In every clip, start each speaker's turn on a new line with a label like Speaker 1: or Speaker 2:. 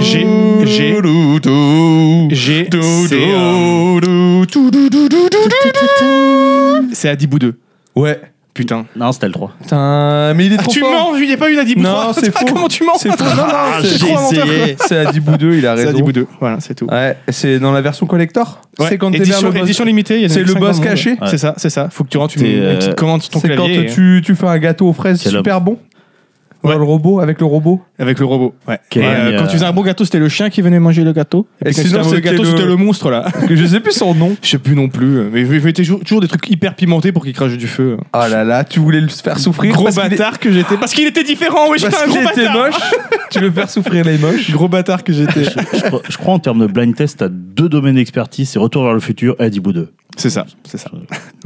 Speaker 1: J'ai- j'ai- J'ai. C'est euh, c'est Adibou 2.
Speaker 2: Ouais.
Speaker 1: Putain. Ah,
Speaker 3: Non, c'était le 3.
Speaker 2: Putain, mais il est trop
Speaker 1: tu
Speaker 2: fort.
Speaker 1: mens, il n'y a pas eu Adibou
Speaker 2: Non,
Speaker 1: 3.
Speaker 2: c'est faux.
Speaker 1: Comment tu mens
Speaker 2: C'est faux. Non, non,
Speaker 3: Ah,
Speaker 2: c'est
Speaker 3: j'ai
Speaker 2: trop inventeur.
Speaker 3: essayé.
Speaker 2: C'est Adibou 2, il a
Speaker 1: C'est
Speaker 2: raison.
Speaker 1: Adibou 2. Voilà, c'est tout.
Speaker 2: Ouais, c'est dans la version collector.
Speaker 1: Ouais.
Speaker 2: C'est quand t'es vers
Speaker 1: édition,
Speaker 2: le boss.
Speaker 1: édition limitée, il y a
Speaker 2: C'est le
Speaker 1: 50
Speaker 2: boss
Speaker 1: monde.
Speaker 2: caché
Speaker 1: C'est ça, c'est ça. Faut que tu rentres une,
Speaker 3: T'es,
Speaker 1: une
Speaker 3: euh,
Speaker 1: petite commande sur ton
Speaker 2: C'est quand
Speaker 1: clavier et-
Speaker 2: tu, tu fais un gâteau aux fraises
Speaker 3: Quel
Speaker 2: super bon. Dans
Speaker 1: Ouais.
Speaker 2: le robot, avec le robot.
Speaker 1: avec le robot. Ouais.
Speaker 3: Quel
Speaker 1: Et, euh,
Speaker 3: homme,
Speaker 1: quand
Speaker 3: euh,
Speaker 1: tu faisais un bon gâteau, c'était le chien qui venait manger le gâteau.
Speaker 2: Et
Speaker 1: Et, puis quand
Speaker 2: sinon,
Speaker 1: sinon, le
Speaker 2: c'était
Speaker 1: gâteau,
Speaker 2: le-
Speaker 1: c'était le monstre là.
Speaker 2: Que je sais plus son nom.
Speaker 1: Je sais plus non plus, mais il mettais toujours toujours des trucs hyper pimentés pour qu'il crache du feu.
Speaker 2: Ah là là, tu voulais le faire souffrir.
Speaker 1: Gros
Speaker 2: parce qu'il est-
Speaker 1: bâtard que j'étais. Parce qu'il était différent, oui, j'étais
Speaker 2: Parce
Speaker 1: un
Speaker 2: qu'il
Speaker 1: gros
Speaker 2: était
Speaker 1: bâtard.
Speaker 2: moche. tu veux faire souffrir les moches.
Speaker 1: Gros bâtard que j'étais.
Speaker 3: Je, je crois- je crois en termes de blind test, t'as deux domaines d'expertise, c'est Retour vers le futur et Adibou 2.
Speaker 1: C'est ça, c'est ça.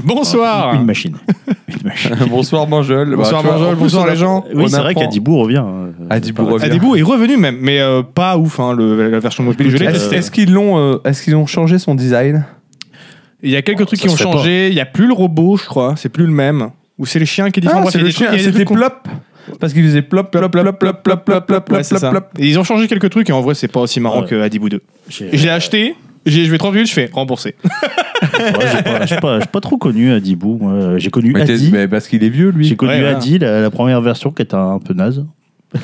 Speaker 1: Bonsoir.
Speaker 3: Une machine. Une machine.
Speaker 2: bonsoir Manjol. Bah,
Speaker 1: Bonsoir,
Speaker 2: tu vois,
Speaker 1: Manjol,
Speaker 2: en plus,
Speaker 1: bonsoir,
Speaker 2: on
Speaker 1: les
Speaker 2: apprend-
Speaker 1: gens.
Speaker 3: Oui,
Speaker 2: on
Speaker 3: c'est vrai
Speaker 2: apprend.
Speaker 3: qu'Adibou revient. euh,
Speaker 2: Adibou
Speaker 3: c'est pas-
Speaker 2: revient.
Speaker 1: Adibou est revenu même, mais euh, pas ouf, hein, le- la version mobile. Je l'ai
Speaker 2: Est-ce
Speaker 1: testé.
Speaker 2: est-ce qu'ils l'ont, euh, est-ce qu'ils ont changé son
Speaker 1: Ah,
Speaker 2: design
Speaker 1: Il y a
Speaker 2: Oh,
Speaker 1: quelques trucs
Speaker 3: ça
Speaker 1: qui ont
Speaker 3: se fait
Speaker 1: changé. Il y a plus le robot, je crois. C'est plus le même. Ou c'est le chien qui est différent.
Speaker 2: Ah,
Speaker 1: Bref,
Speaker 2: c'est
Speaker 1: il y a
Speaker 2: le
Speaker 1: des trucs-
Speaker 2: chien,
Speaker 1: il y a des
Speaker 2: c'était
Speaker 1: trucs qu'on-
Speaker 2: plop. Parce qu'ils faisaient plop, plop, plop, plop, plop, plop, plop,
Speaker 1: Ouais, c'est
Speaker 2: plop,
Speaker 1: ça.
Speaker 2: plop.
Speaker 1: Et ils ont changé quelques trucs et en vrai, c'est pas aussi marrant
Speaker 3: Ouais.
Speaker 1: que Adibou 2.
Speaker 3: J'ai-
Speaker 1: Je l'ai acheté. J'ai joué 30 minutes, je fais rembourser.
Speaker 3: Ouais, j'ai pas, j'ai pas, j'ai pas trop connu Adibou. moi. J'ai connu
Speaker 2: Mais t'es-
Speaker 3: Adi.
Speaker 2: mais parce qu'il est vieux, lui.
Speaker 3: J'ai connu
Speaker 1: Ouais, voilà.
Speaker 3: Adi, la, la première version qui était un peu naze.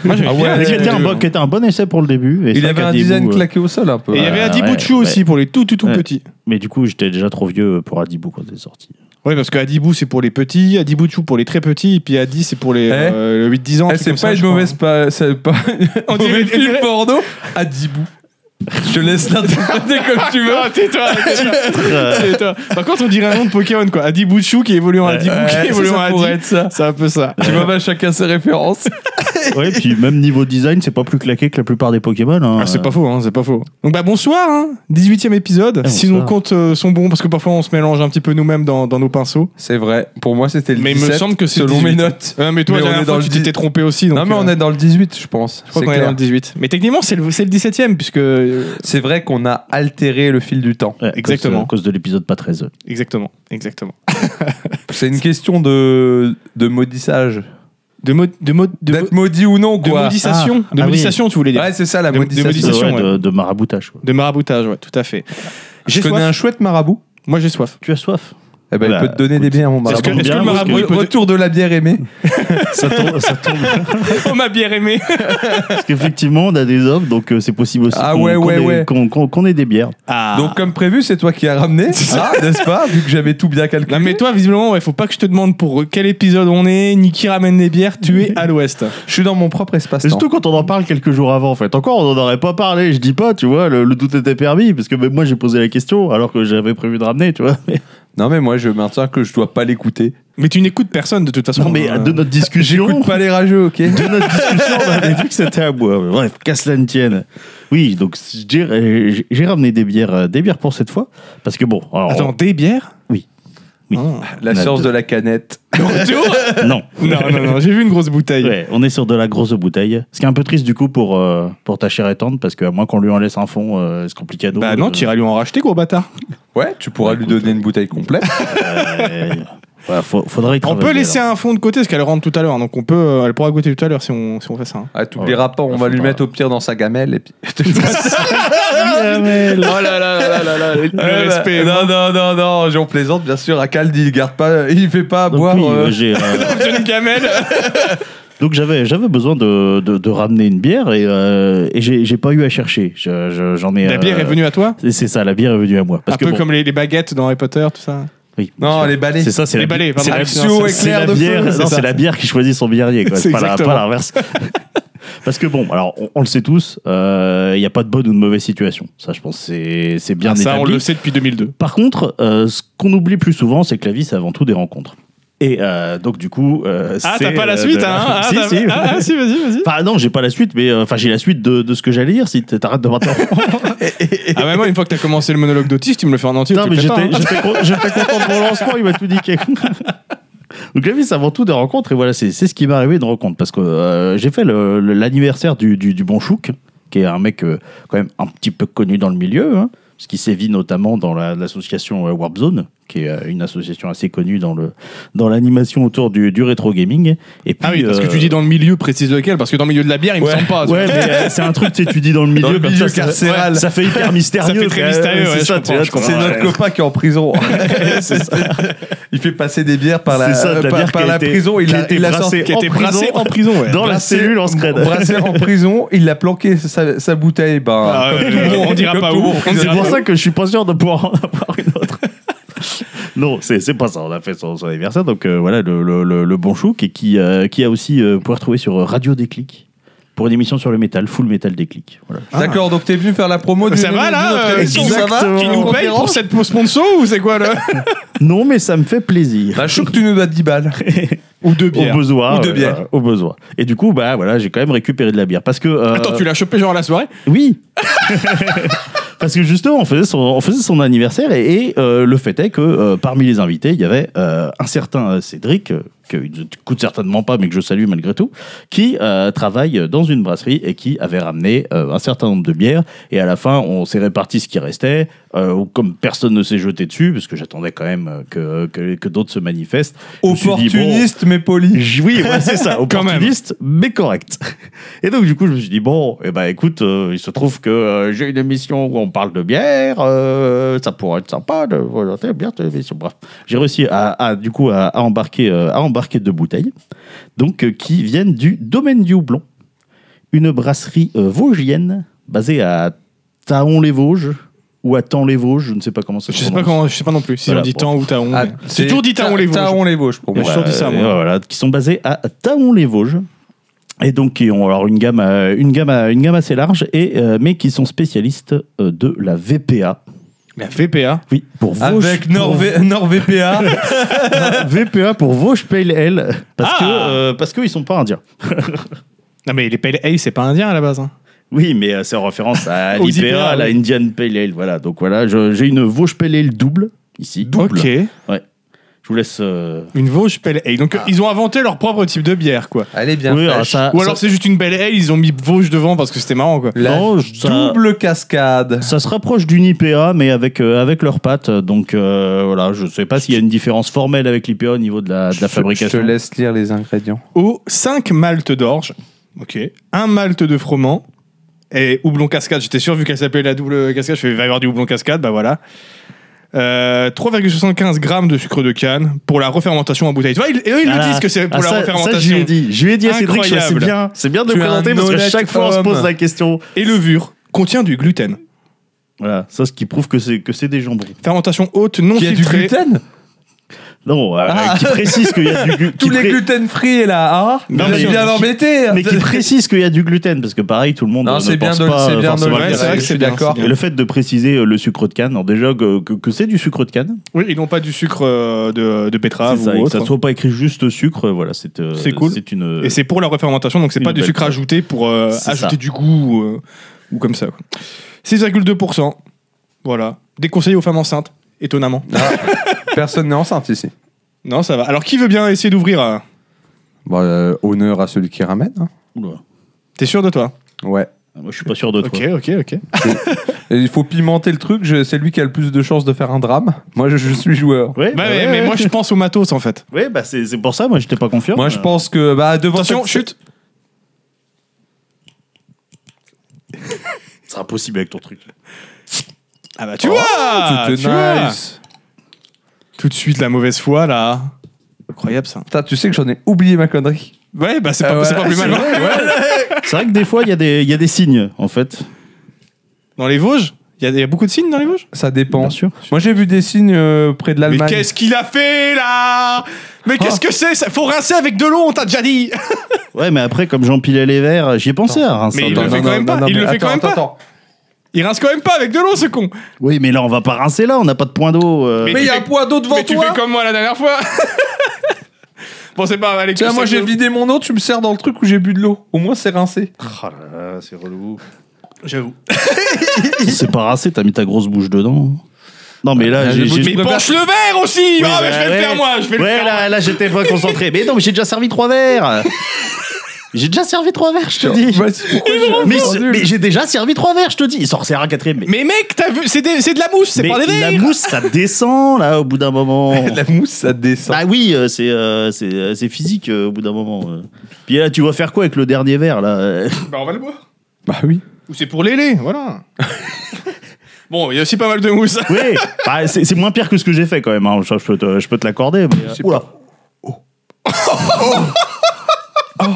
Speaker 1: Moi, j'avais
Speaker 2: Ah
Speaker 1: bien
Speaker 2: ouais,
Speaker 1: Adibou
Speaker 3: qui, était un
Speaker 1: 2.
Speaker 3: bon, qui était un bon essai pour le début. et c'est
Speaker 2: Il
Speaker 3: vrai
Speaker 2: avait un
Speaker 3: qu'Adibou,
Speaker 2: design
Speaker 3: euh,
Speaker 2: claqué au sol un peu.
Speaker 1: Et il y avait
Speaker 3: Ouais,
Speaker 1: Adibou
Speaker 3: ouais,
Speaker 1: Chou
Speaker 3: ouais.
Speaker 1: aussi pour les tout tout tout
Speaker 3: Ouais.
Speaker 1: petits.
Speaker 3: Mais du coup, j'étais déjà trop vieux pour Adibou quand c'est sorti.
Speaker 1: Oui, parce que Adibou c'est pour les petits, Adibou Chou pour les très petits, et puis Adi c'est pour les
Speaker 2: Eh
Speaker 1: euh, 8-10 ans.
Speaker 2: Eh,
Speaker 1: truc
Speaker 2: c'est
Speaker 1: comme
Speaker 2: pas
Speaker 1: ça, je
Speaker 2: une
Speaker 1: crois.
Speaker 2: mauvaise pa- c'est pas
Speaker 1: On dirait-
Speaker 2: mauvais
Speaker 1: on
Speaker 2: film
Speaker 1: dirait-
Speaker 2: porno à Dibou. Je te laisse l'interpréter comme tu veux.
Speaker 1: Ah, tais-toi, tais-toi,
Speaker 3: Euh,
Speaker 1: tais-toi. Par contre, on dirait un nom de Pokémon quoi. Adibou Chou qui évolue en Adibou,
Speaker 2: Ouais,
Speaker 1: qui
Speaker 2: ça,
Speaker 1: évolue en
Speaker 2: ça pourrait
Speaker 1: Adi.
Speaker 2: être ça.
Speaker 1: C'est un peu ça.
Speaker 2: Tu vois pas chacun ses références.
Speaker 3: Ouais, puis même niveau design, c'est pas plus claqué que la plupart des Pokémon. hein.
Speaker 1: Ah, c'est pas faux, hein, c'est pas faux. Donc bah bonsoir, hein, 18e épisode,
Speaker 3: Ah,
Speaker 2: Eh,
Speaker 1: si
Speaker 3: bonsoir.
Speaker 1: nos comptes euh, sont bons, parce que parfois on se mélange un petit peu nous-mêmes dans, dans nos pinceaux.
Speaker 2: C'est vrai. Pour moi, c'était le
Speaker 1: Mais il me
Speaker 2: 17,
Speaker 1: semble que c'est
Speaker 2: selon
Speaker 1: 18.
Speaker 2: mes notes.
Speaker 1: Ah, mais toi,
Speaker 2: Mais
Speaker 1: la
Speaker 2: on
Speaker 1: dernière
Speaker 2: est dans
Speaker 1: fois,
Speaker 2: le
Speaker 1: tu
Speaker 2: dix-
Speaker 1: t'étais trompé aussi. Donc,
Speaker 2: non, mais
Speaker 1: euh,
Speaker 2: on est dans le 18, je pense.
Speaker 1: je crois
Speaker 2: C'est
Speaker 1: qu'on est
Speaker 2: clair.
Speaker 1: dans le 18. Mais techniquement, c'est le, c'est le 17e, puisque... euh,
Speaker 2: C'est vrai qu'on a altéré le fil du temps.
Speaker 3: Ouais, à cause de-
Speaker 1: Exactement.
Speaker 3: À cause de l'épisode pas 13.
Speaker 1: Exactement, exactement.
Speaker 2: C'est une question de, de maudissage.
Speaker 1: De mode... De mode de mo-
Speaker 2: D'être maudit ou non,
Speaker 1: de
Speaker 2: quoi.
Speaker 1: maudissation,
Speaker 3: Ah,
Speaker 1: de
Speaker 3: ah oui.
Speaker 1: maudissation, tu voulais dire.
Speaker 2: Ouais, c'est ça la
Speaker 1: De- de
Speaker 2: maudissation.
Speaker 1: maudissation.
Speaker 3: Ouais,
Speaker 1: ouais.
Speaker 3: de, de maraboutage. quoi.
Speaker 1: De maraboutage, ouais, tout à fait.
Speaker 2: Je
Speaker 1: J'ai
Speaker 2: connais
Speaker 1: soif.
Speaker 2: un chouette marabout.
Speaker 1: Moi, j'ai soif.
Speaker 3: Tu as soif
Speaker 2: Eh ben,
Speaker 3: Bah,
Speaker 2: il peut te donner
Speaker 3: écoute,
Speaker 2: des bières, mon
Speaker 3: parce
Speaker 2: marabout.
Speaker 1: que- est-ce que le
Speaker 3: bien, parce
Speaker 1: marabout-
Speaker 3: que-
Speaker 1: il peut te-
Speaker 2: Retour de la bière aimée.
Speaker 3: ça tombe, ça tombe bien.
Speaker 1: On m'a bien aimé.
Speaker 3: Parce qu'effectivement, on a des hommes, donc euh, c'est possible aussi
Speaker 2: Ah
Speaker 3: qu'on
Speaker 2: ouais,
Speaker 3: qu'on
Speaker 2: ouais,
Speaker 3: ait,
Speaker 2: ouais.
Speaker 3: qu'on- qu'on- qu'on ait des bières.
Speaker 1: Ah.
Speaker 2: Donc, comme prévu, c'est toi qui as ramené, Ah, n'est-ce pas Vu que j'avais tout bien calculé.
Speaker 1: Non mais toi visiblement ouais faut pas que je te demande pour euh, quel épisode on est ni qui ramène les bières tu es à l'ouest.
Speaker 2: Je suis dans mon propre espace.
Speaker 3: Et surtout quand on en parle quelques jours avant, en fait. Encore, on n'en aurait pas parlé, je dis pas, tu vois, le, le doute était permis, parce que même moi j'ai posé la question, alors que j'avais prévu de ramener, tu vois. Mais-
Speaker 2: Non, mais moi, je maintiens que je dois pas l'écouter.
Speaker 1: Mais tu n'écoutes personne de toute façon.
Speaker 3: non, mais
Speaker 1: Euh,
Speaker 3: de notre discussion.
Speaker 2: J'écoute pas les rageux, ok
Speaker 3: De notre discussion, on avait dit que c'était à boire. Mais Bref, qu'à cela ne tienne. Oui, donc j'ai- euh, j'ai j'ai ramené des bières, euh, des bières pour cette fois, parce que bon, alors,
Speaker 1: Attends des bières
Speaker 3: Oui. Oui.
Speaker 1: Ah.
Speaker 2: La science de la canette.
Speaker 3: non.
Speaker 1: non non non j'ai vu une grosse bouteille.
Speaker 3: Ouais, on est sur de la grosse bouteille. Ce qui est un peu triste du coup pour, euh, pour ta chère étante, parce qu'à moins qu'on lui en laisse un fond, euh, c'est compliqué à
Speaker 1: Bah non t'iras lui en racheter gros bâtard.
Speaker 2: Ouais, tu pourras lui donner une bouteille complète.
Speaker 3: faudrait y
Speaker 1: On peut
Speaker 3: travailler,
Speaker 1: laisser
Speaker 3: alors.
Speaker 1: un fond de côté parce qu'elle rentre tout à l'heure donc on peut euh, elle pourra goûter tout à l'heure si on si on fait ça. hein.
Speaker 2: Ah, t'oublieras pas, on
Speaker 3: Ah,
Speaker 2: va
Speaker 3: faut
Speaker 2: lui
Speaker 3: pas.
Speaker 2: mettre au pire dans sa gamelle. Et puis...
Speaker 3: Caramel.
Speaker 2: Oh là là là là là
Speaker 1: le respect,
Speaker 2: Non, non, non, non, j'en plaisante, bien sûr. Akald, il garde pas, il fait pas à
Speaker 3: Donc,
Speaker 2: boire.
Speaker 3: oui,
Speaker 2: euh,
Speaker 3: euh, j'ai, euh,
Speaker 1: Johnny Camel.
Speaker 3: donc j'avais j'avais besoin de, de, de ramener une bière et, euh, et j'ai j'ai pas eu à chercher. Je- je- J'en ai.
Speaker 1: La
Speaker 3: euh,
Speaker 1: bière est venue à toi
Speaker 3: C'est c'est ça, la bière est venue à moi. Parce
Speaker 1: un
Speaker 3: que
Speaker 1: peu
Speaker 3: bon,
Speaker 1: comme les, les baguettes dans Harry Potter, tout ça.
Speaker 3: oui, bien
Speaker 2: Non,
Speaker 3: sûr.
Speaker 2: les balais.
Speaker 3: C'est ça, c'est
Speaker 1: Les
Speaker 3: la, bi-
Speaker 1: balais, pardon.
Speaker 3: c'est la-
Speaker 2: Axio,
Speaker 3: c'est la
Speaker 2: éclair de
Speaker 3: bière.
Speaker 2: feu.
Speaker 3: non,
Speaker 2: ça.
Speaker 3: c'est la bière qui choisit son birrier, quoi.
Speaker 1: C'est
Speaker 3: C'est pas la-
Speaker 1: exactement.
Speaker 3: pas l'inverse. Parce que bon, alors on, on le sait tous, euh, il n'y a pas de bonne ou de mauvaise situation. Ça, je pense, c'est c'est bien
Speaker 1: Ah, ça, on
Speaker 3: établi.
Speaker 1: le sait depuis 2002.
Speaker 3: Par contre, euh, ce qu'on oublie plus souvent, c'est que la vie, c'est avant tout des rencontres. Et euh, donc, du coup, euh,
Speaker 1: Ah,
Speaker 3: c'est,
Speaker 1: t'as pas la
Speaker 3: euh,
Speaker 1: suite,
Speaker 3: de-
Speaker 1: hein Ah,
Speaker 3: si,
Speaker 1: t'as-
Speaker 3: si.
Speaker 1: ah, ah, si, vas-y, vas-y.
Speaker 3: Enfin, non, j'ai pas la suite, mais euh, enfin, j'ai la suite de, de ce que j'allais lire. Si t- t'arrêtes de m'interrompre.
Speaker 1: Ah, mais moi, une fois que t'as commencé le monologue d'autiste, tu me le fais en entier.
Speaker 3: Non,
Speaker 1: tu
Speaker 3: mais
Speaker 1: le fais pas,
Speaker 3: j'étais
Speaker 1: hein.
Speaker 3: j'étais con- j'étais content de mon lancement, il m'a tout niqué. Donc la vie, c'est avant tout des rencontres, et voilà, c'est c'est ce qui m'est arrivé de rencontre, parce que euh, j'ai fait le- le- l'anniversaire du, du, du bon Chouk, qui est un mec euh, quand même un petit peu connu dans le milieu, hein, parce qu'il sévit notamment dans la- l'association euh, Warp Zone, qui est euh, une association assez connue dans le dans l'animation autour du, du rétro gaming. Et puis,
Speaker 1: Ah oui, parce que
Speaker 3: euh,
Speaker 1: tu dis dans le milieu, précise lequel, parce que dans le milieu de la bière, il me
Speaker 2: Ouais.
Speaker 1: semble pas.
Speaker 3: Ouais, mais euh, c'est un truc, tu sais, tu dis dans le milieu,
Speaker 2: Dans le
Speaker 3: comme
Speaker 2: milieu
Speaker 3: ça, ça-
Speaker 2: carcéral.
Speaker 3: Ça, fait hyper mystérieux.
Speaker 1: Ça fait très
Speaker 3: quoi.
Speaker 1: mystérieux, ouais,
Speaker 3: c'est
Speaker 1: je
Speaker 3: ça,
Speaker 1: comprends,
Speaker 3: tu vois,
Speaker 1: je comprends.
Speaker 2: C'est notre copain qui est en prison. C'est ça. Il fait passer des bières par la,
Speaker 3: C'est ça, de la
Speaker 2: par,
Speaker 3: bière
Speaker 2: par
Speaker 3: qui a
Speaker 2: la
Speaker 3: été-
Speaker 2: prison. Il
Speaker 3: qui a
Speaker 2: l'a-
Speaker 3: été
Speaker 2: il l'a
Speaker 3: brassée
Speaker 2: sorti-
Speaker 1: Qui a été
Speaker 3: En prison.
Speaker 1: brassé en prison, ouais.
Speaker 3: Dans la
Speaker 2: brassé-
Speaker 3: cellule en scred.
Speaker 2: brassé en prison. Il l'a planqué sa, sa bouteille. Ben,
Speaker 1: Ah ouais,
Speaker 2: comme tout le
Speaker 1: ouais,
Speaker 2: monde,
Speaker 1: on dira
Speaker 2: comme
Speaker 1: pas
Speaker 2: tout le
Speaker 1: où.
Speaker 2: monde.
Speaker 1: On
Speaker 3: C'est
Speaker 1: dira
Speaker 3: pour
Speaker 1: pas
Speaker 3: ça que je suis pas sûr de pouvoir en avoir une autre. Non, c'est c'est pas ça. On a fait son, son anniversaire, donc euh, voilà le, le- le- le bon chou qui, qui, euh, qui a aussi euh, pouvoir trouver sur Radio Déclic pour une émission sur le métal, full métal déclic. Voilà.
Speaker 2: D'accord, donc t'es venu faire la promo de
Speaker 1: Ça va, là, euh,
Speaker 2: Ça va
Speaker 3: exactement.
Speaker 1: Qui nous paye pour cette sponsor ou c'est quoi là
Speaker 3: Non, mais ça me fait plaisir.
Speaker 2: Bah, chaud que tu nous dois 10 balles.
Speaker 1: Ou deux
Speaker 3: Au besoin,
Speaker 2: Ou de
Speaker 3: ouais,
Speaker 2: bière.
Speaker 3: voilà, au besoin. Et du coup, bah voilà, j'ai quand même récupéré de la bière parce que euh,
Speaker 1: Attends, tu l'as chopé genre à la soirée
Speaker 3: Oui Parce que justement, on faisait son, on faisait son anniversaire et, et, euh, le fait est que euh, parmi les invités, il y avait euh, un certain euh, Cédric, euh, que ne coûte certainement pas, mais que je salue malgré tout, qui euh, travaille dans une brasserie et qui avait ramené euh, un certain nombre de bières. Et à la fin, on s'est réparti ce qui restait. euh, comme personne ne s'est jeté dessus, parce que j'attendais quand même euh, que, que, que d'autres se manifestent. je me suis dit, bon,
Speaker 2: Opportuniste, mais poli.
Speaker 3: J- Oui, ouais, c'est ça, opportuniste, mais correct. Et donc, du coup, je me suis dit, bon, eh ben, écoute, euh, il se trouve que euh, j'ai une émission où on parle de bière, euh, ça pourrait être sympa de présenter une bière télévision. Bref, j'ai réussi à, à, du coup, à, à embarquer, euh, à embarquer deux bouteilles, donc, euh, qui viennent du Domaine du Houblon, une brasserie euh, vosgienne basée à Taon-les-Vosges, ou à Taon-les-Vosges, je ne sais pas comment ça
Speaker 1: Je
Speaker 3: se
Speaker 1: sais pas
Speaker 3: prononce.
Speaker 1: comment, je sais pas non plus. Si
Speaker 3: Voilà,
Speaker 1: on dit
Speaker 3: bon.
Speaker 1: temps ou taon.
Speaker 2: Ah,
Speaker 1: mais- C'est toujours dit taon les Vosges.
Speaker 2: Taon les Vosges pour
Speaker 1: Ouais.
Speaker 2: moi.
Speaker 1: J'ai toujours dit ça,
Speaker 3: euh,
Speaker 1: moi.
Speaker 3: euh, voilà, qui sont basés à Taon-les-Vosges et donc qui ont alors une gamme, euh, une gamme, euh, une gamme assez large et euh, mais qui sont spécialistes euh, de la VPA.
Speaker 1: La VPA.
Speaker 3: Oui, pour Vosges.
Speaker 2: Avec
Speaker 3: pour-
Speaker 2: Norvé- NordVPA.
Speaker 3: VPA pour Vosges Pale Ale parce
Speaker 1: Ah
Speaker 3: que euh, parce qu'ils sont pas indiens.
Speaker 1: Non mais les Pale Ale, c'est pas indien à la base. hein.
Speaker 3: Oui, mais euh, c'est en référence à
Speaker 1: Aux
Speaker 3: l'IPA,
Speaker 1: IPA,
Speaker 3: la
Speaker 1: oui.
Speaker 3: Indian Pale Ale. Voilà, donc voilà, je- j'ai une Vosges Pale Ale double ici.
Speaker 1: Ok.
Speaker 3: Ouais. Je vous laisse. euh,
Speaker 1: Une Vosges Pale Ale.
Speaker 2: Ah.
Speaker 1: Donc ils ont inventé leur propre type de bière quoi.
Speaker 2: Elle est bien
Speaker 3: oui, ah, alors
Speaker 2: fraîche.
Speaker 3: ça-
Speaker 1: Ou
Speaker 3: ça-
Speaker 1: alors c'est juste une Pale Ale, ils ont mis Vosges devant parce que c'était marrant quoi.
Speaker 2: La
Speaker 3: non, ça-
Speaker 2: double cascade.
Speaker 3: Ça se rapproche d'une IPA, mais avec, euh, avec leurs pattes. Donc euh, voilà, je sais pas s'il y a une différence formelle avec l'IPA au niveau de la, de la fabrication.
Speaker 2: Je te laisse lire les ingrédients.
Speaker 1: Au 5 maltes d'orge. Ok. Un malt de froment. Et houblon cascade, j'étais sûr vu qu'elle s'appelait la double cascade, je fais il va y avoir du houblon cascade, bah voilà. Euh, 3,75 grammes de sucre de canne pour la refermentation en bouteille. Tu vois, ils, et eux, ils
Speaker 3: Ah,
Speaker 1: le disent que c'est pour
Speaker 3: ah,
Speaker 1: la
Speaker 3: ça,
Speaker 1: refermentation.
Speaker 3: ça, je lui ai dit. Je lui ai dit à Cédric, je fais, c'est
Speaker 1: Incroyable.
Speaker 3: bien, c'est bien de
Speaker 2: Tu es
Speaker 3: présenter
Speaker 2: un
Speaker 3: parce que
Speaker 2: honnête
Speaker 3: chaque fois on se
Speaker 2: homme.
Speaker 3: pose la question.
Speaker 1: Et levure contient du gluten.
Speaker 3: Voilà, ça, ce qui prouve que c'est que c'est des jambons.
Speaker 1: Fermentation haute, non
Speaker 2: Qui a du
Speaker 1: filtrée.
Speaker 2: gluten
Speaker 3: Non, euh,
Speaker 2: Ah.
Speaker 3: qui précise qu'il y a du gluten.
Speaker 2: Tous les gluten free là, ah
Speaker 3: Non,
Speaker 2: Vous
Speaker 3: mais-
Speaker 2: êtes bien
Speaker 3: qui-
Speaker 2: embêté
Speaker 3: Mais qui précise qu'il y a du gluten, parce que pareil, tout le monde
Speaker 2: Non,
Speaker 3: euh, ne
Speaker 2: c'est bien
Speaker 3: pense
Speaker 2: de le-
Speaker 3: pas
Speaker 2: c'est bien de le-
Speaker 3: forcément
Speaker 1: ouais,
Speaker 3: que-
Speaker 1: c'est vrai que
Speaker 2: je
Speaker 1: c'est
Speaker 2: suis
Speaker 1: bien,
Speaker 2: d'accord.
Speaker 1: c'est
Speaker 3: Et
Speaker 1: bien.
Speaker 3: le fait de préciser euh, le sucre de canne, alors déjà que, que- que c'est du sucre de canne,
Speaker 1: Oui, ils n'ont pas du sucre euh, de, de
Speaker 3: c'est
Speaker 1: betterave
Speaker 3: ça,
Speaker 1: ou
Speaker 3: et que
Speaker 1: autre.
Speaker 3: ça soit pas écrit juste sucre, euh, voilà, c'est euh,
Speaker 1: hein. C'est cool.
Speaker 3: C'est une.
Speaker 1: Et c'est pour la refermentation, donc c'est
Speaker 3: Une
Speaker 1: pas du
Speaker 3: belle
Speaker 1: sucre
Speaker 3: chose.
Speaker 1: ajouté pour euh,
Speaker 3: C'est
Speaker 1: ajouter
Speaker 3: ça.
Speaker 1: du goût euh, ou comme ça. quoi. 6,2%. Voilà. Déconseillé aux femmes enceintes, étonnamment.
Speaker 2: Personne n'est enceinte ici.
Speaker 1: Non, ça va. Alors, qui veut bien essayer d'ouvrir euh
Speaker 2: Bon, euh, honneur à celui qui ramène. hein.
Speaker 3: Oula.
Speaker 1: T'es sûr de toi
Speaker 2: Ouais.
Speaker 3: Ah, Moi, je suis pas sûr de toi.
Speaker 1: Ok, ok, ok.
Speaker 2: Et il faut pimenter le truc, je- c'est lui qui a le plus de chances de faire un drame. Moi, je, je suis joueur.
Speaker 3: Ouais,
Speaker 1: Bah
Speaker 3: bah
Speaker 1: ouais,
Speaker 3: ouais,
Speaker 1: mais
Speaker 3: ouais.
Speaker 1: moi, je pense au matos en fait.
Speaker 3: Ouais, bah c'est c'est pour ça, moi, j'étais pas confiant. Euh,
Speaker 2: Moi, je pense que bah, devant
Speaker 1: Attention,
Speaker 2: cette-
Speaker 1: chute.
Speaker 3: C'est impossible avec ton truc.
Speaker 1: Ah bah, tu
Speaker 2: Oh,
Speaker 1: vois
Speaker 2: c'était
Speaker 1: Tu vois
Speaker 2: nice.
Speaker 1: Tout de suite, la mauvaise foi là. Incroyable ça.
Speaker 2: Putain, tu sais que j'en ai oublié ma connerie.
Speaker 1: Ouais, bah, c'est
Speaker 2: Ah
Speaker 1: pas,
Speaker 2: ouais,
Speaker 1: c'est pas plus
Speaker 2: c'est
Speaker 1: mal.
Speaker 2: vrai, ouais.
Speaker 3: C'est vrai que des fois, il y, a des- il y a des signes, en fait.
Speaker 1: Dans les Vosges Il y, a- il y a beaucoup de signes dans les Vosges
Speaker 2: Ça dépend.
Speaker 3: Bien sûr.
Speaker 2: Moi, j'ai vu des signes euh, près de
Speaker 1: Mais
Speaker 2: l'Allemagne.
Speaker 1: qu'est-ce qu'il a fait là Mais qu'est-ce que c'est ça Faut rincer avec de l'eau, on t'a déjà dit
Speaker 3: Ouais, mais après, comme j'empilais les verres, j'y ai pensé à rincer.
Speaker 1: Mais
Speaker 3: un
Speaker 1: il
Speaker 3: verre.
Speaker 1: le fait quand même pas, il
Speaker 2: mais
Speaker 1: le fait quand
Speaker 2: attends,
Speaker 1: même pas.
Speaker 2: attends, attends.
Speaker 1: Il rince quand même pas avec de l'eau, ce con
Speaker 3: Oui, mais là, on va pas rincer là, on n'a pas de point d'eau. euh.
Speaker 1: Mais
Speaker 2: Mais il y a
Speaker 1: tu
Speaker 2: un
Speaker 1: fais-
Speaker 2: poids d'eau devant
Speaker 1: Mais tu
Speaker 2: toi.
Speaker 1: fais comme moi la dernière fois Bon, c'est pas mal.
Speaker 2: Tiens, moi, j'ai vidé mon eau, tu me sers dans le truc où j'ai bu de l'eau. Au moins, c'est rincé.
Speaker 3: Oh
Speaker 1: Ah,
Speaker 3: là là, c'est relou.
Speaker 1: J'avoue.
Speaker 3: c'est pas rincé, t'as mis ta grosse bouche dedans. Non, mais là,
Speaker 2: Ouais,
Speaker 3: j'ai.
Speaker 2: le bout
Speaker 3: j'ai-
Speaker 2: de-
Speaker 1: Mais
Speaker 2: Je préfère-
Speaker 1: penche le verre aussi
Speaker 3: Oui,
Speaker 1: Ah, mais
Speaker 3: bah,
Speaker 1: je vais le
Speaker 3: ouais.
Speaker 1: faire moi, je vais le
Speaker 3: Ouais,
Speaker 1: faire.
Speaker 3: là, là j'étais pas concentré. Mais non, mais j'ai déjà servi trois verres. J'ai déjà servi trois verres, je te
Speaker 1: Bah,
Speaker 3: dis.
Speaker 2: Vas-y, pourquoi j'ai
Speaker 3: Mais,
Speaker 2: répondu
Speaker 3: ce- mais j'ai déjà servi trois verres, je te dis. Il s'en resserre un quatrième. Mais,
Speaker 1: Mais mec, t'as vu, c'est des- c'est de la mousse, c'est
Speaker 3: mais
Speaker 1: pas des verres.
Speaker 3: la mousse, ça descend là au bout d'un moment.
Speaker 2: La mousse, ça
Speaker 1: Ah.
Speaker 2: descend.
Speaker 3: Bah oui, euh, c'est euh, c'est euh, c'est physique euh, au bout d'un moment. euh. Puis là, tu vas faire quoi avec le dernier verre là euh?
Speaker 1: Bah on va le boire.
Speaker 2: Bah oui.
Speaker 1: Ou c'est pour l'ailer, voilà. bon, il y a aussi pas mal de mousse.
Speaker 3: Oui, bah, c'est c'est moins pire que ce que j'ai fait quand même. hein. Je, je peux te, je peux te l'accorder. mais, euh,
Speaker 2: sais
Speaker 3: oula.
Speaker 1: Ah,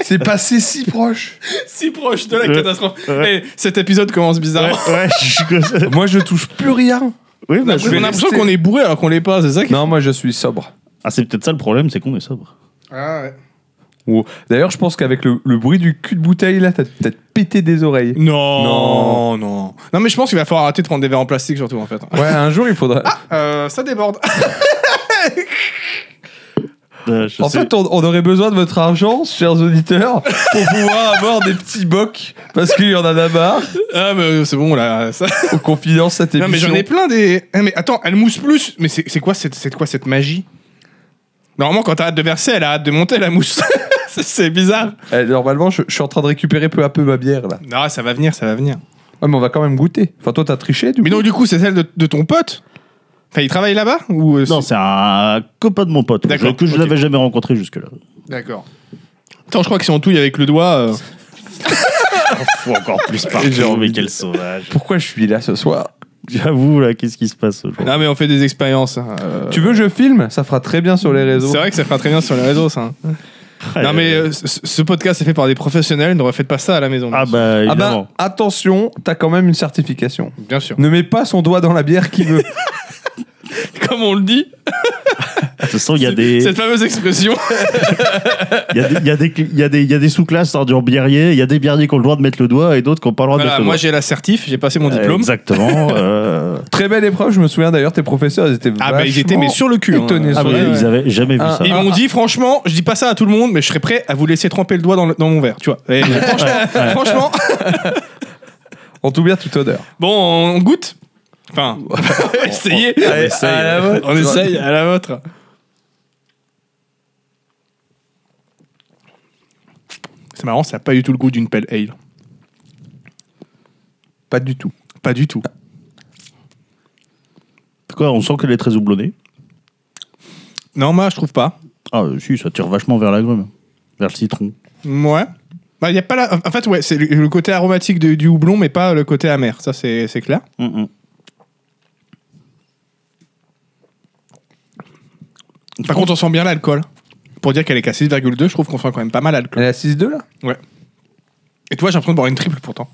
Speaker 2: c'est passé si proche.
Speaker 1: si proche de la
Speaker 3: Ouais.
Speaker 1: catastrophe.
Speaker 3: Ouais.
Speaker 1: Eh, cet épisode commence
Speaker 3: Ouais,
Speaker 1: bizarrement.
Speaker 3: ouais, je suis comme ça.
Speaker 2: Moi, je touche plus rien.
Speaker 3: Oui, bah,
Speaker 1: On a
Speaker 3: je-
Speaker 1: l'impression qu'on est bourré alors qu'on l'est pas, c'est ça qui...
Speaker 2: Non, moi, je suis sobre.
Speaker 3: Ah, c'est peut-être ça le problème, c'est qu'on est sobre.
Speaker 1: Ah, ouais.
Speaker 2: Ou- D'ailleurs, je pense qu'avec le, le bruit du cul de bouteille, là, t'as peut-être pété des oreilles.
Speaker 1: Non, non, non. mais je pense qu'il va falloir arrêter de prendre des verres en plastique surtout en fait.
Speaker 2: Ouais, un jour, il faudra.
Speaker 1: Euh, ça déborde.
Speaker 3: Euh, je
Speaker 2: en
Speaker 3: sais-
Speaker 2: fait, on, on aurait besoin de votre argent, chers auditeurs, pour pouvoir avoir des petits bocs, parce qu'il y en a là marre.
Speaker 1: ah mais c'est bon là. Ça...
Speaker 2: On confidence cette
Speaker 1: Non
Speaker 2: émission.
Speaker 1: mais j'en ai plein des. Ah, mais attends, elle mousse plus. Mais c'est c'est quoi cette c'est quoi cette magie Normalement quand t'as hâte de verser, elle a hâte de monter la mousse. C'est- c'est bizarre.
Speaker 2: Eh, normalement, je, je suis en train de récupérer peu à peu ma bière, là.
Speaker 1: Non, ça va venir, ça va venir.
Speaker 2: Ouais, mais on va quand même goûter. Enfin, toi, t'as triché, du
Speaker 1: Mais
Speaker 2: coup
Speaker 1: donc du coup c'est celle de, de ton pote. Enfin il travaille là-bas ou euh,
Speaker 3: Non, c'est un copain de mon pote que je
Speaker 1: D'accord,
Speaker 3: que je
Speaker 1: ok.
Speaker 3: n'avais jamais rencontré jusque-là.
Speaker 1: c'est- D'accord. Attends, je crois que c'est en touille avec le doigt. euh.
Speaker 3: Faut encore plus
Speaker 2: J'ai
Speaker 3: partout,
Speaker 2: envie
Speaker 3: mais
Speaker 2: de-
Speaker 3: quel sauvage.
Speaker 2: Pourquoi je suis là ce soir
Speaker 3: J'avoue, là, qu'est-ce qui se passe aujourd'hui
Speaker 1: Non mais on fait des expériences. hein,
Speaker 3: Ah,
Speaker 1: euh.
Speaker 2: Tu veux je filme Ça fera très bien sur les réseaux.
Speaker 1: C'est vrai que ça fera très bien sur les réseaux ça. hein.
Speaker 3: Ah,
Speaker 1: Non mais euh, ce ce podcast est fait par des professionnels, ne refaites pas ça à la maison.
Speaker 3: Ah
Speaker 2: Ah
Speaker 3: bah, évidemment.
Speaker 2: bah, attention, t'as quand même une certification.
Speaker 3: bah.
Speaker 1: Bien sûr.
Speaker 2: Ne mets pas son doigt dans la bière qui veut.
Speaker 1: Comme on le dit,
Speaker 3: De toute façon, il y a des,
Speaker 1: cette fameuse expression.
Speaker 3: il y a des, il y a des, il y a des, il y a des sous-classes hein, du biérier. Il y a des biériers qui ont le droit de mettre le doigt et d'autres qui n'ont pas le droit
Speaker 1: Voilà,
Speaker 3: de
Speaker 1: moi
Speaker 3: mettre
Speaker 1: j'ai l'assertif, j'ai passé mon
Speaker 3: le doigt.
Speaker 1: diplôme.
Speaker 3: Exactement. euh,
Speaker 2: Très belle épreuve, je me souviens d'ailleurs, tes professeurs, ils étaient
Speaker 1: Ah bah ils étaient mais sur le cul. hein.
Speaker 2: étonnés.
Speaker 3: ah,
Speaker 2: Ouais,
Speaker 3: mais
Speaker 2: ouais.
Speaker 3: ils avaient jamais vu
Speaker 2: Ah,
Speaker 3: ça.
Speaker 1: Ils m'ont dit franchement, je dis pas ça à tout le monde, mais je serais prêt à vous laisser tremper le doigt dans, le- dans mon verre, tu vois. Et franchement, franchement.
Speaker 2: En tout bien, toute odeur.
Speaker 1: bon, on goûte. Enfin, essayez.
Speaker 2: on essaye.
Speaker 1: À la vôtre. On essaye à la vôtre. C'est marrant, ça n'a pas du tout le goût d'une pelle ale.
Speaker 2: Pas du tout.
Speaker 1: Pas du tout.
Speaker 3: Quoi, on sent qu'elle est très houblonnée.
Speaker 1: Non, moi je trouve pas.
Speaker 3: Ah, euh, si, ça tire vachement vers la grume, vers le citron.
Speaker 1: Ouais. Bah, y a pas la... En fait, ouais, c'est le- le côté aromatique de- du houblon, mais pas le côté amer. Ça, c'est c'est clair.
Speaker 3: Mm, mm.
Speaker 1: Par contre, on sent bien l'alcool. Pour dire qu'elle est qu'à 6,2, je trouve qu'on sent quand même pas mal l'alcool.
Speaker 2: Elle est à 6-2 là
Speaker 1: Et toi, j'ai l'impression de boire une triple pourtant.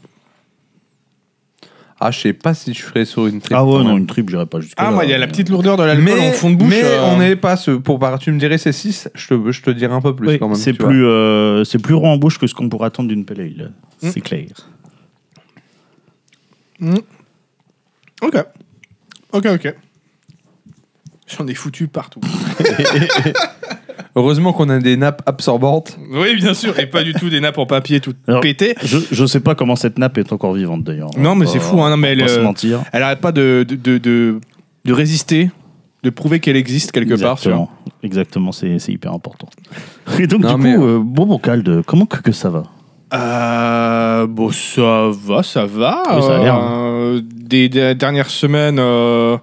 Speaker 2: Ah, je sais pas si je ferais sur une triple.
Speaker 3: Ah ouais,
Speaker 2: quand
Speaker 3: non,
Speaker 2: même.
Speaker 3: une tripe, j'irai pas jusqu'à
Speaker 1: Ah, moi, il y a la petite lourdeur de l'alcool
Speaker 2: Mais,
Speaker 1: en fond de bouche.
Speaker 2: mais
Speaker 1: euh,
Speaker 2: on n'est pas ce. Pour, par- tu me dirais c'est 6, je te, je te dirais un peu plus quand même.
Speaker 3: c'est
Speaker 2: tu vois.
Speaker 3: plus, euh, c'est plus rond en bouche que ce qu'on pourrait attendre d'une pelle ale.
Speaker 1: Mm.
Speaker 3: C'est clair.
Speaker 1: Ok. Ok, ok. J'en ai foutu partout.
Speaker 2: Heureusement qu'on a des nappes absorbantes.
Speaker 1: oui, bien sûr. Et pas du tout des nappes en papier toutes
Speaker 3: Alors-
Speaker 1: pétées.
Speaker 3: Je, je sais pas comment cette nappe est encore vivante d'ailleurs.
Speaker 1: Non, mais
Speaker 3: On va-
Speaker 1: c'est fou, hein, non, mais
Speaker 3: on va
Speaker 1: elle,
Speaker 3: se
Speaker 1: euh,
Speaker 3: mentir.
Speaker 1: Elle arrête pas de, de, de, de- de résister, de prouver qu'elle existe quelque part. tu vois.
Speaker 3: Exactement. Exactement, c'est c'est hyper important. Et donc,
Speaker 2: Non,
Speaker 3: du
Speaker 2: mais,
Speaker 3: coup, euh, bon bocal de. Comment que, que ça va
Speaker 1: Euh, bon, ça va, ça va.
Speaker 3: Oui, ça a l'air. hein.
Speaker 1: Euh, des, des dernières semaines euh,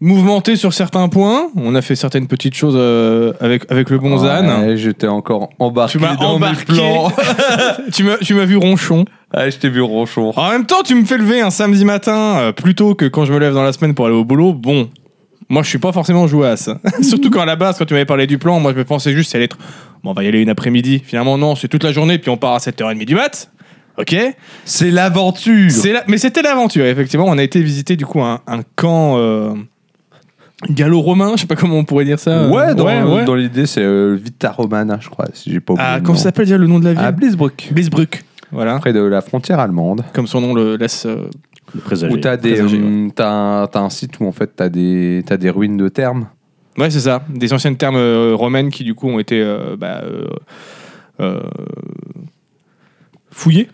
Speaker 1: mouvementées sur certains points. On a fait certaines petites choses euh, avec, avec le bon Zan.
Speaker 2: Ouais, J'étais encore embarqué
Speaker 1: Tu m'as
Speaker 2: dans
Speaker 1: embarqué.
Speaker 2: mes plans.
Speaker 1: Tu m'as tu m'as vu ronchon.
Speaker 2: ah, je t'ai vu ronchon.
Speaker 1: En même temps, tu me fais lever un samedi matin euh, plus tôt que quand je me lève dans la semaine pour aller au boulot. Bon, moi, je suis pas forcément jouasse. Surtout quand à la base, quand tu m'avais parlé du plan, moi, je me pensais juste, c'est l'être. Bon, on va y aller une après-midi. Finalement, non, c'est toute la journée, puis on part à 7h30 du mat. Ok.
Speaker 2: C'est l'aventure.
Speaker 1: C'est la- Mais c'était l'aventure, effectivement. On a été visiter du coup un, un camp euh, gallo-romain, je sais pas comment on pourrait dire ça.
Speaker 2: Ouais, dans,
Speaker 1: Euh, ouais.
Speaker 2: dans l'idée, c'est euh, Vita Romana, je crois, si j'ai pas oublié.
Speaker 1: Ah,
Speaker 2: le
Speaker 1: comment
Speaker 2: nom.
Speaker 1: ça s'appelle déjà le nom de la
Speaker 2: À
Speaker 1: ville
Speaker 2: Blitzbruck.
Speaker 1: Bisbruck. Voilà,
Speaker 2: Près de la frontière allemande,
Speaker 1: comme son nom le laisse. euh,
Speaker 3: Le présager.
Speaker 2: où t'as des,
Speaker 1: présager,
Speaker 2: hum, t'as un, t'as un site où en fait t'as des, t'as des ruines de thermes.
Speaker 1: Ouais, c'est ça. Des anciennes termes euh, romaines qui du coup ont été euh, bah, euh, euh, Fouillé,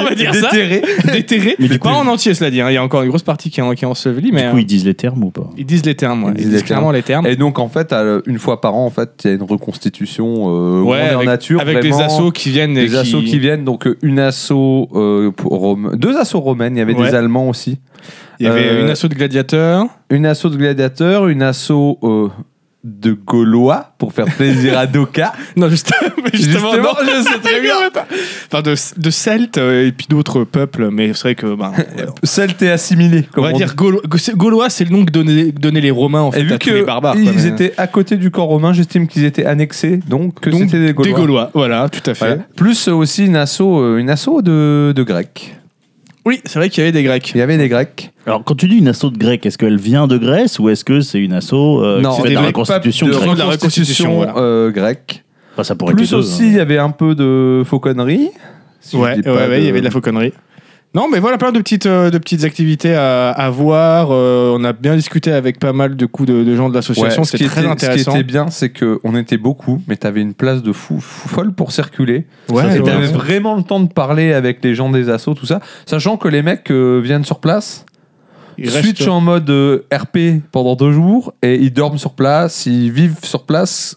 Speaker 4: On va dire ça.
Speaker 2: Déterré.
Speaker 1: déterré.
Speaker 5: Mais du
Speaker 1: pas
Speaker 5: coup-
Speaker 1: en entier, cela dit. hein. Il y a encore une grosse partie qui est, en- qui est ensevelie, mais
Speaker 5: Du coup,
Speaker 1: euh,
Speaker 5: ils disent les termes ou pas
Speaker 1: ils disent les termes. ouais.
Speaker 2: Ils
Speaker 1: Ils,
Speaker 2: disent
Speaker 1: disent
Speaker 2: les
Speaker 1: clairement les termes.
Speaker 2: Et donc, en fait, à le- une fois par an, en fait, il y a une reconstitution euh, où on
Speaker 1: Ouais,
Speaker 2: est en nature.
Speaker 1: avec
Speaker 2: vraiment,
Speaker 1: des assos qui viennent. et
Speaker 2: Des assos qui viennent, donc euh, une asso euh, pour Rome, deux assos romaines, il y avait
Speaker 1: Ouais.
Speaker 2: des Allemands aussi.
Speaker 1: Il y avait
Speaker 2: Euh,
Speaker 1: une asso de gladiateurs.
Speaker 2: Une asso de gladiateurs, une asso euh, de Gaulois pour faire plaisir à Doka.
Speaker 1: Non, juste- justement,
Speaker 2: Justement,
Speaker 1: non, je sais très bien. Enfin, de, de Celtes euh, et puis d'autres peuples, mais c'est vrai que. ben,
Speaker 2: Celtes et assimilés,
Speaker 1: on
Speaker 2: comme
Speaker 1: va
Speaker 2: on
Speaker 1: dire Gaulo- c'est- Gaulois, c'est le nom que donnaient, donnaient les Romains en
Speaker 2: Et
Speaker 1: fait,
Speaker 2: vu
Speaker 1: à tous les barbares. quoi,
Speaker 2: qu'ils
Speaker 1: mais- euh.
Speaker 2: étaient à côté du camp romain, j'estime qu'ils étaient annexés, donc que
Speaker 1: Donc,
Speaker 2: c'était des Gaulois.
Speaker 1: des Gaulois, voilà, tout à fait.
Speaker 2: Voilà. Plus euh, aussi une asso, euh, une asso de, de Grecs.
Speaker 1: Oui, c'est vrai qu'il y avait des Grecs.
Speaker 2: Il y avait des Grecs.
Speaker 5: Alors, quand tu dis une asso de grec, est-ce qu'elle vient de Grèce ou est-ce que c'est une asso euh,
Speaker 2: Non,
Speaker 5: qui fait
Speaker 2: des
Speaker 5: de la
Speaker 2: Grecs,
Speaker 5: reconstitution
Speaker 2: de
Speaker 5: grecque
Speaker 1: de la
Speaker 2: reconstitution
Speaker 1: reconstitution, voilà.
Speaker 2: euh, grecque.
Speaker 5: Enfin, Ça pourrait être
Speaker 2: Plus
Speaker 5: les deux,
Speaker 2: aussi,
Speaker 5: hein.
Speaker 2: il y avait un peu de fauconnerie. si je
Speaker 1: ouais,
Speaker 2: dis
Speaker 1: ouais,
Speaker 2: pas
Speaker 1: ouais, il y avait de la fauconnerie. Non, mais voilà, plein de petites, euh, de petites activités à, à voir. Euh, on a bien discuté avec pas mal de coups de, de gens de l'association.
Speaker 2: Ouais, ce
Speaker 1: C'était
Speaker 2: qui
Speaker 1: très
Speaker 2: était- Ce
Speaker 1: intéressant.
Speaker 2: qui était bien, c'est qu'on était beaucoup, mais t'avais une place de fou, fou- folle pour circuler.
Speaker 1: Ouais,
Speaker 2: et
Speaker 1: ouais.
Speaker 2: t'avais vraiment le temps de parler avec les gens des assos, tout ça. Sachant que les mecs euh, viennent sur place,
Speaker 1: Il reste-
Speaker 2: switchent en mode euh, RP pendant deux jours, et ils dorment sur place, ils vivent sur place,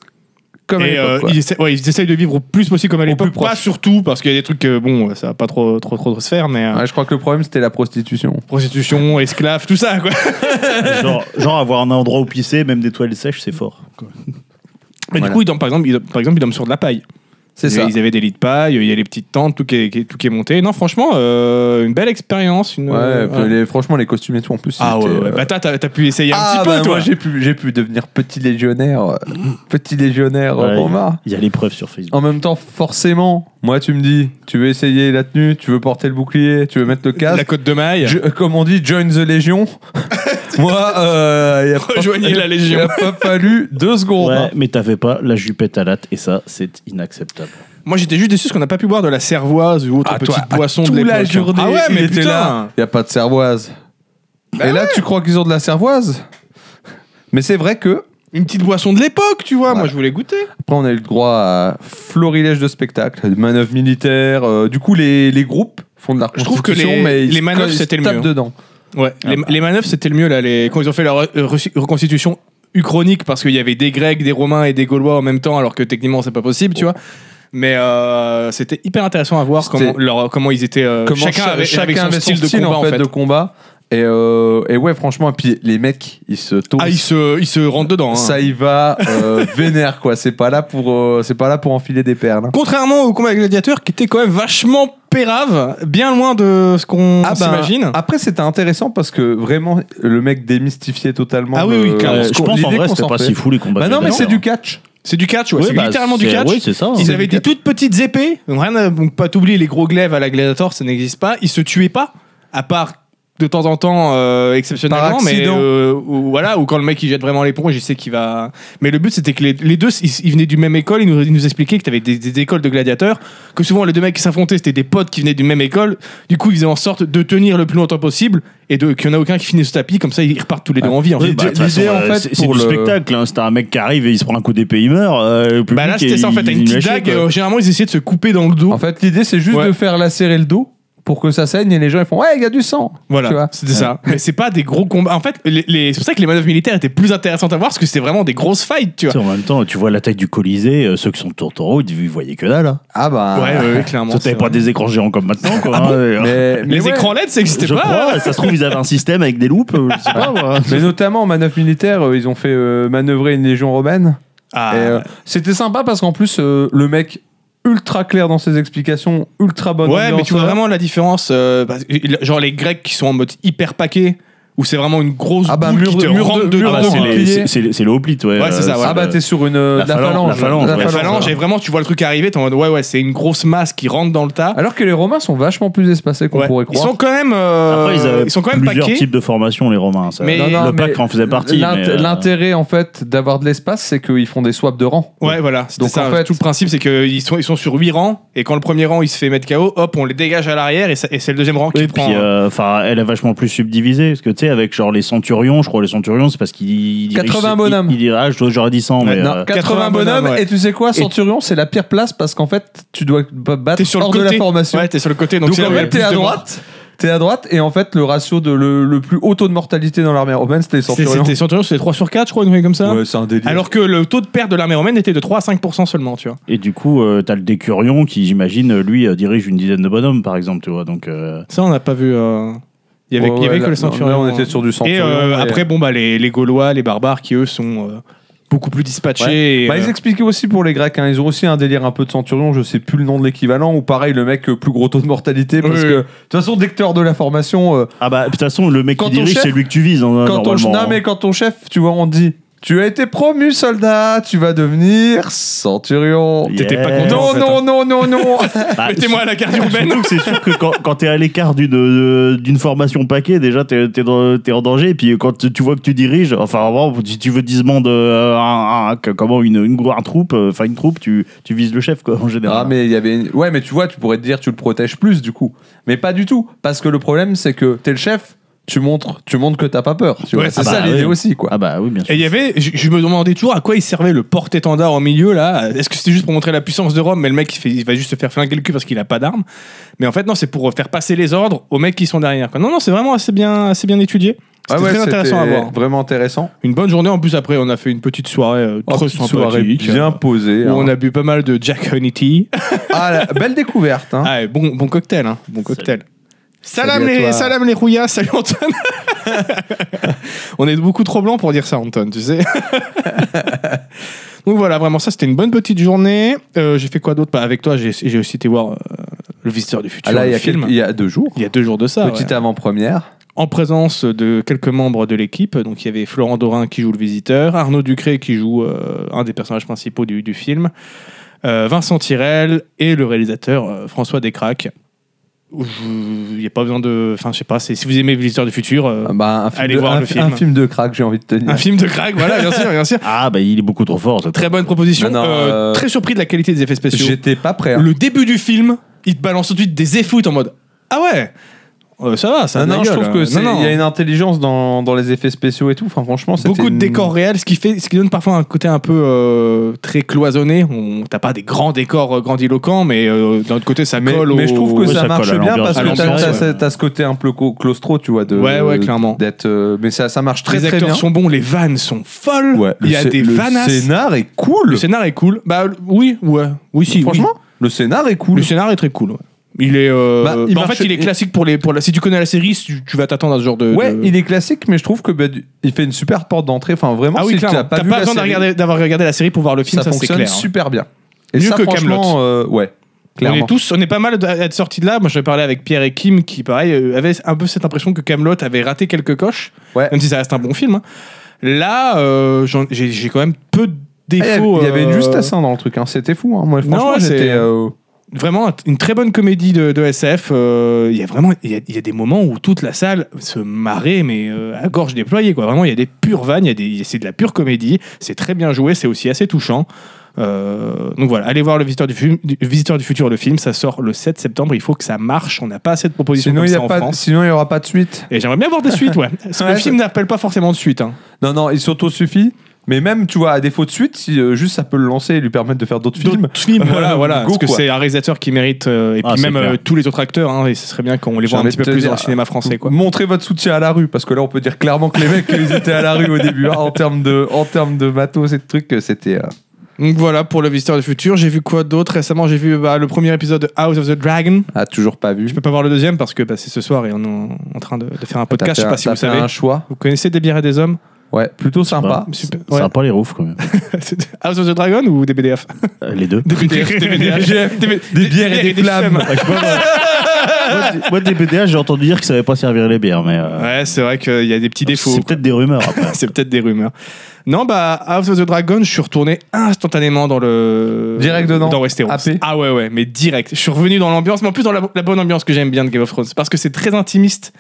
Speaker 2: comme à
Speaker 1: Et,
Speaker 2: l'époque,
Speaker 1: euh,
Speaker 2: quoi.
Speaker 1: ils, essaient- ouais, ils essayent de vivre au plus possible comme à
Speaker 2: Au
Speaker 1: l'époque.
Speaker 2: plus proche.
Speaker 1: Pas surtout, parce qu'il y a des trucs que, bon, ça va pas trop, trop, trop, trop se faire, mais euh,
Speaker 2: Ouais, je crois que le problème, c'était la prostitution.
Speaker 1: prostitution, esclaves, tout ça, quoi.
Speaker 5: genre, genre avoir un endroit où pisser, même des toiles sèches, c'est fort.
Speaker 1: Mais
Speaker 2: Voilà.
Speaker 1: du coup, ils dorment, par exemple, ils, par exemple, ils dorment sur de la paille.
Speaker 2: C'est
Speaker 1: Ils-
Speaker 2: ça.
Speaker 1: Ils avaient des lits de paille, il y a les petites tentes, tout qui est, qui est- tout qui est monté. Non, franchement, euh, une belle expérience. Une,
Speaker 2: Ouais,
Speaker 1: euh,
Speaker 2: puis les- franchement, les costumes et tout, en plus.
Speaker 1: Ah
Speaker 2: ils
Speaker 1: ouais,
Speaker 2: étaient,
Speaker 1: ouais.
Speaker 2: euh,
Speaker 1: Bah, t'as, t'as- t'as pu essayer un
Speaker 2: ah,
Speaker 1: petit peu,
Speaker 2: bah,
Speaker 1: toi. Mm.
Speaker 2: moi j'ai pu, j'ai pu devenir petit légionnaire, euh, petit légionnaire
Speaker 5: Ouais.
Speaker 2: euh, Romain.
Speaker 5: Il y a l'épreuve sur Facebook.
Speaker 2: En même temps, forcément, moi tu me dis, tu veux essayer la tenue, tu veux porter le bouclier, tu veux mettre le
Speaker 1: la
Speaker 2: casque.
Speaker 1: côte de maille.
Speaker 2: Je- euh, comme on dit, join the Légion. moi, euh, il a pas-
Speaker 1: Rejoignez la Légion.
Speaker 2: Il a pas fallu deux secondes. hein.
Speaker 5: Ouais, mais t'avais pas la jupette à latte, et ça, c'est inacceptable.
Speaker 1: Moi, j'étais juste déçu parce qu'on n'a pas pu boire de la cervoise ou autre
Speaker 2: Ah, toi,
Speaker 1: petite
Speaker 2: à
Speaker 1: boisson
Speaker 2: Tout
Speaker 1: de l'époque.
Speaker 2: la journée,
Speaker 1: ah ouais, mais
Speaker 2: il était
Speaker 1: putain.
Speaker 2: là. Il n'y a pas de cervoise.
Speaker 1: Bah
Speaker 2: Et là, tu crois qu'ils ont de la cervoise Mais c'est vrai que.
Speaker 1: Une petite boisson de l'époque, tu vois. Moi,
Speaker 2: Voilà.
Speaker 1: je voulais goûter.
Speaker 2: Après, on a eu le droit à florilège de spectacles, de manœuvres militaires. euh, du coup, les, les groupes font de la
Speaker 1: Je trouve que
Speaker 2: reconstitution,
Speaker 1: les-
Speaker 2: mais ils
Speaker 1: les
Speaker 2: se-
Speaker 1: manœuvres,
Speaker 2: ils se
Speaker 1: c'était le
Speaker 2: tapent
Speaker 1: mieux.
Speaker 2: dedans.
Speaker 1: Ouais. ah bah. les, les manœuvres, c'était le mieux là. Les, quand ils ont fait leur euh, re- reconstitution uchronique, parce qu'il y avait des Grecs, des Romains et des Gaulois en même temps, alors que techniquement, c'est pas possible, tu vois. Mais euh, c'était hyper intéressant à voir
Speaker 2: C'était-
Speaker 1: comment, leur- comment ils étaient. euh,
Speaker 2: comment
Speaker 1: chacun
Speaker 2: cha-
Speaker 1: avait,
Speaker 2: chacun
Speaker 1: avec son
Speaker 2: avait
Speaker 1: style, de combat en fait.
Speaker 2: de combat. Et, euh, et ouais, franchement, et puis les mecs, ils se tournent.
Speaker 1: Ah, ils se, ils se rentrent dedans. hein.
Speaker 2: Ça y va, euh, vénère quoi. C'est pas là pour, euh, c'est pas là pour enfiler des perles. hein.
Speaker 1: Contrairement au combat gladiateur qui était quand même vachement pérave, bien loin de ce qu'on
Speaker 2: Ah ben,
Speaker 1: s'imagine.
Speaker 2: Après, c'était intéressant parce que vraiment, le mec démystifiait totalement.
Speaker 1: Ah oui, oui,
Speaker 2: le-
Speaker 1: clairement.
Speaker 5: Ouais,
Speaker 2: ce
Speaker 5: Euh, je
Speaker 2: qu'on-
Speaker 5: pense en
Speaker 2: l'idée
Speaker 5: vrai,
Speaker 2: qu'on
Speaker 5: c'était
Speaker 2: s'en
Speaker 5: pas
Speaker 2: fait.
Speaker 5: si fou les combats.
Speaker 2: Bah non, mais c'est
Speaker 5: gladiateurs.
Speaker 2: du catch.
Speaker 1: c'est du catch, ouais,
Speaker 5: Ouais,
Speaker 1: c'est
Speaker 5: bah,
Speaker 1: littéralement du
Speaker 5: c'est-
Speaker 1: catch.
Speaker 5: Oui, c'est ça.
Speaker 1: Ils
Speaker 2: Oh. C'est
Speaker 1: avaient
Speaker 2: du
Speaker 1: des
Speaker 2: catch.
Speaker 1: toutes petites épées, rien à- donc pas t'oublier les gros glaives à la gladiator, ça n'existe pas. Ils se tuaient pas, à part de temps en temps euh, exceptionnellement,
Speaker 2: Par
Speaker 1: mais
Speaker 2: accident.
Speaker 1: euh, ou, voilà, ou quand le mec il jette vraiment l'éponge, il sait qu'il va. Mais le but c'était que les, les deux, ils, ils venaient du même école, ils nous, ils nous expliquaient que t'avais des, des écoles de gladiateurs, que souvent les deux mecs qui s'affrontaient c'était des potes qui venaient d'une même école. Du coup, ils faisaient en sorte de tenir le plus longtemps possible et de qu'il y en a aucun qui finisse au tapis, comme ça ils repartent tous les deux en vie. En
Speaker 5: Oui,
Speaker 1: fait.
Speaker 5: bah, de toute
Speaker 2: l'idée,
Speaker 5: façon,
Speaker 2: en
Speaker 5: euh,
Speaker 2: fait,
Speaker 5: c'est c'est
Speaker 2: pour
Speaker 5: du
Speaker 2: le-
Speaker 5: spectacle. hein. C'est un mec qui arrive et il se prend un coup d'épée, il meurt. euh, le
Speaker 1: Bah là
Speaker 5: public,
Speaker 1: c'était ça en
Speaker 5: il-
Speaker 1: fait, t'as une
Speaker 5: il
Speaker 1: petite
Speaker 5: lâchait,
Speaker 1: dague,
Speaker 5: quoi.
Speaker 1: euh, généralement ils essayaient de se couper dans le dos.
Speaker 2: En fait, l'idée, c'est juste
Speaker 1: Ouais.
Speaker 2: de faire lacérer le dos pour que ça saigne et les gens ils font ouais, il y a du sang. Tu vois
Speaker 1: Voilà, c'était ça. Mais c'est pas des gros combats. En fait, les, les- c'est pour ça que les manœuvres militaires étaient plus intéressantes à voir parce que c'était vraiment des grosses fights, tu
Speaker 5: Tu sais,
Speaker 1: vois.
Speaker 5: En même temps, tu vois l'attaque du Colisée, euh, ceux qui sont autour de toi, ils ils voyaient que dalle. hein.
Speaker 2: Ah bah.
Speaker 1: Ouais, ouais, ouais, clairement.
Speaker 5: Surtout, T'avais
Speaker 1: c'est
Speaker 5: pas
Speaker 1: vrai. Ah
Speaker 5: des écrans géants comme maintenant. Quoi, hein, et-
Speaker 2: Mais, mais
Speaker 1: Les
Speaker 2: ouais.
Speaker 1: écrans LED, ça n'existait
Speaker 5: Je
Speaker 1: pas.
Speaker 5: crois, ça se trouve, ils avaient un système avec des loupes, euh, je sais pas moi.
Speaker 2: Ah, Mais notamment en manœuvre militaire, euh, ils ont fait euh, manœuvrer une légion romaine.
Speaker 1: Ah,
Speaker 2: Et, euh, C'était sympa parce qu'en plus, euh, le mec ultra clair dans ses explications, ultra bonne
Speaker 1: ouais, mais
Speaker 2: ambiance.
Speaker 1: tu vois vraiment la différence. euh, parce que, il- genre les Grecs qui sont en mode hyper paquet, où c'est vraiment une grosse
Speaker 2: Ah bah,
Speaker 1: boule
Speaker 2: mur
Speaker 1: qui
Speaker 2: de-
Speaker 1: te
Speaker 2: mur
Speaker 1: rentre
Speaker 2: de-
Speaker 1: dedans.
Speaker 2: mur
Speaker 5: Ah bah,
Speaker 2: de
Speaker 5: c'est les-
Speaker 2: bouclier.
Speaker 5: c'est- c'est les- c'est les hoplites, ouais.
Speaker 1: Ouais, c'est ça, voilà.
Speaker 2: Ah bah t'es sur une euh,
Speaker 5: La
Speaker 2: de la
Speaker 5: phalange,
Speaker 2: phalange,
Speaker 5: la phalange,
Speaker 2: de
Speaker 5: ouais.
Speaker 1: la
Speaker 5: phalange,
Speaker 1: phalange, et vraiment, tu vois le truc arriver, t'es en mode ouais, ouais, c'est une grosse masse qui rentre dans le tas.
Speaker 2: Alors que les Romains sont vachement plus espacés qu'on
Speaker 1: Ouais.
Speaker 2: pourrait
Speaker 1: Ils
Speaker 2: croire.
Speaker 1: sont quand même, euh,
Speaker 5: Après, ils avaient
Speaker 1: ils sont quand même
Speaker 5: plusieurs
Speaker 1: paquets.
Speaker 5: types de formations, les Romains. ça.
Speaker 1: Mais-
Speaker 5: le
Speaker 1: Non,
Speaker 5: pack
Speaker 2: Euh, mais
Speaker 5: en faisait partie.
Speaker 2: l'int-
Speaker 5: mais, euh,
Speaker 2: L'intérêt en fait d'avoir de l'espace, c'est qu'ils font des swaps de rang.
Speaker 1: Ouais, voilà. c'était
Speaker 2: Donc,
Speaker 1: ça.
Speaker 2: en fait-
Speaker 1: tout le principe, c'est qu'ils sont, ils sont sur 8 rangs, et quand le premier rang il se fait mettre KO, hop, on les dégage à l'arrière, et, ça- et c'est le deuxième rang qui
Speaker 5: Oui,
Speaker 2: euh,
Speaker 1: prend. hein.
Speaker 5: puis, euh, enfin, elle est vachement plus subdivisée, parce que tu sais, fait avec genre les centurions. Je crois les centurions, c'est parce qu'ils.
Speaker 2: 80
Speaker 5: ils-
Speaker 2: bonhommes.
Speaker 5: Ils, ils, ah, je- j'aurais dit 100, mais.
Speaker 2: Non,
Speaker 5: euh,
Speaker 2: 80, bonhommes,
Speaker 1: bonhommes, ouais.
Speaker 2: et tu sais quoi, Centurion, c'est la pire place parce qu'en fait, tu dois pas battre
Speaker 1: T'es sur le
Speaker 2: hors
Speaker 1: côté.
Speaker 2: de la formation.
Speaker 1: Ouais, t'es sur le côté. Donc,
Speaker 2: donc
Speaker 1: c'est là
Speaker 2: en
Speaker 1: où il y a
Speaker 2: fait,
Speaker 1: le
Speaker 2: t'es
Speaker 1: plus
Speaker 2: à
Speaker 1: de morts.
Speaker 2: droite, t'es à droite, et en fait, le ratio de le, le plus haut taux de mortalité dans l'armée romaine, c'était les
Speaker 1: C'était
Speaker 2: Centurions.
Speaker 1: c'était centurions, c'était 3 sur 4, je crois, une truc comme ça.
Speaker 2: Ouais, c'est un délire.
Speaker 1: Alors que le taux de perte de l'armée romaine était de 3 à 5% seulement, tu vois.
Speaker 5: Et du coup, euh, t'as le décurion qui, j'imagine, lui, euh, dirige une dizaine de bonhommes, par exemple, tu vois. Donc, euh,
Speaker 1: Ça, on n'a pas vu. euh, Il y avait,
Speaker 2: Ouais,
Speaker 1: il y avait
Speaker 2: ouais,
Speaker 1: que
Speaker 2: là-
Speaker 1: le centurion. hein.
Speaker 2: non, là, on était sur du centurion.
Speaker 1: Et euh,
Speaker 2: ouais.
Speaker 1: après, bon, bah, les, les Gaulois, les barbares qui, eux, sont euh, beaucoup plus dispatchés.
Speaker 2: Ouais.
Speaker 1: et,
Speaker 2: Bah,
Speaker 1: euh,
Speaker 2: ils expliquaient aussi pour les Grecs, hein, ils ont aussi un délire un peu de centurion, je sais plus le nom de l'équivalent, ou pareil, le mec euh, plus gros taux de mortalité, parce
Speaker 1: Oui,
Speaker 2: que de toute façon, dès que t'es hors de la formation, euh,
Speaker 5: Ah bah, de toute façon, le mec
Speaker 2: Quand
Speaker 5: qui
Speaker 2: ton
Speaker 5: dirige,
Speaker 2: chef-
Speaker 5: c'est lui que tu vises, hein,
Speaker 2: quand ton,
Speaker 5: normalement.
Speaker 2: non, mais quand ton chef, tu vois, on te dit Tu as été promu soldat, tu vas devenir centurion.
Speaker 5: Yeah.
Speaker 1: T'étais pas content.
Speaker 2: Non,
Speaker 1: en fait,
Speaker 2: non, non, non, non,
Speaker 5: Bah,
Speaker 1: Mettez-moi à la carte
Speaker 2: Ben.
Speaker 1: urbaine.
Speaker 5: Surtout que c'est sûr que quand, quand t'es à l'écart d'une euh, d'une formation paquet, déjà t'es t'es dans- t'es en danger. Et puis euh, quand tu tu vois que tu diriges, enfin vraiment, si tu veux 10 bandes, euh, un- un- que- comment une, une, grou- un troupe, euh, enfin une troupe, tu, tu vises le chef quoi en général.
Speaker 2: Ah, mais il y avait. une- Ouais, mais tu vois, tu pourrais te dire Tu le protèges plus du coup. Mais pas du tout. Parce que le problème, c'est que t'es le chef, tu montres, tu montres que t'as pas peur. Tu vois,
Speaker 1: Ouais,
Speaker 2: c'est
Speaker 5: ah
Speaker 2: ça
Speaker 5: bah,
Speaker 2: l'idée
Speaker 5: oui.
Speaker 2: aussi, quoi.
Speaker 5: Ah bah oui bien sûr.
Speaker 1: Et il y avait, je, je me demandais toujours à quoi il servait le porte-étendard en milieu là. Est-ce que c'était juste pour montrer la puissance de Rome, mais le mec il, fait- il va juste se faire flinguer le cul parce qu'il a pas d'armes. Mais en fait non, c'est pour faire passer les ordres aux mecs qui sont derrière. quoi. Non non, c'est vraiment assez bien, assez bien étudié. C'était
Speaker 2: Ah ouais,
Speaker 1: très intéressant à
Speaker 2: c'était
Speaker 1: voir.
Speaker 2: Vraiment intéressant.
Speaker 1: Une bonne journée en plus après, on a fait une petite soirée euh,
Speaker 2: Oh,
Speaker 1: très
Speaker 2: petite soirée
Speaker 1: sympathique.
Speaker 2: bien posée.
Speaker 1: Où
Speaker 2: hein.
Speaker 1: on a bu pas mal de Jack Honey Tea.
Speaker 2: Ah, la- belle découverte. Hein.
Speaker 1: Ah, et bon, bon cocktail, hein, bon cocktail. Salam
Speaker 2: Salut à
Speaker 1: les,
Speaker 2: toi.
Speaker 1: salam les rouillas, salut Anton. On est beaucoup trop blanc pour dire ça, Anton, tu sais. Donc voilà, vraiment, ça c'était une bonne petite journée. Euh, j'ai fait quoi d'autre Bah, Avec toi, j'ai j'ai aussi été voir euh, Le Visiteur du Futur,
Speaker 2: Ah, là, il y,
Speaker 1: le
Speaker 2: a
Speaker 1: film.
Speaker 2: quelques- il y a deux jours.
Speaker 1: Il y a deux jours de ça. ouais
Speaker 2: Petite avant-première.
Speaker 1: en présence de quelques membres de l'équipe. Donc il y avait Florent Dorin qui joue le visiteur, Arnaud Ducré qui joue euh, un des personnages principaux du, du film, euh, Vincent Tirel et le réalisateur euh, François Descraques. Je- Il n'y a pas besoin de. Enfin, je sais pas, c'est- si vous aimez l'histoire du futur, euh,
Speaker 2: Ah bah, un film
Speaker 1: Allez
Speaker 2: de,
Speaker 1: voir
Speaker 2: un,
Speaker 1: le film.
Speaker 2: un film de crack, j'ai envie de te dire.
Speaker 1: un film de crack, voilà, bien sûr, bien sûr.
Speaker 5: Ah bah il est beaucoup trop fort. ce truc.
Speaker 1: Très bonne proposition.
Speaker 2: Non, non,
Speaker 1: Euh,
Speaker 2: euh,
Speaker 1: Très surpris de la qualité des effets spéciaux.
Speaker 2: J'étais pas prêt. hein.
Speaker 1: Le début du film, il te balance tout de suite des effouts en mode Ah ouais euh, Ça va, ça a
Speaker 2: Ah Non,
Speaker 1: de la
Speaker 2: non, je
Speaker 1: gueule.
Speaker 2: trouve que
Speaker 1: Non,
Speaker 2: c'est-
Speaker 1: non.
Speaker 2: il y a une intelligence dans, dans les effets spéciaux et tout. Enfin, franchement, c'était
Speaker 1: beaucoup de
Speaker 2: une-
Speaker 1: décors réels, ce qui fait, ce qui donne parfois un côté un peu euh, très cloisonné. On t'as pas des grands décors euh, grandiloquents, mais euh, d'un autre côté ça
Speaker 2: Mais,
Speaker 1: colle.
Speaker 2: mais
Speaker 1: au-
Speaker 2: je trouve que
Speaker 5: ouais,
Speaker 2: ça,
Speaker 5: ça
Speaker 2: marche
Speaker 5: colle à
Speaker 2: bien
Speaker 5: l'ambiance,
Speaker 2: parce
Speaker 1: à
Speaker 2: que t'as
Speaker 1: l'ambiance,
Speaker 2: t'as
Speaker 1: ouais.
Speaker 2: ce- t'as ce côté un peu co- claustro, tu vois. De,
Speaker 1: Ouais, ouais, clairement.
Speaker 2: d'être, euh, mais ça, ça marche très
Speaker 1: les
Speaker 2: très
Speaker 1: acteurs
Speaker 2: bien.
Speaker 1: sont bons, les vannes sont folles.
Speaker 2: Ouais,
Speaker 1: Il y a
Speaker 2: le scé-
Speaker 1: des
Speaker 2: le
Speaker 1: vanasses.
Speaker 2: scénar est
Speaker 1: Le
Speaker 2: cool.
Speaker 1: scénar est cool. Bah le- oui, ouais, oui si. oui.
Speaker 2: Franchement, le scénar est cool.
Speaker 1: le scénar est très cool. ouais. Il est, euh,
Speaker 2: Bah, il
Speaker 1: bah, en
Speaker 2: marche-
Speaker 1: fait, il est classique pour les, pour la. Si tu connais la série, tu, tu vas t'attendre à ce genre de.
Speaker 2: Ouais,
Speaker 1: de-
Speaker 2: il est classique, mais je trouve que bah, du- il fait une super porte d'entrée. Enfin, vraiment,
Speaker 1: Ah oui,
Speaker 2: si
Speaker 1: clairement.
Speaker 2: t'as pas,
Speaker 1: T'as
Speaker 2: vu
Speaker 1: pas
Speaker 2: la
Speaker 1: besoin de
Speaker 2: série,
Speaker 1: regarder- d'avoir regardé la série pour voir le film.
Speaker 2: ça,
Speaker 1: Ça, c'est
Speaker 2: fonctionne
Speaker 1: clair. hein.
Speaker 2: super bien. Et
Speaker 1: Mieux
Speaker 2: ça,
Speaker 1: que Kaamelott.
Speaker 2: franchement, euh, ouais, clairement.
Speaker 1: On est tous, on est pas mal d- à être sortis de là. Moi, j'avais parlé avec Pierre et Kim qui, pareil, euh, avaient un peu cette impression que Camelot avait raté quelques coches,
Speaker 2: Ouais.
Speaker 1: même si ça reste un bon film. hein. Là, euh, j'en- j'ai j'ai quand même peu de
Speaker 2: Eh,
Speaker 1: défauts.
Speaker 2: il y avait
Speaker 1: euh,
Speaker 2: une justesse hein, dans le truc, hein. c'était fou. hein. Moi, franchement,
Speaker 1: ouais, c'est-
Speaker 2: j'étais. euh,
Speaker 1: Vraiment une très bonne comédie de, de SF. euh, Il y a vraiment, il y a, il y a des moments où toute la salle se marrait, mais euh, à gorge déployée quoi. Vraiment, il y a des pures vannes, il y a des- c'est de la pure comédie. C'est très bien joué, c'est aussi assez touchant. Euh, donc voilà, allez voir le visiteur du, Fu- du- visiteur du futur, le film, ça sort le 7 septembre. Il faut que ça marche. On n'a pas assez de propositions
Speaker 2: Sinon,
Speaker 1: comme
Speaker 2: il n'y
Speaker 1: ça
Speaker 2: a
Speaker 1: en
Speaker 2: pas.
Speaker 1: France.
Speaker 2: Sinon, il y aura pas de suite.
Speaker 1: Et j'aimerais bien voir des suites, ouais. Parce que
Speaker 2: Ouais,
Speaker 1: le film n'appelle pas forcément de suite. hein.
Speaker 2: Non, non, il s'auto-suffit. Mais même, tu vois, à défaut de suite, si euh, juste ça peut le lancer et lui permettre de faire d'autres films.
Speaker 1: D'autres films, voilà,
Speaker 2: Euh,
Speaker 1: voilà.
Speaker 2: go,
Speaker 1: parce que
Speaker 2: quoi.
Speaker 1: c'est un réalisateur qui mérite, euh, et
Speaker 5: Ah,
Speaker 1: puis
Speaker 5: c'est
Speaker 1: même
Speaker 5: clair.
Speaker 1: euh, tous les autres acteurs, hein, et ce serait bien qu'on les
Speaker 2: J'ai
Speaker 1: voit un
Speaker 2: envie
Speaker 1: petit
Speaker 2: de
Speaker 1: peu
Speaker 2: te
Speaker 1: plus
Speaker 2: dire,
Speaker 1: dans le cinéma français, quoi.
Speaker 2: Montrez votre soutien à la rue, parce que là, on peut dire clairement que les mecs, ils étaient à la rue au début. hein, en termes de, en termes de matos et de trucs, euh, c'était. euh,
Speaker 1: Donc voilà, pour le visiteur du futur, j'ai vu quoi d'autre Récemment, j'ai vu bah, le premier épisode de House of the Dragon.
Speaker 2: ah, toujours pas vu.
Speaker 1: Je peux pas voir le deuxième parce que bah, c'est ce soir et on est en- en train de, de faire un
Speaker 2: Ah, T'as
Speaker 1: podcast.
Speaker 2: fait
Speaker 1: Je sais
Speaker 2: un-
Speaker 1: pas si
Speaker 2: t'as
Speaker 1: vous
Speaker 2: fait
Speaker 1: savez.
Speaker 2: un choix.
Speaker 1: Vous connaissez Des bières et des hommes
Speaker 2: Ouais, plutôt sympa.
Speaker 1: Super.
Speaker 5: Ça
Speaker 1: Ouais.
Speaker 5: a pas les roufs quand même.
Speaker 1: House of the Dragon ou des BDF
Speaker 5: Euh, les deux.
Speaker 1: Des BDF, des BDF, des bières et des flammes.
Speaker 5: Ouais, je sais pas, moi, moi, des- moi, des BDH, j'ai entendu dire que ça savait pas servir les bières, mais euh,
Speaker 1: Ouais, c'est vrai qu'il y a des petits défauts.
Speaker 5: c'est peut-être des rumeurs. Après.
Speaker 1: C'est peut-être des rumeurs. Non, bah, House of the Dragon, je suis retourné instantanément dans le.
Speaker 2: Direct dedans.
Speaker 1: Dans Westeros.
Speaker 2: AP.
Speaker 1: Ah ouais, ouais, mais direct. Je suis revenu dans l'ambiance, mais en plus dans la, la bonne ambiance que j'aime bien de Game of Thrones. Parce que c'est très intimiste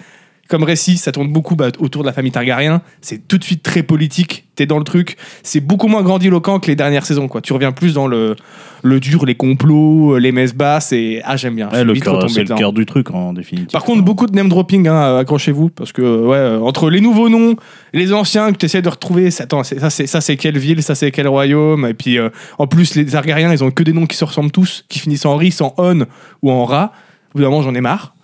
Speaker 1: Comme récit, ça tourne beaucoup bah, autour de la famille Targaryen. C'est tout de suite très politique. T'es dans le truc. C'est beaucoup moins grandiloquent que les dernières saisons. Quoi. Tu reviens plus dans le, le dur, les complots, les messes basses. Et... Ah, j'aime bien. Je
Speaker 3: Ouais,
Speaker 1: suis
Speaker 3: le
Speaker 1: vite
Speaker 3: cœur,
Speaker 1: retombé
Speaker 3: c'est le
Speaker 1: dedans.
Speaker 3: cœur du truc en définitive.
Speaker 1: Par contre, beaucoup de name dropping, hein, accrochez-vous, parce que ouais, euh, entre les nouveaux noms, les anciens que tu essaies de retrouver, ça- attends, c'est- ça c'est ça c'est quelle ville, ça c'est quel royaume, et puis euh, en plus les Argariens, ils ont que des noms qui se ressemblent tous, qui finissent en ris, en on ou en ra. Au bout d'un moment, j'en ai marre.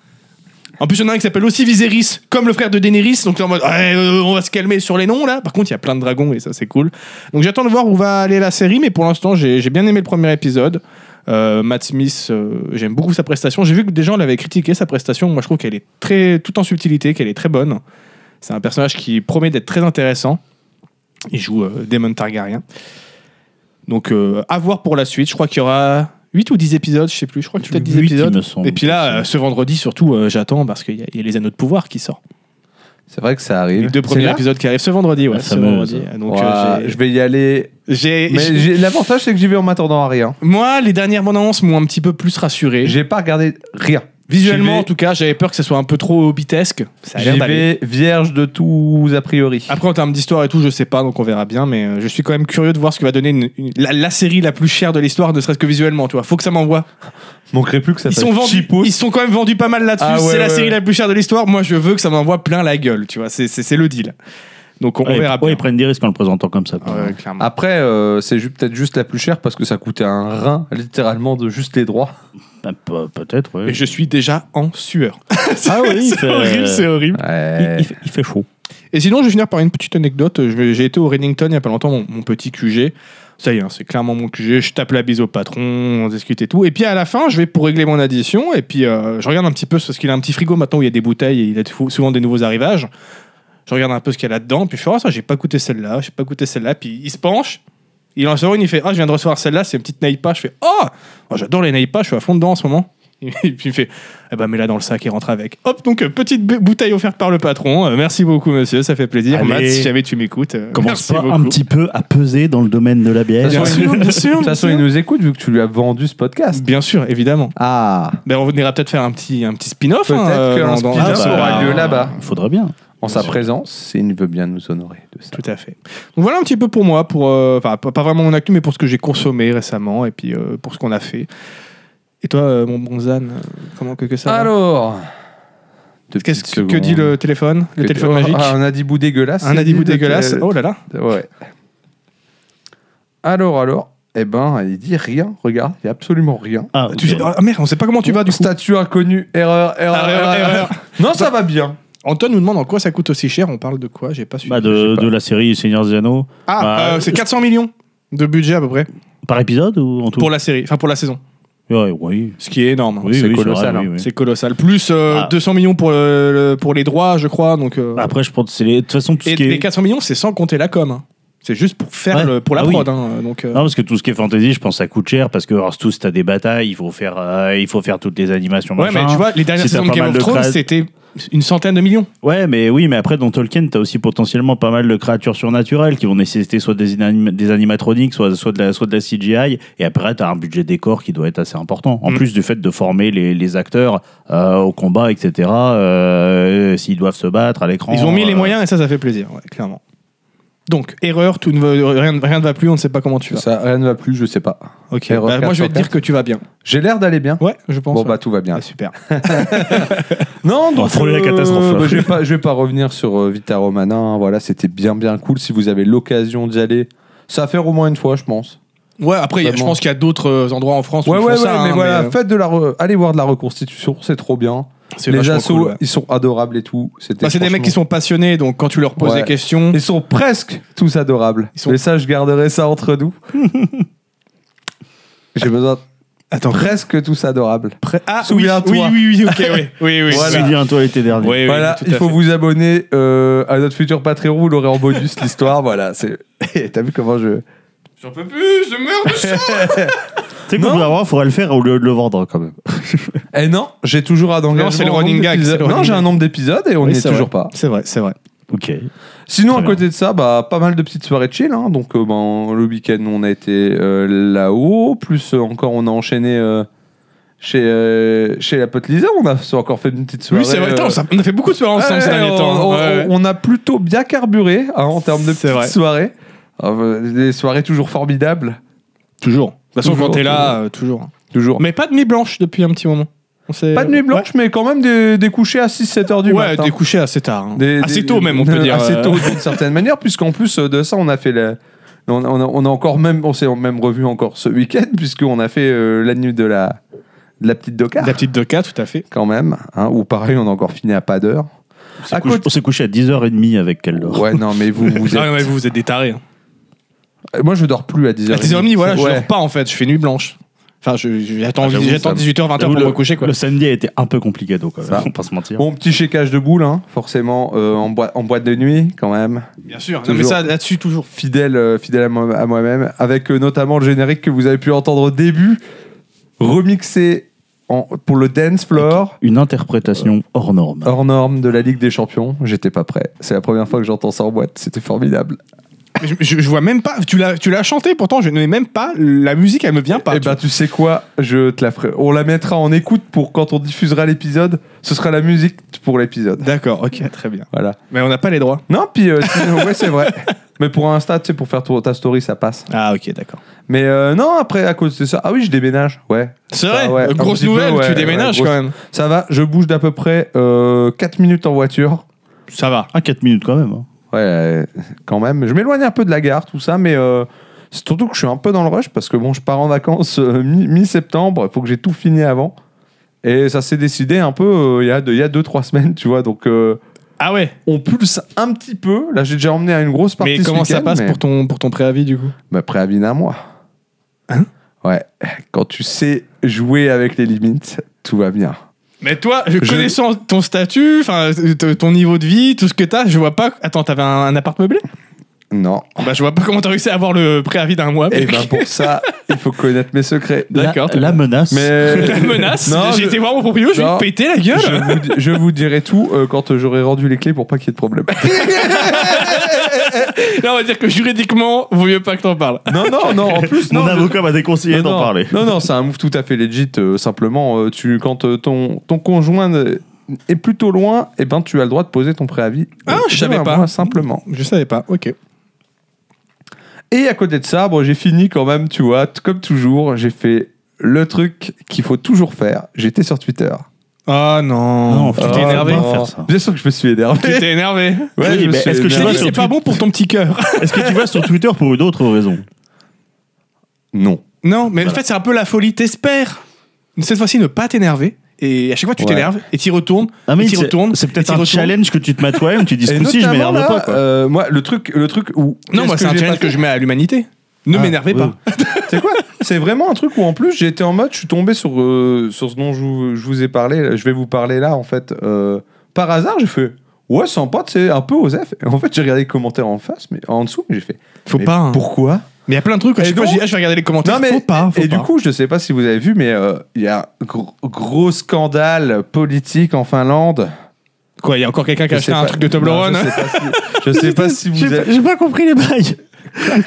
Speaker 1: En plus, il y en a un qui s'appelle aussi Viserys, comme le frère de Daenerys. Donc, t'es en mode, Ouais, euh, on va se calmer sur les noms là. Par contre, il y a plein de dragons et ça, c'est cool. Donc, j'attends de voir où va aller la série, mais pour l'instant, j'ai j'ai bien aimé le premier épisode. Euh, Matt Smith, euh, j'aime beaucoup sa prestation. J'ai vu que des gens l'avaient critiqué sa prestation. Moi, je trouve qu'elle est très, tout en subtilité, qu'elle est très bonne. C'est un personnage qui promet d'être très intéressant. Il joue euh, Daemon Targaryen. Donc, euh, à voir pour la suite. Je crois qu'il y aura 8 ou 10 épisodes, je sais plus. Je crois que peut-être 10
Speaker 3: Huit,
Speaker 1: épisodes.
Speaker 3: il me semble.
Speaker 1: Et puis là, euh, ce vendredi, surtout, euh, j'attends parce qu'il y, a- il y a les anneaux de pouvoir qui sortent.
Speaker 2: C'est vrai que ça arrive.
Speaker 1: Les deux
Speaker 2: C'est
Speaker 1: premiers
Speaker 2: là
Speaker 1: épisodes qui arrivent ce vendredi. Ouais,
Speaker 3: La
Speaker 1: ce
Speaker 3: fameuse.
Speaker 1: vendredi. Donc,
Speaker 2: Ouah,
Speaker 1: euh, j'ai-
Speaker 2: je vais y aller.
Speaker 1: j'ai-
Speaker 2: Mais
Speaker 1: j'ai-
Speaker 2: j'ai- l'avantage, c'est que j'y vais en m'attendant à rien.
Speaker 1: Moi, les dernières bandes annonces m'ont un petit peu plus rassuré.
Speaker 2: J'ai pas regardé rien. J'y
Speaker 1: Visuellement,
Speaker 2: vais-
Speaker 1: en tout cas, j'avais peur que ce soit un peu trop hobbitesque. Ça a l'air
Speaker 2: J'y
Speaker 1: d'aller.
Speaker 2: vais vierge de tout a priori.
Speaker 1: Après, en termes d'histoire et tout, je sais pas, donc on verra bien. Mais euh, je suis quand même curieux de voir ce que va donner une- une- la, la série la plus chère de l'histoire, ne serait-ce que visuellement. Tu vois, faut que ça m'envoie.
Speaker 2: Manquerait plus que ça
Speaker 1: Ils sont vendus, ils sont quand même vendus pas mal là-dessus.
Speaker 2: Ah ouais,
Speaker 1: c'est la
Speaker 2: ouais,
Speaker 1: série
Speaker 2: ouais.
Speaker 1: la plus chère de l'histoire. Moi, je veux que ça m'envoie plein la gueule. Tu vois, c'est- c'est c'est le deal. Donc on, on
Speaker 3: Ouais,
Speaker 1: verra
Speaker 3: pourquoi
Speaker 1: bien. Ah
Speaker 3: ils prennent des risques en le présentant comme ça
Speaker 1: Ouais, clairement.
Speaker 2: Après, euh, c'est ju- peut-être juste la plus chère parce que ça coûtait un rein, littéralement, de juste les droits.
Speaker 3: Bah, pe- Peut-être, ouais.
Speaker 1: Et je suis déjà en sueur.
Speaker 3: Ah oui, il fait-
Speaker 1: horrible.
Speaker 3: il- il
Speaker 5: Eh,
Speaker 3: fait- il fait chaud.
Speaker 1: Et sinon, je vais finir par une petite anecdote. Je vais- J'ai été au Reddington il y a pas longtemps, mon, mon petit QG. Ça y est, hein, c'est clairement mon QG. Je tape la bise au patron, on discute et tout. Et puis à la fin, je vais pour régler mon addition. Et puis euh, je regarde un petit peu, parce qu'il a un petit frigo maintenant où il y a des bouteilles et il a fou- souvent des nouveaux arrivages. Je regarde un peu ce qu'il y a là-dedans. Puis je fais, ah ça, j'ai pas goûté celle-là, j'ai pas goûté celle-là. Puis il se penche. Il en sort une, il fait Ah, je viens de recevoir celle-là, c'est une petite naïpa. Je fais Oh, Oh, J'adore les naïpas, je suis à fond dedans en ce moment. Et puis il fait Eh ben, mets-la dans le sac et rentre avec. Hop, donc euh, petite b- bouteille offerte par le patron. Euh, merci beaucoup, monsieur, ça fait plaisir.
Speaker 3: Allez.
Speaker 1: Matt, si jamais tu m'écoutes, euh,
Speaker 3: Commence
Speaker 1: merci
Speaker 3: pas
Speaker 1: beaucoup.
Speaker 3: un petit peu à peser dans le domaine de la bière.
Speaker 2: Bien
Speaker 1: Bien
Speaker 2: sûr,
Speaker 1: sûr, bien
Speaker 2: De
Speaker 1: sûr.
Speaker 2: toute façon, il nous écoute vu que tu lui as vendu ce podcast.
Speaker 1: Bien sûr, évidemment.
Speaker 2: Ah,
Speaker 1: Ben, on ira peut-être faire un petit, un petit spin-off.
Speaker 2: Peut-être
Speaker 1: euh,
Speaker 2: que
Speaker 1: dans-
Speaker 2: un
Speaker 1: dans-
Speaker 2: spin-off Ça aura lieu là-bas.
Speaker 3: Il faudra bien.
Speaker 2: en sa présence, s'il veut bien nous honorer de ça.
Speaker 1: Tout à fait. Donc voilà un petit peu pour moi, pour euh, enfin pas pas vraiment mon actu, mais pour ce que j'ai consommé récemment et puis euh, pour ce qu'on a fait. Et toi, euh, mon bon Zan, euh, comment que, que ça va
Speaker 2: Alors, deux
Speaker 1: Qu'est-ce
Speaker 2: petites
Speaker 1: que, que
Speaker 2: secondes.
Speaker 1: dit le téléphone Le
Speaker 2: Que-
Speaker 1: téléphone
Speaker 2: oh,
Speaker 1: magique
Speaker 2: ah, Un adibou dégueulasse.
Speaker 1: Un
Speaker 2: il
Speaker 1: adibou
Speaker 2: dit, le
Speaker 1: dégueulasse.
Speaker 2: télé-
Speaker 1: Oh là là.
Speaker 2: Ouais. Alors, alors, eh ben, il dit rien. Regarde, il n'y a absolument rien.
Speaker 3: Ah,
Speaker 1: Tu fais- ah, merde, on sait pas comment tu vas du coup.
Speaker 2: Statut inconnu, erreur, erreur,
Speaker 1: Ah,
Speaker 2: erreur,
Speaker 1: erreur,
Speaker 2: erreur.
Speaker 1: erreur.
Speaker 2: Non, ça va bien.
Speaker 1: Anton nous demande en quoi ça coûte aussi cher. On parle de quoi J'ai pas suivi.
Speaker 3: Bah,
Speaker 2: je sais
Speaker 3: de,
Speaker 2: pas.
Speaker 3: de la série Seigneur des Anneaux.
Speaker 1: ah,
Speaker 3: bah,
Speaker 1: euh, c'est 400 millions de budget à peu près
Speaker 3: Par épisode ou en tout
Speaker 1: pour la série, enfin pour la saison.
Speaker 3: Ouais, Oui,
Speaker 1: Ce qui est énorme. hein.
Speaker 3: oui,
Speaker 1: C'est-
Speaker 2: c'est
Speaker 3: oui,
Speaker 2: colossal,
Speaker 3: vrai,
Speaker 2: hein.
Speaker 3: oui, oui.
Speaker 1: C'est colossal. Plus euh,
Speaker 3: Ah.
Speaker 1: 200 millions pour, le- le- pour les droits, je crois. Donc, euh,
Speaker 3: Après, je pense que c'est les- de toute façon tout
Speaker 1: et
Speaker 3: ce qui est.
Speaker 1: les 400 millions, c'est sans compter la com. hein. C'est juste pour faire
Speaker 3: Ouais.
Speaker 1: le- pour la
Speaker 3: Ah oui.
Speaker 1: prod. hein, donc, euh,
Speaker 3: Non, parce que tout ce qui est fantasy, je pense que ça coûte cher parce que Horse t'as des batailles, il faut faire, euh, il faut faire toutes les animations.
Speaker 1: ouais, mais
Speaker 3: machin.
Speaker 1: tu vois, les dernières
Speaker 3: Si t'as
Speaker 1: saisons de
Speaker 3: pas
Speaker 1: Game
Speaker 3: mal
Speaker 1: of
Speaker 3: de
Speaker 1: Thrones,
Speaker 3: crades.
Speaker 1: c'était une centaine de millions.
Speaker 3: Ouais, mais oui, mais après, dans Tolkien, t'as aussi potentiellement pas mal de créatures surnaturelles qui vont nécessiter soit des, inanima- des animatroniques, soit, soit, de la, soit de la CGI. Et après, t'as un budget décor qui doit être assez important. En
Speaker 1: Mm.
Speaker 3: plus du fait de former les, les acteurs euh, au combat, etc., euh, s'ils doivent se battre à l'écran.
Speaker 1: Ils ont mis les
Speaker 3: euh,
Speaker 1: moyens et ça, ça fait plaisir, ouais, clairment. Donc, erreur, tout ne va- rien, rien ne va plus, on ne sait pas comment tu vas.
Speaker 2: Ça, rien ne va plus, je sais pas.
Speaker 1: Ok,
Speaker 2: Erreur
Speaker 1: bah, moi je vais
Speaker 2: 404.
Speaker 1: te dire que tu vas bien.
Speaker 2: J'ai l'air d'aller bien.
Speaker 1: Ouais, je pense.
Speaker 2: Bon,
Speaker 1: ouais.
Speaker 2: bah, tout va bien.
Speaker 1: Ah, super.
Speaker 2: Non,
Speaker 3: va
Speaker 2: donc
Speaker 3: frôler la catastrophe, là.
Speaker 2: bah, je vais pas, je vais pas revenir sur euh, Vita Romana. hein, voilà, c'était bien bien cool. Si vous avez l'occasion d'y aller, ça à faire au moins une fois, je pense.
Speaker 1: Ouais, après,
Speaker 2: Vraiment.
Speaker 1: je pense qu'il y a d'autres euh, endroits en France
Speaker 2: Ouais
Speaker 1: où ils
Speaker 2: ouais ouais,
Speaker 1: font ça.
Speaker 2: mais
Speaker 1: hein,
Speaker 2: voilà,
Speaker 1: mais, euh,
Speaker 2: faites de la, re- allez voir de la reconstitution, c'est trop bien.
Speaker 1: c'est
Speaker 2: Les
Speaker 1: vachement
Speaker 2: assos,
Speaker 1: cool, ouais.
Speaker 2: ils sont adorables et tout. C'était.
Speaker 1: Bah, c'est des mecs qui
Speaker 2: franchement-
Speaker 1: sont passionnés, donc quand tu leur poses
Speaker 2: Ouais.
Speaker 1: des questions.
Speaker 2: Ils sont presque tous adorables.
Speaker 1: Ils sont-
Speaker 2: Mais ça, je garderai ça entre nous. J'ai besoin de
Speaker 1: Attends,
Speaker 2: presque tous adorables.
Speaker 1: Ah, oui,
Speaker 2: Souviens-toi.
Speaker 1: oui, oui, oui, ok, oui. oui, oui.
Speaker 3: Voilà.
Speaker 1: Voilà.
Speaker 3: C'est bien toi l'été dernier.
Speaker 1: Oui, oui,
Speaker 2: voilà,
Speaker 1: tout
Speaker 2: il
Speaker 1: à
Speaker 2: faut
Speaker 1: fait.
Speaker 2: vous abonner euh, à notre futur Patreon, vous l'aurez en bonus l'histoire, voilà. c'est- T'as vu comment je...
Speaker 1: J'en peux plus, je meurs de chaud.
Speaker 3: Tu sais qu'on il faudrait le faire au lieu de le vendre quand même.
Speaker 2: Eh non, j'ai toujours un engagement.
Speaker 1: Non, c'est le
Speaker 2: un nombre
Speaker 1: running gag,
Speaker 2: d'épisodes.
Speaker 1: c'est le
Speaker 2: Non,
Speaker 1: running
Speaker 2: j'ai un
Speaker 1: gag.
Speaker 2: nombre d'épisodes et on
Speaker 1: Oui,
Speaker 2: n'y est
Speaker 1: c'est
Speaker 2: toujours pas.
Speaker 1: C'est vrai, c'est vrai.
Speaker 3: Ok.
Speaker 2: Sinon, à
Speaker 3: Très bien.
Speaker 2: côté de ça, bah, pas mal de petites soirées de chill. hein. Donc, euh, ben, le week-end, on a été euh, là-haut. Plus euh, encore, on a enchaîné euh, chez, euh, chez la pote Lisa, on a encore fait une petite soirée.
Speaker 1: Oui, c'est vrai.
Speaker 2: euh,
Speaker 1: Attends, ça- on a fait beaucoup de soirées ensemble
Speaker 2: ouais,
Speaker 1: ces derniers
Speaker 2: on,
Speaker 1: temps. hein.
Speaker 2: on-
Speaker 1: Ouais.
Speaker 2: on a plutôt bien carburé hein, en termes de
Speaker 1: C'est
Speaker 2: petites
Speaker 1: vrai.
Speaker 2: soirées. Euh, Des soirées toujours formidables.
Speaker 1: Toujours. De toute façon,
Speaker 2: Toujours,
Speaker 1: quand t'es là, euh, toujours.
Speaker 2: Toujours.
Speaker 1: Mais pas de nuit blanche depuis un petit moment. On s'est-
Speaker 2: Pas de nuit blanche, mais quand même des, des couchers à 6-7 heures
Speaker 1: Ouais,
Speaker 2: du matin.
Speaker 1: des couchers assez tard. hein.
Speaker 2: Des-
Speaker 1: assez
Speaker 2: des-
Speaker 1: tôt même, on peut
Speaker 2: euh,
Speaker 1: dire.
Speaker 2: Assez
Speaker 1: euh,
Speaker 2: tôt d'une certaine manière, puisqu'en plus de ça, on a fait la- On a, on a- on a encore même, on s'est même revu encore ce week-end, puisqu'on a fait euh, la nuit de la, de la petite doca,
Speaker 1: La petite Doka, tout à fait.
Speaker 2: quand même, hein, où pareil, on a encore fini à pas d'heure.
Speaker 3: On s'est
Speaker 2: À
Speaker 3: couché-
Speaker 2: côté-
Speaker 3: on s'est couché à 10h30 avec Caldor.
Speaker 2: Ouais, non, mais vous, vous
Speaker 1: Non,
Speaker 2: êtes-
Speaker 1: mais Ah, vous, vous êtes des tarés. hein.
Speaker 2: Euh, Moi, je dors plus à 10h30.
Speaker 1: Ah, À 10h30, voilà,
Speaker 2: Ouais. Ah,
Speaker 1: je dors pas en fait, je fais nuit blanche. Enfin, je- je- j'attends
Speaker 3: j'avoue,
Speaker 1: j'attends
Speaker 3: ça me-
Speaker 1: 18h, 20h pour
Speaker 3: le,
Speaker 1: me coucher quoi.
Speaker 3: le samedi a été un peu compliqué, donc euh, on
Speaker 2: Ça.
Speaker 3: va pas se mentir.
Speaker 2: Bon, petit chécage de boule, hein, forcément, euh, en, boi- en boîte de nuit, quand même.
Speaker 1: Bien sûr, non,
Speaker 2: Toujours.
Speaker 1: mais ça là-dessus toujours.
Speaker 2: Fidèle, euh, fidèle à moi- à moi-même, avec euh, notamment le générique que vous avez pu entendre au début, remixé en- pour le dance floor.
Speaker 3: Une interprétation hors norme.
Speaker 2: hors norme de la Ligue des Champions. J'étais pas prêt. C'est la première fois que j'entends ça en boîte. C'était formidable.
Speaker 1: Mais Je, je- je vois même pas, tu l'as tu l'as chanté pourtant, je n'ai même pas, la musique elle me vient pas.
Speaker 2: Eh ben, tu sais quoi Je te la ferai. On la mettra en écoute pour quand on diffusera l'épisode. Ce sera la musique pour l'épisode.
Speaker 1: D'accord, ok, très bien.
Speaker 2: Voilà.
Speaker 1: Mais on n'a pas les droits.
Speaker 2: Non, puis euh, sinon, ouais, c'est vrai. Mais pour Insta, tu sais, pour faire ton- ta story, ça passe.
Speaker 1: Ah ok, d'accord.
Speaker 2: Mais euh, non, après, à cause de ça. Ah oui, je déménage. Ouais.
Speaker 1: C'est
Speaker 2: Ah
Speaker 1: vrai,
Speaker 2: ouais,
Speaker 1: euh,
Speaker 2: un
Speaker 1: grosse
Speaker 2: petit peu,
Speaker 1: nouvelle,
Speaker 2: ouais,
Speaker 1: tu déménages
Speaker 2: ouais, grosse-
Speaker 1: quand même.
Speaker 2: Ça va, je bouge d'à peu près 4 minutes en voiture.
Speaker 1: Ça va.
Speaker 3: Ah, 4 minutes quand même. hein.
Speaker 2: Ouais, euh, quand même. Je m'éloigne un peu de la gare, tout ça, mais euh, c'est surtout que je suis un peu dans le rush parce que bon, je pars en vacances euh, mi- mi-septembre, il faut que j'ai tout fini avant. Et ça s'est décidé un peu euh, il y a deux- il y a 2-3 semaines, tu vois. Donc euh,
Speaker 1: Ah ouais,
Speaker 2: on pulse un petit peu. Là, j'ai déjà emmené à une grosse partie.
Speaker 1: mais
Speaker 2: ce
Speaker 1: comment ça
Speaker 2: week-end,
Speaker 1: passe
Speaker 2: mais-
Speaker 1: pour, ton, pour ton préavis du coup
Speaker 2: bah, Préavis d'un mois.
Speaker 1: Hein
Speaker 2: Ouais, quand tu sais jouer avec les limites, tout va bien.
Speaker 1: Mais toi, je- connaissant ton statut, enfin t- ton niveau de vie, tout ce que t'as, je vois pas. Attends, t'avais un, un appart meublé
Speaker 2: Non.
Speaker 1: Bah je vois pas comment t'as réussi à avoir le préavis d'un mois.
Speaker 2: Et
Speaker 1: mec.
Speaker 2: ben pour ça, il faut connaître mes secrets.
Speaker 3: La-
Speaker 1: D'accord,
Speaker 3: La, menace.
Speaker 2: Mais
Speaker 1: La menace
Speaker 2: Non,
Speaker 1: J'ai
Speaker 2: je-
Speaker 1: été voir mon proprio, je vais
Speaker 2: Non.
Speaker 1: lui péter la gueule
Speaker 2: Je vous, di- je vous dirai tout euh, quand j'aurai rendu les clés pour pas qu'il y ait de problème.
Speaker 1: Là, on va dire que juridiquement, vaut mieux pas que t'en parles.
Speaker 2: non, non, non, en plus, non.
Speaker 3: Mon
Speaker 2: je-
Speaker 3: avocat m'a déconseillé
Speaker 2: non,
Speaker 3: d'en
Speaker 2: non.
Speaker 3: parler.
Speaker 2: Non, non, c'est un move tout à fait legit. euh, simplement, euh, tu, quand euh, ton, ton conjoint euh, est plutôt loin, eh ben, tu as le droit de poser ton préavis. euh,
Speaker 1: Ah, je
Speaker 2: de
Speaker 1: savais
Speaker 2: un
Speaker 1: pas.
Speaker 2: mois, simplement.
Speaker 1: Je savais pas, ok.
Speaker 2: Et à côté de ça, bon, j'ai fini quand même, tu vois, t- comme toujours, j'ai fait le truc qu'il faut toujours faire. J'étais sur Twitter.
Speaker 1: Ah non,
Speaker 3: Non,
Speaker 1: tu
Speaker 3: faut
Speaker 1: t'es
Speaker 3: pas
Speaker 1: énervé
Speaker 3: faire ça.
Speaker 2: Bien sûr que je me suis énervé.
Speaker 1: Tu t'es énervé
Speaker 3: Oui,
Speaker 2: je me
Speaker 3: mais
Speaker 2: suis
Speaker 3: est-ce que je
Speaker 1: J'ai
Speaker 3: t'ai Ouais,
Speaker 2: énervé.
Speaker 1: dit,
Speaker 3: sur
Speaker 1: c'est pas
Speaker 3: Twitter.
Speaker 1: bon pour ton petit cœur.
Speaker 3: Est-ce que tu vas sur Twitter pour une autre raison
Speaker 2: Non.
Speaker 1: Non, mais en
Speaker 3: Voilà.
Speaker 1: fait, c'est un peu la folie. T'espères cette fois-ci ne pas t'énerver. Et à chaque fois, tu
Speaker 2: Ouais.
Speaker 1: t'énerves et t'y retournes.
Speaker 3: Ah
Speaker 1: Et
Speaker 3: mais
Speaker 1: t'y
Speaker 3: c'est
Speaker 1: retournes,
Speaker 3: c'est peut-être
Speaker 1: et t'y
Speaker 3: un
Speaker 1: retournes.
Speaker 3: challenge que tu te mets à toi-même. Tu dis ce coup-ci, je
Speaker 2: notamment,
Speaker 3: m'énerve
Speaker 2: là,
Speaker 3: pas. Quoi.
Speaker 2: euh, moi, le truc, le truc où.
Speaker 1: Non, moi,
Speaker 2: qu'est-ce
Speaker 1: c'est un
Speaker 2: j'ai
Speaker 1: challenge
Speaker 2: pas
Speaker 1: que je mets à l'humanité. Ne
Speaker 2: Ah,
Speaker 1: m'énervez
Speaker 3: oui.
Speaker 1: pas.
Speaker 2: C'est quoi C'est vraiment un truc où en plus j'étais en mode, je suis tombé sur, euh, sur ce dont je vous, je vous ai parlé, là, je vais vous parler là en fait. Euh, par hasard, j'ai fait ouais, sympa, c'est un peu osef. Et en fait, j'ai regardé les commentaires en face, mais en dessous, mais j'ai fait.
Speaker 1: Faut
Speaker 2: mais
Speaker 1: pas. hein.
Speaker 2: Pourquoi
Speaker 1: Mais il y a plein de trucs. À
Speaker 2: Et
Speaker 1: chaque fois, je
Speaker 2: donc-
Speaker 1: dis, ah, je vais regarder les commentaires.
Speaker 2: Non, mais-
Speaker 1: Faut pas. Faut
Speaker 2: Et du
Speaker 1: pas.
Speaker 2: coup, je sais pas si vous avez vu, mais euh, il y a un gros, gros scandale politique en Finlande.
Speaker 1: Quoi, il y a encore quelqu'un qui a
Speaker 2: Je
Speaker 1: acheté
Speaker 2: sais
Speaker 1: un
Speaker 2: pas-
Speaker 1: truc de
Speaker 2: Non,
Speaker 1: Toblerone hein.
Speaker 2: Je sais pas si, je sais pas si vous.
Speaker 3: J'ai
Speaker 2: avez-
Speaker 3: pas- j'ai pas compris les bails.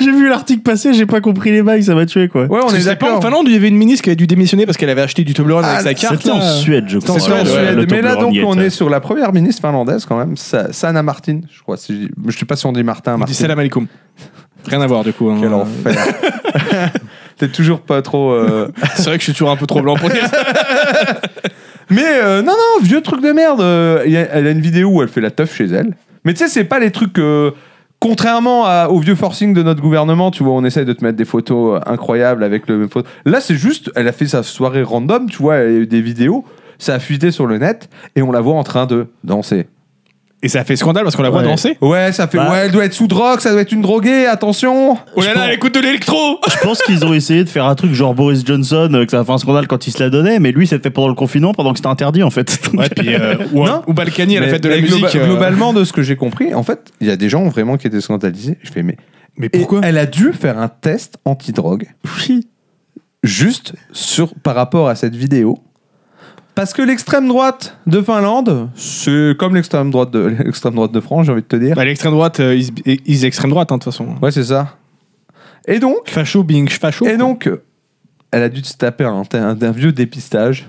Speaker 3: J'ai vu l'article passer, j'ai pas compris les bails, ça m'a tué quoi.
Speaker 2: Ouais, on
Speaker 1: Parce que
Speaker 2: est
Speaker 1: c'est pas
Speaker 2: d'accord.
Speaker 1: En Finlande, il y avait une ministre qui avait dû démissionner parce qu'elle avait acheté du Toblerone
Speaker 2: Ah,
Speaker 1: avec sa carte.
Speaker 3: C'était en
Speaker 1: là.
Speaker 3: Suède, je crois.
Speaker 1: en
Speaker 2: C'est
Speaker 1: Suède,
Speaker 2: en
Speaker 3: alors,
Speaker 1: ouais,
Speaker 2: Suède.
Speaker 3: le
Speaker 2: Mais là, donc,
Speaker 3: Toblerone y
Speaker 2: on
Speaker 3: était.
Speaker 2: est sur la première ministre finlandaise, quand même, Sa- Sanna Martin, je crois. si je dis- je sais pas si on dit Martin.
Speaker 1: On
Speaker 2: Martin.
Speaker 1: dit salam alaikum. Rien à voir du coup. hein.
Speaker 2: Quel enfer. T'es toujours pas trop. euh,
Speaker 1: C'est vrai que je suis toujours un peu trop blanc pour dire ça.
Speaker 2: Mais euh, non, non, vieux truc de merde. euh, il y a- elle a une vidéo où elle fait la teuf chez elle. Mais tu sais, c'est pas les trucs. euh, Contrairement à- au vieux forcing de notre gouvernement, tu vois, on essaye de te mettre des photos euh, incroyables avec le même photo. Là, c'est juste, elle a fait sa soirée random, tu vois, elle a eu des vidéos, ça a fuité sur le net, et on la voit en train de danser.
Speaker 1: Et ça a fait scandale parce qu'on la voit
Speaker 3: Ouais.
Speaker 1: danser.
Speaker 2: Ouais, ça fait.
Speaker 3: Bah.
Speaker 2: Ouais, elle doit être sous drogue, ça doit être une droguée, attention
Speaker 1: Oh là
Speaker 3: Je
Speaker 1: là,
Speaker 3: pense-
Speaker 1: elle écoute de l'électro
Speaker 3: Je pense qu'ils ont essayé de faire un truc genre Boris Johnson, euh, que ça a fait un scandale quand il se la donnait, mais lui c'était pendant le confinement, pendant que c'était interdit en fait.
Speaker 1: Ouais, puis. euh, ou,
Speaker 2: Non.
Speaker 1: ou Balkany à la
Speaker 2: Mais-
Speaker 1: fête de la
Speaker 2: mais globa-
Speaker 1: musique. euh,
Speaker 2: Globalement, de ce que j'ai compris, en fait, il y a des gens vraiment qui étaient scandalisés. Je fais, mais.
Speaker 1: Mais
Speaker 2: Et
Speaker 1: pourquoi
Speaker 2: Elle a dû faire un test anti-drogue
Speaker 3: Oui.
Speaker 2: juste sur, par rapport à cette vidéo. Parce que l'extrême droite de Finlande, c'est comme l'extrême droite de l'extrême droite de France, j'ai envie de te dire.
Speaker 1: Bah, L'extrême droite, euh, ils ils extrême droite, hein, de toute façon.
Speaker 2: Ouais, c'est ça. Et donc,
Speaker 1: Facho, bing, facho.
Speaker 2: et donc, elle a dû se taper un, un- un vieux dépistage.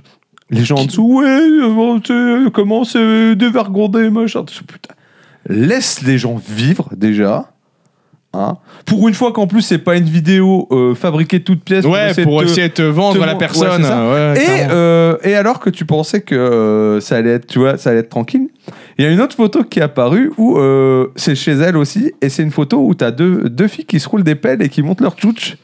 Speaker 2: Les gens en dessous, ouais, euh, bon, c'est- comment c'est dévergondé, machin. Dessous, Putain. Laisse les gens vivre déjà. Hein. Pour une fois qu'en plus, c'est pas une vidéo euh, fabriquée toute pièce.
Speaker 1: Ouais,
Speaker 2: essayer de
Speaker 1: pour
Speaker 2: te-
Speaker 1: essayer de te vendre
Speaker 2: te
Speaker 1: à la
Speaker 2: mon-
Speaker 1: personne.
Speaker 2: ouais, c'est
Speaker 1: ouais,
Speaker 2: et,
Speaker 1: clairement.
Speaker 2: euh, et alors que tu pensais que euh, ça allait être, tu vois, ça allait être tranquille, il y a une autre photo qui est apparue où euh, c'est chez elle aussi, et c'est une photo où t'as deux, deux filles qui se roulent des pelles et qui montent leur tchouch.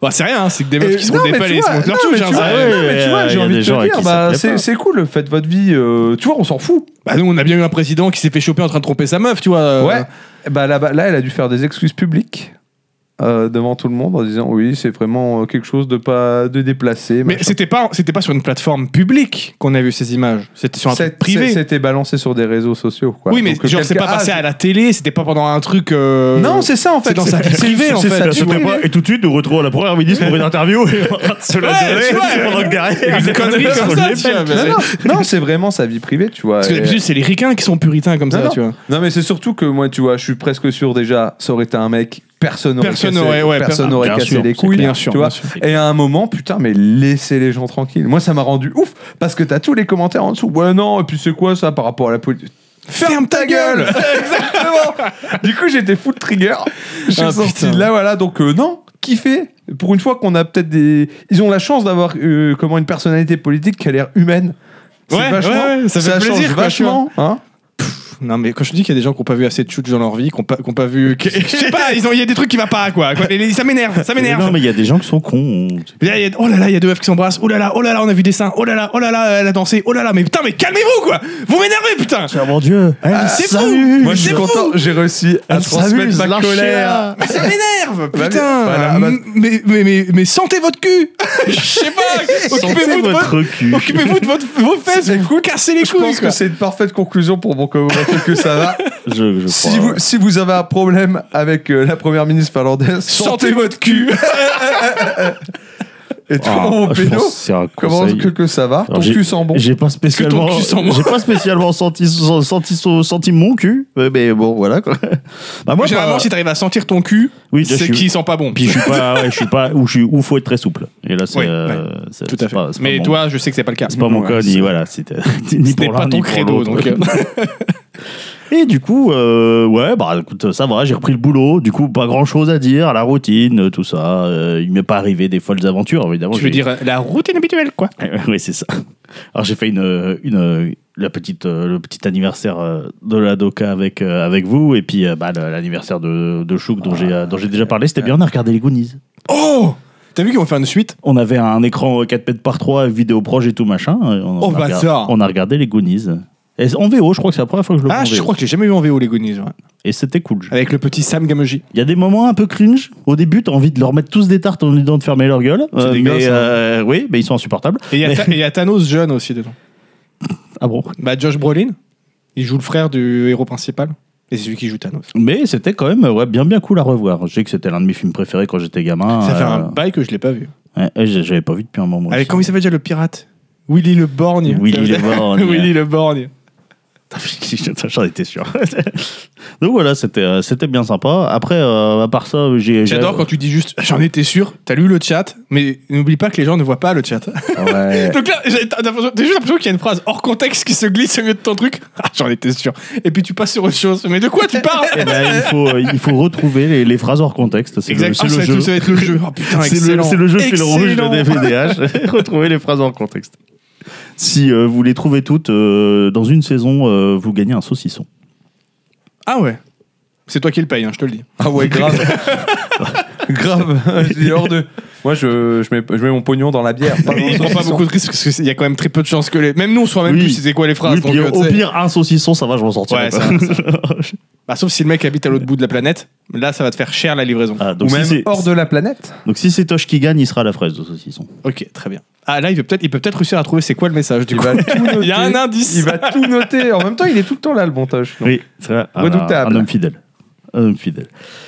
Speaker 1: Bah, c'est rien, hein, c'est que des
Speaker 2: Et-
Speaker 1: meufs qui se
Speaker 2: non,
Speaker 1: roulent des
Speaker 2: mais
Speaker 1: pelles
Speaker 2: tu
Speaker 1: et ils se
Speaker 2: vois,
Speaker 1: montent leur
Speaker 2: non,
Speaker 1: tube.
Speaker 2: mais
Speaker 1: hein,
Speaker 2: tu
Speaker 1: c'est
Speaker 2: vois,
Speaker 1: vrai.
Speaker 2: non, mais tu vois,
Speaker 3: ouais,
Speaker 2: j'ai
Speaker 3: y a
Speaker 2: envie
Speaker 3: des
Speaker 2: de
Speaker 3: gens à
Speaker 2: te dire,
Speaker 3: qui ça
Speaker 2: bah,
Speaker 3: plaît
Speaker 2: c'est
Speaker 3: pas.
Speaker 2: c'est cool, faites votre vie, euh, tu vois, on s'en fout.
Speaker 1: Bah, nous, on a bien eu un président qui s'est fait choper en train de tromper sa meuf, tu vois. euh,
Speaker 2: Ouais, bah là, là, elle a dû faire des excuses publiques. euh, devant tout le monde en disant oui c'est vraiment euh, quelque chose de pas de déplacé
Speaker 1: Mais
Speaker 2: machin.
Speaker 1: c'était pas, c'était pas sur une plateforme publique qu'on a vu ces images. C'était sur un
Speaker 2: C'est-
Speaker 1: truc privé.
Speaker 2: c'est- c'était balancé sur des réseaux sociaux quoi.
Speaker 1: oui, mais
Speaker 2: Donc,
Speaker 1: genre, c'est
Speaker 2: quelqu'un-
Speaker 1: pas passé
Speaker 2: Ah,
Speaker 1: à la télé, c'était pas pendant un truc. euh,
Speaker 2: Non, c'est ça en fait.
Speaker 1: c'est dans sa vie
Speaker 2: c'est-
Speaker 1: privée, en
Speaker 2: c'est
Speaker 1: fait.
Speaker 2: ça,
Speaker 1: Ça
Speaker 2: tu
Speaker 1: se
Speaker 2: vois.
Speaker 1: fait
Speaker 3: Et tout de suite, nous retrouvons la première ministre pour une interview et on va se la
Speaker 1: Ouais, tu
Speaker 3: donner
Speaker 1: vois,
Speaker 3: pendant que derrière.
Speaker 1: une connerie
Speaker 3: on
Speaker 1: comme ça,
Speaker 3: l'épelle.
Speaker 1: tu vois, mais-
Speaker 2: Non, non, non, c'est vraiment sa vie privée, tu vois.
Speaker 1: Parce que
Speaker 2: Et-
Speaker 1: d'habitude, c'est les ricains qui sont puritains comme
Speaker 2: Non,
Speaker 1: ça, tu vois.
Speaker 2: Non, mais c'est surtout que moi, tu vois, je suis presque sûr déjà, ça aurait été un mec, personne n'aurait
Speaker 1: Personne
Speaker 2: cassé,
Speaker 1: aurait- ouais,
Speaker 2: personne
Speaker 1: per-
Speaker 2: n'aurait
Speaker 3: bien
Speaker 2: cassé
Speaker 3: sûr,
Speaker 2: les
Speaker 3: c'est
Speaker 2: couilles.
Speaker 1: clair.
Speaker 2: tu vois. Et à un moment, putain, mais laissez les gens tranquilles. Moi, ça m'a rendu ouf parce que t'as tous les commentaires en dessous. Ouais, non, et puis c'est quoi ça par rapport à la politique Ferme ta gueule Exactement Du coup, j'étais full trigger. Je suis
Speaker 1: Ah,
Speaker 2: sorti
Speaker 1: putain.
Speaker 2: de là, voilà. Donc, euh, non, kiffé. Pour une fois qu'on a peut-être des. Ils ont la chance d'avoir euh, comment une personnalité politique qui a l'air humaine. C'est
Speaker 1: Ouais,
Speaker 2: vachement,
Speaker 1: ouais, ouais, ça fait
Speaker 2: change
Speaker 1: plaisir, quoi, tu vois.
Speaker 2: vachement. hein.
Speaker 1: Non, mais quand je dis qu'il y a des gens qui n'ont pas vu assez de shoots dans leur vie, qui n'ont pas, qui ont pas vu. qui- Je sais pas, ils ont- il y a des trucs qui ne vont pas, quoi. Quoi, les- Ça m'énerve, ça
Speaker 3: Mais
Speaker 1: m'énerve.
Speaker 3: Non, mais il y a des gens qui sont cons. on-
Speaker 1: Il y a- il y a- oh là là, il y a deux meufs qui s'embrassent. Oh là là, oh là là, on a vu des seins. Oh là là, oh là là, elle a dansé. Oh là là, mais putain, mais calmez-vous, quoi. Vous m'énervez, putain.
Speaker 3: Ah, Ah, mon Dieu
Speaker 1: c'est
Speaker 3: ça
Speaker 1: fou.
Speaker 3: mue.
Speaker 2: Moi, je suis
Speaker 1: C'est
Speaker 2: content,
Speaker 1: fou.
Speaker 2: j'ai réussi à
Speaker 3: Elle
Speaker 2: transmettre
Speaker 3: s'amuse,
Speaker 2: ma
Speaker 3: lâchez-la.
Speaker 2: colère.
Speaker 1: Mais ça m'énerve,
Speaker 2: Bah,
Speaker 1: putain.
Speaker 2: voilà, bah-
Speaker 1: M- mais, mais, mais, mais sentez votre cul. Je sais pas. Occupez-vous de votre.
Speaker 3: cul.
Speaker 1: Occupez-vous de votre, vos fesses,
Speaker 2: Mais
Speaker 1: vous cassez les
Speaker 2: Je
Speaker 1: couilles.
Speaker 2: pense que
Speaker 1: quoi.
Speaker 2: c'est une parfaite conclusion pour mon commentaire que ça va.
Speaker 3: Je, je
Speaker 2: Si
Speaker 3: crois, Ah,
Speaker 2: vous,
Speaker 3: ouais.
Speaker 2: si vous avez un problème avec euh, la première ministre finlandaise,
Speaker 1: Sentez
Speaker 2: sentez votre cul et tout
Speaker 3: Ah,
Speaker 2: mon
Speaker 3: je
Speaker 2: pédo.
Speaker 3: pense que c'est un
Speaker 2: Comment
Speaker 3: conseil.
Speaker 2: que, que ça va
Speaker 3: Alors,
Speaker 2: Ton
Speaker 3: j'ai-
Speaker 2: cul sent bon
Speaker 3: J'ai pas spécialement,
Speaker 1: Que ton cul sent bon.
Speaker 3: j'ai pas spécialement senti, senti, senti mon cul, mais- mais bon voilà quoi. Bah moi,
Speaker 1: Généralement,
Speaker 3: bah,
Speaker 1: si t'arrives à sentir ton cul,
Speaker 3: oui, là, je
Speaker 1: c'est
Speaker 3: suis-
Speaker 1: qu'il sent pas bon.
Speaker 3: Puis je suis pas, ouais, je suis pas, ou je suis, ou faut être très souple. Et là, c'est,
Speaker 1: Oui,
Speaker 3: euh, c'est-
Speaker 1: Tout à
Speaker 3: c'est
Speaker 1: fait.
Speaker 3: pas- c'est pas
Speaker 1: mais
Speaker 3: mon-
Speaker 1: toi, je sais que c'est pas le cas.
Speaker 3: c'est pas mon
Speaker 2: Ouais,
Speaker 3: cas, ni
Speaker 2: c'est-
Speaker 3: voilà, c'était ni
Speaker 1: C'était
Speaker 3: pour l'un,
Speaker 1: pas ton
Speaker 3: ni pour
Speaker 1: credo,
Speaker 3: l'autre.
Speaker 1: donc. euh,
Speaker 3: Et du coup, euh, ouais, bah écoute, ça va, j'ai repris le boulot. Du coup, pas grand chose à dire, la routine, tout ça. Euh, il m'est pas arrivé des folles aventures, évidemment.
Speaker 1: Tu veux
Speaker 3: j'ai-
Speaker 1: dire euh, la routine habituelle, quoi.
Speaker 3: Eh, oui, c'est ça. Alors j'ai fait une, une la petite euh, le petit anniversaire euh, de la Doca avec euh, avec vous et puis euh, bah, le- l'anniversaire de de Chouk dont j'ai
Speaker 1: Ah,
Speaker 3: euh, dont j'ai déjà parlé, c'était bien, on a regardé les Goonies.
Speaker 1: Oh T'as vu qu'ils vont faire une suite
Speaker 3: On avait un écran 4 mètres par 3, vidéo proche et tout machin. et On,
Speaker 1: Oh,
Speaker 3: on a,
Speaker 1: bâtard.
Speaker 3: regard- on a regardé les Goonies. Et en VO, je crois que c'est la première fois que je le vois.
Speaker 1: Ah,
Speaker 3: en
Speaker 1: je
Speaker 3: VO.
Speaker 1: crois Ah que j'ai jamais vu en VO les Goonies. ouais.
Speaker 3: Et c'était cool.
Speaker 1: Avec le petit Sam Gamoji.
Speaker 3: Il y a des moments un peu cringe. Au début, t'as envie de leur mettre tous des tartes en lui disant de fermer leur gueule.
Speaker 1: C'est
Speaker 3: Euh,
Speaker 1: dégueulasse,
Speaker 3: mais,
Speaker 1: hein.
Speaker 3: euh, oui, mais ils sont insupportables.
Speaker 1: Et il y a
Speaker 3: Mais-
Speaker 1: Tha- et il y a Thanos jeune aussi dedans.
Speaker 3: Ah bon
Speaker 1: Bah, Josh Brolin, il joue le frère du héros principal. Et c'est lui qui joue Thanos.
Speaker 3: Mais c'était quand même euh, ouais, bien bien cool à revoir. Je sais que c'était l'un de mes films préférés quand j'étais gamin.
Speaker 1: Ça fait
Speaker 3: Euh,
Speaker 1: un bail que je l'ai pas vu.
Speaker 3: ouais, ouais, je- j'avais pas vu depuis un moment.
Speaker 1: Avec
Speaker 3: aussi.
Speaker 1: comment il s'appelle déjà le pirate Willy le Borgne.
Speaker 3: Willy le Borgne.
Speaker 1: Willy le Borgne.
Speaker 3: Putain, J'en étais sûr. Donc voilà, c'était euh, c'était bien sympa. Après, euh, à part ça, j'ai j'ai-
Speaker 1: J'adore quand tu dis juste j'en étais sûr, t'as lu le chat, mais n'oublie pas que les gens ne voient pas le chat.
Speaker 2: Ouais.
Speaker 1: Donc là, j'ai- t'as t'as l'impression- t'as juste l'impression qu'il y a une phrase hors contexte qui se glisse au milieu de ton truc. Ah, j'en étais sûr. Et puis tu passes sur autre chose. Mais de quoi tu parles
Speaker 3: Eh ben, il faut euh, il faut retrouver les, les phrases hors contexte. C'est le,
Speaker 1: Exact.
Speaker 3: c'est
Speaker 1: Ah, ça,
Speaker 3: le
Speaker 1: va être-
Speaker 3: jeu.
Speaker 1: ça va être le jeu. Oh putain,
Speaker 3: C'est le,
Speaker 1: excellent.
Speaker 3: c'est le jeu fil rouge de
Speaker 1: Excellent.
Speaker 3: DVDH. Retrouvez les phrases hors contexte. Si euh, vous les trouvez toutes euh, dans une saison, euh, vous gagnez un saucisson.
Speaker 1: Ah ouais. C'est toi qui le paye, hein, je te le dis.
Speaker 2: Ah ouais, grave. grave. J'ai hors de. Moi, je, je, mets, je mets mon pognon dans la bière.
Speaker 3: Ah
Speaker 2: Pas dans
Speaker 1: On
Speaker 2: le
Speaker 1: prend pas beaucoup de risques parce qu'il y a quand même très peu de chances que les. Même nous, on se voit même
Speaker 3: Oui.
Speaker 1: plus c'était quoi les phrases.
Speaker 3: Oui,
Speaker 1: donc,
Speaker 3: puis,
Speaker 1: euh,
Speaker 3: au
Speaker 1: tu sais.
Speaker 3: pire, un saucisson, ça va, je m'en sortirai.
Speaker 1: Ouais,
Speaker 3: pas.
Speaker 1: ça Bah, sauf si le mec habite à l'autre bout de la planète. Là, ça va te faire cher la livraison.
Speaker 3: Ah, donc,
Speaker 2: Ou
Speaker 3: si
Speaker 2: même
Speaker 3: c'est-
Speaker 2: hors de la planète.
Speaker 3: donc si c'est Tosh qui gagne, il sera à la fraise de saucisson.
Speaker 1: Ok, très bien. Ah là, il peut peut-être, il peut peut-être réussir à trouver c'est quoi le message du
Speaker 2: Il
Speaker 1: coup.
Speaker 2: va tout noter.
Speaker 1: Il y a un indice.
Speaker 2: Il va tout noter. En même temps, il est tout le temps là, le montage.
Speaker 3: Oui, c'est vrai. Un,
Speaker 2: Redoutable.
Speaker 3: un homme fidèle. Un homme fidèle.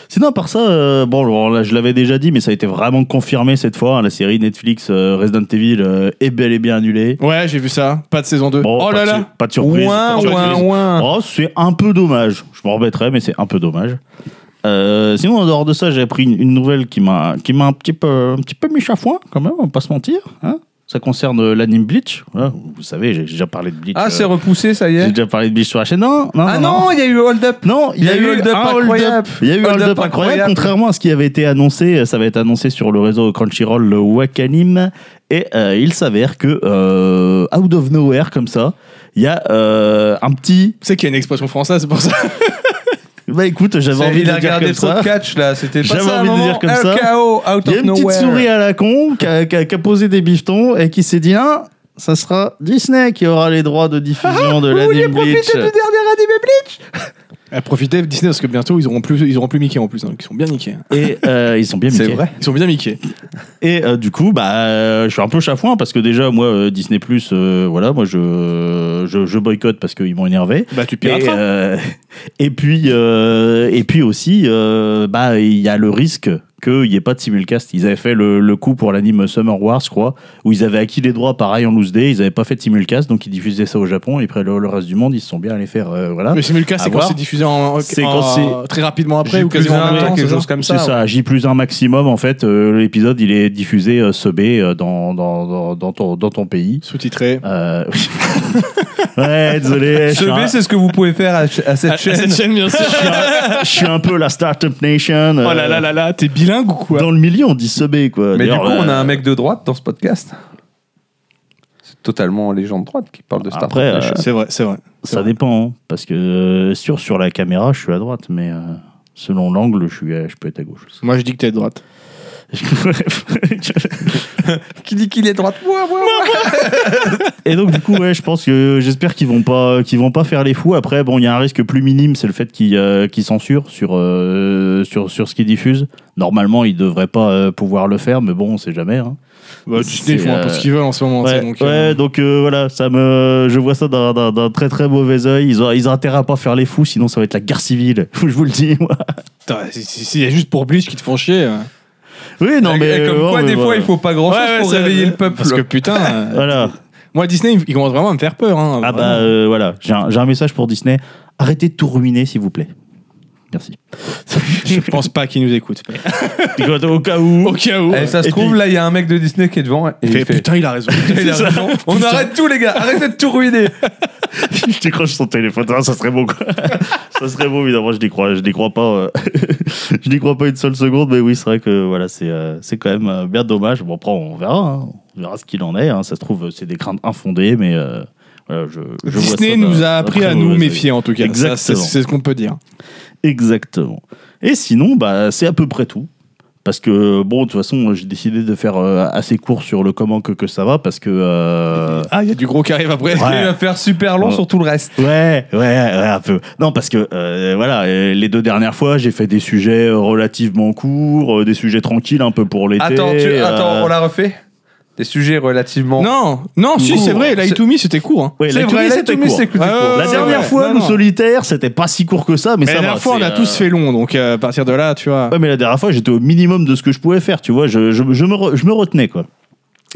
Speaker 3: Sinon, à part ça, euh, bon, alors là, je l'avais déjà dit, mais ça a été vraiment confirmé cette fois. hein, la série Netflix euh, Resident Evil euh, est bel et bien annulée.
Speaker 1: Ouais, j'ai vu ça. Pas de saison 2.
Speaker 3: Bon,
Speaker 1: oh
Speaker 3: pas
Speaker 1: là
Speaker 3: de su-
Speaker 1: là.
Speaker 3: Pas de surprise.
Speaker 2: Ouin,
Speaker 3: pas de
Speaker 2: ouin,
Speaker 3: surprise.
Speaker 2: ouin.
Speaker 3: Oh, c'est un peu dommage. Je m'en remettrai, mais c'est un peu dommage. Euh, sinon, en dehors de ça, j'ai appris une, une nouvelle qui m'a qui m'a un petit peu un petit peu mis chafouin quand même, on va pas se mentir. hein. ça concerne euh, l'anime Bleach. Voilà, vous savez, j'ai j'ai déjà parlé de Bleach.
Speaker 2: Ah,
Speaker 3: euh,
Speaker 2: c'est repoussé, ça y
Speaker 3: j'ai
Speaker 2: est.
Speaker 3: déjà parlé de Bleach sur la chaîne. Non, non,
Speaker 2: Ah non, il y a eu Hold Up.
Speaker 3: non, il y, a eu
Speaker 2: hold-up
Speaker 3: un hold-up.
Speaker 2: incroyable.
Speaker 3: Il y a eu un
Speaker 2: Hold-up
Speaker 3: hold-up incroyable,
Speaker 2: incroyable.
Speaker 3: contrairement à ce qui avait été annoncé. euh, Ça va être annoncé sur le réseau Crunchyroll, le Wakanim. Et euh, il s'avère que, euh, out of nowhere, comme ça, il y a euh, un petit.
Speaker 1: Tu sais qu'il y a une expression française, c'est pour ça.
Speaker 3: Bah écoute, j'avais envie
Speaker 2: Il
Speaker 3: de
Speaker 2: a
Speaker 3: le dire
Speaker 2: regardé
Speaker 3: comme
Speaker 2: trop
Speaker 3: ça.
Speaker 2: de catch là, c'était pas
Speaker 3: J'avais
Speaker 2: ça.
Speaker 3: envie de
Speaker 2: moment.
Speaker 3: dire comme ça.
Speaker 2: RKO, out
Speaker 3: Il y a
Speaker 2: of
Speaker 3: une petite
Speaker 2: nowhere.
Speaker 3: souris à la con qui a, qui a- qui a posé des bifetons et qui s'est dit ah, ça sera Disney qui aura les droits de diffusion de
Speaker 2: Ah, Vous vouliez
Speaker 3: l'anime Bleach.
Speaker 2: profiter du dernier anime Bleach
Speaker 1: Euh, Profitez de Disney parce que bientôt ils auront plus, ils auront plus Mickey en plus, hein, donc ils sont bien niqués. hein.
Speaker 3: Et euh, ils sont bien
Speaker 2: C'est
Speaker 3: miqués.
Speaker 2: vrai.
Speaker 1: Ils sont bien niqués.
Speaker 3: Et euh, du coup, bah, euh, je suis un peu chafouin parce que déjà, moi, euh, Disney Plus, voilà, moi, je, je, je boycotte parce qu'ils m'ont énervé.
Speaker 1: Bah tu
Speaker 3: Et,
Speaker 1: pirateras.
Speaker 3: euh, et puis, euh, et puis aussi, euh, bah, il y a le risque qu'il n'y ait pas de simulcast. Ils avaient fait le, le coup pour l'anime Summer Wars, je crois, où ils avaient acquis les droits pareil en loose day. Ils n'avaient pas fait de simulcast, donc ils diffusaient ça au Japon. Et après, le, le reste du monde, ils se sont bien allés faire. euh, voilà.
Speaker 1: Le simulcast,
Speaker 3: à
Speaker 1: c'est quand
Speaker 3: voir.
Speaker 1: Ah. bah. c'est diffusé en,
Speaker 3: C'est
Speaker 1: en-
Speaker 3: quand
Speaker 1: très rapidement après
Speaker 2: J'ai
Speaker 1: ou
Speaker 2: plus
Speaker 1: quasiment
Speaker 2: un,
Speaker 1: en même temps.
Speaker 2: quelque
Speaker 1: c'est ça
Speaker 2: chose comme ça.
Speaker 3: C'est ça, J plus un maximum en fait. euh, L'épisode il est diffusé euh, ce B euh, dans, dans, dans, dans ton, dans ton pays.
Speaker 1: Sous-titré.
Speaker 3: Euh, oui. ouais, désolé. Je
Speaker 2: Ce
Speaker 3: suis, un,
Speaker 2: B, c'est ce que vous pouvez faire à, à cette
Speaker 1: À- à
Speaker 2: chaîne.
Speaker 1: Ah, Cette chaîne, bien sûr.
Speaker 3: je suis un peu la Startup Nation. euh,
Speaker 1: Oh là là là là, t'es bilingue ou quoi
Speaker 3: Dans le milieu, on dit ce B quoi.
Speaker 2: Mais du
Speaker 3: D'ailleurs,
Speaker 2: coup, on a
Speaker 3: euh,
Speaker 2: un mec de droite dans ce podcast. C'est totalement les gens de droite qui parlent de Star
Speaker 3: Après,
Speaker 2: Trek.
Speaker 3: euh,
Speaker 1: C'est vrai, c'est vrai.
Speaker 3: ça dépend. hein, parce que euh, sur, sur la caméra, je suis à droite, mais euh, selon l'angle, je, suis à- je peux être à gauche.
Speaker 1: Moi je dis que t'es de droite.
Speaker 3: Bref.
Speaker 2: Qui dit qu'il est droite Moi, moi, moi.
Speaker 3: Et donc du coup, ouais, je pense que j'espère qu'ils vont pas qu'ils vont pas faire les fous. Après, bon, il y a un risque plus minime, c'est le fait qu'ils euh, qu'ils censurent sur euh, sur sur ce qu'ils diffusent. Normalement, ils devraient pas euh, pouvoir le faire, mais bon, on sait jamais. hein.
Speaker 1: Bah,
Speaker 3: C'est,
Speaker 1: Disney, ils font un peu
Speaker 3: euh,
Speaker 1: ce qu'ils veulent en ce moment. tu sais,
Speaker 3: Ouais,
Speaker 1: donc,
Speaker 3: ouais,
Speaker 1: euh,
Speaker 2: hein.
Speaker 3: donc euh, voilà, ça me, je vois ça d'un- d'un d'un très très mauvais œil. Ils ont, ils ont intérêt à pas faire les fous, sinon ça va être la guerre civile. Je vous le dis. moi.
Speaker 1: putain, c'est- c'est- c'est juste pour Bleach qui te font chier. euh.
Speaker 3: Oui, non
Speaker 2: Et-
Speaker 3: mais
Speaker 2: et comme
Speaker 3: euh,
Speaker 2: quoi,
Speaker 3: ouais, euh,
Speaker 2: des
Speaker 3: mais
Speaker 2: fois,
Speaker 3: voilà.
Speaker 2: il faut pas grand-chose
Speaker 1: Ouais, ouais,
Speaker 2: pour
Speaker 1: ça-
Speaker 2: réveiller le peuple.
Speaker 1: Parce que putain, euh,
Speaker 3: Voilà.
Speaker 1: moi Disney, ils commencent vraiment à me faire peur. hein,
Speaker 3: Ah
Speaker 1: vraiment.
Speaker 3: bah euh, voilà, j'ai un, j'ai un message pour Disney. Arrêtez de tout ruiner, s'il vous plaît. Merci.
Speaker 1: Je pense pas qu'ils nous écoutent.
Speaker 3: Au cas où.
Speaker 1: Au cas où.
Speaker 2: Eh, ça se
Speaker 3: Et
Speaker 2: trouve,
Speaker 3: puis-
Speaker 2: là, il y a un mec de Disney qui est devant et
Speaker 1: Il
Speaker 2: il
Speaker 1: fait,
Speaker 2: fait
Speaker 1: putain, il a raison.
Speaker 2: Il a raison. On arrête tout, les gars. Arrêtez de tout ruiner.
Speaker 3: je décroche son téléphone. Ah, ça serait bon, quoi. ça serait bon, évidemment. Je n'y crois, je n'y crois pas. euh, je n'y crois pas une seule seconde. Mais oui, c'est vrai que voilà, c'est, euh, c'est quand même euh, bien dommage. Bon, après, on verra. hein. On verra ce qu'il en est. hein. Ça se trouve, euh, c'est des craintes infondées, mais euh, voilà, je, je vois
Speaker 1: Disney
Speaker 3: ça
Speaker 1: nous
Speaker 3: d'un-
Speaker 1: a
Speaker 3: d'un
Speaker 1: appris
Speaker 3: très
Speaker 1: à nous
Speaker 3: mauvais œil.
Speaker 1: méfier en tout cas. Ça, C'est
Speaker 3: Exactement.
Speaker 1: c'est ce qu'on peut dire.
Speaker 3: Exactement. Et sinon, bah, c'est à peu près tout. Parce que, bon, de toute façon, j'ai décidé de faire euh, assez court sur le comment que, que ça va. Parce que. euh,
Speaker 1: Ah, il y a du gros qui arrive après.
Speaker 3: Ouais.
Speaker 2: Il va faire super long
Speaker 3: Ouais.
Speaker 2: sur tout le reste.
Speaker 3: Ouais, ouais, ouais, un peu. Non, parce que euh, voilà, euh, les deux dernières fois, j'ai fait des sujets euh, relativement courts, euh, des sujets tranquilles un peu pour l'été.
Speaker 2: Attends, tu-
Speaker 3: euh,
Speaker 2: attends, on la refait Des sujets relativement.
Speaker 1: Non, non, si,
Speaker 2: Court.
Speaker 1: c'est vrai. Light to Me, c'était court. hein.
Speaker 3: Ouais,
Speaker 2: c'est
Speaker 3: la
Speaker 2: vrai,
Speaker 3: tenue,
Speaker 2: la
Speaker 3: c'était
Speaker 2: tenue,
Speaker 3: court. Ah,
Speaker 2: c'est court.
Speaker 1: Ouais, ouais,
Speaker 3: La
Speaker 1: ouais,
Speaker 3: dernière
Speaker 1: ouais.
Speaker 3: fois,
Speaker 1: Non,
Speaker 3: nous
Speaker 1: non.
Speaker 3: solitaires, c'était pas si court que ça, mais,
Speaker 1: Mais
Speaker 3: ça
Speaker 1: la dernière
Speaker 3: va,
Speaker 1: fois, on
Speaker 3: c'est,
Speaker 1: a
Speaker 3: euh,
Speaker 1: tous fait long. Donc euh, à partir de là, tu vois.
Speaker 3: Ouais, mais la dernière fois, j'étais au minimum de ce que je pouvais faire, tu vois. Je, je, je me, re- je me retenais, quoi.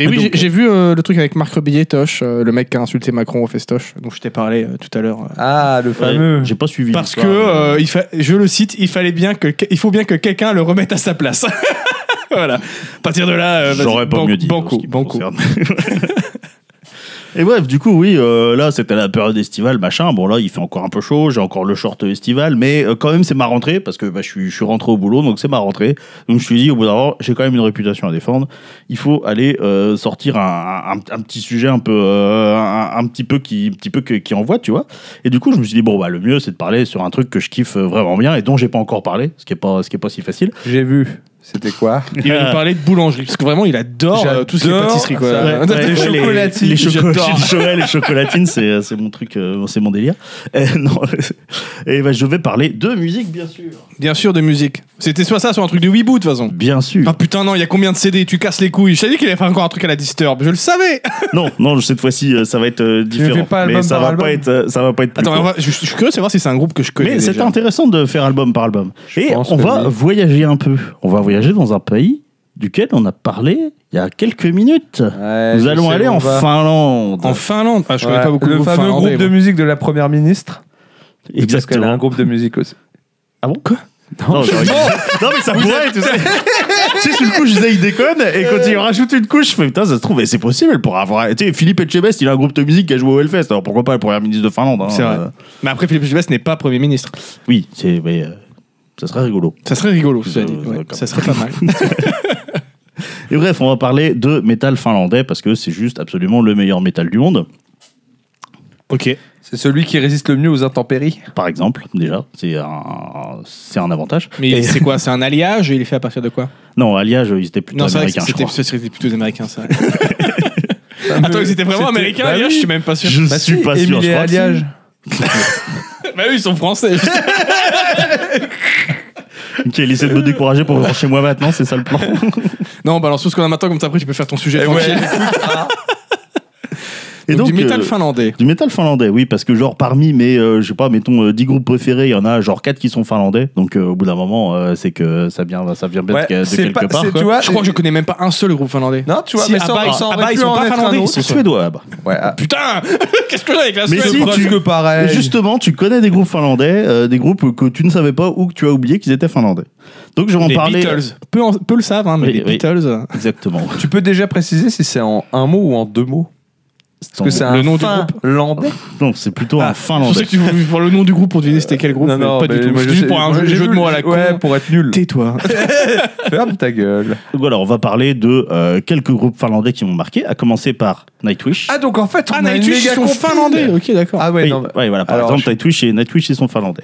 Speaker 1: Et oui,
Speaker 3: Donc,
Speaker 1: j'ai- j'ai vu euh, le truc avec Marc Rebillet, Toche, euh, le mec qui a insulté Macron au festoche, dont je t'ai parlé euh, tout à l'heure. euh.
Speaker 2: Ah, le fameux.
Speaker 3: J'ai pas suivi.
Speaker 1: Parce que,
Speaker 3: l'histoire, mais-
Speaker 1: euh, il fa- je le cite, il fallait bien que, que- il faut bien que quelqu'un le remette à sa place. voilà. À partir de là, euh, vas-y,
Speaker 3: J'aurais pas
Speaker 1: ban-
Speaker 3: mieux dit. en
Speaker 1: Banco,
Speaker 3: ce qui me
Speaker 1: banco.
Speaker 3: concerne. Et bref, du coup, oui, euh, là, c'était la période estivale, machin. Bon, là, il fait encore un peu chaud, j'ai encore le short estival, mais euh, quand même, c'est ma rentrée, parce que bah, je, suis, je suis rentré au boulot, donc c'est ma rentrée. Donc, je me suis dit, au bout d'un moment, j'ai quand même une réputation à défendre. Il faut aller euh, sortir un, un- un petit sujet un peu, euh, un, un petit peu, qui, un petit peu que- qui envoie, tu vois. Et du coup, je me suis dit, bon, bah, le mieux, c'est de parler sur un truc que je kiffe euh, vraiment bien et dont j'ai pas encore parlé, ce qui est pas, ce qui est pas si facile.
Speaker 2: J'ai vu. C'était quoi
Speaker 1: Il va nous parler de boulangerie, parce que vraiment, il adore euh, tout ce qui est
Speaker 2: J'adore
Speaker 1: pâtisserie. Quoi.
Speaker 2: ça.
Speaker 3: Ouais, ouais,
Speaker 2: les
Speaker 3: ouais,
Speaker 2: chocolatines,
Speaker 3: Les, choco-
Speaker 2: j'adore.
Speaker 3: les chocolats, les chocolatines, c'est, c'est mon truc, euh, c'est mon délire. Euh, non. Et ben, je vais parler de musique, bien sûr.
Speaker 1: Bien sûr, de musique. C'était soit ça, soit un truc de Weeboo, de toute façon.
Speaker 3: Bien sûr.
Speaker 1: Ah putain, non, il y a combien de CD Tu casses les couilles. Je t'ai dit qu'il allait faire encore un truc à la Disturb, je le savais.
Speaker 2: Ah.
Speaker 3: Non, non, cette fois-ci, euh, ça va être euh,
Speaker 2: fais
Speaker 3: différent.
Speaker 2: pas album
Speaker 3: mais ça
Speaker 2: par
Speaker 3: va
Speaker 2: album
Speaker 3: pas être, euh, ça va pas être. plus
Speaker 1: Attends, mais on
Speaker 3: court.
Speaker 1: va- je, je suis curieux de savoir si c'est un groupe que je connais.
Speaker 3: Mais c'était
Speaker 1: déjà.
Speaker 3: intéressant de faire album par album. Et
Speaker 2: pense
Speaker 3: on
Speaker 2: que
Speaker 3: va
Speaker 2: oui.
Speaker 3: voyager un peu. On va voyager dans un pays duquel on a parlé il y a quelques minutes.
Speaker 2: Ouais,
Speaker 3: Nous
Speaker 2: je
Speaker 3: allons
Speaker 2: sais,
Speaker 3: aller
Speaker 2: on
Speaker 3: en
Speaker 2: va.
Speaker 3: Finlande.
Speaker 1: En Finlande Ah, je
Speaker 2: Ouais,
Speaker 1: connais pas beaucoup de
Speaker 2: le
Speaker 1: groupes
Speaker 2: fameux
Speaker 1: finlandais,
Speaker 2: groupe de
Speaker 1: moi.
Speaker 2: musique de la première ministre. Parce qu'elle a un
Speaker 3: Exactement.
Speaker 2: groupe de musique aussi.
Speaker 3: Ah bon quoi Non, je- non, mais ça pourrait, tu sais. tu sais, sur le coup, je disais, il déconne, et quand il rajoute une couche, je fais, putain, ça se trouve, et c'est possible, elle pourra avoir. Tu sais, Philippe Etchebest, il a un groupe de musique qui a joué au Hellfest, alors pourquoi pas le premier ministre de Finlande hein,
Speaker 1: C'est vrai.
Speaker 3: euh,
Speaker 1: Mais après, Philippe Gilbert n'est pas Premier ministre.
Speaker 3: Oui, c'est. mais, euh, ça serait rigolo.
Speaker 1: Ça serait rigolo, cela dit.
Speaker 3: Euh,
Speaker 1: Ouais,
Speaker 3: d'accord.
Speaker 1: ça serait pas mal.
Speaker 3: Et bref, on va parler de métal finlandais parce que c'est juste absolument le meilleur métal du monde.
Speaker 1: ok.
Speaker 2: C'est celui qui résiste le mieux aux intempéries.
Speaker 3: Par exemple, déjà, c'est un, c'est un avantage.
Speaker 1: Mais
Speaker 3: Et-
Speaker 1: c'est quoi C'est un alliage Il est fait à partir de quoi
Speaker 3: non, Alliage, ils étaient plutôt
Speaker 1: Non, c'est vrai que
Speaker 3: américains, je
Speaker 1: c'était
Speaker 3: crois.
Speaker 1: ce serait plutôt américain, ça. Attends, c'était vraiment américain,
Speaker 2: bah
Speaker 1: alliage
Speaker 2: oui.
Speaker 1: Je suis même pas sûr.
Speaker 3: Je suis pas
Speaker 2: Émile
Speaker 3: sûr. je
Speaker 2: et
Speaker 3: crois que c'est-
Speaker 2: Alliage.
Speaker 1: bah oui, ils sont français.
Speaker 3: Ok, il essaie de me décourager pour venir chez moi maintenant, c'est ça le plan.
Speaker 1: non, bah, on balance tout ce qu'on a maintenant, comme ça après tu peux faire ton sujet
Speaker 2: Eh
Speaker 1: tranquille.
Speaker 2: ouais.
Speaker 3: Et
Speaker 1: donc, du métal
Speaker 3: euh,
Speaker 1: finlandais.
Speaker 3: Du métal finlandais, oui, parce que genre parmi mes, euh, je sais pas, mettons euh, 10 groupes préférés, il y en a genre 4 qui sont finlandais. Donc euh, au bout d'un moment, euh, c'est que ça vient, ça vient bête
Speaker 2: Ouais,
Speaker 3: de
Speaker 2: c'est
Speaker 3: quelque
Speaker 2: pas-
Speaker 3: part.
Speaker 2: c'est-
Speaker 3: quoi.
Speaker 2: tu vois,
Speaker 1: Je crois que je connais même pas un seul groupe finlandais.
Speaker 2: Non, tu vois,
Speaker 1: Si, ah
Speaker 2: mais ça,
Speaker 1: Abba,
Speaker 2: aurait- ça
Speaker 1: Abba,
Speaker 2: aurait
Speaker 1: bah, ils
Speaker 2: pu
Speaker 1: sont
Speaker 2: en
Speaker 1: pas
Speaker 2: être
Speaker 1: finlandais,
Speaker 2: un
Speaker 1: ils
Speaker 2: autre.
Speaker 3: C'est suédois là-bas.
Speaker 2: Ouais, ah,
Speaker 1: Putain Qu'est-ce que j'ai avec la
Speaker 3: Mais
Speaker 1: Suède
Speaker 3: si,
Speaker 1: moi
Speaker 3: tu-
Speaker 2: presque pareil.
Speaker 3: Et justement, tu connais des groupes finlandais, euh, des groupes que tu ne savais pas ou que tu as oublié qu'ils étaient finlandais. Donc je vais en
Speaker 1: Les
Speaker 3: parler.
Speaker 1: Beatles. Peu, en- peu le savent, hein, mais
Speaker 3: Oui,
Speaker 1: les
Speaker 3: oui.
Speaker 1: Beatles. euh,
Speaker 3: Exactement.
Speaker 2: Tu peux déjà préciser si c'est en un mot ou en deux mots Parce que c'est
Speaker 1: Le
Speaker 2: un Ah.
Speaker 1: nom du
Speaker 2: finlandais.
Speaker 3: Non, c'est plutôt un
Speaker 1: Je
Speaker 3: finlandais.
Speaker 1: pensais que tu voulais voir le nom du groupe pour deviner c'était quel groupe. mais pas
Speaker 2: mais
Speaker 1: du tout.
Speaker 2: moi,
Speaker 1: C'est
Speaker 2: je
Speaker 1: juste
Speaker 2: sais-
Speaker 1: pour un
Speaker 2: moi,
Speaker 1: jeu,
Speaker 2: j'ai
Speaker 1: jeu de
Speaker 2: vu-
Speaker 1: mots à la con.
Speaker 2: Ouais, pour être nul.
Speaker 1: Tais-toi.
Speaker 2: Ferme ta gueule.
Speaker 3: Donc voilà, on va parler de euh, quelques groupes finlandais qui m'ont marqué, à commencer par Nightwish.
Speaker 2: Ah, donc en fait, on
Speaker 1: Ah,
Speaker 2: a une
Speaker 1: Nightwish,
Speaker 2: méga
Speaker 1: ils sont
Speaker 2: compile.
Speaker 1: finlandais. Ok, d'accord.
Speaker 2: Ah, ouais,
Speaker 3: Oui,
Speaker 2: non. mais-
Speaker 3: ouais, voilà, par
Speaker 2: Alors,
Speaker 3: exemple,
Speaker 2: je-
Speaker 3: Nightwish et Nightwish, ils sont finlandais.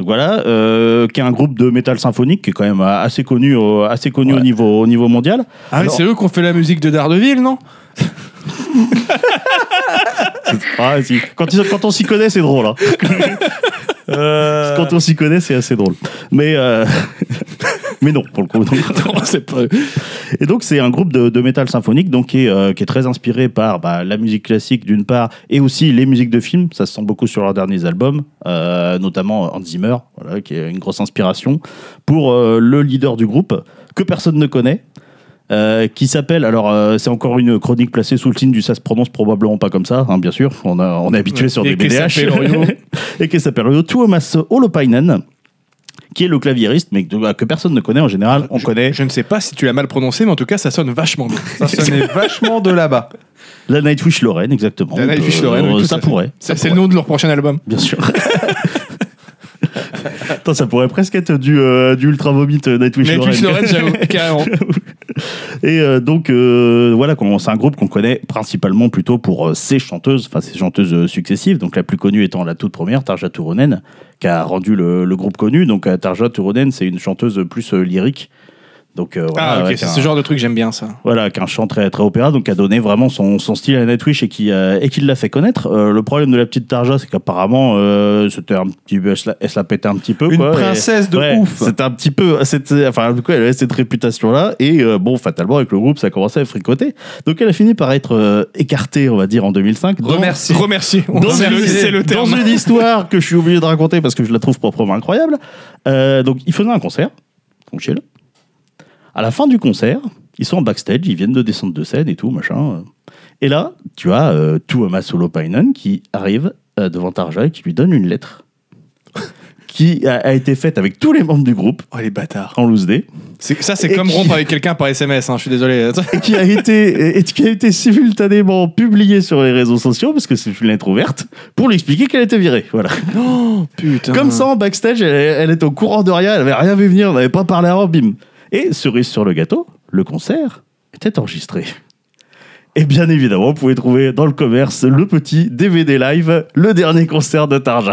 Speaker 3: Donc voilà, euh, qui est un groupe de métal symphonique qui est quand même euh, assez connu, au, assez connu au, niveau, au niveau mondial.
Speaker 1: Ah ouais,
Speaker 3: Alors-
Speaker 1: c'est eux qui ont fait la musique de Daredevil, non
Speaker 3: Ah, si. quand, ils- quand on s'y connaît, c'est drôle. hein.
Speaker 1: Euh,
Speaker 3: Quand on s'y connaît, c'est assez drôle. Mais, euh, mais non, pour le coup. non. Et donc, c'est un groupe de, de métal symphonique donc, qui, est, euh, qui est très inspiré par bah, la musique classique, d'une part, et aussi les musiques de films. Ça se sent beaucoup sur leurs derniers albums, euh, notamment Hans Zimmer, voilà, qui est une grosse inspiration, pour euh, le leader du groupe, que personne ne connaît. euh, qui s'appelle, alors euh, c'est encore une chronique placée sous le signe du ça se prononce probablement pas comme ça, hein, bien sûr, on, a- on est habitué sur
Speaker 1: Et
Speaker 3: des
Speaker 1: que ça
Speaker 3: BDH
Speaker 1: fait l'Orion.
Speaker 3: et qui s'appelle Tuomas Holopainen, qui est le claviériste, mais que, que personne ne connaît en général. On connaît
Speaker 1: Je ne sais pas si tu l'as mal prononcé, mais en tout cas, ça sonne vachement bien.
Speaker 2: Ça sonnait vachement de là-bas.
Speaker 3: la Nightwish Lorraine, exactement.
Speaker 1: La Nightwish
Speaker 3: Euh,
Speaker 1: Lorraine, oui, tout
Speaker 3: ça
Speaker 1: à fait.
Speaker 3: pourrait.
Speaker 1: Ça, C'est le nom de leur prochain album.
Speaker 3: Bien sûr. Attends, ça pourrait presque être du, euh, du Ultra Vomit euh, Nightwish,
Speaker 1: Nightwish
Speaker 3: Lorraine.
Speaker 1: Lorraine, j'avoue, carrément.
Speaker 3: Et euh, donc, euh, voilà, qu'on- c'est un groupe qu'on connaît principalement plutôt pour euh, ses chanteuses, enfin ses chanteuses euh, successives. Donc, la plus connue étant la toute première, Tarja Turunen, qui a rendu le, le groupe connu. Donc, euh, Tarja Turunen, c'est une chanteuse plus euh, lyrique. Donc, euh, voilà,
Speaker 1: Ah, ok,
Speaker 3: avec
Speaker 1: c'est
Speaker 3: un-
Speaker 1: ce genre de truc, j'aime bien ça.
Speaker 3: voilà, qu'un chant très, très opéra, donc qui a donné vraiment son, son style à Nightwish et qui, euh, et qui l'a fait connaître. Euh, le problème de la petite Tarja, c'est qu'apparemment, euh, c'était un petit, elle, se la, elle se la pétait un petit peu.
Speaker 2: Une
Speaker 3: quoi, et-
Speaker 2: princesse de
Speaker 3: Ouais,
Speaker 2: ouf.
Speaker 3: C'était un petit peu, c'était, enfin, du coup, elle avait cette réputation-là, et euh, bon, fatalement, avec le groupe, ça commençait à fricoter. Donc, elle a fini par être euh, écartée, on va dire, en 2005. dans-
Speaker 2: Remercie.
Speaker 1: Remercie.
Speaker 3: dans,
Speaker 1: C'est le-
Speaker 3: une-
Speaker 1: c'est le
Speaker 3: dans
Speaker 1: terme.
Speaker 3: une histoire que je suis obligé de raconter parce que je la trouve proprement incroyable. Euh, donc, ils faisaient un concert, tranquille. À la fin du concert, ils sont en backstage, ils viennent de descendre de scène et tout, machin. Et là, tu as euh, Tuomas Holopainen qui arrive euh, devant Tarja et qui lui donne une lettre qui a, a été faite avec tous les membres du groupe
Speaker 1: Oh, les bâtards.
Speaker 3: en loose day
Speaker 1: C'est- Ça, c'est
Speaker 3: Et
Speaker 1: comme
Speaker 3: qui-
Speaker 1: rompre avec quelqu'un par SMS, hein, je suis désolé.
Speaker 3: et qui a été et qui a été simultanément publiée sur les réseaux sociaux parce que c'est une lettre ouverte pour lui expliquer qu'elle était virée. Voilà.
Speaker 1: Oh, putain.
Speaker 3: Comme ça, en backstage, elle, elle était au courant de rien, elle avait rien vu venir, on n'avait pas parlé avant, bim. Et cerise sur le gâteau, le concert était enregistré. Et bien évidemment, vous pouvez trouver dans le commerce le petit DVD live, le dernier concert de Tarja.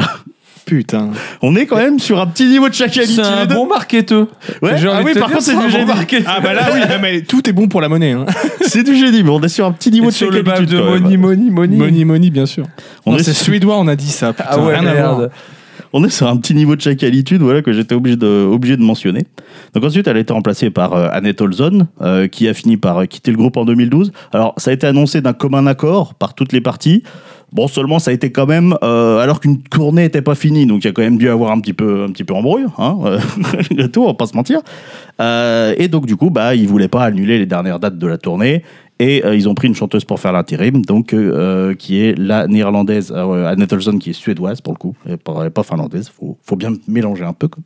Speaker 1: Putain.
Speaker 3: On est quand même sur un petit niveau de chakalitude.
Speaker 2: C'est un bon marketeur.
Speaker 3: Ouais.
Speaker 2: J'ai
Speaker 3: Ah
Speaker 2: envie
Speaker 3: oui,
Speaker 2: de te
Speaker 3: par
Speaker 2: dire,
Speaker 3: contre, c'est
Speaker 2: un
Speaker 3: du
Speaker 2: bon
Speaker 3: génie.
Speaker 2: marketeur.
Speaker 1: Ah, bah là, oui, non, mais tout est bon pour la monnaie. Hein.
Speaker 3: C'est du génie, mais on est sur un petit niveau
Speaker 2: Et
Speaker 3: de
Speaker 2: sur le bac
Speaker 3: chakalitude.
Speaker 2: de
Speaker 3: quand même.
Speaker 2: Money, Money, Money.
Speaker 1: Money, money, bien sûr.
Speaker 3: On
Speaker 1: Non,
Speaker 3: est
Speaker 1: C'est
Speaker 3: sur-
Speaker 1: suédois, on a dit ça. Putain,
Speaker 2: Ah ouais,
Speaker 1: rien à voir.
Speaker 2: merde.
Speaker 3: On est sur un petit niveau de chacalitude voilà, que j'étais obligé de, obligé de mentionner. Donc ensuite, elle a été remplacée par euh, Annette Olson, euh, qui a fini par euh, quitter le groupe en 2012. Alors, ça a été annoncé d'un commun accord par toutes les parties. Bon, seulement, ça a été quand même, euh, alors qu'une tournée n'était pas finie, donc il y a quand même dû avoir un petit peu, un petit peu embrouille, hein, euh, malgré tout, on va pas se mentir. Euh, et donc, du coup, bah, ils voulaient pas annuler les dernières dates de la tournée. Et euh, ils ont pris une chanteuse pour faire l'intérim, donc euh, qui est la néerlandaise euh, Annette Olson, qui est suédoise pour le coup, elle est pas, elle est pas finlandaise, faut, faut bien mélanger un peu. quoi.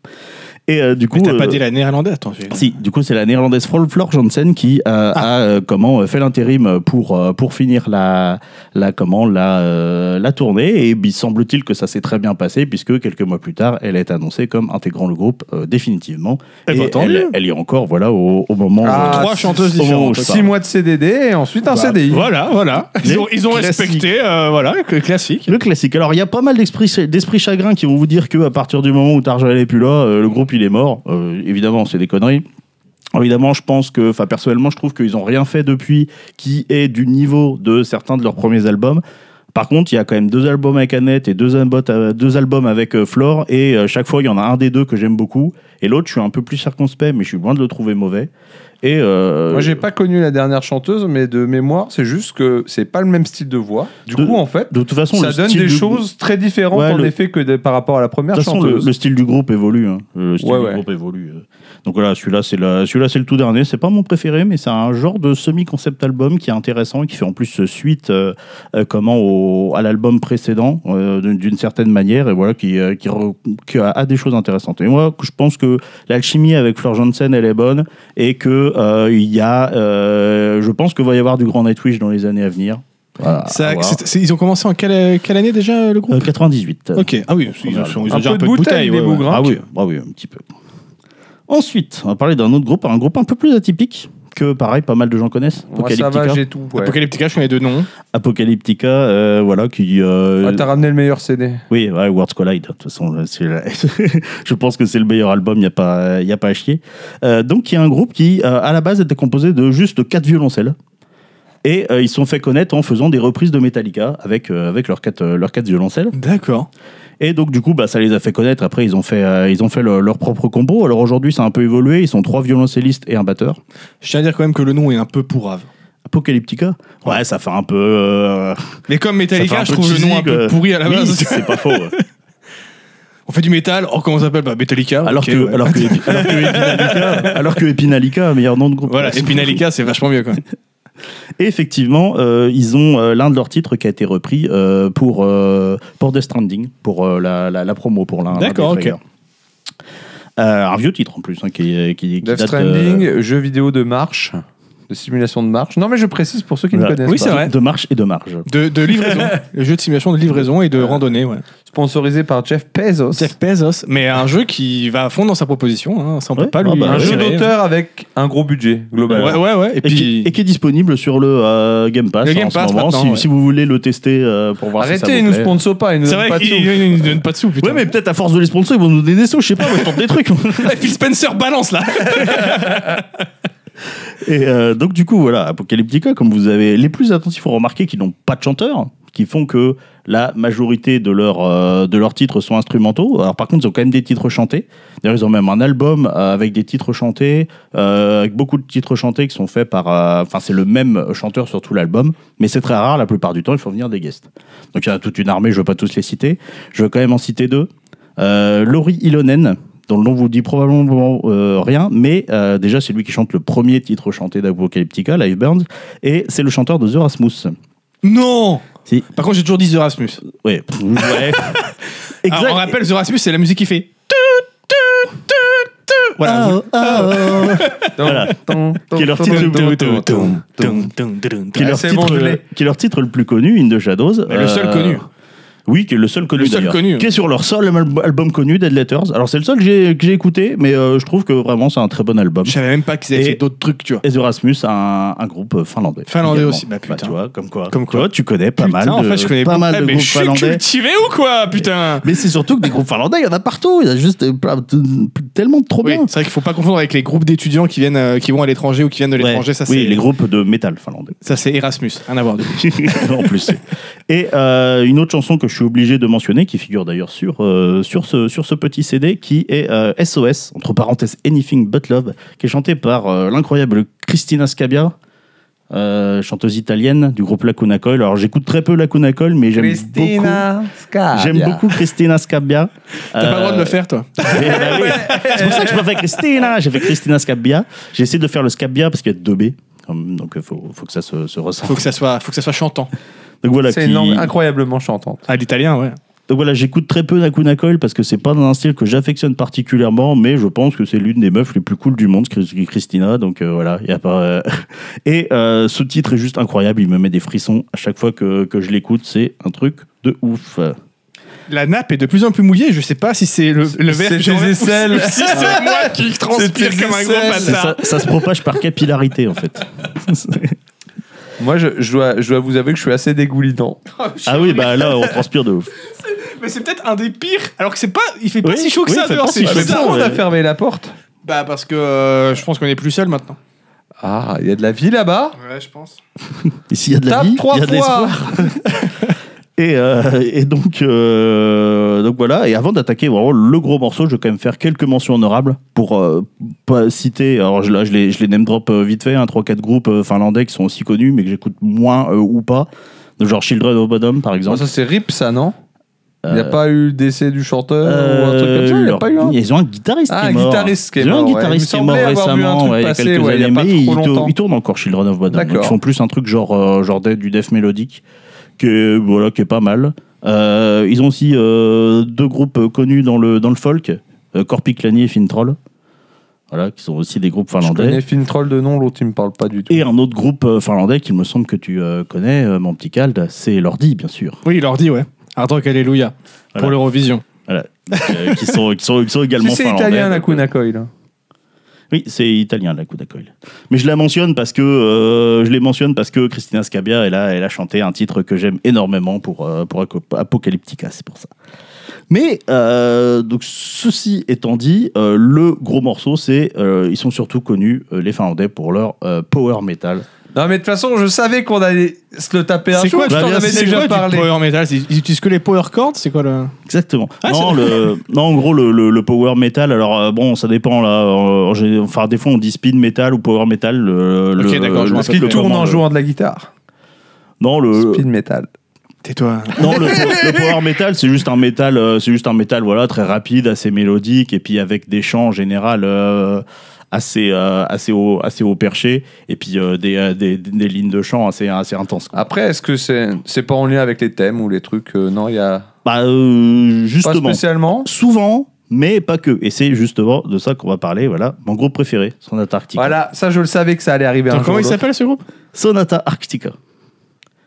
Speaker 3: Et euh, du coup.
Speaker 1: Mais t'as pas
Speaker 3: euh,
Speaker 1: dit la néerlandaise, attends. j'ai-
Speaker 3: si, du coup, c'est la néerlandaise Floor Floor Janssen qui euh,
Speaker 1: Ah.
Speaker 3: a euh, comment euh, fait l'intérim pour euh, pour finir la la comment la euh, la tournée et il semble-t-il que ça s'est très bien passé puisque quelques mois plus tard, elle est annoncée comme intégrant le groupe euh, définitivement.
Speaker 1: Eh ben,
Speaker 3: Et
Speaker 1: tant
Speaker 3: elle,
Speaker 1: mieux.
Speaker 3: elle est encore voilà au, au moment.
Speaker 2: Ah,
Speaker 1: Trois chanteuses
Speaker 3: au moment où
Speaker 1: différentes.
Speaker 3: je
Speaker 2: Six
Speaker 3: parle.
Speaker 2: mois de CDD et ensuite un
Speaker 1: Bah,
Speaker 2: CDI.
Speaker 1: Voilà, voilà. Ils
Speaker 3: Les
Speaker 1: ont, ils ont
Speaker 3: classiques.
Speaker 1: respecté, euh, voilà, que- classique.
Speaker 3: Le classique. Alors, il y a pas mal d'esprit- d'esprits chagrins qui vont vous dire que à partir du moment où Tarjol n'est plus là, euh, le groupe il est mort. Euh, évidemment, c'est des conneries. Évidemment, je pense que, enfin, personnellement, je trouve qu'ils ont rien fait depuis qui est du niveau de certains de leurs premiers albums. Par contre, il y a quand même deux albums avec Annette et deux, albums- euh, deux albums avec euh, Flore, et euh, chaque fois, il y en a un des deux que j'aime beaucoup, et l'autre, je suis un peu plus circonspect, mais je suis loin de le trouver mauvais. Et euh,
Speaker 2: Moi, j'ai pas connu la dernière chanteuse, mais de mémoire, c'est juste que c'est pas le même style de voix. Du
Speaker 3: De-
Speaker 2: coup, en fait,
Speaker 3: de toute façon,
Speaker 2: ça
Speaker 3: le
Speaker 2: donne
Speaker 3: style
Speaker 2: des
Speaker 3: du-
Speaker 2: choses très différentes
Speaker 3: Ouais,
Speaker 2: en
Speaker 3: le-
Speaker 2: effet que de- par rapport à la
Speaker 3: De
Speaker 2: première
Speaker 3: toute façon, le,
Speaker 2: chanteuse.
Speaker 3: le style du groupe évolue. hein. Le style
Speaker 2: Ouais,
Speaker 3: du
Speaker 2: ouais.
Speaker 3: groupe évolue. euh. Donc voilà, celui-là, c'est la- celui-là, c'est le tout dernier. C'est pas mon préféré, mais c'est un genre de semi-concept album qui est intéressant, qui fait en plus euh, suite euh, euh, comment au- à l'album précédent euh, d'une- d'une certaine manière, et voilà, qui, euh, qui, re- qui a, a des choses intéressantes. Et moi, je pense que l'alchimie avec Fleur Janssen, elle est bonne, et que euh, il y a, euh, je pense que va y avoir du grand Nightwish dans les années à venir. Voilà,
Speaker 1: Ça-
Speaker 3: à voir.
Speaker 1: c'est- c'est- ils ont commencé en quelle, quelle année déjà le
Speaker 3: Euh,
Speaker 1: groupe
Speaker 3: 98.
Speaker 1: Ok, ah oui, ils ont, ils ont
Speaker 2: Un
Speaker 1: déjà
Speaker 2: peu
Speaker 1: un
Speaker 2: de
Speaker 1: peu de
Speaker 2: bouteille,
Speaker 1: bouteille.
Speaker 2: les
Speaker 1: ouais, ouais.
Speaker 2: bougres, hein.
Speaker 3: Ah oui, ah oui, un petit peu. Ensuite, on va parler d'un autre groupe, un groupe un peu plus atypique que pareil, pas mal de gens connaissent.
Speaker 2: Moi, ça
Speaker 3: Apocalyptica.
Speaker 2: va, j'ai tout. ouais.
Speaker 1: Apocalyptica, je connais deux noms.
Speaker 3: Apocalyptica, euh, voilà, qui. euh,
Speaker 2: Ah, T'as ramené le meilleur CD.
Speaker 3: oui, ouais, Worlds Collide. De toute façon, euh, c'est la- je pense que c'est le meilleur album. Il n'y a pas, il y a pas à chier. Euh, donc, il y a un groupe qui, euh, à la base, était composé de juste quatre violoncelles. Et euh, ils se sont fait connaître en faisant des reprises de Metallica avec, euh, avec leurs quatre, euh, leurs quatre violoncelles.
Speaker 1: D'accord.
Speaker 3: Et donc du coup, bah, ça les a fait connaître. Après, ils ont fait, euh, ils ont fait le- leur propre combo. Alors aujourd'hui, ça a un peu évolué. Ils sont trois violoncellistes et un batteur.
Speaker 1: Je tiens à dire quand même que le nom est un peu pourrave.
Speaker 3: Apocalyptica. Ouais, ça fait un peu. euh,
Speaker 1: Mais comme
Speaker 3: ça fait un
Speaker 1: Metallica,
Speaker 3: peu
Speaker 1: je trouve
Speaker 3: cheesy,
Speaker 1: le nom un peu
Speaker 3: quoi.
Speaker 1: pourri à la
Speaker 3: Oui,
Speaker 1: base.
Speaker 3: c'est pas faux. ouais.
Speaker 1: On fait du métal, oh comment ça s'appelle bah, Metallica.
Speaker 3: Alors,
Speaker 1: ok,
Speaker 3: que,
Speaker 1: ouais.
Speaker 3: alors que, alors que Epinalica, alors que Epinalica, meilleur nom de groupe.
Speaker 1: Voilà, Spinalica, c'est vachement mieux quand même.
Speaker 3: Et effectivement, euh, ils ont euh, l'un de leurs titres qui a été repris euh, pour, euh, pour Death Stranding, pour euh, la, la, la promo, pour l'un. l'un des
Speaker 1: D'accord, ok.
Speaker 3: trailers. Euh, un vieux titre en plus, hein, qui, qui, qui
Speaker 2: Death
Speaker 3: date euh, de-
Speaker 2: Stranding, jeu vidéo de marche, de simulation de marche. Non, mais je précise pour ceux qui ne
Speaker 3: Voilà.
Speaker 2: connaissent
Speaker 1: Oui,
Speaker 2: pas.
Speaker 1: c'est vrai.
Speaker 3: de marche et de marge.
Speaker 1: De, de livraison. le jeu de simulation de livraison et de randonnée, ouais.
Speaker 2: Sponsorisé par Jeff Bezos.
Speaker 1: Jeff Bezos, mais un jeu qui va à fond dans sa proposition, hein, ça on
Speaker 3: Ouais,
Speaker 1: peut pas lui.
Speaker 3: ah bah,
Speaker 2: Un jeu
Speaker 1: retirer.
Speaker 2: d'auteur avec un gros budget, globalement.
Speaker 1: Ouais, ouais, ouais. Et
Speaker 3: Et qui,
Speaker 1: puis.
Speaker 3: et qui est disponible sur le euh, Game Pass.
Speaker 1: Le
Speaker 3: hein,
Speaker 1: Game
Speaker 3: en ce
Speaker 1: Pass
Speaker 3: moment,
Speaker 1: maintenant,
Speaker 3: si,
Speaker 1: ouais.
Speaker 3: si vous voulez le tester euh, pour voir si ça
Speaker 2: Arrêtez,
Speaker 3: vous
Speaker 2: ils nous
Speaker 3: plaît.
Speaker 2: sponsor pas, ils nous
Speaker 1: C'est
Speaker 2: donnent
Speaker 1: vrai
Speaker 2: pas de
Speaker 1: qu'ils
Speaker 2: sous.
Speaker 1: ils nous donnent pas de sous, putain.
Speaker 3: Ouais, mais peut-être à force de les sponsors, ils vont nous donner des sous, je sais pas, moi je tente des trucs.
Speaker 1: Ah, Phil Spencer balance là
Speaker 3: Et euh, donc, du coup, voilà, Apocalyptica, comme vous avez les plus attentifs ont remarqué qu'ils n'ont pas de chanteur, qui font que la majorité de, leurs euh, de leurs titres sont instrumentaux. Alors, par contre, ils ont quand même des titres chantés. D'ailleurs, ils ont même un album euh, avec des titres chantés, euh, avec beaucoup de titres chantés qui sont faits par. euh, Enfin, c'est le même chanteur sur tout l'album, mais c'est très rare. La plupart du temps, ils font venir des guests. Donc, il y a toute une armée, je ne veux pas tous les citer. Je veux quand même en citer deux. Euh, Laurie Ilonen, dont le nom vous dit probablement euh, rien, mais euh, déjà c'est lui qui chante le premier titre chanté d'Apocalyptica, Live Burns, et c'est le chanteur de The Rasmus.
Speaker 1: Non
Speaker 3: Si.
Speaker 1: Par contre, j'ai toujours dit The Rasmus.
Speaker 3: Ouais. ouais.
Speaker 1: Alors, Ah, on rappelle, The Rasmus, c'est la musique qu'il fait. Voilà.
Speaker 3: Ah, ah, ah. Voilà. Qui est leur titre le plus- qui est
Speaker 2: Ah,
Speaker 3: leur
Speaker 2: c'est bon,
Speaker 3: titre,
Speaker 2: je l'ai.
Speaker 3: euh, qui est leur titre le plus connu, In the Shadows. Euh,
Speaker 1: Mais le seul connu.
Speaker 3: Oui, qui est le seul connu.
Speaker 1: Le seul
Speaker 3: d'ailleurs.
Speaker 1: connu.
Speaker 3: Qui est sur leur seul al- album connu, Dead Letters. Alors c'est le seul que j'ai- que j'ai écouté, mais euh, je trouve que vraiment c'est un très bon album.
Speaker 1: Je savais même pas qu'ils avaient
Speaker 3: Et-
Speaker 1: fait d'autres trucs, tu vois.
Speaker 3: Et The Rasmus, un, un groupe euh, finlandais.
Speaker 1: Finlandais
Speaker 3: également.
Speaker 1: aussi, bah, putain.
Speaker 3: tu vois, comme quoi.
Speaker 1: Comme
Speaker 3: Tu
Speaker 1: quoi.
Speaker 3: vois, Tu connais pas mal.
Speaker 1: Putain, en
Speaker 3: de-
Speaker 1: fait, je connais
Speaker 3: pas
Speaker 1: beaucoup.
Speaker 3: mal
Speaker 1: Eh,
Speaker 3: de
Speaker 1: mais
Speaker 3: groupes
Speaker 1: je suis
Speaker 3: finlandais.
Speaker 1: cultivé ou quoi, putain
Speaker 3: Mais c'est surtout que des groupes finlandais, il y en a partout. Il y en a juste euh, plein de- tellement de trop
Speaker 1: Oui,
Speaker 3: bien.
Speaker 1: c'est vrai qu'il faut pas confondre avec les groupes d'étudiants qui viennent, euh, qui vont à l'étranger ou qui viennent de l'étranger.
Speaker 3: Ouais.
Speaker 1: Ça, c'est
Speaker 3: oui, les groupes de métal finlandais.
Speaker 1: ça c'est Erasmus, rien à voir. du tout.
Speaker 3: en plus. Et euh, une autre chanson que je suis obligé de mentionner, qui figure d'ailleurs sur, euh, sur, ce, sur ce petit CD, qui est euh, SOS, entre parenthèses Anything But Love, qui est chantée par euh, l'incroyable Christina Scabia. euh, chanteuse italienne du groupe Lacuna Coil. Alors j'écoute très peu Lacuna Coil, mais j'aime beaucoup.
Speaker 2: Christina Scabia.
Speaker 3: J'aime beaucoup Christina Scabia.
Speaker 1: T'as pas le droit de le faire, toi.
Speaker 3: Eh ben oui. C'est pour ça que je préfère Christina. J'ai fait Christina Scabia. J'ai essayé de faire le Scabia parce qu'il y a deux B. Hum, Donc il faut, faut que ça se, se ressente.
Speaker 1: Faut que ça soit, faut que ça soit chantant.
Speaker 3: Donc voilà.
Speaker 2: C'est
Speaker 3: qui-
Speaker 2: une langue incroyablement chantante.
Speaker 1: À l'italien, ouais.
Speaker 3: Donc voilà, j'écoute très peu Nakuna Coil parce que c'est pas dans un style que j'affectionne particulièrement, mais je pense que c'est l'une des meufs les plus cool du monde, Chris- Christina. Donc euh, voilà, il y a pas. euh, Et euh, ce titre est juste incroyable. Il me met des frissons à chaque fois que, que je l'écoute. C'est un truc de ouf.
Speaker 1: La nappe est de plus en plus mouillée. Je sais pas si c'est le, le verre.
Speaker 2: C'est
Speaker 1: qui en-
Speaker 2: tes aisselles.
Speaker 1: ou si c'est moi qui transpire
Speaker 2: tes
Speaker 1: comme un gros
Speaker 2: aisselles.
Speaker 3: C'est
Speaker 1: bâtard.
Speaker 3: Ça, ça se propage par capillarité en fait.
Speaker 2: Moi, je, je dois, je dois vous avouer que je suis assez dégoulinant.
Speaker 3: ah oui, bah là, on transpire de ouf.
Speaker 1: Oh, Mais c'est peut-être un des pires. Alors que c'est pas, il fait pas
Speaker 3: Oui,
Speaker 1: si chaud que
Speaker 3: oui,
Speaker 1: ça
Speaker 3: il fait
Speaker 1: dehors.
Speaker 3: pas si
Speaker 1: C'est
Speaker 3: chaud que
Speaker 1: bizarre.
Speaker 3: ça.
Speaker 2: Pourquoi on a
Speaker 3: ouais.
Speaker 2: fermé la porte
Speaker 1: Bah parce que euh, je pense qu'on est plus seul maintenant.
Speaker 2: Ah, il y a de la vie là-bas
Speaker 1: Ouais, je pense.
Speaker 3: Et s'il y a de la
Speaker 2: Tape
Speaker 3: vie,
Speaker 2: trois
Speaker 3: il y a de
Speaker 2: fois
Speaker 3: l'espoir. Et, euh, et donc, euh, donc voilà. Et avant d'attaquer vraiment le gros morceau, je vais quand même faire quelques mentions honorables pour euh, pas citer. Alors je, là, je les, je les name drop euh, vite fait. Un 3-4 groupes euh, finlandais qui sont aussi connus, mais que j'écoute moins euh, ou pas. De genre Children of Bodom, par
Speaker 2: Bon,
Speaker 3: exemple.
Speaker 2: ça, c'est RIP, ça, non Il n'y a
Speaker 3: Euh,
Speaker 2: pas eu le décès du chanteur ou un truc comme ça Il n'y a
Speaker 3: leur-
Speaker 2: pas eu un
Speaker 3: Euh, Ils ont un guitariste
Speaker 2: Ah,
Speaker 3: qui
Speaker 2: un
Speaker 3: est mort.
Speaker 2: guitariste qui est
Speaker 3: Ils ont
Speaker 2: mort,
Speaker 3: un
Speaker 2: ouais.
Speaker 3: guitariste qui
Speaker 2: Il
Speaker 3: est
Speaker 2: me
Speaker 3: mort
Speaker 2: semblait avoir vu un
Speaker 3: récemment,
Speaker 2: truc
Speaker 3: ouais, il y a
Speaker 2: passer,
Speaker 3: quelques
Speaker 2: ouais, il y a
Speaker 3: années,
Speaker 2: pas
Speaker 3: mais ils
Speaker 2: trop longtemps.
Speaker 3: tournent, ils tournent encore Children of Bodom. Donc,
Speaker 2: D'accord.
Speaker 3: Ils font plus un truc genre, euh, genre des- du death mélodique, qui est, voilà, qui est pas mal. Euh, ils ont aussi euh, deux groupes euh, connus dans le, dans le folk, euh, Corpi Clanier et Fintroll, voilà, qui sont aussi des groupes
Speaker 2: Je
Speaker 3: finlandais.
Speaker 2: connais Fintroll de nom, l'autre, il me parle pas du tout.
Speaker 3: Et un autre groupe euh, finlandais qu'il me semble que tu euh, connais, euh, mon petit Cald, c'est Lordi, bien sûr.
Speaker 1: Oui, il leur dit ouais. Un truc alléluia
Speaker 3: Voilà.
Speaker 1: pour l'Eurovision.
Speaker 3: Voilà. Donc, euh, qui, sont, qui, sont, qui sont également
Speaker 2: Si c'est
Speaker 3: finlandais.
Speaker 2: italien, la
Speaker 3: donc, euh,
Speaker 2: Kunakoi, là.
Speaker 3: Oui, c'est italien la coup Coil. Mais je la mentionne parce que euh, je les mentionne parce que Christina Scabia elle a, elle a chanté un titre que j'aime énormément pour euh, pour Aco- Apocalyptica, c'est pour ça. Mais euh, donc ceci étant dit, euh, le gros morceau c'est euh, ils sont surtout connus euh, les Finlandais pour leur euh, power metal.
Speaker 2: Non, mais de toute façon, je savais qu'on allait se le taper un
Speaker 1: C'est
Speaker 2: jour.
Speaker 1: quoi
Speaker 2: je t'en
Speaker 3: Bah,
Speaker 2: avais
Speaker 3: c'est
Speaker 1: C'est
Speaker 2: déjà
Speaker 1: quoi du
Speaker 2: parlé.
Speaker 1: power metal C'est- Ils utilisent que les power chords C'est quoi le
Speaker 3: Exactement.
Speaker 1: Ah,
Speaker 3: non, le, non, en gros, le, le- le power metal, alors euh, bon, ça dépend là. euh, en gé- enfin, des fois, on dit speed metal ou power metal. Le,
Speaker 1: Ok, d'accord, je
Speaker 3: le- le-
Speaker 1: vois
Speaker 2: Parce qu'il
Speaker 3: le-
Speaker 2: tourne
Speaker 3: comment
Speaker 2: en
Speaker 3: le-
Speaker 2: jouant de la guitare.
Speaker 3: Non, le,
Speaker 2: Speed metal.
Speaker 1: Tais-toi.
Speaker 3: Non, le, le power metal, c'est juste un métal, euh, c'est juste un métal, voilà, très rapide, assez mélodique, et puis avec des chants en général euh, assez, euh, assez haut, assez haut perché, et puis euh, des, euh, des, des- des lignes de chant assez, assez intenses. quoi.
Speaker 2: Après, est-ce que c'est c'est pas en lien avec les thèmes ou les trucs euh, Non, il y a
Speaker 3: Bah, euh,
Speaker 2: pas
Speaker 3: justement,
Speaker 2: spécialement.
Speaker 3: souvent, mais pas que. Et c'est justement de ça qu'on va parler. Voilà, mon groupe préféré, Sonata Arctica.
Speaker 2: Voilà, ça, je le savais que ça allait arriver un jour.
Speaker 1: Comment il
Speaker 2: l'autre.
Speaker 1: s'appelle ce groupe
Speaker 3: Sonata Arctica.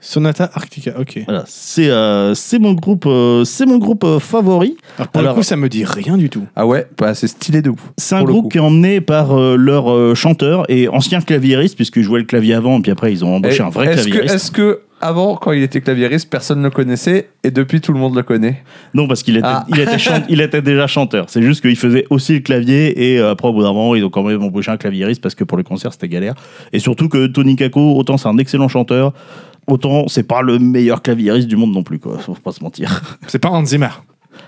Speaker 1: Sonata Arctica. Ok.
Speaker 3: Voilà, c'est euh, c'est mon groupe, euh, c'est mon groupe euh, favori.
Speaker 1: Alors pour
Speaker 3: Alors-
Speaker 1: le coup, ça me dit rien du tout.
Speaker 2: Ah ouais, bah, c'est stylé de ouf.
Speaker 3: C'est un
Speaker 2: Pour le
Speaker 3: groupe
Speaker 2: coup.
Speaker 3: qui est emmené par euh, leur euh, chanteur et ancien claviériste, puisqu'ils jouaient le clavier avant, puis après ils ont embauché
Speaker 2: Et
Speaker 3: un vrai
Speaker 2: Est-ce que,
Speaker 3: claviériste.
Speaker 2: est-ce que avant, quand il était claviériste, personne ne le connaissait et depuis tout le monde le connaît
Speaker 3: Non, parce qu'il était,
Speaker 2: Ah.
Speaker 3: il était, chan- il était déjà chanteur. C'est juste qu'il faisait aussi le clavier et euh, après, au bout d'un moment, ils ont quand même embauché un claviériste parce que pour les concerts, c'était galère. Et surtout que Tony Kako, autant c'est un excellent chanteur, autant c'est pas le meilleur claviériste du monde non plus, quoi. Faut pas se mentir.
Speaker 1: C'est pas Hans Zimmer.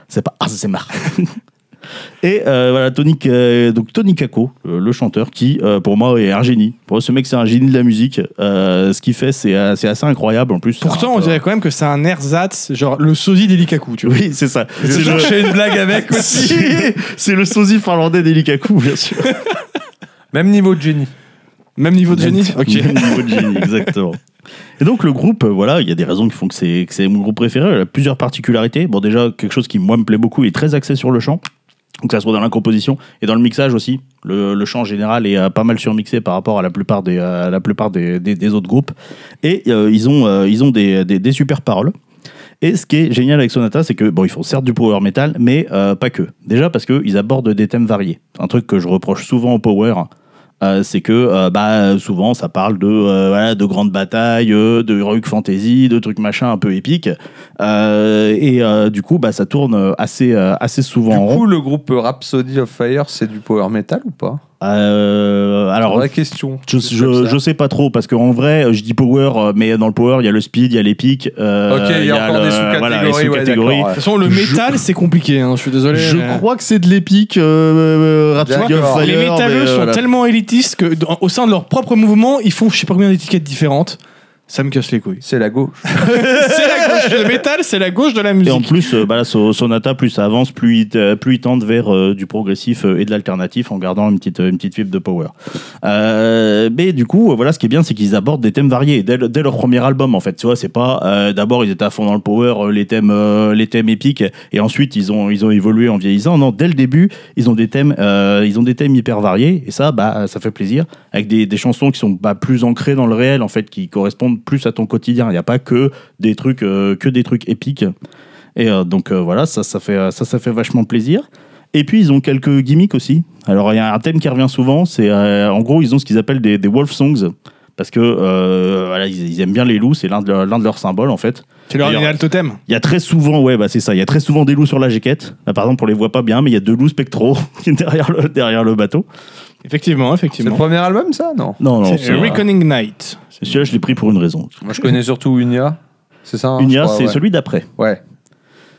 Speaker 3: C'est pas ah, c'est marre. Et euh, voilà, Tony, K- donc Tony Kako, euh, le chanteur, qui euh, pour moi est un génie. Pour moi, ce mec, c'est un génie de la musique. Euh, ce qu'il fait, c'est euh, c'est assez incroyable en plus.
Speaker 1: Pourtant,
Speaker 3: C'est un-
Speaker 1: on dirait quand même que c'est un ersatz, genre le sosie d'Elikaku, tu vois.
Speaker 3: Oui, c'est ça. C'est le-
Speaker 2: cherchais une blague avec
Speaker 3: c'est le sosie finlandais d'Elikaku, bien sûr.
Speaker 2: Même niveau de génie.
Speaker 1: Même niveau de génie Ok.
Speaker 3: Même niveau de génie, exactement. Et donc le groupe, euh, voilà, il y a des raisons qui font que c'est que c'est mon groupe préféré. Il a plusieurs particularités. Bon, déjà quelque chose qui moi me plaît beaucoup, il est très axé sur le chant. Donc ça se voit dans la composition et dans le mixage aussi. Le, le chant en général est euh, pas mal surmixé par rapport à la plupart des euh, la plupart des, des- des autres groupes. Et euh, ils ont euh, ils ont des, des- des super paroles. Et ce qui est génial avec Sonata, c'est que bon, ils font certes du power metal, mais euh, pas que. Déjà parce qu'ils abordent des thèmes variés. Un truc que je reproche souvent au power, euh, c'est que euh, bah, souvent ça parle de, euh, voilà, de grandes batailles, euh, de heroic fantasy, de trucs machin un peu épiques. Euh, et euh, du coup, bah, ça tourne euh, assez, euh, assez souvent
Speaker 2: Du
Speaker 3: en rond.
Speaker 2: coup, le groupe Rhapsody of Fire, c'est du power metal ou pas
Speaker 3: Euh, alors,
Speaker 2: Vraie question.
Speaker 3: je,
Speaker 2: C'est comme
Speaker 3: je,
Speaker 2: ça.
Speaker 3: je sais pas trop, parce qu'en vrai, je dis power, euh, mais dans le power, il y a le speed, il y a l'épique. euh,
Speaker 2: ok, il y a encore
Speaker 3: le-
Speaker 2: des
Speaker 3: voilà,
Speaker 2: sous-catégories. ouais,
Speaker 3: les sous-catégories.
Speaker 2: d'accord,
Speaker 1: De
Speaker 2: ouais.
Speaker 1: toute façon, le
Speaker 3: Je-
Speaker 1: métal, c'est compliqué, hein, je suis désolé.
Speaker 3: Je
Speaker 1: Euh,
Speaker 3: crois que c'est de l'épique euh, euh, Rhapsody of
Speaker 2: D'accord.
Speaker 3: Fire.
Speaker 1: Les métalleux
Speaker 3: mais, euh,
Speaker 1: sont
Speaker 3: voilà.
Speaker 1: tellement élitistes que, dans- au sein de leur propre mouvement, ils font je sais pas combien d'étiquettes différentes. Ça me casse les couilles.
Speaker 2: C'est la gauche.
Speaker 1: c'est la gauche de métal, c'est la gauche de la
Speaker 3: Et en
Speaker 1: musique.
Speaker 3: plus, euh, bah là, so- Sonata, plus ça avance, plus il, euh, plus il tente vers euh, du progressif euh, et de l'alternatif en gardant une petite, une petite fibre de power. Euh, mais du coup, euh, voilà, ce qui est bien, c'est qu'ils abordent des thèmes variés dès, le- dès leur premier album, en fait. Tu vois, c'est pas euh, d'abord ils étaient à fond dans le power, euh, les thèmes, euh, les thèmes épiques, et ensuite ils ont, ils ont évolué en vieillissant. Non, dès le début, ils ont des thèmes, euh, ils ont des thèmes hyper variés, et ça, bah, ça fait plaisir. Avec des, des chansons qui sont bah, plus ancrées dans le réel, en fait, qui correspondent plus à ton quotidien. Il n'y a pas que des trucs, euh, que des trucs épiques. Et euh, donc euh, voilà, ça ça, fait, euh, ça, ça fait vachement plaisir. Et puis ils ont quelques gimmicks aussi. Alors il y a un thème qui revient souvent, c'est euh, en gros ils ont ce qu'ils appellent des, des wolf songs. Parce que euh, voilà, ils, ils aiment bien les loups, c'est l'un de, leurs- l'un de leurs symboles en fait.
Speaker 1: C'est leur
Speaker 3: D'ailleurs,
Speaker 1: le totem.
Speaker 3: Il y a très souvent, ouais, bah c'est ça, il y a très souvent des loups sur la jaquette. Là, par exemple, on les voit pas bien, mais il y a deux loups spectraux qui sont derrière le, derrière le bateau.
Speaker 1: Effectivement,
Speaker 2: C'est le
Speaker 1: effectivement.
Speaker 2: premier album, ça Non.
Speaker 3: Non, non,
Speaker 1: C'est
Speaker 3: c'est
Speaker 1: Reckoning Night.
Speaker 3: celui-là, je l'ai pris pour une raison.
Speaker 2: Moi, je connais surtout Unia. C'est ça hein, je
Speaker 3: Unia,
Speaker 2: crois,
Speaker 3: c'est
Speaker 2: ouais.
Speaker 3: celui d'après.
Speaker 2: Ouais.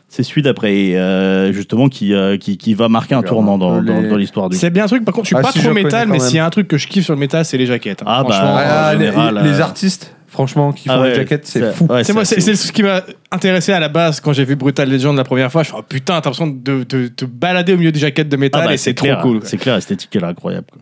Speaker 3: C'est celui d'après, et, euh, justement, qui, euh, qui, qui va marquer un
Speaker 2: Regarde
Speaker 3: tournant
Speaker 2: un peu
Speaker 3: dans, dans,
Speaker 2: les-
Speaker 3: dans l'histoire du
Speaker 1: C'est bien un truc, par contre, je suis
Speaker 2: Ah,
Speaker 1: pas
Speaker 2: si, je
Speaker 1: trop
Speaker 2: connais
Speaker 1: métal,
Speaker 2: quand
Speaker 1: mais
Speaker 2: même.
Speaker 1: s'il y a un truc que je kiffe sur le métal, c'est les jaquettes. hein.
Speaker 3: Ah, bah,
Speaker 1: Franchement,
Speaker 3: ouais.
Speaker 2: Ah,
Speaker 3: en
Speaker 2: les,
Speaker 3: général,
Speaker 2: les- les
Speaker 3: euh,
Speaker 2: artistes, franchement, qui font
Speaker 3: Ah ouais,
Speaker 2: les jaquettes, c'est fou.
Speaker 3: ouais,
Speaker 1: C'est moi, c'est
Speaker 3: assez
Speaker 1: c'est ce qui m'a intéressé à la base quand j'ai vu Brutal Legend la première fois. Je me suis dit, oh, putain, t'as l'impression de te balader au milieu des jaquettes de métal
Speaker 3: Ah bah,
Speaker 1: et c'est trop
Speaker 3: clair,
Speaker 1: cool.
Speaker 3: C'est clair, l'esthétique elle est incroyable. quoi.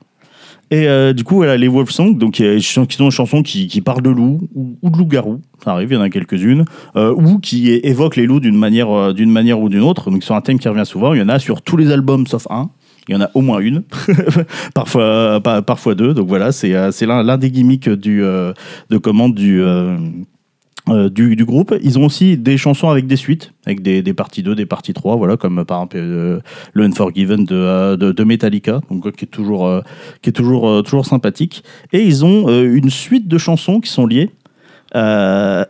Speaker 3: Et euh, du coup, voilà, les Wolf Songs, donc, euh, ch- qui sont des chansons qui, qui parlent de loups ou, ou de loups-garous, ça arrive, il y en a quelques-unes, euh, ou qui é- évoquent les loups d'une manière, euh, d'une manière ou d'une autre. Donc, c'est un thème qui revient souvent. Il y en a sur tous les albums sauf un. Il y en a au moins une, parfois, euh, pa- parfois deux. Donc voilà, c'est euh, c'est l'un l'un des gimmicks du, euh, de commande du, euh, euh, du, du groupe. Ils ont aussi des chansons avec des suites, avec des, des parties 2, des parties 3, voilà, comme euh, par exemple euh, le Unforgiven de, euh, de, de Metallica, donc, euh, qui est, toujours, euh, qui est toujours, euh, toujours sympathique. Et ils ont euh, une suite de chansons qui sont liées. Euh,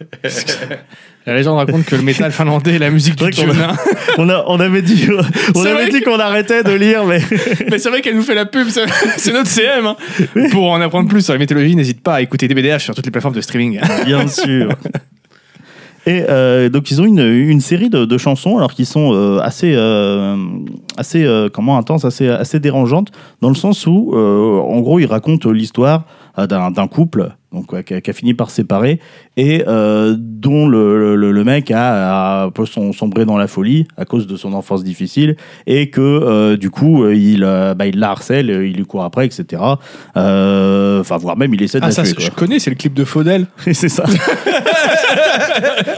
Speaker 1: La légende raconte que le métal finlandais est la musique du hein.
Speaker 3: C'est vrai qu'on
Speaker 1: Tuna.
Speaker 3: on, a, on avait dit, on
Speaker 1: C'est
Speaker 3: avait
Speaker 1: vrai
Speaker 3: dit qu'on arrêtait de lire, mais
Speaker 1: Mais c'est vrai qu'elle nous fait la pub, c'est c'est notre CM. hein. Pour en apprendre plus sur la mythologie, n'hésite pas à écouter DBDH sur toutes les plateformes de streaming.
Speaker 3: bien sûr. Et euh, donc ils ont une, une série de, de chansons alors qui sont euh, assez euh, assez euh, comment intenses, assez assez dérangeantes dans le sens où euh, en gros ils racontent l'histoire euh, d'un d'un couple donc ouais, qui, a, qui a fini par se séparer et euh, dont le, le, le mec a, a un peu son- sombré dans la folie à cause de son enfance difficile et que euh, du coup euh, il euh, bah, il la harcèle, il lui court après etc. Euh, Enfin voire même il essaie de
Speaker 1: Ah,
Speaker 3: la
Speaker 1: ça,
Speaker 3: tuer.
Speaker 1: je connais, c'est le clip de Faudel.
Speaker 3: Et c'est ça.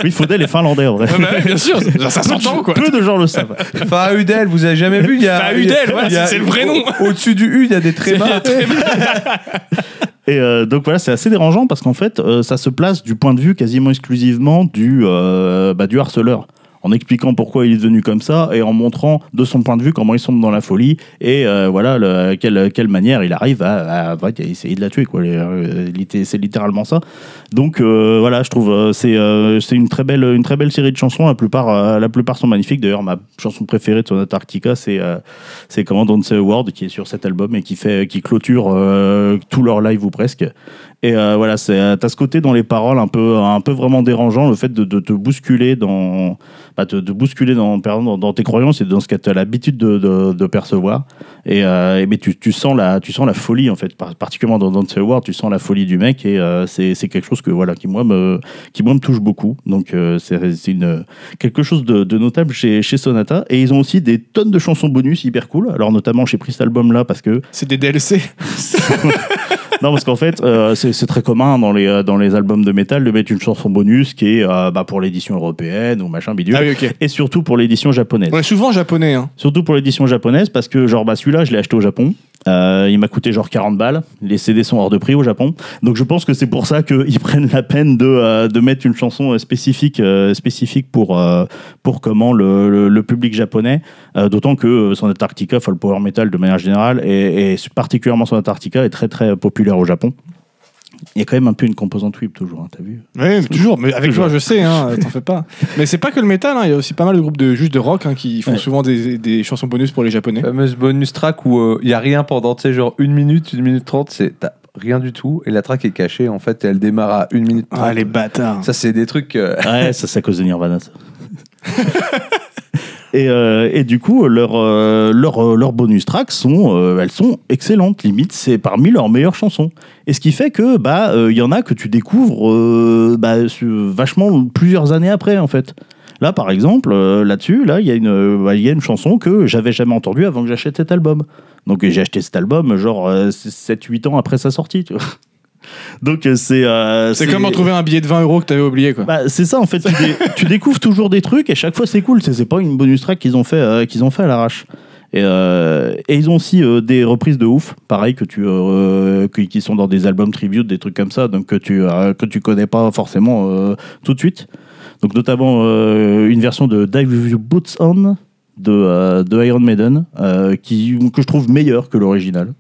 Speaker 3: oui, Faudel est finlandais en vrai.
Speaker 1: bah bien sûr, ça, ça s'entend quoi.
Speaker 3: Peu de gens le savent.
Speaker 2: Faudel, vous avez jamais vu il y a,
Speaker 1: Faudel,
Speaker 2: il y a-
Speaker 1: voilà,
Speaker 2: il y a-
Speaker 1: c'est- c'est le vrai nom.
Speaker 2: au- Au-dessus du U, il y a des trémas.
Speaker 3: Et euh, donc voilà, c'est assez dérangeant parce qu'en fait, euh, ça se place du point de vue quasiment exclusivement du, euh, bah, du harceleur. En expliquant pourquoi il est devenu comme ça et en montrant de son point de vue comment il sombre dans la folie et euh, voilà le- quelle, quelle manière il arrive à, à- à essayer de la tuer. quoi. Les- euh, litté- C'est littéralement ça. Donc euh, voilà, je trouve euh, c'est euh, c'est une très belle une très belle série de chansons. La plupart euh, la plupart sont magnifiques. D'ailleurs, ma chanson préférée de Sonata Arctica, c'est euh, c'est comment Don't Say a Word qui est sur cet album et qui fait qui clôture euh, tout leur live ou presque. Et euh, voilà, c'est euh, t'as ce côté dans les paroles un peu un peu vraiment dérangeant, le fait de, de te bousculer dans bah, te- de bousculer dans, pardon, dans dans tes croyances et dans ce que t'as l'habitude de, de, de percevoir. Et, euh, et mais tu, tu sens la tu sens la folie en fait, par- particulièrement dans Don't Say a Word, tu sens la folie du mec et euh, c'est c'est quelque chose que voilà qui moi me qui moi me touche beaucoup. Donc euh, c'est c'est une quelque chose de, de notable chez, chez Sonata. Et ils ont aussi des tonnes de chansons bonus hyper cool. Alors notamment j'ai pris cet album là parce que
Speaker 1: C'est des DLC.
Speaker 3: non, parce qu'en fait, euh, c'est c'est très commun dans les, euh, dans les albums de métal de mettre une chanson bonus qui est euh, bah, pour l'édition européenne ou machin bidule.
Speaker 1: Ah oui, ok.
Speaker 3: Et surtout pour l'édition japonaise.
Speaker 1: On est souvent japonais. Hein.
Speaker 3: Surtout pour l'édition japonaise parce que, genre, bah, celui-là, je l'ai acheté au Japon. Euh, il m'a coûté genre 40 balles. Les CD sont hors de prix au Japon. Donc je pense que c'est pour ça qu'ils prennent la peine de, euh, de mettre une chanson euh, spécifique, euh, spécifique pour, euh, pour comment le, le- le public japonais. Euh, D'autant que euh, son Antarctica, enfin le power metal de manière générale, et, et particulièrement son Antarctica, est très très populaire au Japon. Il y a quand même un peu une composante whip toujours, hein, t'as vu
Speaker 1: Oui, toujours, mais avec
Speaker 3: Toujours.
Speaker 1: toi, je sais, hein, t'en fais pas. Mais c'est pas que le métal, hein, il y a aussi pas mal de groupes de juste de rock hein, qui font
Speaker 3: Ouais.
Speaker 1: souvent des, des chansons bonus pour les japonais.
Speaker 2: fameuse bonus track où euh, il y a rien pendant, tu sais, genre une minute, une minute trente, c'est t'as rien du tout. Et la track est cachée, en fait, et elle démarre à une minute trente.
Speaker 1: Ah, les bâtards.
Speaker 2: Ça, c'est des trucs. euh,
Speaker 3: Ouais, ça c'est à cause de Nirvana. ça. Et, euh, et du coup, leurs euh, leurs euh, leurs bonus tracks sont, euh, elles sont excellentes. Limite, c'est parmi leurs meilleures chansons. Et ce qui fait que bah euh, il y en a que tu découvres euh, bah, su- vachement plusieurs années après en fait. Là, par exemple, euh, là-dessus, là, il y, a une, euh, bah, il y a une chanson que j'avais jamais entendue avant que j'achète cet album. Donc, j'ai acheté cet album genre 7-8 ans après sa sortie. tu vois. Donc, euh, c'est. euh,
Speaker 1: C'est comme en trouver un billet de 20 euros que t'avais oublié, quoi.
Speaker 3: bah, c'est ça en fait, tu, dé- tu découvres toujours des trucs et chaque fois c'est cool, c'est c'est pas une bonus track qu'ils ont fait, euh, qu'ils ont fait à l'arrache. Et, euh, et ils ont aussi euh, des reprises de ouf, pareil que tu, euh, qui qui sont dans des albums tribute, des trucs comme ça, donc que tu euh, que tu connais pas forcément euh, tout de suite. Donc notamment euh, une version de Dive With Your Boots On de, euh, de Iron Maiden euh, qui que je trouve meilleure que l'original.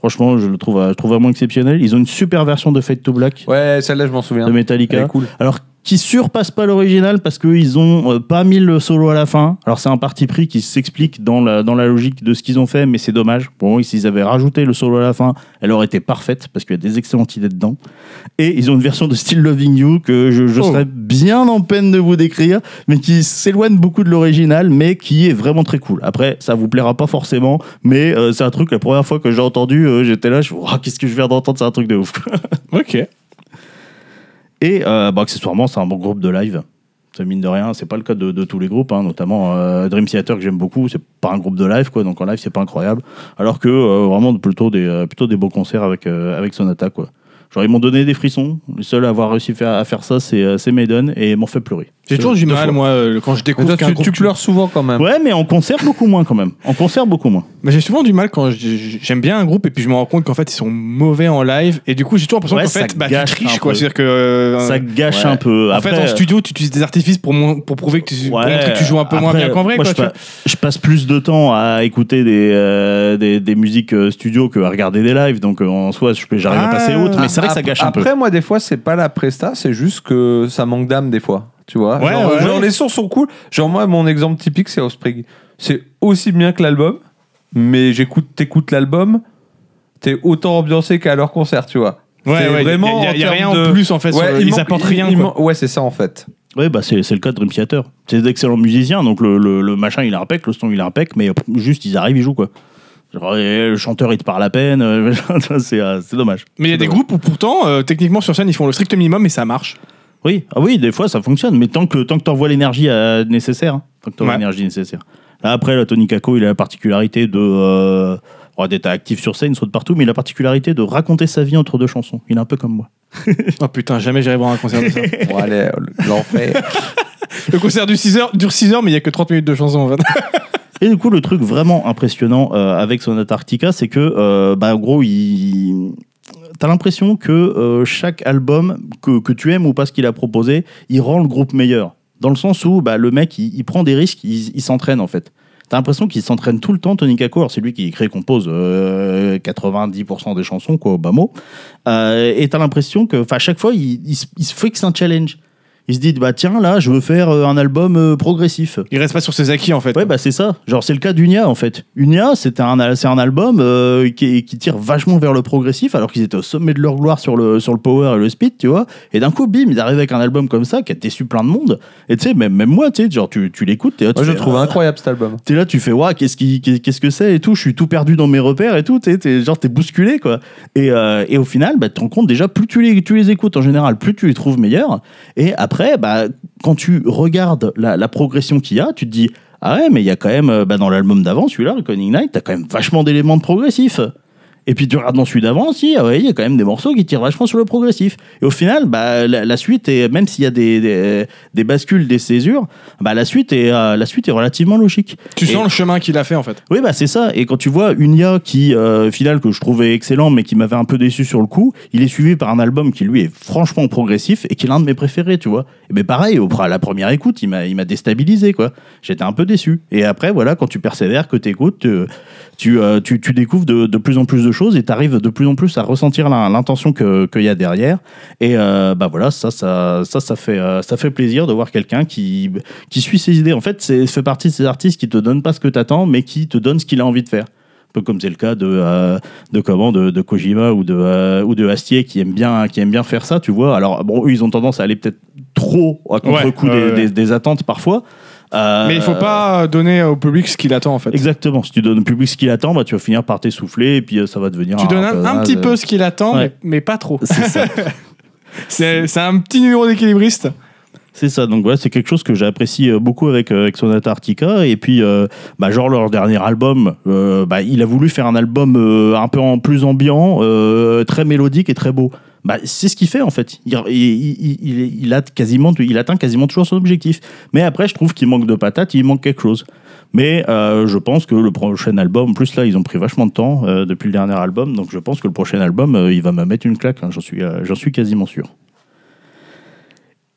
Speaker 3: Franchement, je le trouve, euh, je trouve vraiment exceptionnel. Ils ont une super version de Fade to Black
Speaker 2: Ouais, celle-là, je m'en souviens.
Speaker 3: de Metallica.
Speaker 2: Elle est cool.
Speaker 3: Alors, qui surpasse pas l'original parce qu'ils ont euh, pas mis le solo à la fin. Alors, c'est un parti pris qui s'explique dans la, dans la logique de ce qu'ils ont fait, mais c'est dommage. Bon, s'ils avaient rajouté le solo à la fin, elle aurait été parfaite parce qu'il y a des excellentes idées dedans. Et ils ont une version de Still Loving You que je, je
Speaker 1: Oh.
Speaker 3: serais bien en peine de vous décrire, mais qui s'éloigne beaucoup de l'original, mais qui est vraiment très cool. Après, ça vous plaira pas forcément, mais euh, c'est un truc, la première fois que j'ai entendu, euh, j'étais là, je me suis dit, Oh, qu'est-ce que je viens d'entendre, c'est un truc de ouf.
Speaker 1: Ok.
Speaker 3: Et euh, bah, accessoirement, c'est un bon groupe de live. Ça mine de rien, c'est pas le cas de, de tous les groupes, hein, notamment euh, Dream Theater que j'aime beaucoup, c'est pas un groupe de live quoi, donc en live c'est pas incroyable. Alors que euh, vraiment plutôt des euh, plutôt des beaux concerts avec euh, avec Sonata quoi. Genre ils m'ont donné des frissons. Le seul à avoir réussi faire- à faire ça c'est euh, c'est Maiden et ils m'ont fait pleurer.
Speaker 1: J'ai toujours du mal, moi, euh, quand je
Speaker 2: Mais
Speaker 1: découvre
Speaker 2: toi,
Speaker 1: qu'un
Speaker 2: tu,
Speaker 1: groupe-
Speaker 2: tu pleures souvent quand
Speaker 1: Ah.
Speaker 2: même.
Speaker 3: Ouais, mais en concert beaucoup moins quand même. En concert beaucoup moins.
Speaker 1: Mais j'ai souvent du mal quand je- j'aime bien un groupe et puis je me rends compte qu'en fait ils sont mauvais en live et du coup j'ai toujours l'impression
Speaker 3: Ouais,
Speaker 1: qu'en
Speaker 3: ça
Speaker 1: fait bah, tu
Speaker 3: gâche un
Speaker 1: triches quoi.
Speaker 3: peu.
Speaker 1: C'est-à-dire que euh,
Speaker 3: Ça gâche
Speaker 1: ouais.
Speaker 3: un peu. euh,
Speaker 1: en fait en studio tu utilises des artifices pour, mon- pour prouver que tu, pour
Speaker 3: Bah, Ouais,
Speaker 1: montrer que tu joues un peu moins
Speaker 3: après,
Speaker 1: bien qu'en vrai.
Speaker 3: moi,
Speaker 1: quoi,
Speaker 3: je,
Speaker 1: tu
Speaker 3: pa- je passe plus de temps à écouter des, euh, des, des musiques euh, studio que à regarder des lives, donc euh, en soi, je peux- j'arrive
Speaker 1: Ah.
Speaker 3: à passer autre, mais c'est vrai que ça gâche un peu.
Speaker 2: Après, moi, des fois, c'est pas la presta, c'est juste que ça manque d'âme, des fois. Tu vois
Speaker 1: Ouais,
Speaker 2: genre,
Speaker 1: ouais,
Speaker 2: genre,
Speaker 1: ouais.
Speaker 2: les sons sont cool. Genre, moi, mon exemple typique, c'est Offspring. C'est aussi bien que l'album, mais j'écoute, t'écoutes l'album, t'es autant ambiancé qu'à leur concert, tu vois.
Speaker 1: Ouais,
Speaker 2: C'est
Speaker 1: ouais,
Speaker 2: vraiment
Speaker 1: y a- y a- y a
Speaker 2: en
Speaker 1: rien
Speaker 2: termes de-
Speaker 1: en plus en fait. sur-
Speaker 2: Ouais,
Speaker 1: ils
Speaker 2: manque-
Speaker 1: apportent
Speaker 2: il-
Speaker 1: rien.
Speaker 2: il
Speaker 1: quoi.
Speaker 2: man- Ouais, c'est ça, en fait.
Speaker 3: Ouais, bah, c'est c'est le cas de Dream Theater. C'est d'excellents musiciens, donc le, le, le machin il est impec, le son il est impec, mais euh, juste ils arrivent, ils jouent quoi. Genre, euh, le chanteur il te parle à peine, euh, c'est euh, c'est dommage.
Speaker 1: Mais il y a des groupes où pourtant euh, techniquement sur scène ils font le strict minimum et ça marche.
Speaker 3: Oui, ah oui, des fois ça fonctionne, mais tant que tant que t'envoies l'énergie euh, nécessaire, hein. tant que t'envoies
Speaker 1: Ouais.
Speaker 3: l'énergie nécessaire. Là après, la Tony Kako, il a la particularité de euh, oh, d'être actif sur scène, saute partout, mais il a la particularité de raconter sa vie entre deux chansons. Il est un peu comme moi.
Speaker 1: Oh putain, jamais j'irai voir un concert de ça.
Speaker 2: Bon, allez, l'enfer.
Speaker 1: Le concert du 6 heures, dure 6 heures mais il y a que 30 minutes de chansons en fait.
Speaker 3: Et du coup, le truc vraiment impressionnant euh, avec Sonata Arctica, c'est que euh, bah en gros, il T'as l'impression que euh, chaque album, que, que tu aimes ou pas ce qu'il a proposé, il rend le groupe meilleur. Dans le sens où bah, le mec, il, il prend des risques, il, il s'entraîne en fait. T'as l'impression qu'il s'entraîne tout le temps, Tony Kako. Alors, c'est lui qui écrit et compose euh, 90% des chansons, quoi, au bas mot. Euh, et t'as l'impression que, enfin, à chaque fois, il, il se- il se fixe un challenge. Il se dit, bah tiens, là, je veux faire euh, un album euh, progressif.
Speaker 1: Il reste pas sur ses acquis en fait.
Speaker 3: Ouais, bah c'est ça. Genre, c'est le cas d'Unia en fait. Unia, c'était un, al- c'est un album euh, qui, qui tire vachement vers le progressif, alors qu'ils étaient au sommet de leur gloire sur le, sur le power et le speed, tu vois. Et d'un coup, bim, ils arrivent avec un album comme ça qui a déçu plein de monde. Et tu sais, même, même moi, tu sais, genre, tu, tu l'écoutes, t'es là, tu
Speaker 2: Moi, je
Speaker 3: fais,
Speaker 2: le trouve
Speaker 3: ah,
Speaker 2: incroyable, cet album.
Speaker 3: T'es là, tu fais, waouh, qu'est-ce qui- qu'est- qu'est-ce que c'est et tout. Je suis tout perdu dans mes repères et tout. T'es, t'es- genre, t'es bousculé, quoi. Et, euh, et au final, bah, tu te rends compte déjà, plus tu les, tu les écoutes en général, plus tu les trouves meilleurs. Et après, bah, quand tu regardes la, la progression qu'il y a, tu te dis, ah ouais, mais il y a quand même, euh, bah, dans l'album d'avant, celui-là, Reckoning Night, t'as quand même vachement d'éléments de progressif. Et puis tu regardes dans celui d'avant aussi, ah ouais, il y a quand même des morceaux qui tirent vachement sur le progressif. Et au final, bah, la, la suite, est, même s'il y a des, des, des bascules, des césures, bah, la, suite est, euh, la suite est relativement logique.
Speaker 1: Tu
Speaker 3: Et-
Speaker 1: sens le chemin qu'il a fait en fait.
Speaker 3: oui, bah c'est ça. Et quand tu vois une IA qui, euh, final, que je trouvais excellent, mais qui m'avait un peu déçu sur le coup, il est suivi par un album qui, lui, est franchement progressif et qui est l'un de mes préférés, tu vois. Et ben pareil, au, à la première écoute, il m'a il m'a déstabilisé, quoi. J'étais un peu déçu. Et après, voilà, quand tu persévères, que t'écoutes, euh, tu, euh, tu, tu découvres de, de plus en plus de choses et t'arrives de plus en plus à ressentir la- l'intention que- qu'il y a derrière. Et euh, bah voilà, ça, ça, ça, ça fait, euh, ça fait plaisir de voir quelqu'un qui, qui suit ses idées. En fait, c'est ça fait partie de ces artistes qui te donnent pas ce que t'attends, mais qui te donnent ce qu'il a envie de faire. Un peu comme c'est le cas de, euh, de comment de, de Kojima ou de euh, ou de Astier qui aiment bien qui aiment bien faire ça, tu vois. Alors bon, eux, ils ont tendance à aller peut-être trop à contre-coup
Speaker 1: Ouais, ouais,
Speaker 3: des,
Speaker 1: ouais.
Speaker 3: des- des attentes parfois.
Speaker 5: Euh,
Speaker 1: Mais il faut pas donner au public ce qu'il attend en fait.
Speaker 3: Exactement. Si tu donnes au public ce qu'il attend, bah, tu vas finir par t'essouffler et puis euh, ça va devenir.
Speaker 1: Tu donnes un, un
Speaker 3: peu-
Speaker 1: petit peu ce qu'il attend,
Speaker 3: bah, euh, Ouais.
Speaker 1: mais, mais pas trop.
Speaker 3: C'est ça.
Speaker 1: C'est c'est un petit numéro d'équilibriste.
Speaker 3: C'est ça, donc voilà, c'est quelque chose que j'apprécie euh, beaucoup avec, euh, avec Sonata Arctica. Et puis, euh, bah, genre, leur dernier album, euh, bah, il a voulu faire un album euh, un peu en plus ambiant, euh, très mélodique et très beau. Bah, c'est ce qu'il fait en fait. Il, il, il- il- il a quasiment, il atteint quasiment toujours son objectif. Mais après, je trouve qu'il manque de patates, il manque quelque chose. Mais euh, je pense que le prochain album, en plus là, ils ont pris vachement de temps euh, depuis le dernier album, donc je pense que le prochain album, euh, il va me mettre une claque, hein, j'en suis, euh, j'en suis quasiment sûr.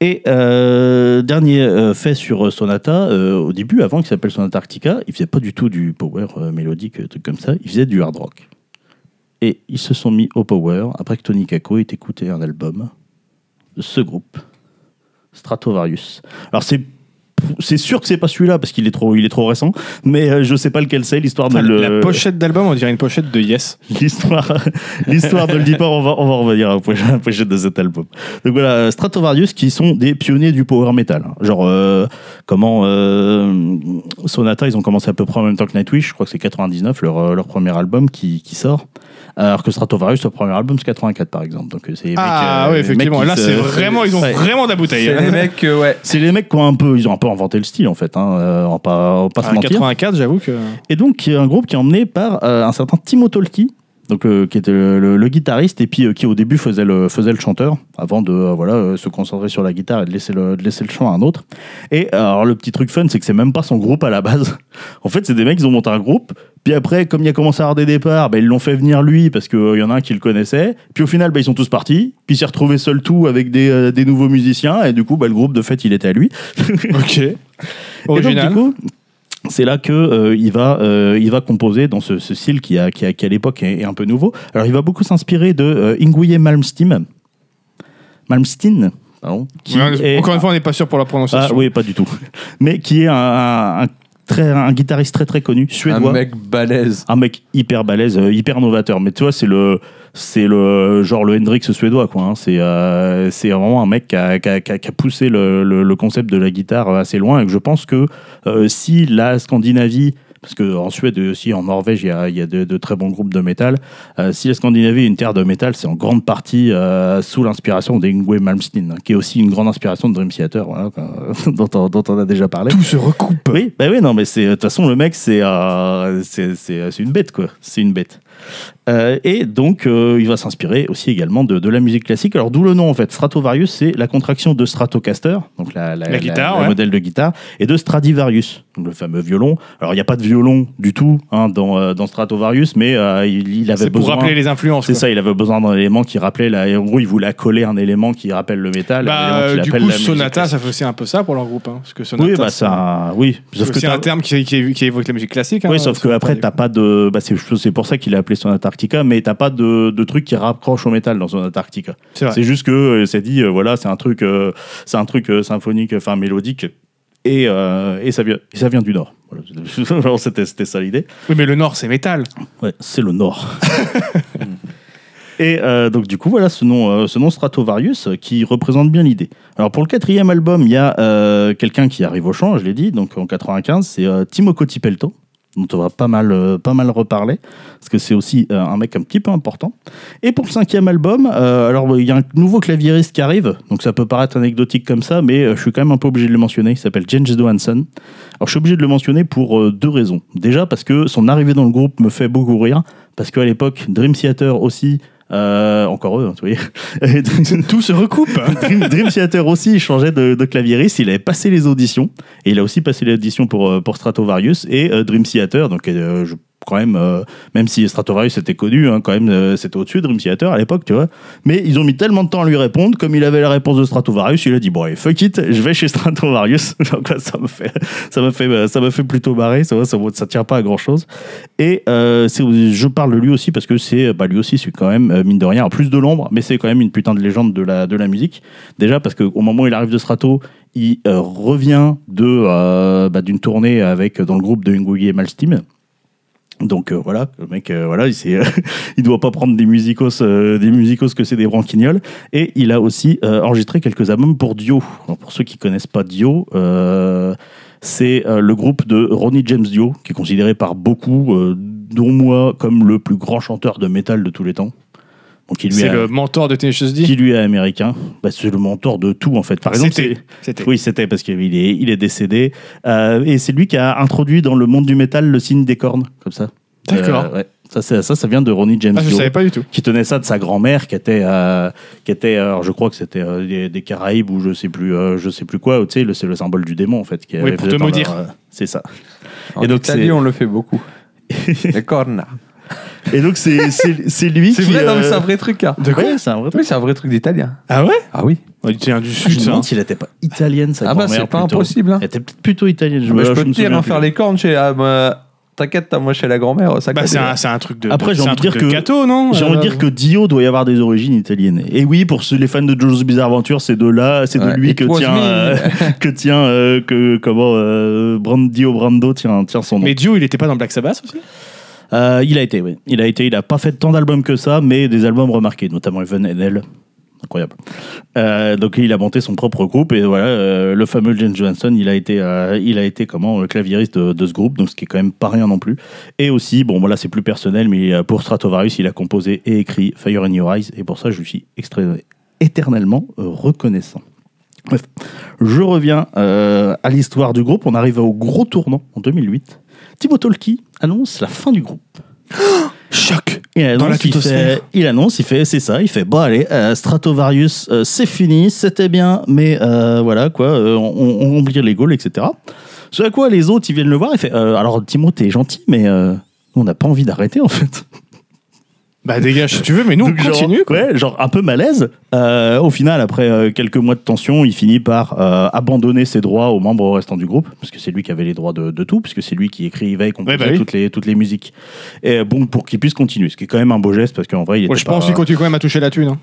Speaker 3: Et euh, dernier euh, fait sur euh, Sonata, euh, au début, avant qu'il s'appelle Sonata Arctica, il faisait pas du tout du power euh, mélodique, euh, truc comme ça, il faisait du hard rock. Et ils se sont mis au power après que Tony Kako ait écouté un album de ce groupe, Stratovarius. Alors c'est c'est sûr que c'est pas celui-là parce qu'il est trop il est trop récent, mais euh, je sais pas lequel c'est l'histoire de
Speaker 1: Putain,
Speaker 3: le-
Speaker 1: La pochette d'album, on dirait une pochette de Yes.
Speaker 3: L'histoire, l'histoire de le Deeper, on va, on va revenir à la prochaine- à la prochaine de cet album. Donc voilà, euh, Stratovarius qui sont des pionniers du power metal. Genre, euh, comment euh, Sonata, ils ont commencé à peu près en même temps que Nightwish, je crois que c'est 99, leur, euh, leur premier album qui, qui sort. Alors que Stratovarius, leur premier album, c'est 84 par exemple. Donc euh, c'est les
Speaker 1: Ah oui,
Speaker 3: mecs, euh, les mecs
Speaker 1: effectivement.
Speaker 3: qui
Speaker 1: Là,
Speaker 3: se-
Speaker 1: c'est vraiment, ils ont
Speaker 3: Ouais.
Speaker 1: vraiment de la bouteille.
Speaker 2: C'est les mecs, euh, ouais.
Speaker 3: C'est les mecs qui ont un peu, ils ont un peu inventé le style en fait, hein, euh, on va pas, on va pas se
Speaker 1: Ah,
Speaker 3: mentir.
Speaker 1: 84, j'avoue que.
Speaker 3: Et donc, qui est un groupe qui est emmené par euh, un certain Timo Tolki, donc, euh, qui était le, le- le guitariste et puis euh, qui au début faisait le, faisait le chanteur avant de euh, voilà, euh, se concentrer sur la guitare et de laisser le, de laisser le chant à un autre. Et euh, alors, le petit truc fun, c'est que c'est même pas son groupe à la base. En fait, c'est des mecs, ils ont monté un groupe. Puis après, comme il a commencé à avoir des départs, bah, ils l'ont fait venir lui parce qu'il y en a un qui le connaissait. Puis au final, bah, ils sont tous partis. Puis il s'est retrouvé seul tout avec des, euh, des nouveaux musiciens. Et du coup, bah, le groupe, de fait, il était à lui.
Speaker 1: Ok. Original.
Speaker 3: Et donc, du coup, c'est là que euh, il va euh, il va composer dans ce, ce style qui a qui, a- qui, à l'époque est, est un peu nouveau. Alors il va beaucoup s'inspirer de euh, Ingwie Malmsteen. Malmsteen, pardon, qui
Speaker 1: Ouais,
Speaker 3: est-
Speaker 1: Encore une fois, on n'est pas sûr pour la
Speaker 3: ah,
Speaker 1: prononciation.
Speaker 3: oui, pas du tout. Mais qui est un, un- un très un guitariste très très connu
Speaker 2: Un
Speaker 3: suédois
Speaker 2: mec balèze.
Speaker 3: un mec hyper balèze, euh, hyper novateur. Mais tu vois, c'est le, c'est le genre le Hendrix suédois, quoi. hein. C'est, euh, c'est vraiment un mec qui a, qui a- qui a- qui a poussé le, le- le concept de la guitare assez loin. Et que je pense que euh, si la Scandinavie parce que en Suède et aussi en Norvège, il y a, il y a de, de très bons groupes de métal. Euh, si la Scandinavie est une terre de métal, c'est en grande partie euh, sous l'inspiration d'Ingwe Malmsteen, hein, qui est aussi une grande inspiration de Dream Theater, voilà, euh, dont, on, dont on a déjà parlé.
Speaker 1: Tout se recoupe.
Speaker 3: Oui, bah oui, non, mais c'est de toute façon le mec, c'est euh, c'est c'est- c'est une bête quoi, c'est une bête. Euh, et donc euh, il va s'inspirer aussi également de, de la musique classique. Alors d'où le nom en fait, Stratovarius, c'est la contraction de Stratocaster, donc la,
Speaker 1: La guitare, ouais.
Speaker 3: modèle de guitare, et de Stradivarius, donc le fameux violon. Alors il n'y a pas de violon du tout hein, dans euh, dans Stratovarius, mais euh, il, il avait
Speaker 1: C'est pour
Speaker 3: besoin.
Speaker 1: rappeler les influences.
Speaker 3: C'est
Speaker 1: quoi.
Speaker 3: ça, il avait besoin d'un élément qui rappelait la. En gros, il voulait coller un élément qui rappelle le métal.
Speaker 1: Bah,
Speaker 3: un élément qui
Speaker 1: euh, du
Speaker 3: rappelle
Speaker 1: coup,
Speaker 3: la musique
Speaker 1: Sonata,
Speaker 3: classique.
Speaker 1: ça fait aussi un peu ça pour leur groupe. hein, parce que Sonata,
Speaker 3: Oui, bah ça. Oui,
Speaker 1: c'est
Speaker 3: sauf que
Speaker 1: aussi un
Speaker 3: t'as-
Speaker 1: terme qui, qui- qui évoque la musique classique. hein,
Speaker 3: Oui, sauf que
Speaker 1: Sonata,
Speaker 3: après,
Speaker 1: du
Speaker 3: t'as
Speaker 1: coup.
Speaker 3: pas de. Bah, c'est c'est pour ça qu'il a appelé son Antarctica, mais t'as pas de, de truc qui raccroche au métal dans son Antarctica.
Speaker 1: C'est vrai.
Speaker 3: C'est juste que euh, c'est dit, euh, voilà, c'est un truc, euh, c'est un truc euh, symphonique, enfin mélodique, et, euh, et ça vient, et ça vient du nord. Voilà, c'était- genre, c'était c'était ça l'idée.
Speaker 1: Oui, mais le Nord, c'est métal.
Speaker 3: Ouais, c'est le Nord. Et euh, donc du coup voilà ce nom, euh, ce nom Stratovarius euh, qui représente bien l'idée. Alors pour le quatrième album, il y a euh, quelqu'un qui arrive au chant, je l'ai dit, donc en 95, c'est euh, Timo Cotipelto, dont on va pas mal, euh, pas mal reparler, parce que c'est aussi euh, un mec un petit peu important. Et pour le cinquième album, euh, alors il y a un nouveau claviériste qui arrive, donc ça peut paraître anecdotique comme ça, mais euh, je suis quand même un peu obligé de le mentionner, il s'appelle James Johansson. Alors je suis obligé de le mentionner pour euh, deux raisons. Déjà parce que son arrivée dans le groupe me fait beaucoup rire, parce qu'à l'époque, Dream Theater aussi, euh, encore eux, hein, tu vois. Tout se recoupe. Dream, Dream Theater aussi, il changeait de, de claviériste, il avait passé les auditions, et il a aussi passé l'audition pour, euh, pour Stratovarius et euh, Dream Theater, donc euh, je- quand même, euh, même si Stratovarius était connu, hein, quand même, euh, c'était au-dessus de Dream Theater à l'époque, tu vois. Mais ils ont mis tellement de temps à lui répondre, comme il avait la réponse de Stratovarius, il a dit, bon, allez, fuck it, je vais chez Stratovarius. Donc, ouais, ça me fait, ça me fait, euh, ça me fait plutôt marrer, ça, va, ça, ça tient pas à grand chose. Et euh, c'est- je parle de lui aussi parce que c'est bah, lui aussi, c'est quand même, euh, mine de rien, en plus de l'ombre, mais c'est quand même une putain de légende de la, de la musique. Déjà parce qu'au moment où il arrive de Strato, il euh, revient de, euh, bah, d'une tournée avec, dans le groupe de Ngugi et Malsteam. Donc euh, voilà, le mec, euh, voilà, il, s'est- il doit pas prendre des musicos, euh, des musicos que c'est des branquignoles. Et il a aussi euh, enregistré quelques albums pour Dio. Alors, pour ceux qui connaissent pas Dio, euh, c'est euh, le groupe de Ronnie James Dio, qui est considéré par beaucoup, euh, dont moi, comme le plus grand chanteur de métal de tous les temps. Donc, qui lui
Speaker 1: C'est
Speaker 3: a-
Speaker 1: le mentor de Tenacious D.
Speaker 3: qui lui est américain, bah, c'est le mentor de tout en fait. Par exemple,
Speaker 1: C'était.
Speaker 3: c'est-
Speaker 1: C'était.
Speaker 3: oui, c'était parce qu'il est, il est décédé. Euh, et c'est lui qui a introduit dans le monde du métal le signe des cornes, comme ça.
Speaker 1: D'accord.
Speaker 3: Euh, ouais. ça, c'est- ça, ça vient de Ronnie James
Speaker 1: Ah, je
Speaker 3: Dio,
Speaker 1: savais pas du tout.
Speaker 3: qui tenait ça de sa grand-mère, qui était, euh, qui était euh, alors je crois que c'était euh, des, des Caraïbes ou je sais plus, euh, je sais plus quoi. Tu sais, le- c'est le symbole du démon en fait. Qui
Speaker 1: Oui,
Speaker 3: avait
Speaker 1: pour
Speaker 3: fait
Speaker 1: te
Speaker 3: dans
Speaker 1: maudire.
Speaker 3: leur, euh, c'est ça.
Speaker 2: En
Speaker 3: Et donc,
Speaker 2: Italie,
Speaker 3: c'est-
Speaker 2: on le fait beaucoup. Les cornes.
Speaker 3: Et donc c'est- c'est c'est lui
Speaker 2: C'est
Speaker 3: qui.
Speaker 2: vrai, non, mais
Speaker 3: euh,
Speaker 2: c'est un vrai truc. hein.
Speaker 3: de quoi c'est un vrai truc.
Speaker 2: Oui, c'est un vrai truc d'italien.
Speaker 1: Ah ouais
Speaker 2: Ah oui.
Speaker 1: Il tient du
Speaker 3: Ah, Je
Speaker 1: sud,
Speaker 3: me
Speaker 1: ça.
Speaker 3: demande s'il n'était pas italienne, sa
Speaker 2: Ah bah,
Speaker 3: grand-mère,
Speaker 2: c'est pas
Speaker 3: plutôt.
Speaker 2: impossible. hein.
Speaker 3: Elle était peut-être plutôt italienne.
Speaker 2: Ah, Mais je
Speaker 3: Ah bah, me
Speaker 2: peux te dire,
Speaker 3: souviens
Speaker 2: en
Speaker 3: plus.
Speaker 2: faire les cornes chez. ah, bah, T'inquiète, moi chez la grand-mère. ça
Speaker 1: Bah,
Speaker 2: casse.
Speaker 1: c'est un, c'est un truc de.
Speaker 3: Après,
Speaker 1: c'est
Speaker 3: j'ai
Speaker 1: un
Speaker 3: envie de
Speaker 1: truc
Speaker 3: dire que-
Speaker 1: Gâteau, non
Speaker 3: J'ai envie de
Speaker 1: Euh,
Speaker 3: dire que Dio doit y avoir des origines italiennes. Et oui, pour ceux- les fans de Jojo's Bizarre Adventure, c'est de là, c'est de
Speaker 2: Ouais.
Speaker 3: lui
Speaker 2: It
Speaker 3: que
Speaker 2: was
Speaker 3: tient,
Speaker 2: me.
Speaker 3: euh, que tient, euh, que comment euh, Brand- Dio Brando tient, tient son nom.
Speaker 1: Mais Dio, il était pas dans Black Sabbath aussi
Speaker 3: Euh, il a été, oui. Il a été, il a pas fait tant d'albums que ça, mais des albums remarqués, notamment Even and Hell. Incroyable. Euh, donc il a monté son propre groupe et voilà, euh, le fameux James Johnson, il a été, euh, il a été comment, euh, clavieriste de, de ce groupe, donc ce qui est quand même pas rien non plus. Et aussi, bon, voilà, c'est plus personnel, mais euh, pour Stratovarius, il a composé et écrit Fire in Your Eyes, et pour ça, je lui suis extré- éternellement euh, reconnaissant. Bref, je reviens euh, à l'histoire du groupe. On arrive au gros tournant en 2008. Thibaut Tolki annonce la fin du groupe.
Speaker 1: Choc
Speaker 3: Il annonce,
Speaker 1: Dans la
Speaker 3: il,
Speaker 1: tutosphère.
Speaker 3: fait, il annonce, il fait, c'est ça, il fait, bon allez, euh, Stratovarius, euh, c'est fini, c'était bien, mais euh, voilà quoi, euh, on, on oublie les goals, etc. Ce à quoi les autres, ils viennent le voir, il fait, euh, alors Timo, t'es gentil, mais euh, on n'a pas envie d'arrêter en fait.
Speaker 1: Bah, dégage si tu veux, mais nous, on
Speaker 3: Donc, genre,
Speaker 1: continue, quoi.
Speaker 3: ouais, genre un peu malaise. Euh, au final, après euh, quelques mois de tension, il finit par euh, abandonner ses droits aux membres restants du groupe, parce que c'est lui qui avait les droits de, de tout, puisque c'est lui qui écrivait et composait
Speaker 1: Ouais, bah oui.
Speaker 3: toutes, les, toutes les musiques. Et euh, bon, pour qu'il puisse continuer, ce qui est quand même un beau geste, parce qu'en vrai, il était
Speaker 1: Ouais, je
Speaker 3: pas-
Speaker 1: pense qu'il continue quand même à toucher la thune. hein.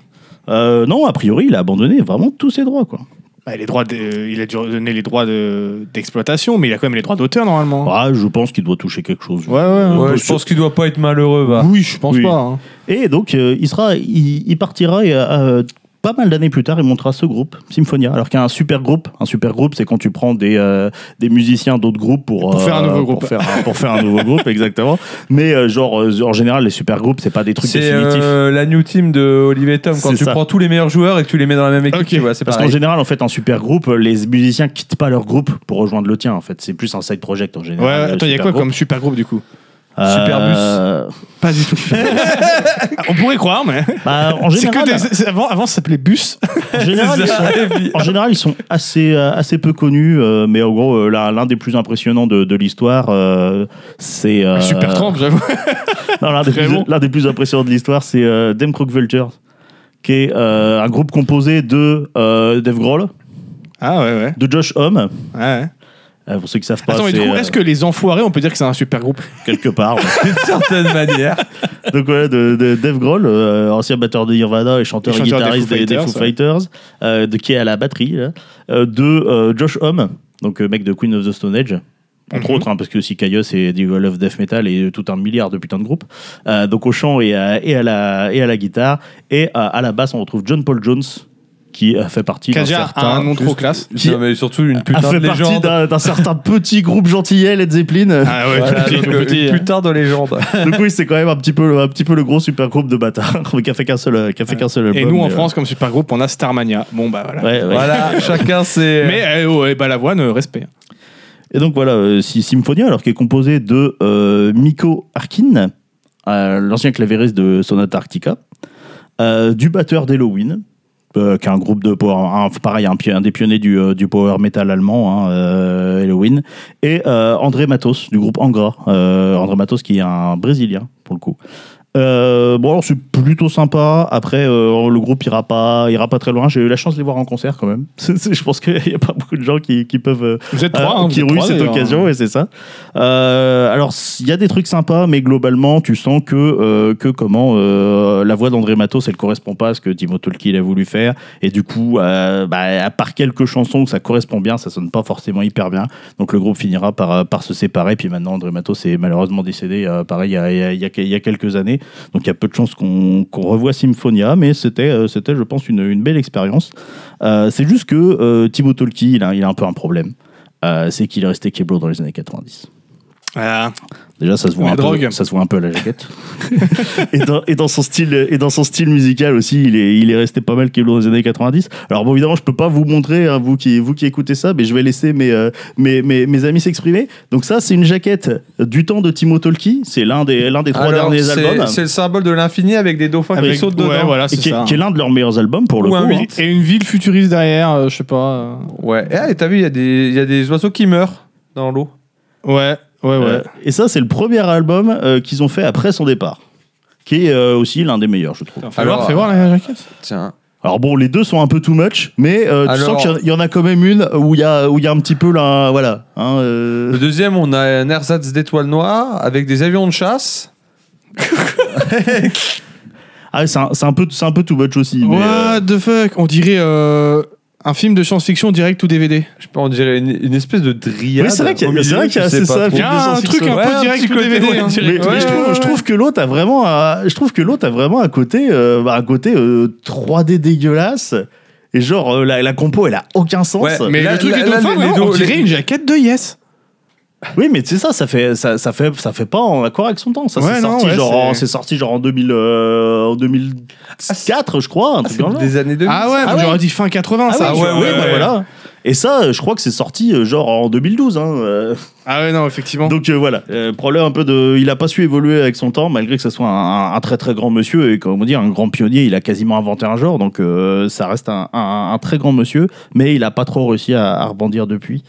Speaker 3: Euh, non, a priori, il a abandonné vraiment tous ses droits, quoi.
Speaker 1: Bah, les droits de- euh, il a dû donner les droits de- d'exploitation, mais il a quand même les droits d'auteur normalement.
Speaker 3: Ah, je pense qu'il doit toucher quelque chose.
Speaker 1: Ouais, ouais. bah,
Speaker 2: Ouais,
Speaker 3: peu
Speaker 2: je pense qu'il doit pas être malheureux, va.
Speaker 1: Oui, je pense
Speaker 3: Oui.
Speaker 1: pas. hein.
Speaker 3: Et donc, euh, il, sera, il, il partira et, euh, pas mal d'années plus tard, il montera ce groupe, Symphonia. Alors qu'il y a un super groupe. Un super groupe, c'est quand tu prends des, euh, des musiciens d'autres groupes pour, euh,
Speaker 1: Pour faire un nouveau groupe.
Speaker 3: Pour faire, un- pour faire un nouveau groupe, exactement. Mais euh, genre, euh, en général, les super groupes, c'est pas des trucs
Speaker 2: C'est
Speaker 3: définitifs.
Speaker 2: euh, la new team de Olivier Tom. Quand
Speaker 3: C'est
Speaker 2: tu
Speaker 3: ça.
Speaker 2: prends tous les meilleurs joueurs et que tu les mets dans la même équipe,
Speaker 1: Ok.
Speaker 2: tu vois, c'est
Speaker 3: Parce
Speaker 2: pareil.
Speaker 3: qu'en général, en fait, un super groupe, euh, les musiciens quittent pas leur groupe pour rejoindre le tien. En fait, c'est plus un side project en
Speaker 1: Ouais,
Speaker 3: général. le
Speaker 1: attends, il y a
Speaker 3: super
Speaker 1: quoi
Speaker 3: groupe.
Speaker 1: comme super groupe du coup
Speaker 3: Euh,
Speaker 1: Pas du tout. On pourrait croire, mais.
Speaker 3: bah, en
Speaker 1: C'est que
Speaker 3: général,
Speaker 1: des- c'est- avant, avant, ça s'appelait bus.
Speaker 3: En général, ils sont, en général, ils sont assez, euh, assez peu connus, euh, mais en gros, euh, l'un l'un des plus impressionnants de, de l'histoire, euh, c'est. euh,
Speaker 1: super trempe, j'avoue.
Speaker 3: non, l'un des,
Speaker 1: Très
Speaker 3: plus-
Speaker 1: bon.
Speaker 3: l'un des plus impressionnants de l'histoire, c'est euh, Dem Crook Vultures, qui est euh, un groupe composé de euh, Dave Grohl,
Speaker 1: Ah ouais, ouais.
Speaker 3: de Josh Homme.
Speaker 1: ouais, ouais.
Speaker 3: euh, pour ceux qui savent pas,
Speaker 1: Attends, mais du
Speaker 3: c'est,
Speaker 1: coup,
Speaker 3: euh,
Speaker 1: est-ce que les enfoirés, on peut dire que c'est un super groupe
Speaker 3: quelque part. ouais.
Speaker 2: D'une certaine manière.
Speaker 3: Donc voilà, de, de Dave Grohl, euh, ancien batteur de Nirvana et chanteur
Speaker 1: Et
Speaker 3: et
Speaker 1: chanteur des
Speaker 3: guitariste
Speaker 1: Foo
Speaker 3: des, des Foo
Speaker 1: Fighters, ouais.
Speaker 3: Fighters, euh, de, qui est à la batterie, là, euh, de euh, Josh Homme, donc euh, mec de Queen of the Stone Age. Entre
Speaker 1: Mhm.
Speaker 3: autres, hein, parce que aussi Kaios et du Wall of Death Metal et tout un milliard de putains de groupes. Euh, donc au chant et à, et à la, et à la guitare. Et euh, à la basse, on retrouve John Paul Jones, qui a fait partie d'un
Speaker 1: Kajar a
Speaker 3: certain...
Speaker 1: un nom trop
Speaker 2: Juste-
Speaker 1: classe.
Speaker 3: Qui-
Speaker 2: Non, mais surtout une
Speaker 3: a
Speaker 2: putain de
Speaker 3: Ah, fait partie
Speaker 2: légende.
Speaker 3: d'un d'un certain petit groupe gentillet, Led Zeppelin.
Speaker 1: Ah ouais,
Speaker 2: Voilà,
Speaker 1: tout petit,
Speaker 2: donc,
Speaker 1: tout
Speaker 2: euh,
Speaker 1: petit.
Speaker 2: une putain de légende.
Speaker 3: Donc oui, c'est quand même un petit peu, un petit peu le gros super groupe de bâtards qui a fait qu'un seul, qui a fait qu'un seul
Speaker 1: Et
Speaker 3: album, euh,
Speaker 1: nous, en
Speaker 3: mais,
Speaker 1: France, comme super groupe, on a Starmania. Bon, bah voilà.
Speaker 3: ouais, ouais.
Speaker 2: Voilà, chacun ses.
Speaker 1: Mais eh, oh, eh, Balavoine, euh, respect.
Speaker 3: Et donc voilà, euh, si Symphonia, alors qui est composé de euh, Mikko Harkin, euh, l'ancien clavieriste de Sonata Arctica, euh, du batteur d'Halloween, euh, qui est un groupe de power, un- pareil, un, pion- un des pionniers du, euh, du power metal allemand, hein, euh, Halloween, et euh, André Matos, du groupe Angra. Euh, André Matos, qui est un Brésilien, pour le coup. Euh, bon alors c'est plutôt sympa. Après euh, le groupe ira pas, ira pas très loin. J'ai eu la chance de les voir en concert quand même. C'est- c'est- je pense qu'il n'y a pas beaucoup de gens qui, qui peuvent euh,
Speaker 1: Vous êtes
Speaker 3: euh,
Speaker 1: trois, hein,
Speaker 3: qui
Speaker 1: vous êtes
Speaker 3: rouille
Speaker 1: trois,
Speaker 3: cette
Speaker 1: d'ailleurs.
Speaker 3: occasion, et c'est ça. Euh, alors, il y a des trucs sympas, mais globalement, tu sens que, euh, que comment euh, la voix d'André Matos, elle correspond pas à ce que Timo Tolki il a voulu faire. Et du coup, euh, bah, à part quelques chansons où ça correspond bien, ça sonne pas forcément hyper bien. Donc, le groupe finira par, euh, par se séparer. Puis maintenant, André Matos est malheureusement décédé, euh, pareil, il y a, il y a- il y a- il y a quelques années. Donc, il y a peu de chances qu'on qu'on revoie Symphonia, mais c'était, euh, c'était, je pense, une, une belle expérience. Euh, c'est juste que euh, Timo Tolki, il a- il a un peu un problème.
Speaker 6: euh, c'est qu'il est resté Keblo dans les années 90.
Speaker 1: Ah,
Speaker 6: Déjà, ça se voit,
Speaker 1: La
Speaker 6: un
Speaker 1: drogue.
Speaker 6: peu, ça se voit un peu à la jaquette.
Speaker 3: et, dans, et dans son style et dans son style musical aussi il est, il est resté pas mal Keblo dans les années 90 alors bon évidemment je peux pas vous montrer hein, vous qui vous qui écoutez ça mais je vais laisser mes euh, mes, mes, mes amis s'exprimer donc ça c'est une jaquette du temps de Timo Tolki c'est l'un des l'un des trois
Speaker 2: Alors,
Speaker 3: derniers
Speaker 2: c'est-
Speaker 3: albums
Speaker 2: C'est le symbole de l'infini avec des dauphins
Speaker 1: avec-
Speaker 2: qui sautent dedans.
Speaker 1: ouais, voilà,
Speaker 6: Et
Speaker 1: c'est
Speaker 6: qui,
Speaker 1: ça.
Speaker 6: est- qui est l'un de leurs meilleurs albums pour le
Speaker 2: Ou
Speaker 6: coup.
Speaker 2: un
Speaker 6: hein.
Speaker 2: huit.
Speaker 1: Et une ville futuriste derrière, euh, je sais pas. euh.
Speaker 2: Ouais. Et, ah, et t'as vu, il y, a des- il y a des oiseaux qui meurent dans l'eau.
Speaker 1: Ouais, ouais, ouais.
Speaker 6: Euh,
Speaker 3: et ça c'est le premier album euh, qu'ils ont fait après son départ qui est euh, aussi l'un des meilleurs je trouve
Speaker 1: fais,
Speaker 2: alors,
Speaker 1: voir, fais voir la jaquette.
Speaker 2: Tiens.
Speaker 3: alors bon les deux sont un peu too much mais euh, tu
Speaker 2: Alors-
Speaker 3: sens qu'il y en- il y en a quand même une où il y a où il y a un petit peu là voilà hein, euh,
Speaker 2: Le deuxième, on a un ersatz d'étoiles noires avec des avions de chasse.
Speaker 3: Ah, c'est un, c'est un peu, c'est un peu too much aussi. mais, euh,
Speaker 1: What the fuck On dirait euh, un film de science-fiction direct ou DVD.
Speaker 2: Je sais pas, on dirait une, une espèce de dryade.
Speaker 3: Oui, c'est vrai qu'il y a-
Speaker 2: au milieu,
Speaker 3: c'est vrai
Speaker 2: tu
Speaker 3: qu'il y a-
Speaker 2: sais
Speaker 3: c'est
Speaker 2: pas
Speaker 3: ça,
Speaker 2: trop.
Speaker 1: Il y a un
Speaker 3: Ou
Speaker 1: truc un
Speaker 2: ouais,
Speaker 1: peu
Speaker 2: un
Speaker 1: direct
Speaker 2: petit
Speaker 1: ou
Speaker 2: côté,
Speaker 1: DVD.
Speaker 2: ouais,
Speaker 1: hein.
Speaker 3: mais- mais je, trouve, je trouve que l'autre a vraiment, un- je trouve que l'autre a vraiment un côté, euh, un côté euh, 3D dégueulasse. Et genre euh, la, la compo, elle a aucun sens.
Speaker 2: Ouais,
Speaker 1: Mais
Speaker 2: Là-
Speaker 1: le truc
Speaker 2: là-
Speaker 1: est hein.
Speaker 2: là, les- les
Speaker 1: on
Speaker 2: dos-
Speaker 1: dirait
Speaker 2: les-
Speaker 1: une jaquette de Yes.
Speaker 3: Oui, mais c'est ça, ça fait, ça, ça fait, ça fait pas en accord avec son temps. Ça
Speaker 1: Ouais,
Speaker 3: c'est
Speaker 1: non,
Speaker 3: sorti
Speaker 1: ouais,
Speaker 3: genre,
Speaker 1: c'est-
Speaker 3: en- c'est sorti genre en 2000, euh, en 2004, je crois, un
Speaker 2: Ah,
Speaker 3: truc dans le
Speaker 2: c'est
Speaker 3: genre.
Speaker 2: des années 2000.
Speaker 1: Ah ouais,
Speaker 3: Ah
Speaker 1: moi,
Speaker 3: ouais.
Speaker 1: j'aurais dit fin 80
Speaker 3: Ah
Speaker 1: ça.
Speaker 3: oui,
Speaker 1: tu
Speaker 2: ouais,
Speaker 1: vois.
Speaker 3: oui, bah voilà. Et ça, euh, je crois que c'est sorti euh, genre en 2012. Hein, euh.
Speaker 1: Ah ouais, non, effectivement.
Speaker 3: Donc euh, voilà, euh, problème un peu de. Il a pas su évoluer avec son temps, malgré que ce soit un, un- un très très grand monsieur et comme on dit, un grand pionnier. Il a quasiment inventé un genre, donc euh, ça reste un, un- un très grand monsieur, mais il a pas trop réussi à, à rebondir depuis.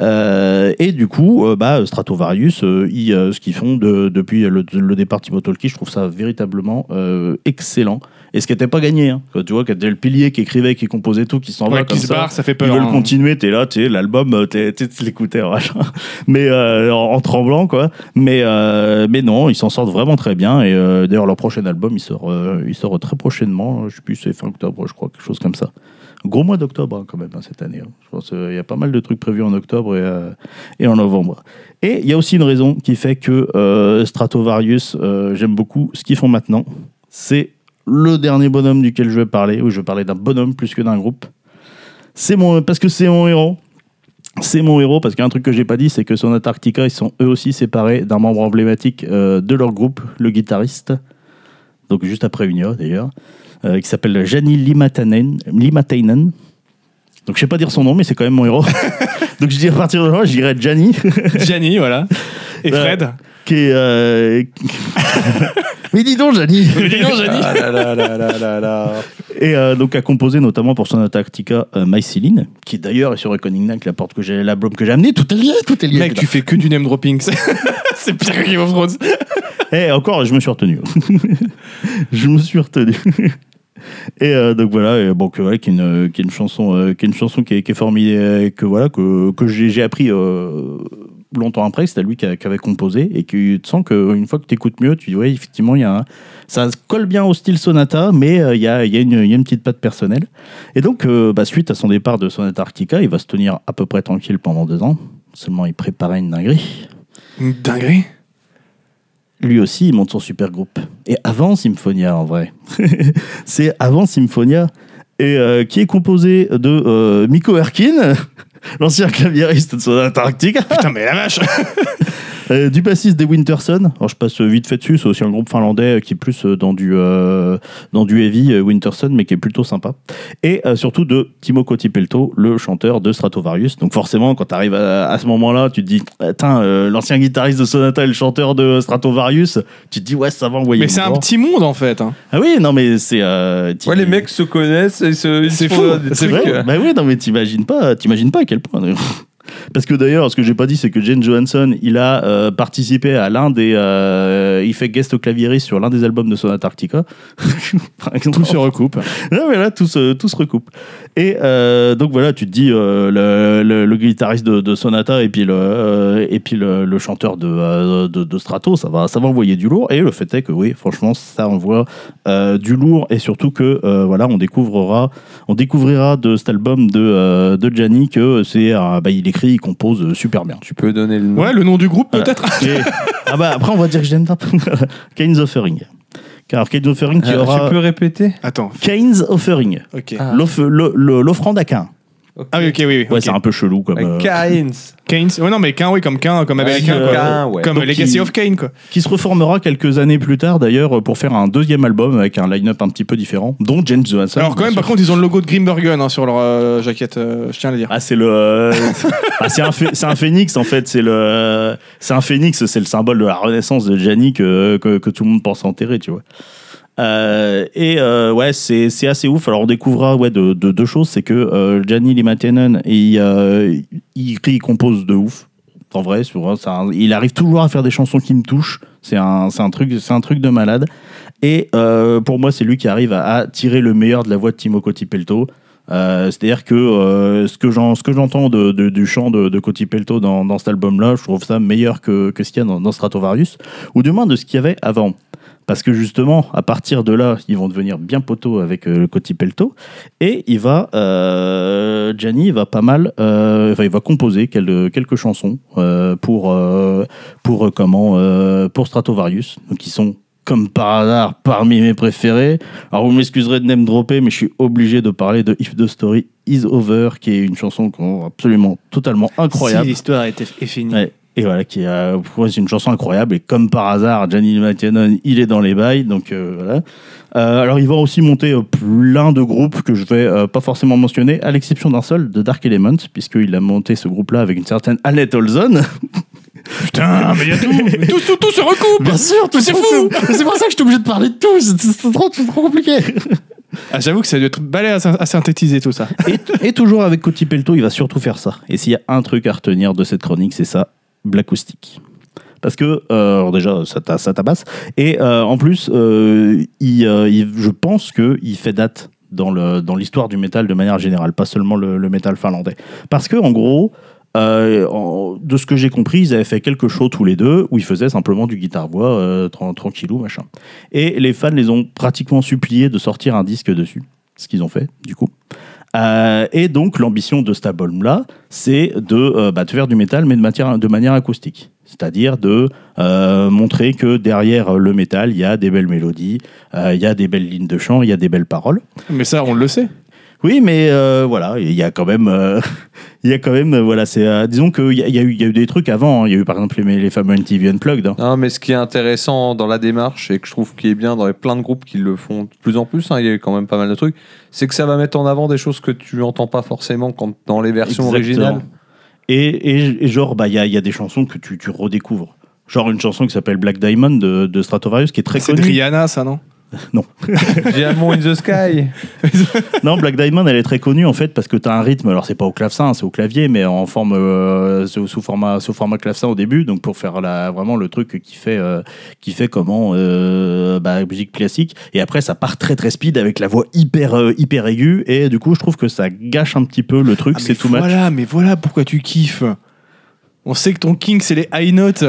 Speaker 3: Euh, et du coup, euh, bah, Stratovarius, euh, ils, euh, ce qu'ils font de- depuis le, le départ de Timo Tolki, je trouve ça véritablement euh, excellent. Et ce qui n'était pas gagné, hein. Quand tu vois, quand t'as le pilier qui écrivait, qui composait tout, qui s'en va
Speaker 1: Ouais,
Speaker 3: comme
Speaker 1: qui se
Speaker 3: ça.
Speaker 1: barre, ça fait
Speaker 3: Ils
Speaker 1: peur.
Speaker 3: veulent
Speaker 1: hein.
Speaker 3: continuer, t'es là, t'es l'album, euh, t'es t'es- tu l'écoutais, hein, machin. mais euh, en, en tremblant quoi. Mais euh, mais non, ils s'en sortent vraiment très bien. Et euh, d'ailleurs leur prochain album, il sort, euh, il sort très prochainement. Je sais plus, c'est fin octobre, je crois, quelque chose comme ça. Gros mois d'octobre hein, quand même hein, cette année. hein. Je pense qu'il y a pas mal de trucs prévus en octobre et, euh, et en novembre. Et il y a aussi une raison qui fait que euh, Stratovarius, euh, j'aime beaucoup ce qu'ils font maintenant. C'est le dernier bonhomme duquel je vais parler, où je vais parler d'un bonhomme plus que d'un groupe. C'est mon parce que c'est mon héros. C'est mon héros parce qu'un truc que j'ai pas dit, c'est que sur Antarctica, ils sont eux aussi séparés d'un membre emblématique euh, de leur groupe, le guitariste. Donc juste après Unia d'ailleurs, euh, qui s'appelle Jani Limatainen. Limatainen. Donc je sais pas dire son nom, mais c'est quand même mon héros. Donc je dis à partir de là, je dirais Jani,
Speaker 1: Gianni, voilà. Et
Speaker 3: Ouais.
Speaker 1: Fred.
Speaker 3: qui est. euh, mais dis donc, Jani.
Speaker 2: Ah là là là là là là.
Speaker 3: Et euh, donc a composé notamment pour son Antarctica euh, Myceline, qui d'ailleurs est sur Reckoning Night, la porte que j'ai, l'album que j'ai amené. Tout est lié, tout est lié.
Speaker 1: Mec, tu fais que du name dropping. C'est c'est pire que Game of Thrones.
Speaker 3: Et Eh, encore, je me suis retenu. je me suis retenu. Et euh, donc voilà, et bon, que, voilà qui, est une, qui est une chanson, euh, qui est, une chanson qui, est, qui est formidable, et que, voilà, que, que j'ai j'ai appris euh, longtemps après, que c'était lui qui, a- qui avait composé, et que tu sens qu'une fois que tu écoutes mieux, tu dis, ouais, effectivement, il y a un- ça se colle bien au style Sonata, mais euh, il y, a, il y a une, il y a une petite patte personnelle. Et donc, euh, bah, suite à son départ de Sonata Arctica, il va se tenir à peu près tranquille pendant deux ans, seulement il préparait une dinguerie
Speaker 1: Une dinguerie.
Speaker 3: lui aussi, il monte son super groupe. Et avant Symphonia, en vrai. c'est avant Symphonia, et euh, qui est composé de euh, Miko Erkin, l'ancien claviériste de son Antarctique,
Speaker 1: Ah, Putain, mais la vache.
Speaker 3: euh, du bassiste des Winterson. Alors je passe euh, vite fait dessus, c'est aussi un groupe finlandais euh, qui est plus euh, dans du, euh, dans du heavy euh, Winterson, mais qui est plutôt sympa. Et euh, surtout de Timo Kotipelto, le chanteur de Stratovarius. Donc forcément, quand tu arrives à, à ce moment-là, tu te dis, Tain, euh, l'ancien guitariste de Sonata et le chanteur de Stratovarius, tu te dis, ouais, ça va envoyer.
Speaker 1: Mais
Speaker 3: le
Speaker 1: c'est un
Speaker 3: bord.
Speaker 1: petit monde en fait. hein.
Speaker 3: Ah oui, non, mais c'est. euh, t'im-
Speaker 2: Ouais, les mecs se connaissent et se. ils se
Speaker 1: C'est
Speaker 2: font
Speaker 1: fou,
Speaker 2: des
Speaker 3: C'est
Speaker 2: trucs, euh.
Speaker 3: vrai. Bah oui, non, mais t'imagines pas, t'imagines pas à quel point. d'ailleurs. Parce que d'ailleurs, ce que j'ai pas dit, c'est que Jane Johansson, il a euh, participé à l'un des. euh, il fait guest au clavieriste sur l'un des albums de Sonata Arctica. Par exemple.
Speaker 1: Tout se recoupe.
Speaker 3: Ouais, mais là, tout se, tout se recoupe. Et euh, donc voilà, tu te dis euh, le, le- le guitariste de, de Sonata et puis le, euh, et puis le, le chanteur de, euh, de, de Strato, ça va, ça va envoyer du lourd. Et le fait est que oui, franchement, ça envoie euh, du lourd et surtout que euh, voilà, on découvrira, on découvrira de cet album de euh, de Gianni que c'est un- bah, il écrit, il compose euh, super bien.
Speaker 2: Tu peux donner le nom.
Speaker 1: Ouais, le nom du groupe peut-être.
Speaker 3: Et- ah bah après, on va dire que j'aime pas. Kane's Offering. Car Kane's Offering qui
Speaker 2: Euh,
Speaker 3: aura
Speaker 2: Tu peux répéter
Speaker 1: Attends.
Speaker 3: Kane's Offering.
Speaker 1: Ok.
Speaker 2: Ah.
Speaker 3: L'off- le- le- L'offrande à Cain.
Speaker 1: Ah oui, ok, oui, oui.
Speaker 3: Ouais,
Speaker 1: ok.
Speaker 3: c'est un peu chelou comme. euh,
Speaker 2: Avec Keynes.
Speaker 1: Keynes. Ouais, non, mais Keynes, oui, comme Keynes, comme américain,
Speaker 2: Keynes,
Speaker 1: quoi.
Speaker 2: Keynes, ouais.
Speaker 1: Comme
Speaker 3: Donc,
Speaker 1: Legacy
Speaker 3: il-
Speaker 1: of Keynes, quoi.
Speaker 3: qui se reformera quelques années plus tard d'ailleurs pour faire un deuxième album avec un line-up un petit peu différent, dont James Johansson.
Speaker 1: Alors, quand
Speaker 3: bien
Speaker 1: même,
Speaker 3: sûr.
Speaker 1: par contre, ils ont le logo de Grimbergen hein, sur leur euh, jaquette, euh, je tiens à le dire.
Speaker 3: Ah, c'est le. euh, ah, c'est un, phé- c'est un phénix en fait, c'est le. C'est un phénix, c'est le symbole de la renaissance de Gianni que, que, que tout le monde pense enterrer, tu vois. Euh, et euh, ouais, c'est c'est assez ouf. Alors on découvrira ouais, de, de- deux choses c'est que euh, Gianni Limatenen, il, euh, il, il compose de ouf. En vrai, sur, c'est un- il arrive toujours à faire des chansons qui me touchent. C'est un, c'est un, truc, c'est un truc de malade. Et euh, pour moi, c'est lui qui arrive à, à tirer le meilleur de la voix de Timo Cotipelto. Euh, C'est-à-dire que euh, ce que j'en- ce que j'entends de, de- du chant de, de Cotipelto dans, dans cet album-là, je trouve ça meilleur que, que ce qu'il y a dans, dans Stratovarius, ou du moins de ce qu'il y avait avant. Parce que justement, à partir de là, ils vont devenir bien poteaux avec euh, le Cotipelto, et il va, euh, Gianni, il va pas mal, euh, enfin, il va composer quel- quelques chansons euh, pour euh, pour euh, comment euh, pour Stratovarius, donc ils sont comme par hasard parmi mes préférés. Alors vous m'excuserez de name dropper, mais je suis obligé de parler de If the Story Is Over, qui est une chanson qu'on- absolument totalement incroyable.
Speaker 1: l'histoire est, finie.
Speaker 3: Ouais. Et voilà, qui a, pour moi, c'est une chanson incroyable. Et comme par hasard, Gianni Mattionon, il est dans les bails. Donc euh, voilà. Euh, alors, il va aussi monter euh, plein de groupes que je vais euh, pas forcément mentionner, à l'exception d'un seul, de Dark Element, puisqu'il a monté ce groupe-là avec une certaine Annette Olson.
Speaker 1: Putain, mais il y a tout. Mais tout, tout, tout se recoupe.
Speaker 3: Bien sûr, tout
Speaker 1: C'est fou
Speaker 3: C'est pour ça que je suis obligé de parler de tout. C'est- C'est trop, c'est trop compliqué.
Speaker 1: Ah, J'avoue que ça doit être balai à, syn- à synthétiser tout ça.
Speaker 3: et, et toujours avec Coti Pelto, il va surtout faire ça. Et s'il y a un truc à retenir de cette chronique, c'est ça, Blacoustique. Parce que, euh, alors déjà, ça, ta- ça tabasse. Et euh, en plus, euh, il, euh, il- je pense qu'il fait date dans le- dans l'histoire du métal de manière générale, pas seulement le, le métal finlandais. Parce que, en gros, euh, en- de ce que j'ai compris, ils avaient fait quelque chose tous les deux où ils faisaient simplement du guitare-voix euh, tran- tranquillou, machin. Et les fans les ont pratiquement suppliés de sortir un disque dessus, ce qu'ils ont fait, du coup. Euh, et donc, l'ambition de cet album-là, c'est de, euh, bah, de faire du métal, mais de, matière- de manière acoustique. C'est-à-dire de euh, montrer que derrière le métal, il y a des belles mélodies, euh, il y a des belles lignes de chant, il y a des belles paroles.
Speaker 1: Mais ça, on le sait.
Speaker 3: Oui, mais euh, voilà, il y a quand même, euh, il y a quand même, euh, voilà, c'est, euh, disons qu'il y, a- il y a eu, il y a eu des trucs avant. hein. Il y a eu par exemple les, les fameux MTV Unplugged. hein.
Speaker 2: Non, mais ce qui est intéressant dans la démarche et que je trouve qui est bien dans les plein de groupes qui le font de plus en plus, hein, il y a eu quand même pas mal de trucs, c'est que ça va mettre en avant des choses que tu entends pas forcément quand, dans les versions
Speaker 3: Exactement.
Speaker 2: originales.
Speaker 3: Et, et- et genre, bah, il y a, il y a des chansons que tu, tu redécouvres. Genre une chanson qui s'appelle Black Diamond de, de Stratovarius qui est très
Speaker 1: C'est de
Speaker 3: connue.
Speaker 1: Rihanna, ça, non
Speaker 2: Diamond in the Sky.
Speaker 3: Non, Black Diamond, elle est très connue en fait parce que tu as un rythme. Alors, c'est pas au clavecin, c'est au clavier, mais en forme, euh, sous, sous format, sous format clavecin au début. Donc, pour faire la, vraiment le truc qui fait, euh, qui fait comment euh, bah, musique classique. Et après, ça part très très speed avec la voix hyper, euh, hyper aiguë. Et du coup, je trouve que ça gâche un petit peu le truc.
Speaker 1: Ah,
Speaker 3: c'est
Speaker 1: mais
Speaker 3: tout match.
Speaker 1: Voilà, mais voilà pourquoi tu kiffes. On sait que ton king, c'est les high notes.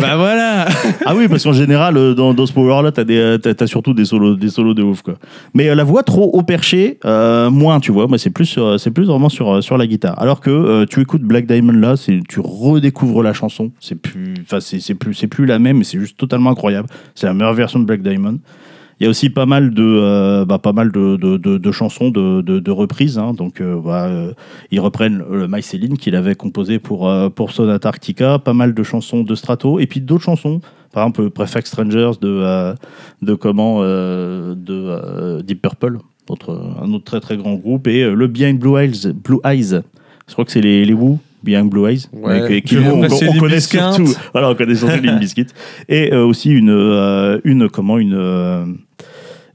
Speaker 1: bah voilà.
Speaker 3: Ah oui, parce qu'en général, euh, dans, dans ce power-là, t'as, des, euh, t'as, t'as surtout des solos, des solos de ouf, quoi. Mais euh, la voix trop haut perché, euh, moins, tu vois. Moi, c'est plus, sur- c'est plus vraiment sur, euh, sur la guitare. Alors que euh, tu écoutes Black Diamond là, c'est, tu redécouvres la chanson. C'est plus, enfin, c'est, c'est plus, c'est plus la même, mais c'est juste totalement incroyable. C'est la meilleure version de Black Diamond. Il y a aussi pas mal de, euh, bah, pas mal de, de, de- de chansons, de, de, de reprises. hein. Donc, euh, bah, euh, ils reprennent le My Céline qu'il avait composé pour, euh, pour Sonata Arctica, pas mal de chansons de Strato, et puis d'autres chansons. Par exemple, Prefect Strangers de, euh, de comment euh, de euh, Deep Purple, autre, un autre très très grand groupe, et euh, le Behind Blue Eyes, Blue Eyes. Je crois que c'est les, les Woo. Behind Blue Eyes,
Speaker 2: Ouais.
Speaker 3: mais que- qui-
Speaker 2: Puis
Speaker 3: on,
Speaker 2: après, c'est
Speaker 3: on
Speaker 2: Limp
Speaker 3: connaît
Speaker 2: Bizkit.
Speaker 3: surtout, voilà, on connaît surtout Limp Bizkit. et euh, aussi une, euh, une comment une euh,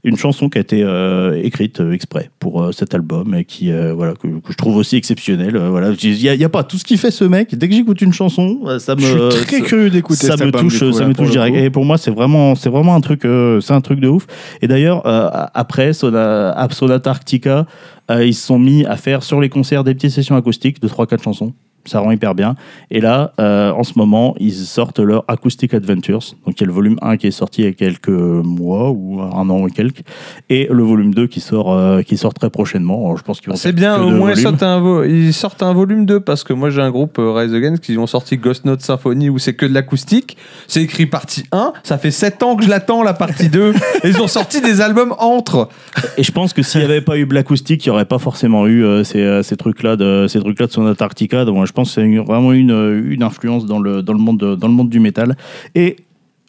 Speaker 3: une chanson qui a été euh, écrite euh, exprès pour euh, cet album et qui euh, voilà que, que je trouve aussi exceptionnelle. Euh, voilà, il y, a- y a pas tout ce qu'il fait ce mec. Dès que j'écoute une chanson, euh, ça me
Speaker 1: Je suis très
Speaker 3: ça-
Speaker 1: curieux d'écouter
Speaker 3: ça
Speaker 1: cet
Speaker 3: me
Speaker 1: album,
Speaker 3: touche,
Speaker 1: du coup,
Speaker 3: ça
Speaker 1: là,
Speaker 3: me
Speaker 1: pour
Speaker 3: touche
Speaker 1: le
Speaker 3: direct.
Speaker 1: coup.
Speaker 3: Et pour moi, c'est vraiment, c'est vraiment un truc, euh, c'est un truc de ouf. Et d'ailleurs, euh, après Sona, à Sonata Arctica, euh, ils se sont mis à faire sur les concerts des petites sessions acoustiques de 3-4 chansons. Ça rend hyper bien. Et là, euh, en ce moment, ils sortent leur Acoustic Adventures. Donc, il y a le volume 1 qui est sorti il y a quelques mois ou un an ou quelques. Et le volume 2 qui sort, euh, qui sort très prochainement. Alors, je pense qu'ils vont
Speaker 2: C'est
Speaker 3: faire
Speaker 2: bien,
Speaker 3: que
Speaker 2: au
Speaker 3: deux
Speaker 2: moins ils
Speaker 3: volumes.
Speaker 2: sortent, un vo- ils sortent un volume 2 parce que moi j'ai un groupe euh, Rise Against qui ont sorti Ghost Note Symphony où c'est que de l'acoustique. C'est écrit partie 1, ça fait 7 ans que je l'attends la partie 2. Et ils ont sorti des albums entre.
Speaker 3: Et je pense que s'il n'y avait pas eu Blacoustic, il n'y aurait pas forcément eu euh, ces, euh, ces trucs-là de ces trucs-là de son Antarctica. Donc, euh, je pense que c'est une- vraiment une, euh, une influence dans le dans le monde de- dans le monde du métal. Et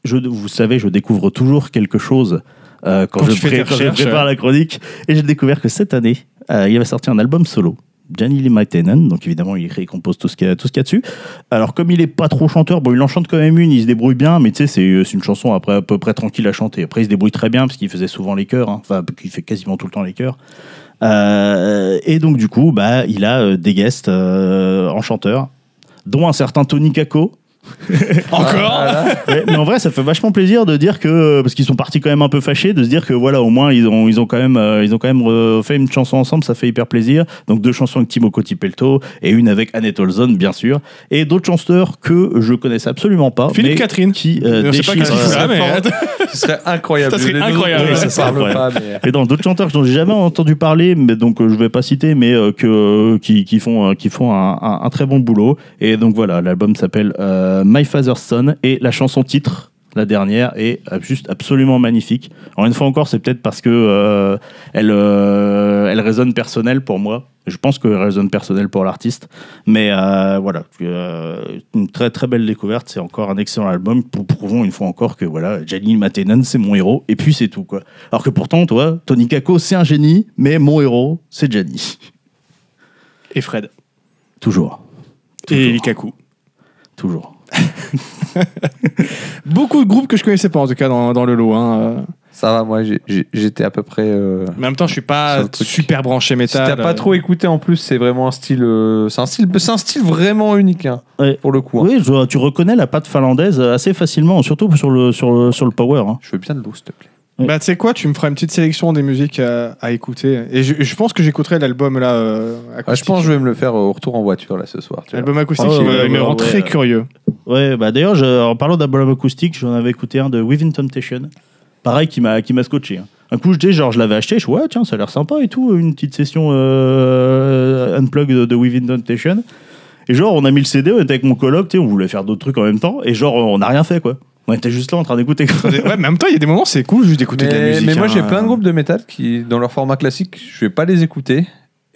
Speaker 3: je, vous savez, je découvre toujours quelque chose euh, quand,
Speaker 1: Quand
Speaker 3: je
Speaker 1: tu fais
Speaker 3: pré-
Speaker 1: tes
Speaker 3: quand je
Speaker 1: recherches,
Speaker 3: prépare la chronique. Et j'ai découvert que cette année, euh, il avait sorti un album solo. Gianni Limaitenen, donc évidemment il récompose tout ce qu'il y a, tout ce qu'il y a dessus. Alors comme il est pas trop chanteur, bon il en chante quand même une, il se débrouille bien, mais tu sais c'est c'est une chanson après à peu près tranquille à chanter. Après il se débrouille très bien parce qu'il faisait souvent les chœurs, hein. enfin qu'il fait quasiment tout le temps les chœurs. Euh, et donc du coup bah il a euh, des guests euh, en chanteur, dont un certain Tony Kako. Oh.
Speaker 1: Encore
Speaker 3: Ouais, mais en vrai, ça fait vachement plaisir de dire que euh, parce qu'ils sont partis quand même un peu fâchés de se dire que voilà, au moins ils ont ils ont quand même euh, ils ont quand même euh, fait une chanson ensemble, ça fait hyper plaisir. Donc deux chansons avec Timo Cotipelto et une avec Annette Olson bien sûr et d'autres chanteurs que je connaissais absolument pas.
Speaker 1: Philippe
Speaker 3: mais
Speaker 1: Catherine.
Speaker 3: qui euh,
Speaker 1: Je sais pas
Speaker 3: déchirent,
Speaker 1: qu'est-ce qu'il fout
Speaker 3: euh,
Speaker 1: là, mais.
Speaker 2: Ce serait incroyable.
Speaker 1: Ça serait
Speaker 2: Les deux autres,
Speaker 1: incroyable.
Speaker 2: on
Speaker 1: Oui,
Speaker 2: en
Speaker 3: ça serait
Speaker 2: parle
Speaker 3: incroyable.
Speaker 2: pas, mais-
Speaker 3: et dans d'autres chanteurs dont j'ai jamais entendu parler, mais donc euh, je vais pas citer, mais euh, que euh, qui, qui font euh, qui font un, un- un très bon boulot. Et donc voilà, l'album s'appelle euh, My Father's Son et la chanson titre. La dernière est euh, juste absolument magnifique. Alors une fois encore, c'est peut-être parce que euh, elle, euh, elle résonne personnelle pour moi. Je pense qu'elle résonne personnelle pour l'artiste. Mais euh, voilà, euh, une très très belle découverte. C'est encore un excellent album. Pour prouvons une fois encore que voilà, Janine Matenan, c'est mon héros. Et puis c'est tout quoi. Alors que pourtant, toi, Tony Kako, c'est un génie, mais mon héros, c'est Gianni.
Speaker 1: Et Fred.
Speaker 3: Toujours.
Speaker 1: Et Likaku.
Speaker 3: Toujours.
Speaker 1: Beaucoup de groupes que je connaissais pas, en tout cas, dans, dans le lot. hein, euh.
Speaker 2: Ça va, moi j'ai- j'ai- j'étais à peu près. euh,
Speaker 1: Mais en même temps, je suis
Speaker 2: C'est
Speaker 1: pas
Speaker 2: un truc.
Speaker 1: super branché
Speaker 2: Si
Speaker 1: métal.
Speaker 2: t'as pas
Speaker 1: euh.
Speaker 2: trop écouté en plus, c'est vraiment un style. euh, C'est un style, c'est un style vraiment unique hein,
Speaker 3: Ouais.
Speaker 2: pour le coup. hein.
Speaker 3: Oui, je- tu reconnais la patte finlandaise assez facilement, surtout sur le, sur le, sur le power. hein.
Speaker 2: Je veux bien de l'eau, s'il te plaît.
Speaker 1: Bah, tu sais quoi, tu me feras une petite sélection des musiques à, à écouter. Et je, je pense que j'écouterai l'album là. euh, acoustique.
Speaker 2: Ah, je pense que je vais me le faire euh, au retour en voiture là ce soir. tu vois.
Speaker 1: L'album acoustique,
Speaker 3: Ah ouais,
Speaker 1: il me-
Speaker 3: ouais,
Speaker 1: il me
Speaker 3: ouais,
Speaker 1: rend
Speaker 3: ouais,
Speaker 1: très
Speaker 3: ouais.
Speaker 1: curieux.
Speaker 3: Ouais, bah d'ailleurs, je- en parlant d'album acoustique, j'en avais écouté un de Within Temptation. Pareil, qui m'a qui m'a scotché. hein. Un coup, je dis, genre, je l'avais acheté, je ouais, tiens, ça a l'air sympa et tout, une petite session euh, unplug de, de Within Temptation. Et genre, on a mis le CD, on était avec mon coloc, tu sais, on voulait faire d'autres trucs en même temps, et genre, on n'a rien fait, quoi. On était juste là en train d'écouter. quoi.
Speaker 1: ouais, mais en même temps, il y a des moments, c'est cool juste d'écouter de la
Speaker 2: Mais-
Speaker 1: musique.
Speaker 2: Mais moi,
Speaker 1: hein.
Speaker 2: j'ai plein de groupes de métal qui, dans leur format classique, je vais pas les écouter.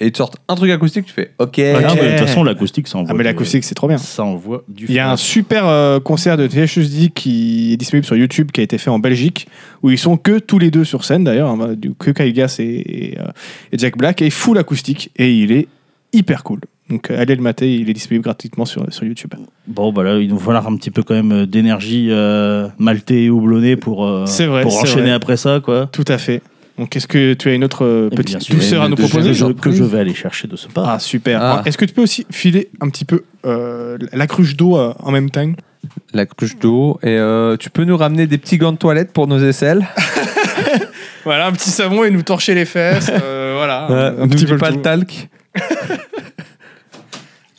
Speaker 2: Et ils te sortent un truc acoustique, tu fais OK.
Speaker 3: Ah non, mais De toute façon, l'acoustique, ça envoie.
Speaker 1: Ah, mais
Speaker 3: du-
Speaker 1: l'acoustique, c'est trop bien.
Speaker 3: Ça envoie du
Speaker 1: Il y a un
Speaker 3: feu.
Speaker 1: super euh, concert de Tenacious D qui est disponible sur YouTube, qui a été fait en Belgique, où ils sont que tous les deux sur scène d'ailleurs, hein, du- que Kyle Gass et, et, euh, et Jack Black, et full acoustique, et il est hyper cool. Donc euh, allez le mater, il est disponible gratuitement sur, sur YouTube.
Speaker 3: Bon, bah là, il nous falloir un petit peu quand même euh, d'énergie euh, maltée et houblonnée pour, euh,
Speaker 1: C'est vrai,
Speaker 3: pour
Speaker 1: c'est
Speaker 3: enchaîner
Speaker 1: vrai.
Speaker 3: après ça, quoi.
Speaker 1: Tout à fait. Donc est-ce que tu as une autre euh,
Speaker 3: Eh bien
Speaker 1: petite
Speaker 3: sûr,
Speaker 1: douceur à
Speaker 2: une
Speaker 1: nous
Speaker 2: de
Speaker 1: proposer
Speaker 2: Genève.
Speaker 3: que je,
Speaker 2: surprise.
Speaker 3: que je vais aller chercher de ce pas.
Speaker 1: Ah super.
Speaker 2: Ah.
Speaker 1: Est-ce que tu peux aussi filer un petit peu euh, la cruche d'eau euh, en même temps
Speaker 2: La cruche d'eau. Et euh, tu peux nous ramener des petits gants de toilette pour nos aisselles.
Speaker 1: Voilà, un petit savon et nous torcher les fesses. euh, voilà.
Speaker 2: Euh, n'oublie pas
Speaker 1: tout.
Speaker 2: le talc.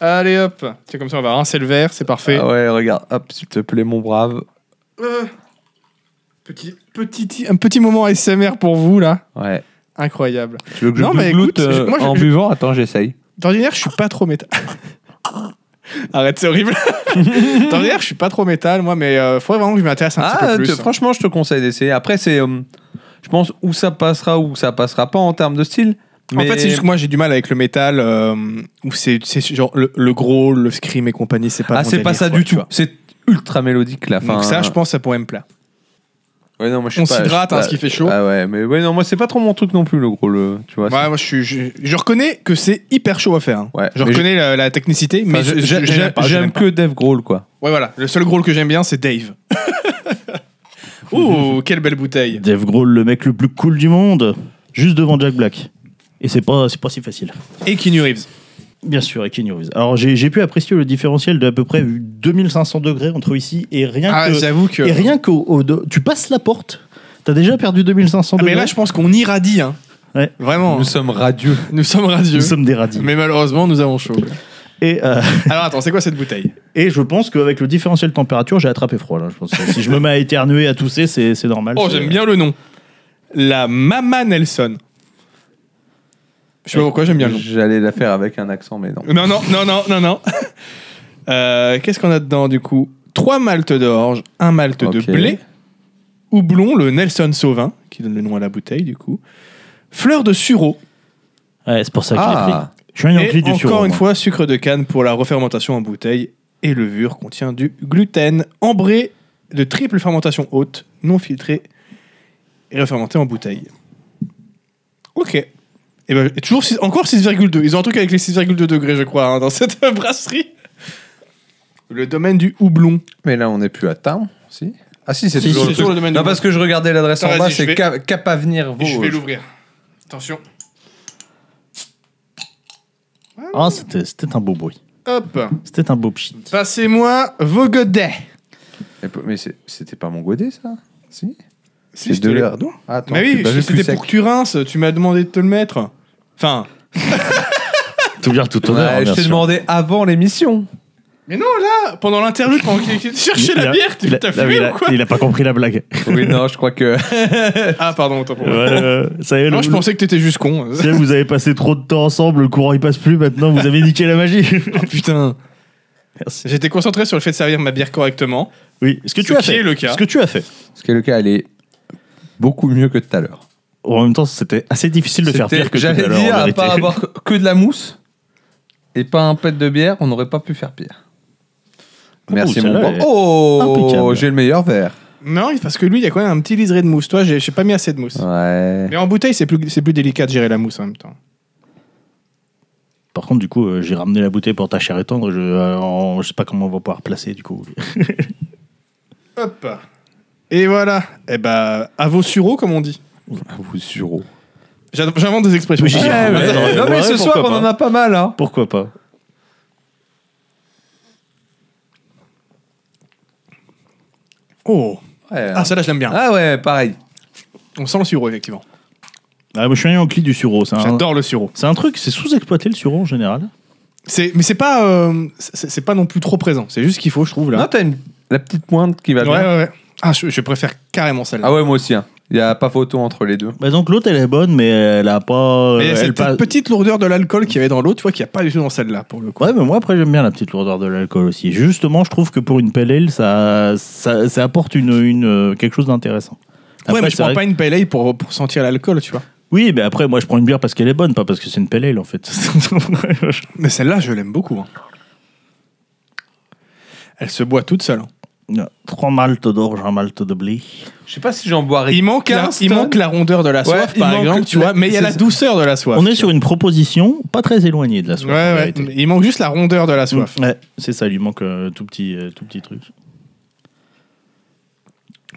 Speaker 1: Allez hop. C'est comme ça, on va rincer le verre, c'est parfait.
Speaker 2: Ah ouais, regarde, hop, s'il te plaît, mon brave.
Speaker 1: Euh, petit, petit, un petit moment ASMR pour vous là.
Speaker 2: Ouais.
Speaker 1: Incroyable.
Speaker 2: Tu veux que je
Speaker 1: Non, mais
Speaker 2: glougloute,
Speaker 1: écoute,
Speaker 2: euh,
Speaker 1: moi, je-
Speaker 2: en
Speaker 1: je-
Speaker 2: buvant Attends, j'essaye.
Speaker 1: D'ordinaire, je suis pas trop métal. Arrête, c'est horrible. D'ordinaire, je suis pas trop métal, moi, mais euh, faudrait vraiment que je m'intéresse un petit
Speaker 2: Ah,
Speaker 1: peu
Speaker 2: te-
Speaker 1: plus.
Speaker 2: franchement, je te conseille d'essayer. Après, c'est. euh, je pense où ça passera ou ça passera pas en termes de style. Mais...
Speaker 1: En fait, c'est juste que moi, j'ai du mal avec le métal euh, où c'est c'est genre le, le gros, le scream et compagnie, c'est pas
Speaker 2: Ah,
Speaker 1: mon
Speaker 2: c'est pas
Speaker 1: délire,
Speaker 2: ça
Speaker 1: quoi,
Speaker 2: du
Speaker 1: tu
Speaker 2: tout.
Speaker 1: vois.
Speaker 2: C'est ultra mélodique là. Enfin,
Speaker 1: Donc ça, je pense, ça pourrait me plaire.
Speaker 2: Ouais, non, moi, je suis
Speaker 1: On
Speaker 2: pas- je suis
Speaker 1: s'hydrate, hein,
Speaker 2: pas-
Speaker 1: ce qui fait chaud.
Speaker 2: Ah ouais, mais ouais, non, moi c'est pas trop mon truc non plus, le gros, le, tu vois.
Speaker 1: Ouais, moi, je, suis, je, je reconnais que c'est hyper chaud à faire. hein.
Speaker 2: Ouais,
Speaker 1: je
Speaker 2: mais
Speaker 1: reconnais la, la technicité,
Speaker 2: c'est-
Speaker 1: mais
Speaker 2: enfin,
Speaker 1: je-
Speaker 2: j'ai-
Speaker 1: je- je l'aime
Speaker 2: j'ai-
Speaker 1: pas, je l'aime
Speaker 2: J'aime
Speaker 1: pas.
Speaker 2: que Dave Grohl, quoi.
Speaker 1: Ouais, voilà. Le seul growl que j'aime bien, c'est Dave. oh, quelle belle bouteille.
Speaker 3: Dave Grohl, le mec le plus cool du monde, juste devant Jack Black. Et c'est pas, c'est pas si facile.
Speaker 1: Et Keanu Reeves.
Speaker 3: Bien sûr, avec Keanu Reeves. Alors j'ai j'ai pu apprécier le différentiel de à peu près 2500 degrés entre ici et rien
Speaker 1: Ah,
Speaker 3: que.
Speaker 1: j'avoue que.
Speaker 3: Et rien qu'au. au- de- Tu passes la porte, t'as déjà perdu 2500
Speaker 1: Ah, mais
Speaker 3: degrés.
Speaker 1: là, je pense qu'on irradie. Hein.
Speaker 3: Ouais.
Speaker 1: Vraiment.
Speaker 2: Oh. Nous sommes radieux.
Speaker 1: Nous sommes radieux.
Speaker 3: Nous sommes des radis.
Speaker 1: Mais malheureusement, nous avons chaud.
Speaker 3: Et, euh,
Speaker 1: Alors attends, c'est quoi cette bouteille
Speaker 3: et je pense qu'avec le différentiel de température, j'ai attrapé froid. Là. Je pense que si je me mets à éternuer, à tousser, c'est c'est normal.
Speaker 1: Oh,
Speaker 3: C'est-
Speaker 1: j'aime bien le nom. La Mama Nelson. Je sais pas pourquoi j'aime bien le nom.
Speaker 2: J'allais la faire avec un accent, mais non.
Speaker 1: Non, non, non, non, non, non. Euh, Qu'est-ce qu'on a dedans du coup Trois maltes d'orge, un malte
Speaker 2: Ok.
Speaker 1: de blé, houblon, le Nelson Sauvin, qui donne le nom à la bouteille du coup, fleur de sureau,
Speaker 3: Ouais, c'est pour ça que je l'ai pris.
Speaker 2: Ah,
Speaker 3: Je suis un
Speaker 1: et
Speaker 3: yankee du
Speaker 1: encore
Speaker 3: sureau,
Speaker 1: une
Speaker 3: moi.
Speaker 1: fois sucre de canne pour la refermentation en bouteille, et levure contient du gluten, ambré de triple fermentation haute, non filtrée, et refermenté en bouteille. Ok. Et ben, et toujours six- encore 6,2. Ils ont un truc avec les 6,2 degrés, je crois, hein, dans cette brasserie. Le domaine du houblon.
Speaker 2: mais là, on n'est plus à Tarn, si Ah si, c'est
Speaker 1: Si,
Speaker 2: toujours,
Speaker 1: si,
Speaker 2: le
Speaker 1: c'est toujours
Speaker 2: truc.
Speaker 1: le domaine
Speaker 2: Non,
Speaker 1: du-
Speaker 2: parce que Ah, je regardais l'adresse
Speaker 1: Attends,
Speaker 2: en bas,
Speaker 1: vas-y, je
Speaker 2: c'est
Speaker 1: vais-
Speaker 2: Cap Cap Avenir
Speaker 3: Oh,
Speaker 2: Vaux.
Speaker 1: Et je vais l'ouvrir. Attention.
Speaker 3: Ah, c'était c'était un beau bruit.
Speaker 1: Hop.
Speaker 3: C'était un beau pchit.
Speaker 1: Passez-moi vos godets.
Speaker 2: Et p- Mais c'est- c'était pas mon godet, ça Si
Speaker 1: Si, je te
Speaker 2: de
Speaker 1: l'ai-
Speaker 2: l'heure. Attends,
Speaker 1: Mais oui,
Speaker 2: bah, j'ai plus
Speaker 1: c'était
Speaker 2: sec.
Speaker 1: pour que tu rinces. Tu m'as demandé de te le mettre. Enfin.
Speaker 3: Tout bien, tout
Speaker 2: Ouais,
Speaker 3: honneur. hein,
Speaker 2: je
Speaker 3: bien
Speaker 2: t'ai
Speaker 3: sûr.
Speaker 2: demandé avant l'émission.
Speaker 1: Mais non, là, Ah, pendant l'interlude, pendant qu'il cherchait la
Speaker 3: Il a-
Speaker 1: bière, tu
Speaker 3: il a-
Speaker 1: t'as
Speaker 3: non, mais il
Speaker 1: fumé
Speaker 3: a-
Speaker 1: ou quoi
Speaker 3: Il a pas compris la blague.
Speaker 2: Oui, non, je crois que.
Speaker 1: Ah, pardon, autant pour moi.
Speaker 3: Euh, ça y est, le-
Speaker 1: Moi, je pensais que t'étais juste con.
Speaker 3: vous- vous avez passé trop de temps ensemble, le courant il passe plus, maintenant vous avez niqué la magie.
Speaker 1: Oh, Putain.
Speaker 3: Merci.
Speaker 1: J'étais concentré sur le fait de servir ma bière correctement.
Speaker 3: Oui, ce que tu
Speaker 1: Ce
Speaker 3: as
Speaker 1: qui
Speaker 3: fait.
Speaker 1: est le cas.
Speaker 3: Ce que tu as fait.
Speaker 2: Parce que le cas, elle est beaucoup mieux que tout à l'heure.
Speaker 3: En même temps, c'était assez difficile de faire
Speaker 2: C'était-
Speaker 3: pire que tout à
Speaker 2: J'allais
Speaker 3: l'heure.
Speaker 2: dire, à
Speaker 3: en vérité.
Speaker 2: part avoir que- que de la mousse et pas un pet de bière, on n'aurait pas pu faire pire.
Speaker 3: Ah
Speaker 2: Merci, mon
Speaker 3: celle-là,
Speaker 2: grand.
Speaker 3: elle est
Speaker 2: Oh,
Speaker 3: impeccable.
Speaker 2: j'ai le meilleur verre.
Speaker 1: Non, parce que lui, il y a quand même un petit liseré de mousse. Toi, j'ai j'ai pas mis assez de mousse.
Speaker 2: Ouais.
Speaker 1: Mais en bouteille, c'est plus, c'est plus délicat de gérer la mousse en même temps.
Speaker 3: Par contre, du coup, euh, j'ai ramené la bouteille pour ta chair et tendre. Je, euh, en- je sais pas comment on va pouvoir placer, du coup.
Speaker 1: Hop. Et voilà. Eh ben, à vos sureaux, comme on dit.
Speaker 2: Ah, Vous sureau.
Speaker 1: J'ad- J'invente des expressions.
Speaker 3: Oui, j'ai-
Speaker 1: Ah,
Speaker 3: ouais.
Speaker 2: Non, mais
Speaker 3: Ouais,
Speaker 2: ce soir,
Speaker 3: pourquoi
Speaker 2: on en
Speaker 3: pas.
Speaker 2: a pas mal. Hein.
Speaker 3: Pourquoi pas
Speaker 1: Oh.
Speaker 2: Ouais.
Speaker 1: Ah, celle-là, je l'aime bien.
Speaker 2: Ah ouais, pareil.
Speaker 1: On sent le sureau, effectivement.
Speaker 3: ah, moi, Je suis un yankee du sureau. C'est un,
Speaker 1: J'adore le sureau.
Speaker 3: c'est un truc, c'est sous-exploité le sureau en général.
Speaker 1: C'est- Mais c'est pas, euh, c'est c'est pas non plus trop présent. C'est juste ce qu'il faut, je trouve,
Speaker 2: Non,
Speaker 1: là.
Speaker 2: t'as une... la petite pointe qui va
Speaker 1: ouais,
Speaker 2: bien.
Speaker 1: ouais, ouais. Ah, je, je préfère carrément celle-là.
Speaker 2: Ah ouais, moi aussi. Il n'y a pas photo entre les deux.
Speaker 3: Bah, donc l'autre, elle est bonne, mais elle a pas. euh,
Speaker 1: Mais il y a
Speaker 3: Ah elle
Speaker 1: cette
Speaker 3: passe-
Speaker 1: petite lourdeur de l'alcool qu'il y avait dans l'eau, tu vois, qu'il n'y a pas du tout dans celle-là, pour le coup.
Speaker 3: Ouais, mais moi après j'aime bien la petite lourdeur de l'alcool aussi. Justement, je trouve que pour une pale ale, ça, ça, ça apporte une, une, euh, quelque chose d'intéressant. Après,
Speaker 1: ouais, mais je
Speaker 3: c'est
Speaker 1: prends
Speaker 3: vrai-
Speaker 1: pas une pale ale pour, pour sentir l'alcool, tu vois.
Speaker 3: Oui, mais après moi je prends une bière parce qu'elle est bonne, pas parce que c'est une pale ale en fait.
Speaker 1: Mais celle-là, je l'aime beaucoup. hein. Elle se boit toute seule. hein.
Speaker 3: Non. Trois maltes d'orge, un malte de blé.
Speaker 2: Je sais pas si j'en boirais.
Speaker 1: Il manque, la,
Speaker 2: Kingston.
Speaker 1: il manque la rondeur de la
Speaker 2: Ouais,
Speaker 1: soif,
Speaker 2: il
Speaker 1: par
Speaker 2: manque
Speaker 1: exemple, tu vois,
Speaker 2: la-
Speaker 1: mais il y a
Speaker 2: c'est
Speaker 1: la
Speaker 2: ça.
Speaker 1: douceur de la soif.
Speaker 3: On est sur une proposition pas très éloignée de la soif.
Speaker 1: Ouais,
Speaker 3: en
Speaker 1: ouais.
Speaker 3: vérité.
Speaker 1: Il manque juste la rondeur de la soif.
Speaker 3: Ouais, c'est ça, il lui manque euh, tout petit euh, tout petit truc.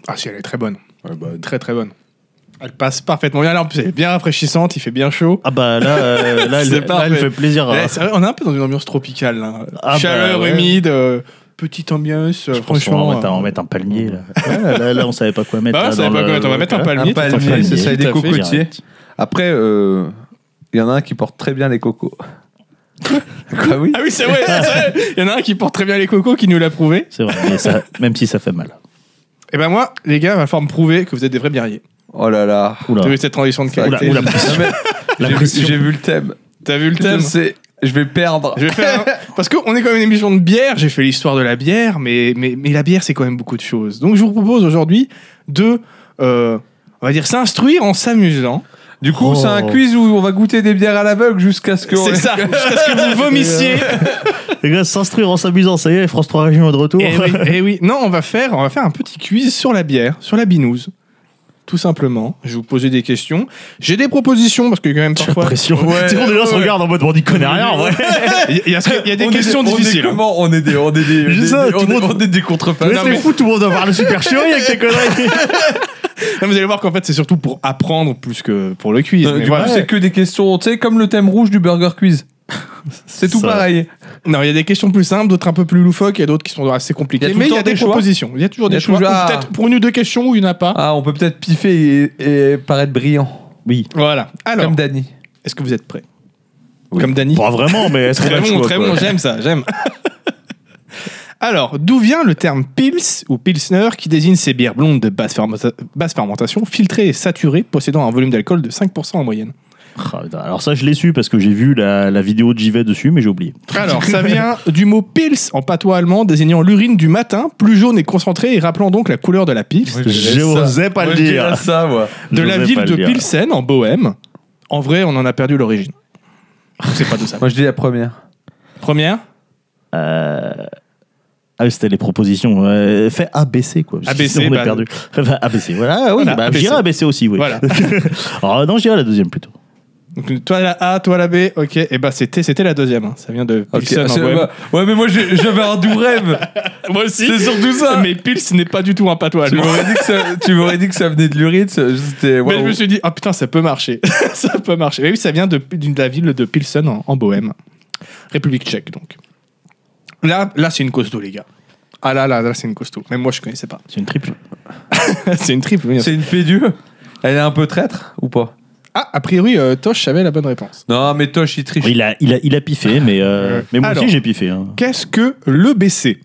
Speaker 1: Ah, si, elle est très bonne.
Speaker 2: Ouais, bah,
Speaker 1: Très, très bonne. Elle passe parfaitement bien. Là, en plus, elle est bien rafraîchissante, il fait bien chaud.
Speaker 3: Ah bah là, euh, là, elle,
Speaker 1: C'est
Speaker 3: là,
Speaker 1: parfait.
Speaker 3: elle fait plaisir. euh,
Speaker 1: Ouais, c'est vrai, on est un peu dans une ambiance tropicale. là.
Speaker 3: Ah,
Speaker 1: Chaleur
Speaker 3: bah, ouais.
Speaker 1: humide, euh, petite ambiance. euh,
Speaker 3: Franchement,
Speaker 1: franchement,
Speaker 3: on va mettre un- on va mettre un palmier là. Ouais, là, là, on savait pas quoi mettre.
Speaker 1: Bah ouais, on
Speaker 3: là,
Speaker 1: savait
Speaker 3: dans
Speaker 1: pas
Speaker 3: le-
Speaker 1: quoi mettre, on va mettre un
Speaker 3: Ouais,
Speaker 1: palmier,
Speaker 2: Un palmier,
Speaker 3: tout à fait.
Speaker 2: c'est ça, et
Speaker 3: Tout
Speaker 2: des
Speaker 3: à fait,
Speaker 2: cocotiers.
Speaker 3: direct.
Speaker 2: Après, euh, il y en a un qui porte très bien les cocos. Quoi, oui
Speaker 1: Ah oui, c'est vrai. c'est vrai. Il y en a un qui porte très bien les cocos qui nous l'a prouvé.
Speaker 3: C'est vrai, mais ça- même si ça fait mal.
Speaker 1: Et ben moi, les gars, il va falloir me prouver que vous êtes des vrais birriers.
Speaker 2: Oh là là.
Speaker 3: Oula.
Speaker 1: T'as vu cette transition de
Speaker 2: Ça a
Speaker 1: qualité
Speaker 2: été-
Speaker 3: oula,
Speaker 2: Non, mais
Speaker 3: La
Speaker 2: j'ai vu-
Speaker 3: pression.
Speaker 2: J'ai vu le thème.
Speaker 1: T'as vu le
Speaker 2: Je
Speaker 1: thème
Speaker 2: sais, je vais perdre.
Speaker 1: Je vais faire un- Parce qu'on est quand même une émission de bière, j'ai fait l'histoire de la bière, mais, mais, mais la bière, c'est quand même beaucoup de choses. Donc je vous propose aujourd'hui de, euh, on va dire, s'instruire en s'amusant.
Speaker 2: Du coup,
Speaker 3: Oh.
Speaker 2: c'est un quiz où on va goûter des bières à l'aveugle jusqu'à ce que. euh,
Speaker 1: C'est ça, jusqu'à ce que vous vomissiez.
Speaker 3: Les gars, s'instruire en s'amusant, ça y est, France 3 Région est de retour.
Speaker 1: Eh oui, eh oui. Non, on va faire, on va faire un petit quiz sur la bière, sur la binouse. Tout simplement. Je vais vous poser des questions. J'ai des propositions parce que quand même
Speaker 3: J'ai la
Speaker 1: parfois.
Speaker 3: pression.
Speaker 1: Ouais,
Speaker 3: Tout le monde est là, se
Speaker 1: ouais.
Speaker 3: regarde en mode, on n'y connaît rien en vrai.
Speaker 1: Il y a- il y, a ce- il y a des questions difficiles. hein.
Speaker 2: On est comment On est des. On est des.
Speaker 3: Je
Speaker 2: des-
Speaker 3: sais,
Speaker 2: des-
Speaker 3: tout
Speaker 2: on
Speaker 3: le
Speaker 2: est-
Speaker 3: monde-
Speaker 2: on est des
Speaker 1: Ah,
Speaker 2: contrefaçons.
Speaker 3: c'est fou, tout le monde doit voir le super chiori avec tes conneries.
Speaker 1: Non, vous allez voir qu'en fait, c'est surtout pour apprendre plus que pour le quiz.
Speaker 2: Euh,
Speaker 1: mais
Speaker 2: Du coup,
Speaker 1: voilà.
Speaker 2: c'est que des questions, tu sais, comme le thème rouge du Burger Quiz. C'est tout
Speaker 3: Ça.
Speaker 2: pareil.
Speaker 1: Non, il y a des questions plus simples, d'autres un peu plus loufoques et d'autres qui sont assez
Speaker 2: Il y
Speaker 1: compliquées.
Speaker 2: a tout
Speaker 1: mais
Speaker 2: le
Speaker 1: il y
Speaker 2: temps
Speaker 1: a des
Speaker 2: des choix.
Speaker 1: propositions. Il y a toujours
Speaker 2: Il y
Speaker 1: des
Speaker 2: a
Speaker 1: choix.
Speaker 2: toujours-
Speaker 1: Ou
Speaker 2: Ah.
Speaker 1: peut-être pour une ou deux questions où il n'y en a pas.
Speaker 2: Ah, on peut peut-être piffer et, et paraître brillant,
Speaker 3: Oui.
Speaker 1: Voilà. Alors,
Speaker 2: comme Dany.
Speaker 1: est-ce que vous êtes prêts Comme Dany.
Speaker 3: Pas vraiment, mais est-ce que
Speaker 1: Très
Speaker 3: t'as le
Speaker 1: bon,
Speaker 3: choix,
Speaker 1: très
Speaker 3: quoi
Speaker 1: bon, j'aime ça, j'aime. Alors, d'où vient le terme pils ou pilsner qui désigne ces bières blondes de basse, fermenta- basse fermentation, filtrées et saturées, possédant un volume d'alcool de 5% en moyenne
Speaker 3: Ah, putain, Alors ça, je l'ai su parce que j'ai vu la, la vidéo de Jivet dessus, mais j'ai oublié.
Speaker 1: Alors, ça vient du mot pils en patois allemand, désignant l'urine du matin, plus jaune et concentrée, et rappelant donc la couleur de la pils,
Speaker 3: J'osais pas
Speaker 2: Moi,
Speaker 3: le
Speaker 2: je dirais
Speaker 3: dire.
Speaker 2: ça, moi.
Speaker 1: de la
Speaker 3: J'osais
Speaker 1: ville
Speaker 3: pas
Speaker 1: de
Speaker 3: le dire.
Speaker 1: Pilsen en Bohème. En vrai, on en a perdu l'origine. C'est pas tout ça.
Speaker 2: Moi, je dis la première.
Speaker 1: Première,
Speaker 3: Ah, oui, c'était les propositions. Euh, fais ABC, quoi.
Speaker 1: ABC,
Speaker 3: Sinon, on
Speaker 1: bah,
Speaker 3: est perdu. Enfin, ABC, voilà. Oui,
Speaker 1: Voilà,
Speaker 3: bah,
Speaker 1: ABC.
Speaker 3: j'irai ABC aussi, oui.
Speaker 1: Voilà.
Speaker 3: Ah, non, j'irai la deuxième plutôt.
Speaker 1: Donc, toi la A, toi la B, ok. Et bah c'était c'était la deuxième. hein. Ça vient de
Speaker 2: Ok,
Speaker 1: Pilsen en
Speaker 2: c'est-
Speaker 1: Bohème.
Speaker 2: bah- ouais, mais moi, j'ai- j'avais un doux rêve.
Speaker 1: Moi aussi.
Speaker 2: C'est surtout ça.
Speaker 1: Mais Pils n'est pas du tout un patois
Speaker 2: Tu
Speaker 1: allemand.
Speaker 2: m'aurais dit que ça, tu m'aurais dit que ça venait de l'urine. ça- C'était.
Speaker 1: Mais je
Speaker 2: waouh.
Speaker 1: me suis dit, ah putain, ça peut marcher. ça peut marcher. Mais oui, ça vient de, d'une- de la ville de Pilsen en, en Bohème. République tchèque, donc. Là, là c'est une costaud, les gars. Ah là, là, là, c'est une costaud. Même moi, je connaissais pas.
Speaker 3: C'est une triple.
Speaker 1: c'est une triple. oui.
Speaker 2: C'est une pédue. Elle est un peu traître ou pas
Speaker 1: Ah, a priori, euh, Tosh avait la bonne réponse.
Speaker 2: Non, mais Tosh, il triche.
Speaker 3: Il a, il a, il a piffé, mais, euh, mais moi
Speaker 1: Alors.
Speaker 3: aussi, j'ai piffé. hein.
Speaker 1: Qu'est-ce que l'EBC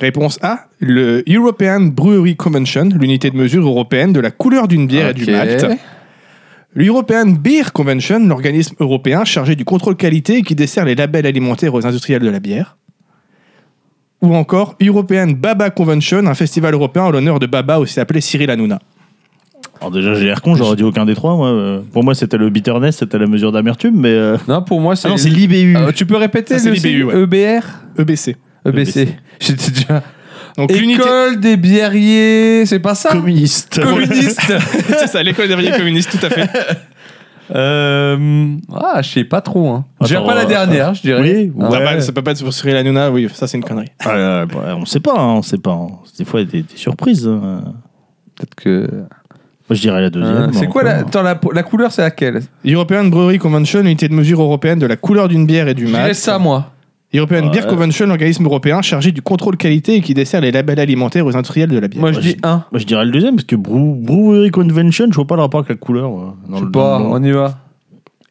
Speaker 1: Réponse A, le European Brewery Convention, l'unité de mesure européenne de la couleur d'une bière et
Speaker 2: Ok.
Speaker 1: du malt. L'European Beer Convention, l'organisme européen chargé du contrôle qualité et qui dessert les labels alimentaires aux industriels de la bière. Ou encore European Baba Convention, un festival européen en l'honneur de Baba, aussi appelé Cyril Hanouna.
Speaker 3: Alors déjà, j'ai l'air con, j'aurais dit aucun des trois. Moi. Euh, Pour moi, c'était le bitterness, c'était la mesure d'amertume, mais... euh,
Speaker 2: Non, pour moi, c'est.
Speaker 3: Ah non, c'est l'IBU.
Speaker 2: Ah, tu peux répéter
Speaker 1: Ça, c'est
Speaker 2: le E
Speaker 1: l'IBU, ouais.
Speaker 2: EBR
Speaker 1: EBC.
Speaker 3: E
Speaker 2: EBC. E J'étais déjà.
Speaker 1: E Donc l'unité.
Speaker 2: École des biériers, c'est pas ça
Speaker 3: communiste.
Speaker 2: Communiste
Speaker 1: C'est ça, l'école des bières communistes, tout à fait.
Speaker 2: Euh, Ah, je sais pas trop. Hein. J'ai
Speaker 3: Attends,
Speaker 2: pas la
Speaker 3: euh,
Speaker 2: dernière, je dirais.
Speaker 3: Oui,
Speaker 2: Ah,
Speaker 3: ouais.
Speaker 1: Ça, va, ça peut pas être pour Cyril Hanouna, oui, ça c'est une connerie.
Speaker 3: Ah, euh, bah, on sait pas, hein, on sait pas. hein. Des fois, il y a des, des surprises. hein. Moi,
Speaker 2: Peut-être que.
Speaker 3: je dirais la deuxième.
Speaker 2: Euh, c'est quoi la...
Speaker 3: encore.
Speaker 2: Attends, la, la couleur, c'est laquelle
Speaker 1: European Brewery Convention, unité de mesure européenne de la couleur d'une bière et du
Speaker 2: Je
Speaker 1: malt.
Speaker 2: laisse ça, moi.
Speaker 1: European
Speaker 3: Ouais.
Speaker 1: Beer Convention, l'organisme européen chargé du contrôle qualité et qui dessert les labels alimentaires aux industriels de la bière.
Speaker 2: Moi, je
Speaker 3: Moi,
Speaker 2: dis 1.
Speaker 3: Moi, je dirais le deuxième, parce que Brew- Brewery Convention, je vois pas le rapport avec la couleur. ouais. Dans
Speaker 2: Je sais
Speaker 3: le-
Speaker 2: pas,
Speaker 3: dans
Speaker 2: on y va.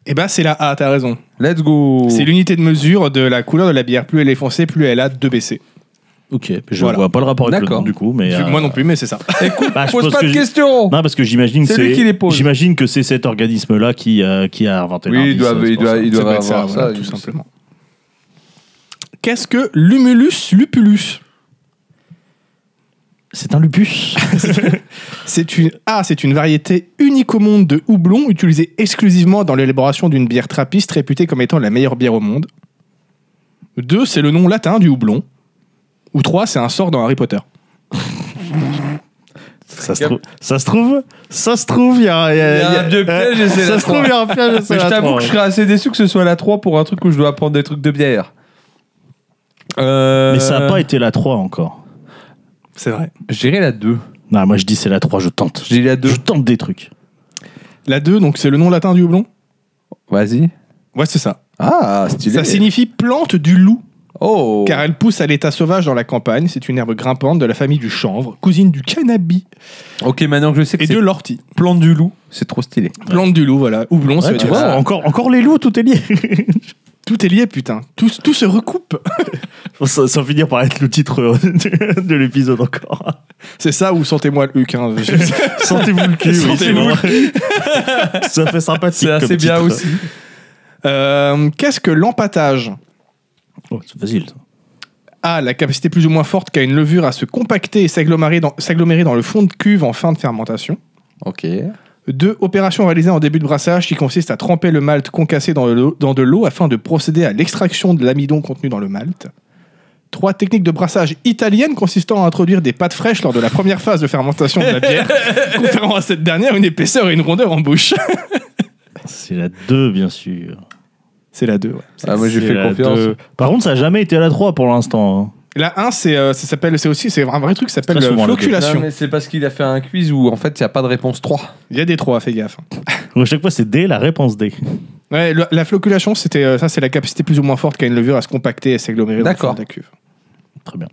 Speaker 1: Eh ben c'est la A, t'as raison.
Speaker 2: Let's go.
Speaker 1: C'est l'unité de mesure de la couleur de la bière. Plus elle est foncée, plus elle a 2BC.
Speaker 3: le- Ok, je
Speaker 1: Voilà.
Speaker 3: vois pas le rapport avec le
Speaker 2: D'accord.
Speaker 3: nom, du coup. Mais,
Speaker 1: Je-
Speaker 3: euh,
Speaker 1: Moi non plus, mais c'est ça.
Speaker 3: bah, je
Speaker 2: Pose
Speaker 3: pense
Speaker 2: pas
Speaker 3: que
Speaker 2: de
Speaker 3: j'-
Speaker 2: questions.
Speaker 3: Non, parce que j'imagine que
Speaker 2: C'est lui
Speaker 3: c'est
Speaker 2: qui les pose.
Speaker 3: j'imagine que c'est cet organisme-là qui, euh, qui a inventé
Speaker 2: Oui,
Speaker 3: l'indice,
Speaker 2: il doit,
Speaker 3: c'est
Speaker 2: il
Speaker 3: pour
Speaker 2: doit,
Speaker 3: ça.
Speaker 2: il doit
Speaker 1: Ça peut
Speaker 2: Ah, avoir
Speaker 1: être
Speaker 2: ça,
Speaker 1: voilà, tout
Speaker 2: il-
Speaker 1: simplement. Qu'est-ce que l'humulus lupulus
Speaker 3: C'est un lupus.
Speaker 1: C'est une A, c'est une variété unique au monde de houblon utilisée exclusivement dans l'élaboration d'une bière trappiste réputée comme étant la meilleure bière au monde. 2, c'est le nom latin du houblon. Ou 3, c'est un sort dans Harry Potter.
Speaker 3: ça, se trouve, ça se trouve, ça se trouve, il y a,
Speaker 2: Il y a un vieux piège et c'est la
Speaker 3: Ça se trouve,
Speaker 2: trois.
Speaker 3: il y a un piège et c'est
Speaker 2: Mais je
Speaker 3: la
Speaker 2: t'avoue
Speaker 3: trois,
Speaker 2: que je
Speaker 3: ouais.
Speaker 2: serais assez déçu que ce soit la 3 pour un truc où je dois apprendre des trucs de bière. Euh,
Speaker 3: Mais ça n'a pas été la 3 encore.
Speaker 1: C'est vrai.
Speaker 2: Je dirais la 2.
Speaker 3: Non, moi je dis c'est la 3, je tente.
Speaker 2: Je dis la 2.
Speaker 3: Je tente des trucs.
Speaker 1: La 2, donc c'est le nom latin du houblon
Speaker 2: Vas-y.
Speaker 1: Ouais, c'est ça.
Speaker 2: Ah, stylé.
Speaker 1: Ça signifie plante du loup.
Speaker 2: Oh.
Speaker 1: car elle pousse à l'état sauvage dans la campagne. C'est une herbe grimpante de la famille du chanvre, cousine du cannabis
Speaker 2: Ok, maintenant que je sais que
Speaker 1: et
Speaker 2: c'est
Speaker 1: de l'ortie.
Speaker 2: plante du loup, c'est trop stylé.
Speaker 1: Plante du loup, voilà. Houblon, ça
Speaker 3: Ouais,
Speaker 1: veut
Speaker 3: tu
Speaker 1: dire
Speaker 3: vois,
Speaker 1: ça.
Speaker 3: encore, encore les loups, tout est lié.
Speaker 1: Tout est lié, putain. Tout, tout se recoupe.
Speaker 3: sans, sans finir par être le titre euh, de, de l'épisode encore.
Speaker 1: C'est ça ou sentez-moi le huc. hein. Je-
Speaker 3: Sentez-vous le cul. oui,
Speaker 1: Sentez-vous
Speaker 3: c'est vrai. Ça fait sympathique.
Speaker 2: C'est assez
Speaker 3: comme
Speaker 2: bien
Speaker 3: titre.
Speaker 2: aussi.
Speaker 1: Euh, Qu'est-ce que l'empâtage
Speaker 3: Oh, c'est facile. ça.
Speaker 1: A. La capacité plus ou moins forte qu'a une levure à se compacter et s'agglomérer dans, s'agglomérer dans le fond de cuve en fin de fermentation.
Speaker 2: Ok.
Speaker 1: 2. Opération réalisée en début de brassage qui consiste à tremper le malt concassé dans, le- dans de l'eau afin de procéder à l'extraction de l'amidon contenu dans le malt. 3. Technique de brassage italienne consistant à introduire des pâtes fraîches lors de la première phase de fermentation de la bière, conférant à cette dernière une épaisseur et une rondeur en bouche.
Speaker 3: C'est la 2, bien sûr.
Speaker 1: C'est la 2, ouais.
Speaker 2: Ah, moi, j'ai
Speaker 3: C'est
Speaker 2: fait
Speaker 3: la
Speaker 2: confiance.
Speaker 3: deux. Par contre, ça n'a jamais été la 3 pour l'instant. hein.
Speaker 1: La 1, c'est euh, ça s'appelle- c'est aussi c'est un vrai truc, ça s'appelle
Speaker 3: Très
Speaker 1: euh,
Speaker 3: souvent, la deux.
Speaker 1: floculation.
Speaker 2: Non, mais c'est parce qu'il a fait un quiz où en fait il n'y a pas de réponse 3.
Speaker 1: Il y a des trois, fais gaffe.
Speaker 3: Donc, à chaque fois, c'est D, la réponse D.
Speaker 1: Ouais, le- la floculation, c'était euh, ça, c'est la capacité plus ou moins forte qu'a une levure à se compacter et s'agglomérer dans le
Speaker 2: D'accord.
Speaker 1: fond de la cuve.
Speaker 3: Très bien.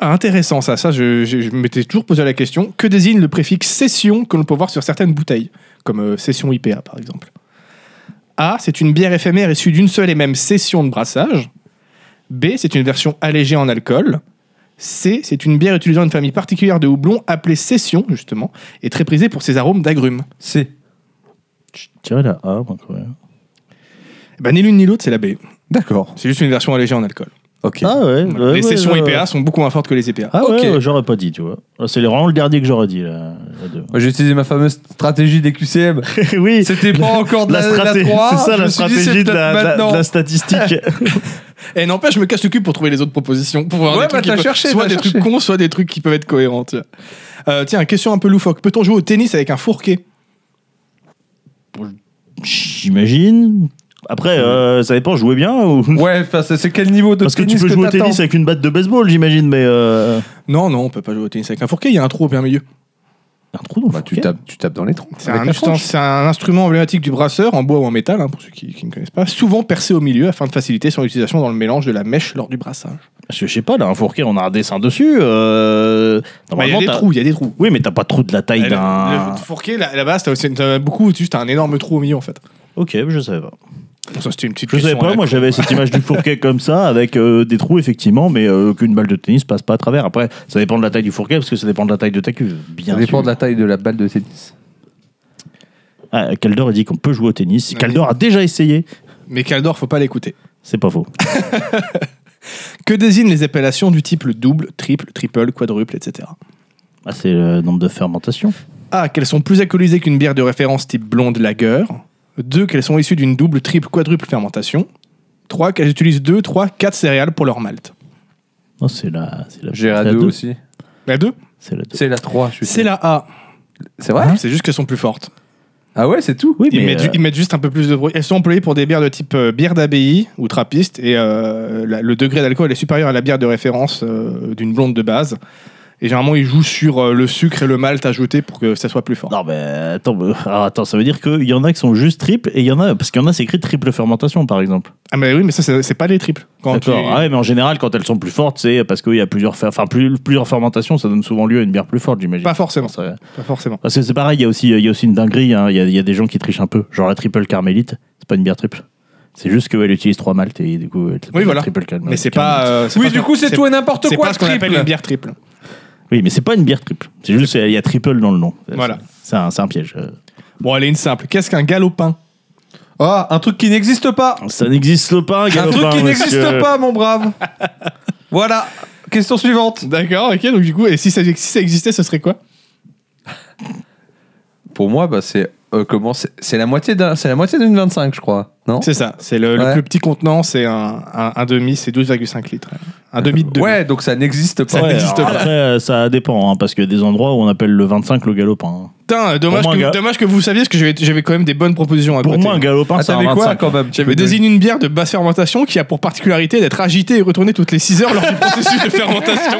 Speaker 1: Ah, intéressant ça, ça je, je- je m'étais toujours posé la question. Que désigne le préfixe session que l'on peut voir sur certaines bouteilles, comme euh, session IPA par exemple A, c'est une bière éphémère issue d'une seule et même session de brassage. B, c'est une version allégée en alcool. C, c'est une bière utilisant une famille particulière de houblon appelée session, justement, et très prisée pour ses arômes d'agrumes.
Speaker 2: C'est.
Speaker 3: Tiens, la A, moi, quand même.
Speaker 1: Eh Ben, ni l'une ni l'autre, c'est la B.
Speaker 2: D'accord.
Speaker 1: C'est juste une version allégée en alcool.
Speaker 2: Ok.
Speaker 3: Ah ouais, ouais, ouais,
Speaker 1: les sessions
Speaker 3: ouais.
Speaker 1: IPA sont beaucoup moins fortes que les EPA.
Speaker 3: Ah
Speaker 2: Ok.
Speaker 3: ouais, ouais, j'aurais pas dit, tu vois. Ah, C'est vraiment le dernier que j'aurais dit, là. la deux.
Speaker 2: Moi, j'ai utilisé ma fameuse stratégie des QCM.
Speaker 3: oui,
Speaker 2: C'était pas encore de la, la,
Speaker 3: straté-
Speaker 2: 3.
Speaker 3: c'est ça
Speaker 2: Je me
Speaker 3: la
Speaker 2: suis dit, c'est
Speaker 3: stratégie de la,
Speaker 2: peut-être
Speaker 3: de la- de
Speaker 2: maintenant.
Speaker 3: la statistique.
Speaker 1: Et Eh, n'empêche, je me casse le cul pour trouver les autres propositions. Pour voir
Speaker 2: Ouais,
Speaker 1: des
Speaker 2: bah,
Speaker 1: trucs qui
Speaker 2: t'as
Speaker 1: peuvent-
Speaker 2: cherché,
Speaker 1: soit
Speaker 2: t'as
Speaker 1: des trucs
Speaker 2: cherché.
Speaker 1: cons, soit des trucs qui peuvent être cohérents. tu vois. Euh, tiens, question un peu loufoque. Peut-on jouer au tennis avec un fourquet
Speaker 3: J'imagine. Après, euh, ça dépend, jouer bien ou.
Speaker 2: Ouais, enfin, c'est c'est quel niveau de
Speaker 3: Parce que tu
Speaker 2: tennis
Speaker 3: peux jouer au
Speaker 2: t'attends
Speaker 3: tennis avec une batte de baseball, j'imagine, mais. euh,
Speaker 1: Non, non, on peut pas jouer au tennis avec un fourquet. Il y a un trou au plein milieu.
Speaker 3: Un trou dans le
Speaker 2: Bah, tu,
Speaker 3: fourquet.
Speaker 2: tapes, tu tapes dans les troncs.
Speaker 1: C'est
Speaker 2: avec
Speaker 1: un,
Speaker 2: la
Speaker 1: instan-
Speaker 2: frange.
Speaker 1: c'est un instrument emblématique du brasseur, en bois ou en métal, hein, pour ceux qui, qui ne connaissent pas, souvent percé au milieu afin de faciliter son utilisation dans le mélange de la mèche lors du brassage.
Speaker 3: Parce que je sais pas, là, un fourquet, on a un dessin dessus. euh,
Speaker 1: Bah, Il y a
Speaker 3: normalement,
Speaker 1: des
Speaker 3: t'as- Eh ben.
Speaker 1: trous, il y a des trous.
Speaker 3: Oui, mais t'as pas de trou de la taille
Speaker 1: Le-
Speaker 3: d'un.
Speaker 1: Eh ben, Le fourquet, là- là-bas, t'as aussi- t'as beaucoup, juste un énorme trou au milieu en fait.
Speaker 3: Ok, je savais pas.
Speaker 1: Ça, c'était une petite
Speaker 3: Je savais
Speaker 1: question à
Speaker 3: pas,
Speaker 1: la
Speaker 3: moi
Speaker 1: con.
Speaker 3: j'avais cette image du fourquet comme ça, avec euh, des trous effectivement, mais euh, qu'une balle de tennis passe pas à travers. Après, ça dépend de la taille du fourquet, parce que ça dépend de la taille de ta cuve. Bien
Speaker 2: Ça dépend
Speaker 3: sûr.
Speaker 2: de la taille de la balle de tennis.
Speaker 3: Ah, Caldor a dit qu'on peut jouer au tennis.
Speaker 1: Ouais.
Speaker 3: Caldor a déjà essayé.
Speaker 1: Mais Caldor, faut pas l'écouter.
Speaker 3: C'est pas faux.
Speaker 1: Que désignent les appellations du type le double, triple, triple, quadruple, etc.
Speaker 3: Ah, c'est le nombre de fermentations.
Speaker 1: A. Qu'elles sont plus alcoolisées qu'une bière de référence type blonde lager. 2. Qu'elles sont issues d'une double, triple, quadruple fermentation. 3. Qu'elles utilisent 2, 3, 4 céréales pour leur malt.
Speaker 3: Non, c'est la. c'est la-
Speaker 2: J'ai
Speaker 3: c'est
Speaker 2: la
Speaker 3: la
Speaker 2: 2
Speaker 3: deux.
Speaker 2: aussi.
Speaker 1: La 2
Speaker 3: C'est la deux.
Speaker 2: C'est la 3, je suis
Speaker 1: C'est
Speaker 2: sûr.
Speaker 1: la A. Hein
Speaker 2: C'est vrai
Speaker 1: C'est juste qu'elles sont plus fortes.
Speaker 2: Ah ouais, c'est tout
Speaker 3: Oui,
Speaker 1: Ils,
Speaker 3: mais.
Speaker 1: mettent, ju-
Speaker 3: euh,
Speaker 1: ils mettent juste un peu plus de bruit. Elles sont employées pour des bières de type euh, bière d'abbaye ou trappiste et euh, la- le degré d'alcool est supérieur à la bière de référence euh, d'une blonde de base. Et généralement, ils jouent sur euh, le sucre et le malt ajouté pour que ça soit plus fort.
Speaker 3: Non, mais attends, mais- alors, attends, ça veut dire qu'il y en a qui sont juste triples et il y en a. Parce qu'il y en a, c'est écrit triple fermentation par exemple.
Speaker 1: Ah, mais oui, mais ça, c'est c'est pas les triples. Quand tu-
Speaker 3: D'accord. Ah ouais, mais en général, quand elles sont plus fortes, c'est parce qu'il y a plusieurs, fer- enfin, plus- plusieurs fermentations, ça donne souvent lieu à une bière plus forte, j'imagine.
Speaker 1: Pas forcément.
Speaker 3: Ça-
Speaker 1: Pas forcément.
Speaker 3: Parce que c'est pareil, il y a aussi, il y a aussi une dinguerie. hein. Il y, a- il y a des gens qui trichent un peu. Genre la triple carmélite, c'est pas une bière triple. C'est juste qu'elle utilise trois maltes et du coup. elle s'appelle la
Speaker 1: voilà.
Speaker 3: triple carmélite.
Speaker 1: Mais c'est pas. euh, c'est
Speaker 2: Oui,
Speaker 1: pas
Speaker 2: du
Speaker 1: ce
Speaker 2: coup,
Speaker 1: qu'on-
Speaker 2: c'est tout et n'importe
Speaker 1: C'est
Speaker 2: quoi,
Speaker 1: pas ce qu'on appelle
Speaker 2: triple.
Speaker 1: une bière triple.
Speaker 3: Oui, mais c'est pas une bière triple. C'est juste qu'il y a triple dans le nom.
Speaker 1: Voilà.
Speaker 3: C'est un, c'est un piège. euh.
Speaker 1: Bon, allez, une simple. Qu'est-ce qu'un galopin
Speaker 2: Ah, un truc qui n'existe pas
Speaker 3: Ça n'existe pas, un
Speaker 2: Un
Speaker 3: galopin,
Speaker 2: truc qui
Speaker 3: monsieur.
Speaker 2: n'existe pas, mon brave Voilà Question suivante
Speaker 1: D'accord, ok. Donc, du coup, et si ça, si ça existait, ce serait quoi
Speaker 2: Pour moi, bah, c'est euh, comment c'est c'est la moitié d'un- c'est la moitié d'une 25, je crois. Non
Speaker 1: C'est ça. C'est le, le
Speaker 2: Ouais.
Speaker 1: plus petit contenant, c'est un, un, un demi, c'est 12,5 litres. Un demi de deux.
Speaker 2: Ouais, donc ça n'existe pas.
Speaker 3: Ouais,
Speaker 1: Ça n'existe
Speaker 3: alors
Speaker 1: pas.
Speaker 3: Après, euh, ça dépend, hein, parce qu'il y a des endroits où on appelle le 25 le galopin. hein.
Speaker 1: Putain, dommage,
Speaker 3: Pour moi, un
Speaker 1: que,
Speaker 3: gars-
Speaker 1: dommage que vous saviez, parce que j'avais j'avais quand même des bonnes propositions à
Speaker 3: Pour
Speaker 1: côté.
Speaker 3: moi, un galopin,
Speaker 2: Ah,
Speaker 3: c'est un
Speaker 2: t'avais quoi
Speaker 3: 25.
Speaker 2: quand même
Speaker 1: J'avais désigné une bière de basse fermentation qui a pour particularité d'être agitée et retournée toutes les 6 heures lors du processus de fermentation.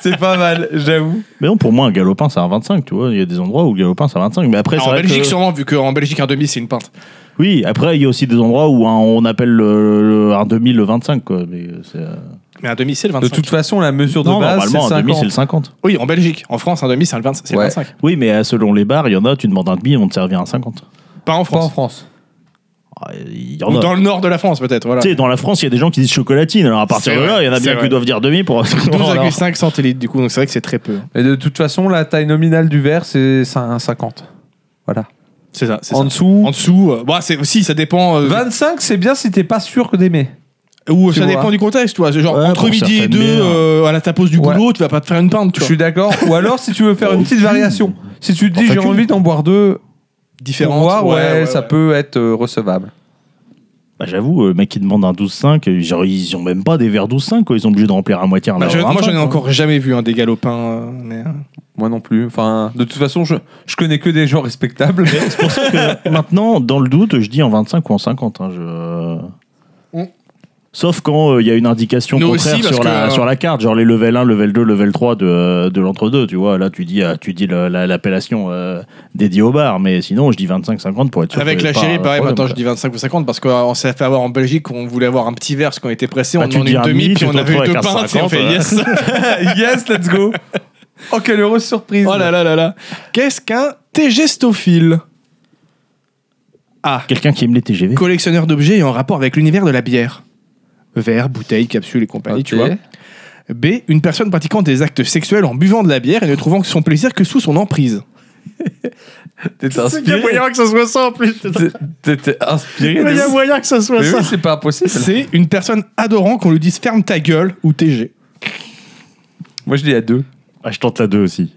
Speaker 2: C'est pas mal, j'avoue.
Speaker 3: Mais non, pour moi, un galopin, c'est un 25, tu vois. Il y a des endroits où le galopin, c'est un 25. Mais après,
Speaker 1: Alors,
Speaker 3: c'est
Speaker 1: Ah, en
Speaker 3: vrai
Speaker 1: Belgique,
Speaker 3: que-
Speaker 1: sûrement, vu qu'en Belgique, un demi, c'est une pinte.
Speaker 3: Oui, après, il y a aussi des endroits où hein, on appelle le, le- un demi le 25, quoi. Mais euh, c'est, euh,
Speaker 1: Mais un demi, c'est le
Speaker 2: De
Speaker 1: 25.
Speaker 2: toute façon, la mesure de
Speaker 3: non,
Speaker 2: base, c'est
Speaker 3: normalement, un demi, c'est le
Speaker 2: 50.
Speaker 3: 50.
Speaker 1: Oui, en Belgique. En France, un demi, c'est le 25. c'est le
Speaker 2: Ouais.
Speaker 1: 25.
Speaker 3: Oui, mais euh, selon les bars, il y en a, tu demandes un demi, on te servir un 50.
Speaker 1: Pas en
Speaker 2: Pas en
Speaker 1: France.
Speaker 2: France.
Speaker 3: Ah, Il y en
Speaker 1: Ou
Speaker 3: a.
Speaker 1: dans le nord de la France, peut-être. Voilà.
Speaker 3: Tu sais, dans la France, il y a des gens qui disent chocolatine. Alors à partir
Speaker 1: C'est
Speaker 3: de là,
Speaker 1: vrai,
Speaker 3: il y en a
Speaker 1: c'est
Speaker 3: bien
Speaker 1: vrai.
Speaker 3: qui doivent dire demi pour.
Speaker 1: 12,5 centilitres, du coup, donc c'est vrai que c'est très peu.
Speaker 2: Et de toute façon, la taille nominale du verre, c'est cin- un 50. Voilà.
Speaker 1: C'est ça, c'est
Speaker 2: En
Speaker 1: ça.
Speaker 2: dessous,
Speaker 1: En dessous, euh, bah, c'est aussi, ça dépend. euh,
Speaker 2: 25, c'est bien si t'es pas sûr que d'aimer.
Speaker 1: ou
Speaker 2: tu
Speaker 1: ça
Speaker 2: vois.
Speaker 1: dépend du contexte, tu vois. Genre,
Speaker 3: Ouais,
Speaker 1: entre
Speaker 3: pour
Speaker 1: midi et
Speaker 3: certaines
Speaker 1: deux,
Speaker 3: bières.
Speaker 1: euh, à la tapos du
Speaker 2: Ouais.
Speaker 1: boulot, tu vas pas te faire une pinte, tu
Speaker 2: Je
Speaker 1: vois.
Speaker 2: suis d'accord. Ou alors, si tu veux faire une petite variation. Si tu te dis,
Speaker 3: Enfin,
Speaker 2: j'ai
Speaker 3: tu-
Speaker 2: envie d'en boire deux, pour
Speaker 1: Différente.
Speaker 2: voir, ouais,
Speaker 1: ouais,
Speaker 2: ça
Speaker 1: ouais.
Speaker 2: peut être euh, recevable.
Speaker 3: Bah, J'avoue, euh, le mec qui demande un 12,5, euh, genre ils ont même pas des verres 12,5, quoi. Ils sont obligés de remplir à moitié un
Speaker 1: Bah, je-
Speaker 3: verre
Speaker 1: moi,
Speaker 3: 25,
Speaker 1: j'en ai
Speaker 3: quoi.
Speaker 1: encore jamais vu hein, des galopins. euh, mais, euh,
Speaker 2: Moi non plus. Enfin, de toute façon, je, je connais que des gens respectables.
Speaker 3: Maintenant, dans le doute, je dis en 25 ou en 50. hein, je-
Speaker 1: Mm.
Speaker 3: Sauf quand euh, il y a une indication
Speaker 1: Nous
Speaker 3: contraire
Speaker 1: aussi, parce
Speaker 3: sur, la,
Speaker 1: que- euh,
Speaker 3: sur la carte, genre les level 1, level 2, level 3 de, euh, de l'entre-deux, tu vois. Là, tu dis, euh, tu dis le- la- l'appellation euh, dédiée au bar, mais sinon, je dis 25-50 pour être sûr.
Speaker 1: Avec
Speaker 3: qu'il y
Speaker 1: la
Speaker 3: ait pas
Speaker 1: chérie,
Speaker 3: un
Speaker 1: pareil,
Speaker 3: problème,
Speaker 1: maintenant
Speaker 3: quoi.
Speaker 1: je dis 25 ou 50 parce qu'on s'est fait avoir en Belgique, on voulait avoir un petit verre parce qu'on était pressé,
Speaker 3: Bah,
Speaker 1: on
Speaker 3: tu
Speaker 1: en a
Speaker 3: dis
Speaker 1: eu
Speaker 3: un
Speaker 1: demi,
Speaker 3: demi,
Speaker 1: puis
Speaker 3: tu
Speaker 1: on
Speaker 3: te
Speaker 1: avait eu
Speaker 3: retrouves
Speaker 1: deux
Speaker 3: avec un euh.
Speaker 1: pintes et on fait yes.
Speaker 3: 50,
Speaker 2: yes, let's go. Oh, quelle heureuse surprise.
Speaker 1: oh là là là là. Qu'est-ce qu'un tégestophile Ah.
Speaker 3: Quelqu'un qui aime les TGV.
Speaker 1: Collectionneur d'objets et en rapport avec l'univers de la bière. Verre, bouteille, capsule et compagnie, tu vois. B. Une personne pratiquant des actes sexuels en buvant de la bière et ne trouvant que son plaisir que sous son emprise.
Speaker 2: T'es inspiré.
Speaker 5: que ça soit ça en plus.
Speaker 2: T'es- t'es- t'es inspiré. de
Speaker 5: Il y a
Speaker 2: ouf.
Speaker 5: moyen que ça soit
Speaker 2: Mais
Speaker 5: ça.
Speaker 2: oui, c'est pas impossible.
Speaker 1: C'est une personne adorant qu'on lui dise ferme ta gueule ou TG.
Speaker 2: Moi, je dis à deux.
Speaker 5: Ah, je tente la 2 aussi.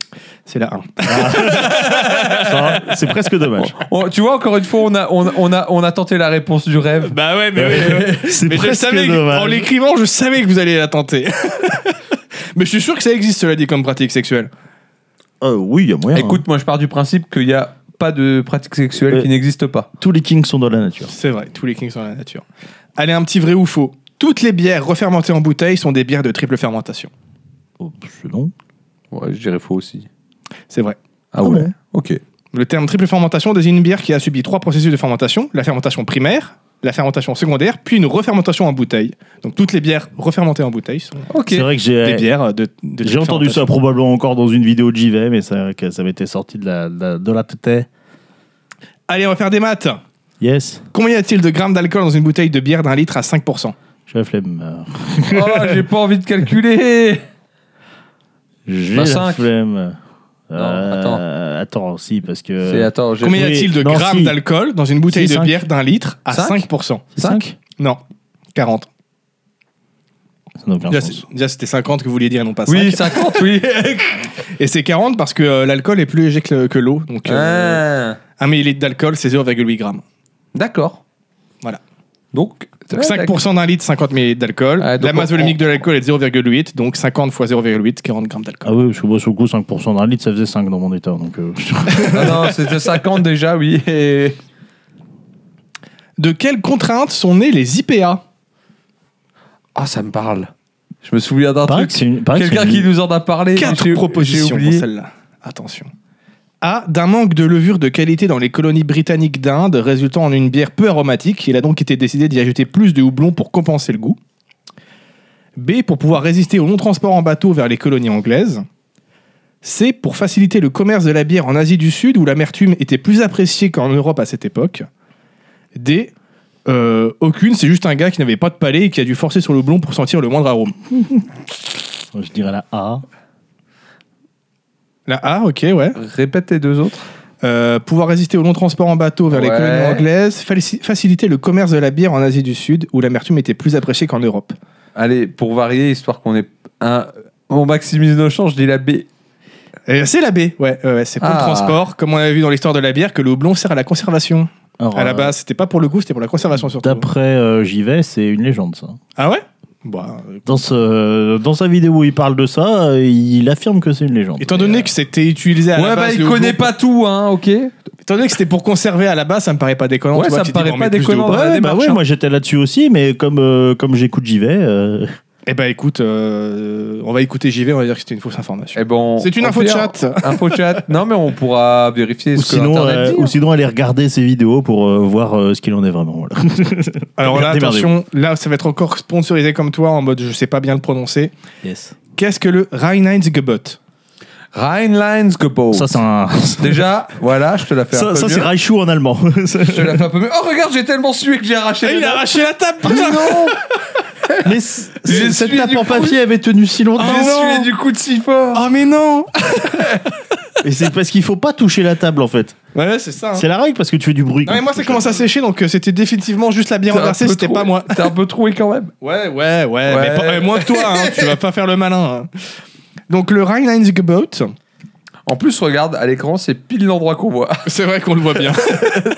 Speaker 1: C'est la 1.
Speaker 5: Ça, C'est presque dommage.
Speaker 2: On- tu vois, encore une fois, on a, on, on a, on a tenté la réponse du rêve.
Speaker 1: Bah ouais, mais,
Speaker 5: C'est
Speaker 1: mais je
Speaker 5: presque
Speaker 1: savais, que-
Speaker 5: dommage.
Speaker 1: en l'écrivant, je savais que vous alliez la tenter. mais je suis sûr que ça existe, cela dit, comme pratique sexuelle.
Speaker 5: Euh, oui, il y a moyen. hein.
Speaker 2: Écoute, moi, je pars du principe qu'il n'y a pas de pratique sexuelle
Speaker 3: Ouais.
Speaker 2: qui n'existe pas.
Speaker 3: Tous les kings sont dans la nature.
Speaker 1: C'est vrai, tous les kings sont dans la nature. Allez, un petit vrai ou faux. Toutes les bières refermentées en bouteille sont des bières de triple fermentation.
Speaker 3: Oh, c'est non.
Speaker 2: Ouais, je dirais faux aussi.
Speaker 1: C'est vrai.
Speaker 2: Ah
Speaker 3: ouais.
Speaker 2: Ok.
Speaker 1: Le terme triple fermentation désigne une bière qui a subi trois processus de fermentation la fermentation primaire, la fermentation secondaire, puis une refermentation en bouteille. Donc toutes les bières refermentées en bouteille sont
Speaker 2: Ok.
Speaker 3: C'est vrai que
Speaker 1: des
Speaker 3: j'ai
Speaker 1: bières de. de
Speaker 3: j'ai
Speaker 1: triple
Speaker 3: entendu ça
Speaker 1: fermentation.
Speaker 3: probablement encore dans une vidéo de JV, mais ça, que ça m'était sorti de la, de la, de la tête.
Speaker 1: Allez, on va faire des maths.
Speaker 3: Yes,
Speaker 1: Combien y a-t-il de grammes d'alcool dans une bouteille de bière d'un litre à 5%
Speaker 3: j'ai la flemme. euh,
Speaker 2: Oh, j'ai pas envie de calculer.
Speaker 3: J'ai
Speaker 2: Bah,
Speaker 3: la
Speaker 2: cinq.
Speaker 3: flemme.
Speaker 2: Non,
Speaker 3: Euh, attends. aussi, parce
Speaker 2: C'est,
Speaker 3: que.
Speaker 2: attends, j'ai.
Speaker 1: Combien y
Speaker 3: oui,
Speaker 1: a-t-il de
Speaker 3: non,
Speaker 1: grammes
Speaker 3: si.
Speaker 1: d'alcool dans une bouteille
Speaker 3: Si,
Speaker 1: de
Speaker 3: cinq.
Speaker 1: bière d'un litre à
Speaker 2: Cinq
Speaker 1: 5%
Speaker 2: Cinq
Speaker 1: Non, 40.
Speaker 3: Ça n'a aucun
Speaker 1: Déjà,
Speaker 3: sens.
Speaker 1: c'est- déjà, c'était 50 que vous vouliez dire, non pas 5.
Speaker 2: Oui, 50, oui.
Speaker 1: Et c'est 40 parce que euh, l'alcool est plus léger que, le- que l'eau. Donc, euh,
Speaker 2: Ah.
Speaker 1: un millilitre d'alcool, c'est 0,8 grammes.
Speaker 2: D'accord.
Speaker 1: Voilà.
Speaker 2: Donc,
Speaker 1: Donc,
Speaker 2: ouais,
Speaker 1: 5% d'un litre, 50 millilitres d'alcool.
Speaker 2: Ah, donc
Speaker 1: La masse
Speaker 2: on-
Speaker 1: volumique de l'alcool est de 0,8. Donc, 50 fois 0,8, 40 grammes d'alcool.
Speaker 3: Ah oui, parce que moi, sur le coup, 5% d'un litre, ça faisait 5 dans mon état. Donc, euh,
Speaker 2: d'accord. Ah non, c'était 50 déjà, oui. Et-
Speaker 1: De quelles contraintes sont nées les IPA
Speaker 2: Ah, ça me parle. Je me souviens d'un
Speaker 3: Pareil que
Speaker 2: truc.
Speaker 3: c'est une- pareil que
Speaker 2: Quelqu'un
Speaker 3: c'est
Speaker 2: qui
Speaker 3: une-
Speaker 2: nous en a parlé.
Speaker 1: Quatre
Speaker 2: J'ai- j'ai
Speaker 1: propositions pour
Speaker 2: oublié.
Speaker 1: celle-là. Attention. A. D'un manque de levure de qualité dans les colonies britanniques d'Inde, résultant en une bière peu aromatique. Il a donc été décidé d'y ajouter plus de houblon pour compenser le goût. B. Pour pouvoir résister au non-transport en bateau vers les colonies anglaises. C. Pour faciliter le commerce de la bière en Asie du Sud, où l'amertume était plus appréciée qu'en Europe à cette époque. D. euh, aucune, c'est juste un gars qui n'avait pas de palais et qui a dû forcer sur le blond pour sentir le moindre arôme.
Speaker 3: Je dirais la A.
Speaker 1: La A, ok, ouais.
Speaker 2: Répète les deux autres.
Speaker 1: Euh, pouvoir résister au long transport en bateau vers les
Speaker 2: Ouais.
Speaker 1: colonies anglaises, faci- faciliter le commerce de la bière en Asie du Sud, où l'amertume était plus appréciée qu'en Europe.
Speaker 2: Allez, pour varier, histoire qu'on ait un. On maximise nos chances, je dis la B.
Speaker 1: Euh, c'est la B, ouais, ouais, ouais, c'est pour le
Speaker 2: Ah.
Speaker 1: transport, comme on avait vu dans l'histoire de la bière, que le houblon sert à la conservation.
Speaker 3: Alors,
Speaker 2: Oh.
Speaker 1: à la
Speaker 3: euh,
Speaker 1: base, c'était pas pour le goût, c'était pour la conservation surtout.
Speaker 3: D'après euh, JV, c'est une légende, ça.
Speaker 1: Ah ouais Bah, euh,
Speaker 3: Dans, ce, dans sa vidéo où il parle de ça, euh, il affirme que c'est une légende.
Speaker 1: Étant donné que c'était utilisé à la
Speaker 2: ouais, bah
Speaker 1: base,
Speaker 2: il
Speaker 1: le
Speaker 2: connaît
Speaker 1: houblon-
Speaker 2: pas tout, hein, ok
Speaker 1: Étant donné que c'était pour conserver à la base, ça me paraît pas déconnant.
Speaker 2: Ouais,
Speaker 1: tu vois,
Speaker 2: ça
Speaker 1: tu
Speaker 2: me
Speaker 1: te dis,
Speaker 2: paraît
Speaker 1: bon,
Speaker 2: pas
Speaker 1: mais plus de
Speaker 2: déconnant.
Speaker 1: houblon.
Speaker 2: dans la
Speaker 3: Ouais, bah
Speaker 2: démarche,
Speaker 3: ouais,
Speaker 2: hein.
Speaker 3: moi j'étais là-dessus aussi, mais comme, euh, comme j'écoute JV, euh,
Speaker 1: Eh bah écoute, euh, on va écouter JV, on va dire que c'était une fausse information.
Speaker 2: Eh ben, on-
Speaker 1: C'est une
Speaker 2: on
Speaker 1: info de
Speaker 2: fait
Speaker 1: chat.
Speaker 2: un- Info de chat. Non, mais on pourra vérifier
Speaker 3: ou,
Speaker 2: ce que
Speaker 3: sinon,
Speaker 2: l'internet
Speaker 3: euh,
Speaker 2: dit. hein.
Speaker 3: ou sinon aller regarder ses vidéos pour euh, voir euh, ce qu'il en est vraiment. voilà.
Speaker 2: Eh,
Speaker 1: Alors là,
Speaker 3: Démerdez-vous.
Speaker 1: attention, là, ça va être encore sponsorisé comme toi, en mode je sais pas bien le prononcer.
Speaker 3: Yes.
Speaker 1: Qu'est-ce que le Rheinheitsgebot
Speaker 2: Rheinlandsgebot.
Speaker 3: Ça, c'est un.
Speaker 2: Déjà, voilà, je te la fais un
Speaker 3: Ça,
Speaker 2: peu
Speaker 3: ça, c'est
Speaker 2: mieux.
Speaker 3: Raichu en allemand.
Speaker 2: Je te la fais un peu mieux. Oh, regarde, j'ai tellement sué que j'ai
Speaker 1: Ah,
Speaker 2: arraché. les dates.
Speaker 1: arraché la table,
Speaker 2: Mais non
Speaker 3: Mais c-
Speaker 2: J'ai
Speaker 3: cette
Speaker 2: suivi
Speaker 3: tape
Speaker 2: du
Speaker 3: en
Speaker 2: coup.
Speaker 3: papier avait tenu si longtemps.
Speaker 2: J'ai sué du coup de si fort.
Speaker 1: Oh mais non
Speaker 3: Et c'est parce qu'il faut pas toucher la table en fait.
Speaker 1: Ouais, c'est
Speaker 2: Ah.
Speaker 1: ça. hein.
Speaker 3: C'est la règle parce que tu fais du bruit.
Speaker 1: Non mais
Speaker 3: quand
Speaker 1: moi
Speaker 3: tu
Speaker 1: ça
Speaker 3: touches
Speaker 1: commence
Speaker 3: la
Speaker 1: à
Speaker 3: table.
Speaker 1: sécher donc euh, c'était définitivement juste la bière
Speaker 2: T'as un
Speaker 1: renversée,
Speaker 2: peu
Speaker 1: c'était
Speaker 2: troué-
Speaker 1: pas moi.
Speaker 2: T'es un peu troué quand même.
Speaker 1: Ouais, ouais, ouais,
Speaker 2: mais pas- euh,
Speaker 1: moins que toi, hein. tu vas pas faire le malin. hein. Donc le Rheinheitsgebot,
Speaker 2: En plus, regarde, à l'écran, c'est pile l'endroit qu'on voit.
Speaker 1: c'est vrai qu'on le voit bien.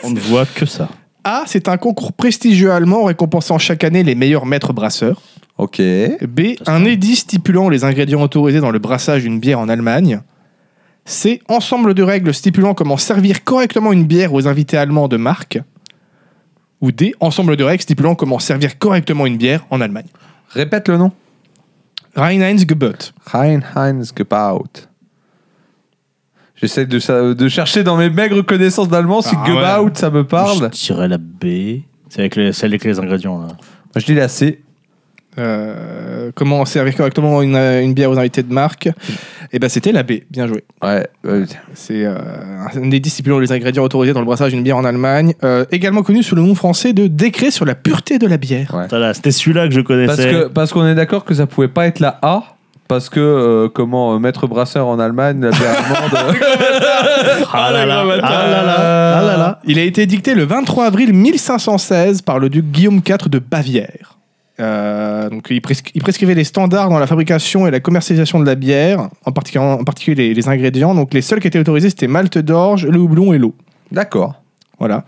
Speaker 3: On ne voit que ça.
Speaker 1: A, c'est un concours prestigieux allemand récompensant chaque année les meilleurs maîtres brasseurs.
Speaker 2: Ok.
Speaker 1: B. Un édit stipulant les ingrédients autorisés dans le brassage d'une bière en Allemagne. C. Ensemble de règles stipulant comment servir correctement une bière aux invités allemands de marque. Ou D. Ensemble de règles stipulant comment servir correctement une bière en Allemagne.
Speaker 2: Répète le nom.
Speaker 1: Rheinheitsgebot.
Speaker 2: Rheinlandsgebaut. J'essaie de, sa- de chercher dans mes maigres connaissances d'allemand si
Speaker 1: Ah
Speaker 2: Gebaut, ça me
Speaker 3: Je
Speaker 2: parle.
Speaker 3: dirais la B. C'est avec les, celle avec les ingrédients là.
Speaker 2: Moi, je dis la C.
Speaker 1: euh, comment servir correctement une, euh, une bière aux invités de marque, et ben c'était la B. Bien joué.
Speaker 2: Ouais, euh,
Speaker 1: C'est euh, un des disciplines les ingrédients autorisés dans le brassage d'une bière en Allemagne, euh, également connu sous le nom français de décret sur la pureté de la bière.
Speaker 3: Voilà, C'était celui-là que je connaissais.
Speaker 2: parce que parce qu'on est d'accord que ça pouvait pas être la A. Parce que euh, comment euh, maître brasseur en Allemagne, la bière allemande, euh,
Speaker 3: Ah là là, ah là là, ah là là.
Speaker 1: Il a été dicté le 23 avril 1516 par le duc Guillaume IV de Bavière. Euh, donc, il, prescri- il prescrivait les standards dans la fabrication et la commercialisation de la bière, en particulier, en particulier les, les ingrédients. Donc, les seuls qui étaient autorisés, c'était malte d'orge, le houblon et l'eau.
Speaker 2: d'accord.
Speaker 1: Voilà.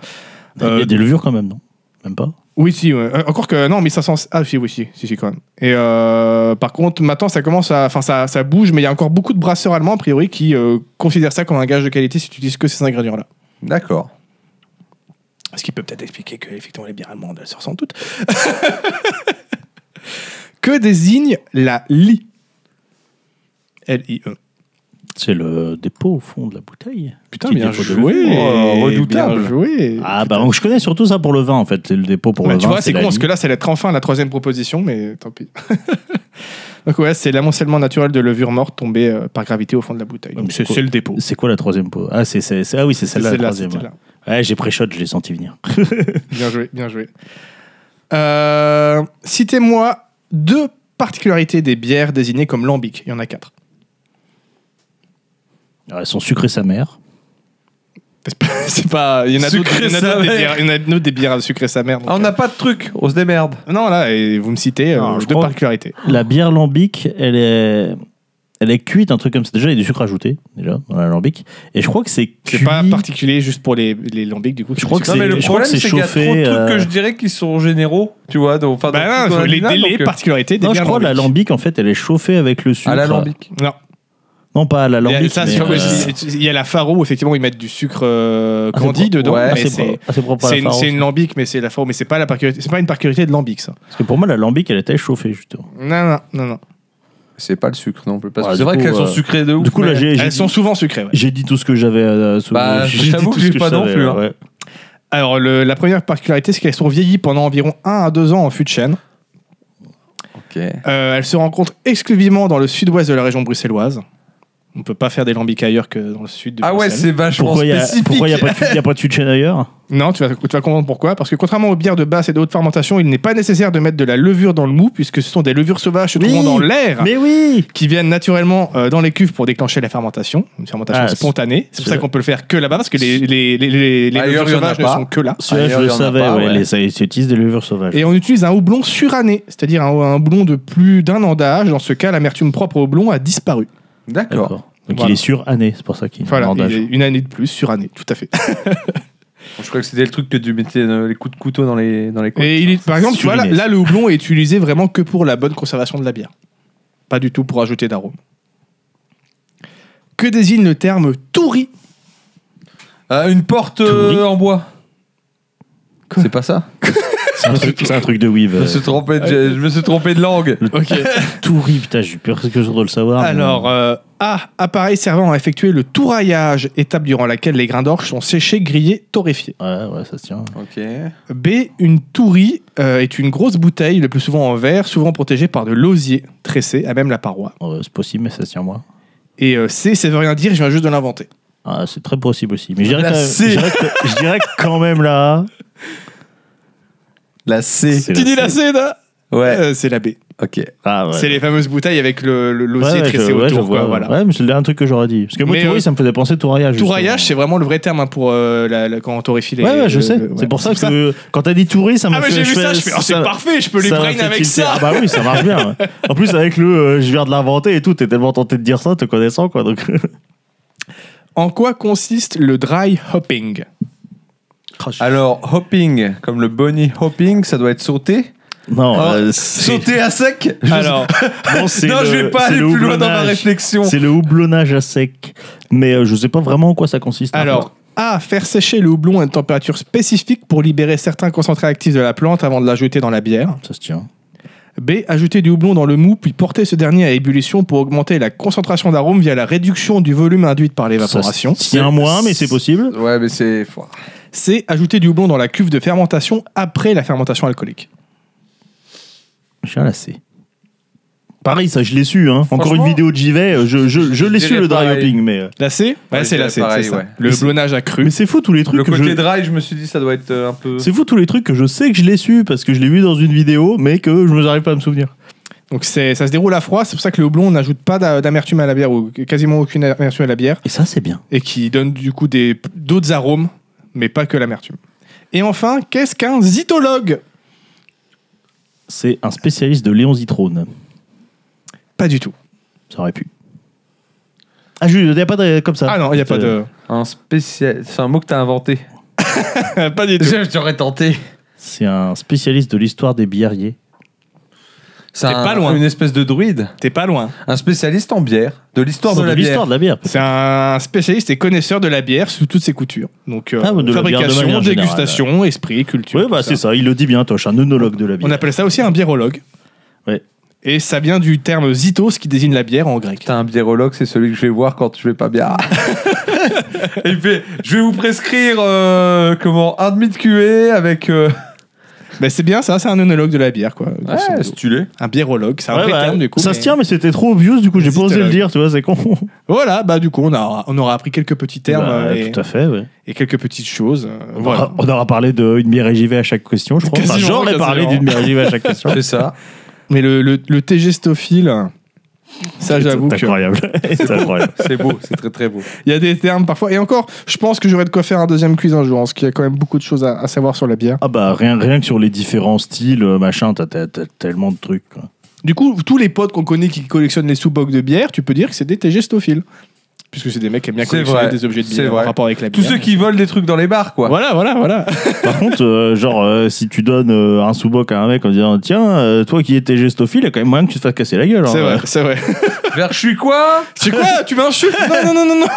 Speaker 3: Il y
Speaker 1: Euh,
Speaker 3: a des levures quand même, non Même pas
Speaker 1: Oui, si. ouais. Euh, Encore que non, 1500. Ah, si, oui, si, si, si, quand même. Et euh, par contre, maintenant, ça commence à. Enfin, ça, ça bouge, mais il y a encore beaucoup de brasseurs allemands, a priori, qui euh, considèrent ça comme un gage de qualité si tu utilises que ces ingrédients-là.
Speaker 2: D'accord.
Speaker 1: Ce qui peut peut-être expliquer que, effectivement, les bières allemandes, elles sortent sans doute. que désigne la LI L-I-E.
Speaker 3: C'est le dépôt au fond de la bouteille.
Speaker 1: Putain,
Speaker 3: Petit
Speaker 1: bien
Speaker 3: dépôt de
Speaker 1: joué,
Speaker 3: levure.
Speaker 2: Oh, redoutable.
Speaker 1: Bien joué.
Speaker 3: Ah bah donc je connais surtout ça pour le vin en fait, c'est le dépôt pour
Speaker 1: Bah,
Speaker 3: le
Speaker 1: tu
Speaker 3: vin.
Speaker 1: vois, c'est
Speaker 3: la
Speaker 1: con, parce
Speaker 3: vie.
Speaker 1: que là, c'est l'être enfin la troisième proposition, mais tant pis. Donc, ouais, c'est l'amoncellement naturel de levure morte tombée euh, par gravité au fond de la bouteille.
Speaker 3: Ouais,
Speaker 1: Donc,
Speaker 3: mais
Speaker 1: c'est
Speaker 3: quoi-
Speaker 1: c'est le dépôt.
Speaker 3: C'est quoi la troisième peau Ah c'est c'est- c'est- ah oui c'est celle-là la
Speaker 1: C'est là,
Speaker 3: troisième.
Speaker 1: c'était
Speaker 3: ouais.
Speaker 1: là.
Speaker 3: Ouais, j'ai pré-shot, je l'ai senti venir.
Speaker 1: Bien joué, bien joué. Euh, Citez-moi deux particularités des bières désignées comme lambic. Il y en a quatre.
Speaker 3: Alors, Ah, elles sont sucrées sa mère.
Speaker 1: C'est pas- C'est pas. Il y en a d'autres
Speaker 2: Sucré
Speaker 1: il y en a
Speaker 2: sa
Speaker 1: d'autres des
Speaker 2: mère.
Speaker 1: bières. Il y en a d'autres des bières sucrées sa mère. donc,
Speaker 2: Ah, on n'a pas de truc, on se démerde.
Speaker 1: euh, Non, là, et vous me citez euh,
Speaker 3: Non, je
Speaker 1: deux
Speaker 3: crois-
Speaker 1: particularités.
Speaker 3: La bière lambic, elle est elle est cuite un truc comme ça. Déjà il y a du sucre ajouté déjà dans la lambic et je crois que c'est
Speaker 1: C'est
Speaker 3: cuit-
Speaker 1: pas particulier juste pour les, les lambics, du coup.
Speaker 3: Je crois que
Speaker 2: Non, mais
Speaker 3: c'est-
Speaker 2: le
Speaker 3: je crois
Speaker 2: problème,
Speaker 3: que
Speaker 2: c'est
Speaker 3: c'est
Speaker 2: qu'il y a trop de
Speaker 3: chauffé,
Speaker 2: trucs
Speaker 3: euh,
Speaker 2: que je dirais qui sont généraux, tu vois. Donc, enfin, dans
Speaker 1: Bah
Speaker 2: tout
Speaker 1: non,
Speaker 2: ton
Speaker 1: les,
Speaker 2: alinea,
Speaker 1: les- les
Speaker 2: donc, euh,
Speaker 1: particularités des
Speaker 3: Non, je
Speaker 1: bières
Speaker 3: crois que la
Speaker 1: lambic.
Speaker 3: lambic en fait, elle est chauffée avec le sucre.
Speaker 2: à l'alambic.
Speaker 1: Non.
Speaker 3: Non, pas à
Speaker 1: Il y a,
Speaker 3: l'alambic.
Speaker 1: ça,
Speaker 3: mais,
Speaker 1: c'est sûr que
Speaker 3: euh,
Speaker 1: c'est- il y a la faro où effectivement ils mettent du sucre euh,
Speaker 3: assez
Speaker 1: candi
Speaker 3: pro-
Speaker 1: dedans.
Speaker 2: ouais,
Speaker 3: Ah,
Speaker 1: mais
Speaker 3: c'est
Speaker 1: c'est-
Speaker 3: pro- ah, c'est propre à la
Speaker 1: c'est une,
Speaker 3: Faro,
Speaker 1: c'est une lambic, mais c'est la faro, mais c'est pas la particularité- c'est pas une particularité de lambic ça.
Speaker 3: Parce que pour moi, la lambic, elle était chauffée, justement.
Speaker 1: Non, non, non, non.
Speaker 2: C'est pas le sucre non plus. Parce
Speaker 3: Ouais,
Speaker 2: que
Speaker 3: du
Speaker 2: c'est vrai
Speaker 3: coup,
Speaker 2: qu'elles sont
Speaker 3: euh,
Speaker 2: sucrées de ouf.
Speaker 3: Du coup, là,
Speaker 2: mais-
Speaker 3: j'ai j'ai
Speaker 1: Elles
Speaker 3: dit,
Speaker 1: sont souvent sucrées. ouais.
Speaker 3: j'ai dit tout ce que j'avais. euh, ce-
Speaker 2: Bah,
Speaker 3: j'ai dit
Speaker 2: j'avoue
Speaker 3: tout
Speaker 2: que
Speaker 3: ce
Speaker 2: j'ai pas
Speaker 3: je
Speaker 2: non
Speaker 3: savais,
Speaker 2: plus, hein.
Speaker 3: ouais.
Speaker 1: Alors le- la première particularité, c'est qu'elles sont vieillies pendant environ 1 à 2 ans en fût de chêne.
Speaker 2: Ok.
Speaker 1: Euh, elles se rencontrent exclusivement dans le sud-ouest de la région bruxelloise. On peut pas faire des lambics ailleurs que dans le sud de
Speaker 2: Ah ouais,
Speaker 1: Bruxelles.
Speaker 2: c'est vachement
Speaker 3: Pourquoi il
Speaker 2: spécifique.
Speaker 3: n'y a, pas de fu- y a pas de fût de chaîne ailleurs
Speaker 1: Non, tu vas, tu vas comprendre pourquoi. Parce que contrairement aux bières de basse et de haute fermentation, il n'est pas nécessaire de mettre de la levure dans le mou, puisque ce sont des levures sauvages se
Speaker 3: Oui,
Speaker 1: trouvant dans l'air.
Speaker 3: Mais oui
Speaker 1: qui viennent naturellement euh, dans les cuves pour déclencher la fermentation, une fermentation
Speaker 3: Ah, c'est-
Speaker 1: spontanée. C'est pour
Speaker 3: c'est
Speaker 1: ça
Speaker 3: vrai.
Speaker 1: qu'on peut le faire que là-bas, parce que les, les, les, les, les
Speaker 2: Ailleurs,
Speaker 1: levures
Speaker 2: il y en a
Speaker 1: sauvages ne
Speaker 2: pas.
Speaker 1: sont que là.
Speaker 3: Celui-là, je
Speaker 2: Ailleurs,
Speaker 3: le
Speaker 2: y en a
Speaker 3: savais,
Speaker 2: pas,
Speaker 3: ouais,
Speaker 2: ouais.
Speaker 3: les- ça- Ils utilisent des levures sauvages.
Speaker 1: Et on utilise un houblon suranné, c'est-à-dire un, un houblon de plus d'un an d'âge. Dans ce cas, l'amertume propre au houblon a disparu.
Speaker 2: D'accord.
Speaker 3: D'accord. Donc
Speaker 1: Voilà.
Speaker 3: il est sur année, c'est pour ça qu'il est
Speaker 1: Voilà,
Speaker 3: en
Speaker 1: il
Speaker 3: âge.
Speaker 1: est une année de plus suranné, tout à fait.
Speaker 2: Je crois que c'était le truc que tu mettais euh, les coups de couteau dans les dans les couilles.
Speaker 1: Et il est- par exemple, tu vois, là,
Speaker 3: Suranné.
Speaker 1: là, le houblon est utilisé vraiment que pour la bonne conservation de la bière. Pas du tout pour ajouter d'arôme. Que désigne le terme touris
Speaker 2: Ah, une porte euh,
Speaker 3: Tout
Speaker 2: en bois.
Speaker 1: Quoi
Speaker 2: C'est pas ça
Speaker 3: C'est un truc- c'est un truc de weave. euh.
Speaker 2: je, me suis trompé de, je me suis trompé de langue.
Speaker 1: Ok.
Speaker 3: Touri, putain, j'ai peur que je dois le savoir. mais-
Speaker 1: Alors, euh, A, appareil servant à effectuer le touraillage, étape durant laquelle les grains d'orge sont séchés, grillés, torréfiés.
Speaker 3: Ouais, ouais, ça se tient.
Speaker 2: Ok.
Speaker 1: B, une tourie euh, est une grosse bouteille, le plus souvent en verre, souvent protégée par de l'osier tressé à même la paroi.
Speaker 3: Euh, c'est possible, mais ça se tient moins.
Speaker 1: Et euh, C, ça veut rien dire, je viens juste de l'inventer.
Speaker 3: Ah, c'est très possible aussi. Mais je dirais,
Speaker 2: La
Speaker 3: quand même,
Speaker 2: C.
Speaker 3: je dirais que- je dirais que quand même là.
Speaker 2: La C.
Speaker 3: C'est
Speaker 1: Tu dis la C, là
Speaker 2: Ouais.
Speaker 1: Euh, C'est la B.
Speaker 2: Ok.
Speaker 3: Ah, ouais.
Speaker 1: C'est les fameuses bouteilles avec le- le- l'osier
Speaker 3: Ouais, ouais,
Speaker 1: tressé
Speaker 3: je- ouais, je
Speaker 1: autour. quoi,
Speaker 3: vois, ouais.
Speaker 1: voilà.
Speaker 3: Ouais, mais c'est le dernier truc que j'aurais dit. Parce que moi,
Speaker 1: Mais,
Speaker 3: Touri,
Speaker 1: euh,
Speaker 3: ça me faisait penser tourayage.
Speaker 1: Touraillage, c'est vraiment le vrai terme hein, pour euh, la- la- quand on torréfie les.
Speaker 3: Ouais, ouais, je
Speaker 1: le-
Speaker 3: sais.
Speaker 1: le- euh, ouais.
Speaker 3: C'est pour ça que quand t'as dit Touri, ça m'a
Speaker 1: Ah,
Speaker 3: fait.
Speaker 1: mais j'ai vu
Speaker 3: fais-
Speaker 1: ça, je fais. oh, c'est
Speaker 3: ça-
Speaker 1: parfait, je peux les
Speaker 3: ça m'a
Speaker 1: brain
Speaker 3: fait
Speaker 1: avec
Speaker 3: tilter.
Speaker 1: ça
Speaker 3: Ah, bah oui, ça marche bien. ouais. En plus, avec le euh, je viens de l'inventer et tout, t'es tellement tenté de dire ça, te connaissant, quoi. Donc,
Speaker 1: En quoi consiste le dry hopping
Speaker 3: Ah,
Speaker 2: Alors, hopping, comme le bunny hopping, ça doit être sauté.
Speaker 3: non,
Speaker 2: Ah,
Speaker 3: euh, c'est-
Speaker 2: Sauter à sec Je-
Speaker 1: Alors,
Speaker 3: non, c'est
Speaker 2: Non,
Speaker 3: le-
Speaker 2: je vais pas
Speaker 3: c'est
Speaker 2: aller
Speaker 3: le
Speaker 2: plus loin dans ma
Speaker 3: houblonnage.
Speaker 2: réflexion.
Speaker 3: C'est le houblonnage à sec. Mais euh, je sais pas vraiment en quoi ça consiste. hein.
Speaker 1: Alors, A. Faire sécher le houblon à une température spécifique pour libérer certains concentrés actifs de la plante avant de l'ajouter dans la bière.
Speaker 3: Ça se tient.
Speaker 1: B. Ajouter du houblon dans le mou puis porter ce dernier à ébullition pour augmenter la concentration d'arôme via la réduction du volume induite par l'évaporation.
Speaker 3: Ça se tient moins, mais c'est possible.
Speaker 2: Ouais, mais c'est. faut-
Speaker 1: C. Ajouter du houblon dans la cuve de fermentation après la fermentation alcoolique.
Speaker 3: Je suis lassé. Pareil, ça, je l'ai su. Hein. Encore une
Speaker 2: Franchement,
Speaker 3: vidéo de j'y vais. Je, je, je l'ai
Speaker 2: je
Speaker 3: su
Speaker 2: dirais
Speaker 3: le dry
Speaker 2: pareil.
Speaker 3: hopping, mais. euh,
Speaker 1: La C Ouais,
Speaker 2: Ouais,
Speaker 1: c'est
Speaker 2: je
Speaker 1: la
Speaker 2: dirais
Speaker 1: C, c'est
Speaker 2: pareil,
Speaker 1: ça.
Speaker 2: ouais.
Speaker 1: Le blonnage accru.
Speaker 3: Mais c'est fou tous les trucs.
Speaker 2: Le
Speaker 3: que
Speaker 2: côté
Speaker 3: je...
Speaker 2: dry, je me suis dit, ça doit être euh, un peu.
Speaker 3: C'est fou tous les trucs que je sais que je l'ai su parce que je l'ai vu dans une vidéo, mais que je n'arrive pas à me souvenir.
Speaker 1: Donc c'est- ça se déroule à froid, c'est pour ça que le blond n'ajoute pas d'a- d'amertume à la bière ou quasiment aucune amertume à la bière
Speaker 3: Et ça, c'est bien.
Speaker 1: et qui donne du coup des- d'autres arômes, mais pas que l'amertume. Et enfin, qu'est-ce qu'un zytologue
Speaker 3: C'est un spécialiste de Léon Zitrone.
Speaker 1: Pas du tout.
Speaker 3: Ça aurait pu. Ah, juste, il n'y a pas de. Comme ça.
Speaker 1: Ah non, il n'y a pas de.
Speaker 2: Un spécial. C'est un mot que t'as inventé.
Speaker 1: pas du tout.
Speaker 2: J'aurais tenté.
Speaker 3: C'est un spécialiste de l'histoire des biériers.
Speaker 2: C'est
Speaker 1: T'es
Speaker 2: un-
Speaker 1: pas loin.
Speaker 2: une espèce de druide.
Speaker 1: T'es pas loin.
Speaker 2: Un spécialiste en bière. De l'histoire de la bière.
Speaker 3: l'histoire de la bière.
Speaker 1: C'est un spécialiste et connaisseur de la bière sous toutes ses coutures. Donc euh,
Speaker 3: Ah, de la bière de
Speaker 1: fabrication,
Speaker 3: manière générale.
Speaker 1: dégustation, esprit, culture.
Speaker 3: Oui,
Speaker 1: tout
Speaker 3: bah
Speaker 1: ça.
Speaker 3: c'est ça, il le dit bien, Toche, un œnologue de la bière.
Speaker 1: On appelle ça aussi un biérologue.
Speaker 3: Ouais.
Speaker 1: Et ça vient du terme zitos qui désigne la bière en grec.
Speaker 2: T'as un biérologue, c'est celui que je vais voir quand je vais pas bien. Et il fait, je vais vous prescrire euh, comment un demi de cuvée avec. euh,
Speaker 1: Bah, c'est bien ça, c'est un œnologue de la bière quoi. grosso modo.
Speaker 2: stylé.
Speaker 1: Un biérologue, c'est un
Speaker 3: Ouais,
Speaker 1: vrai
Speaker 3: bah,
Speaker 1: terme du coup.
Speaker 3: ça
Speaker 1: mais-
Speaker 3: se tient, mais c'était trop obvious, du coup j'ai pas osé le
Speaker 1: Zytologue.
Speaker 3: dire, tu vois, c'est con.
Speaker 1: Voilà, bah du coup on aura, on aura appris quelques petits termes
Speaker 3: Bah,
Speaker 1: euh, et,
Speaker 3: Tout à fait, ouais.
Speaker 1: et quelques petites choses. euh,
Speaker 3: On
Speaker 1: voilà.
Speaker 3: aura- On aura parlé d'une bière JV à chaque question, je crois. Enfin,
Speaker 1: Quasiment,
Speaker 3: j'aurais
Speaker 1: quasiment.
Speaker 3: parlé d'une bière JV à chaque question.
Speaker 2: C'est ça.
Speaker 1: Mais le, le, le TGstophile, ça j'avoue
Speaker 3: C'est
Speaker 1: que.
Speaker 3: incroyable. C'est incroyable.
Speaker 2: C'est beau, c'est très très beau.
Speaker 1: Il y a des termes parfois. Et encore, je pense que j'aurais de quoi faire un deuxième quiz un jour, parce qu'il y a quand même beaucoup de choses à, à savoir sur la bière.
Speaker 3: Ah bah rien, rien que sur les différents styles, euh, machin, t'as t'as- t'as tellement de trucs. quoi.
Speaker 1: Du coup, tous les potes qu'on connaît qui collectionnent les sous-bocs de bière, tu peux dire que c'est des tégestophiles. Puisque c'est des mecs qui aiment bien
Speaker 2: C'est
Speaker 1: collectionner
Speaker 2: vrai,
Speaker 1: des objets de
Speaker 2: c'est
Speaker 1: bière en
Speaker 2: vrai.
Speaker 1: rapport avec la
Speaker 2: Tous
Speaker 1: bière.
Speaker 2: ceux qui volent des trucs dans les bars, quoi.
Speaker 1: Voilà, voilà, voilà.
Speaker 3: Par contre, euh, genre, euh, si tu donnes euh, un sous-boc à un mec en disant Tiens, euh, toi qui étais gestophile, il y a quand même moyen que tu te fasses casser la gueule. hein.
Speaker 1: C'est vrai, c'est vrai.
Speaker 2: Vers je suis quoi
Speaker 1: C'est quoi Tu m'insultes Non, non, non, non, non.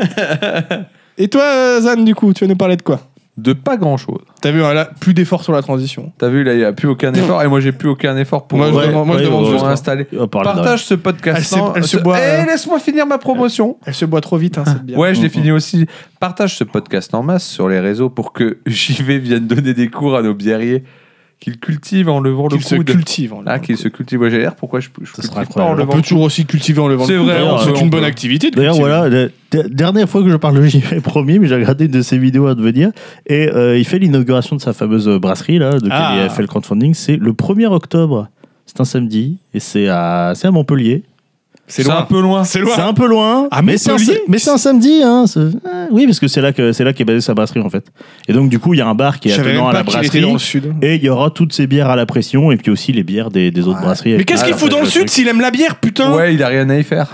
Speaker 1: Et toi, euh, Zan, du coup, tu vas nous parler de quoi
Speaker 2: De pas grand chose.
Speaker 1: T'as vu, hein, là, plus d'efforts sur la transition.
Speaker 2: T'as vu, là, il n'y a plus aucun effort. Et moi, j'ai plus aucun effort pour euh,
Speaker 1: Moi, je
Speaker 3: ouais,
Speaker 1: demande, moi, je
Speaker 3: ouais,
Speaker 1: demande
Speaker 3: ouais,
Speaker 1: juste,
Speaker 2: pour
Speaker 3: ouais.
Speaker 1: hein.
Speaker 2: installer.
Speaker 3: On parle de-
Speaker 2: Partage ce podcast.
Speaker 1: Elle se-
Speaker 2: sans-
Speaker 1: elle se boit,
Speaker 2: Eh,
Speaker 1: euh,
Speaker 2: laisse-moi finir ma promotion.
Speaker 1: Elle se boit trop vite, hein, cette bière.
Speaker 2: Ouais, je l'ai fini aussi. Partage ce podcast en masse sur les réseaux pour que JV vienne donner des cours à nos biériers qu'ils cultivent en levant le
Speaker 1: Qu'il se
Speaker 2: coude.
Speaker 1: cultive. en
Speaker 2: Ah, qu'ils se cultivent. Ouais, j'ai l'air. Pourquoi je, je
Speaker 3: Ça sera
Speaker 2: cultive pas en
Speaker 3: incroyable.
Speaker 1: On
Speaker 2: levant
Speaker 1: peut
Speaker 2: le coude
Speaker 1: toujours aussi cultiver en levant
Speaker 2: C'est
Speaker 1: le
Speaker 2: vrai,
Speaker 1: coude.
Speaker 3: on
Speaker 1: c'est
Speaker 2: peut,
Speaker 1: une
Speaker 2: on
Speaker 1: bonne
Speaker 2: peut.
Speaker 1: activité. de
Speaker 3: D'ailleurs,
Speaker 1: cultiver.
Speaker 3: voilà, la de- dernière fois que je parle de JV, promis, mais j'ai regardé une de ses vidéos à devenir. Et euh, il fait l'inauguration de sa fameuse euh, brasserie, là, de
Speaker 1: Ah.
Speaker 3: laquelle il a fait le crowdfunding. C'est le 1er octobre. C'est un samedi. Et c'est à, c'est à Montpellier.
Speaker 1: C'est
Speaker 2: C'est un
Speaker 1: loin.
Speaker 2: peu loin.
Speaker 1: C'est
Speaker 3: C'est
Speaker 1: loin.
Speaker 3: un peu loin.
Speaker 1: À
Speaker 3: mais c'est un,
Speaker 1: Montpellier
Speaker 3: mais c'est un samedi. Hein, c'est- ah, oui, parce que c'est là que- c'est là qu'est basée sa brasserie, en fait. Et donc, du coup, il y a un bar qui
Speaker 1: Je
Speaker 3: est
Speaker 1: savais
Speaker 3: attenant
Speaker 1: même
Speaker 3: à la
Speaker 1: pas qu'il était
Speaker 3: brasserie.
Speaker 1: dans le sud.
Speaker 3: Et il y aura toutes ces bières à la pression et puis aussi les bières des, des autres brasseries.
Speaker 1: Mais qu'est-ce qu'il
Speaker 2: Ah,
Speaker 1: fout dans le sud s'il aime la bière, putain
Speaker 2: Ouais, il a rien à y faire.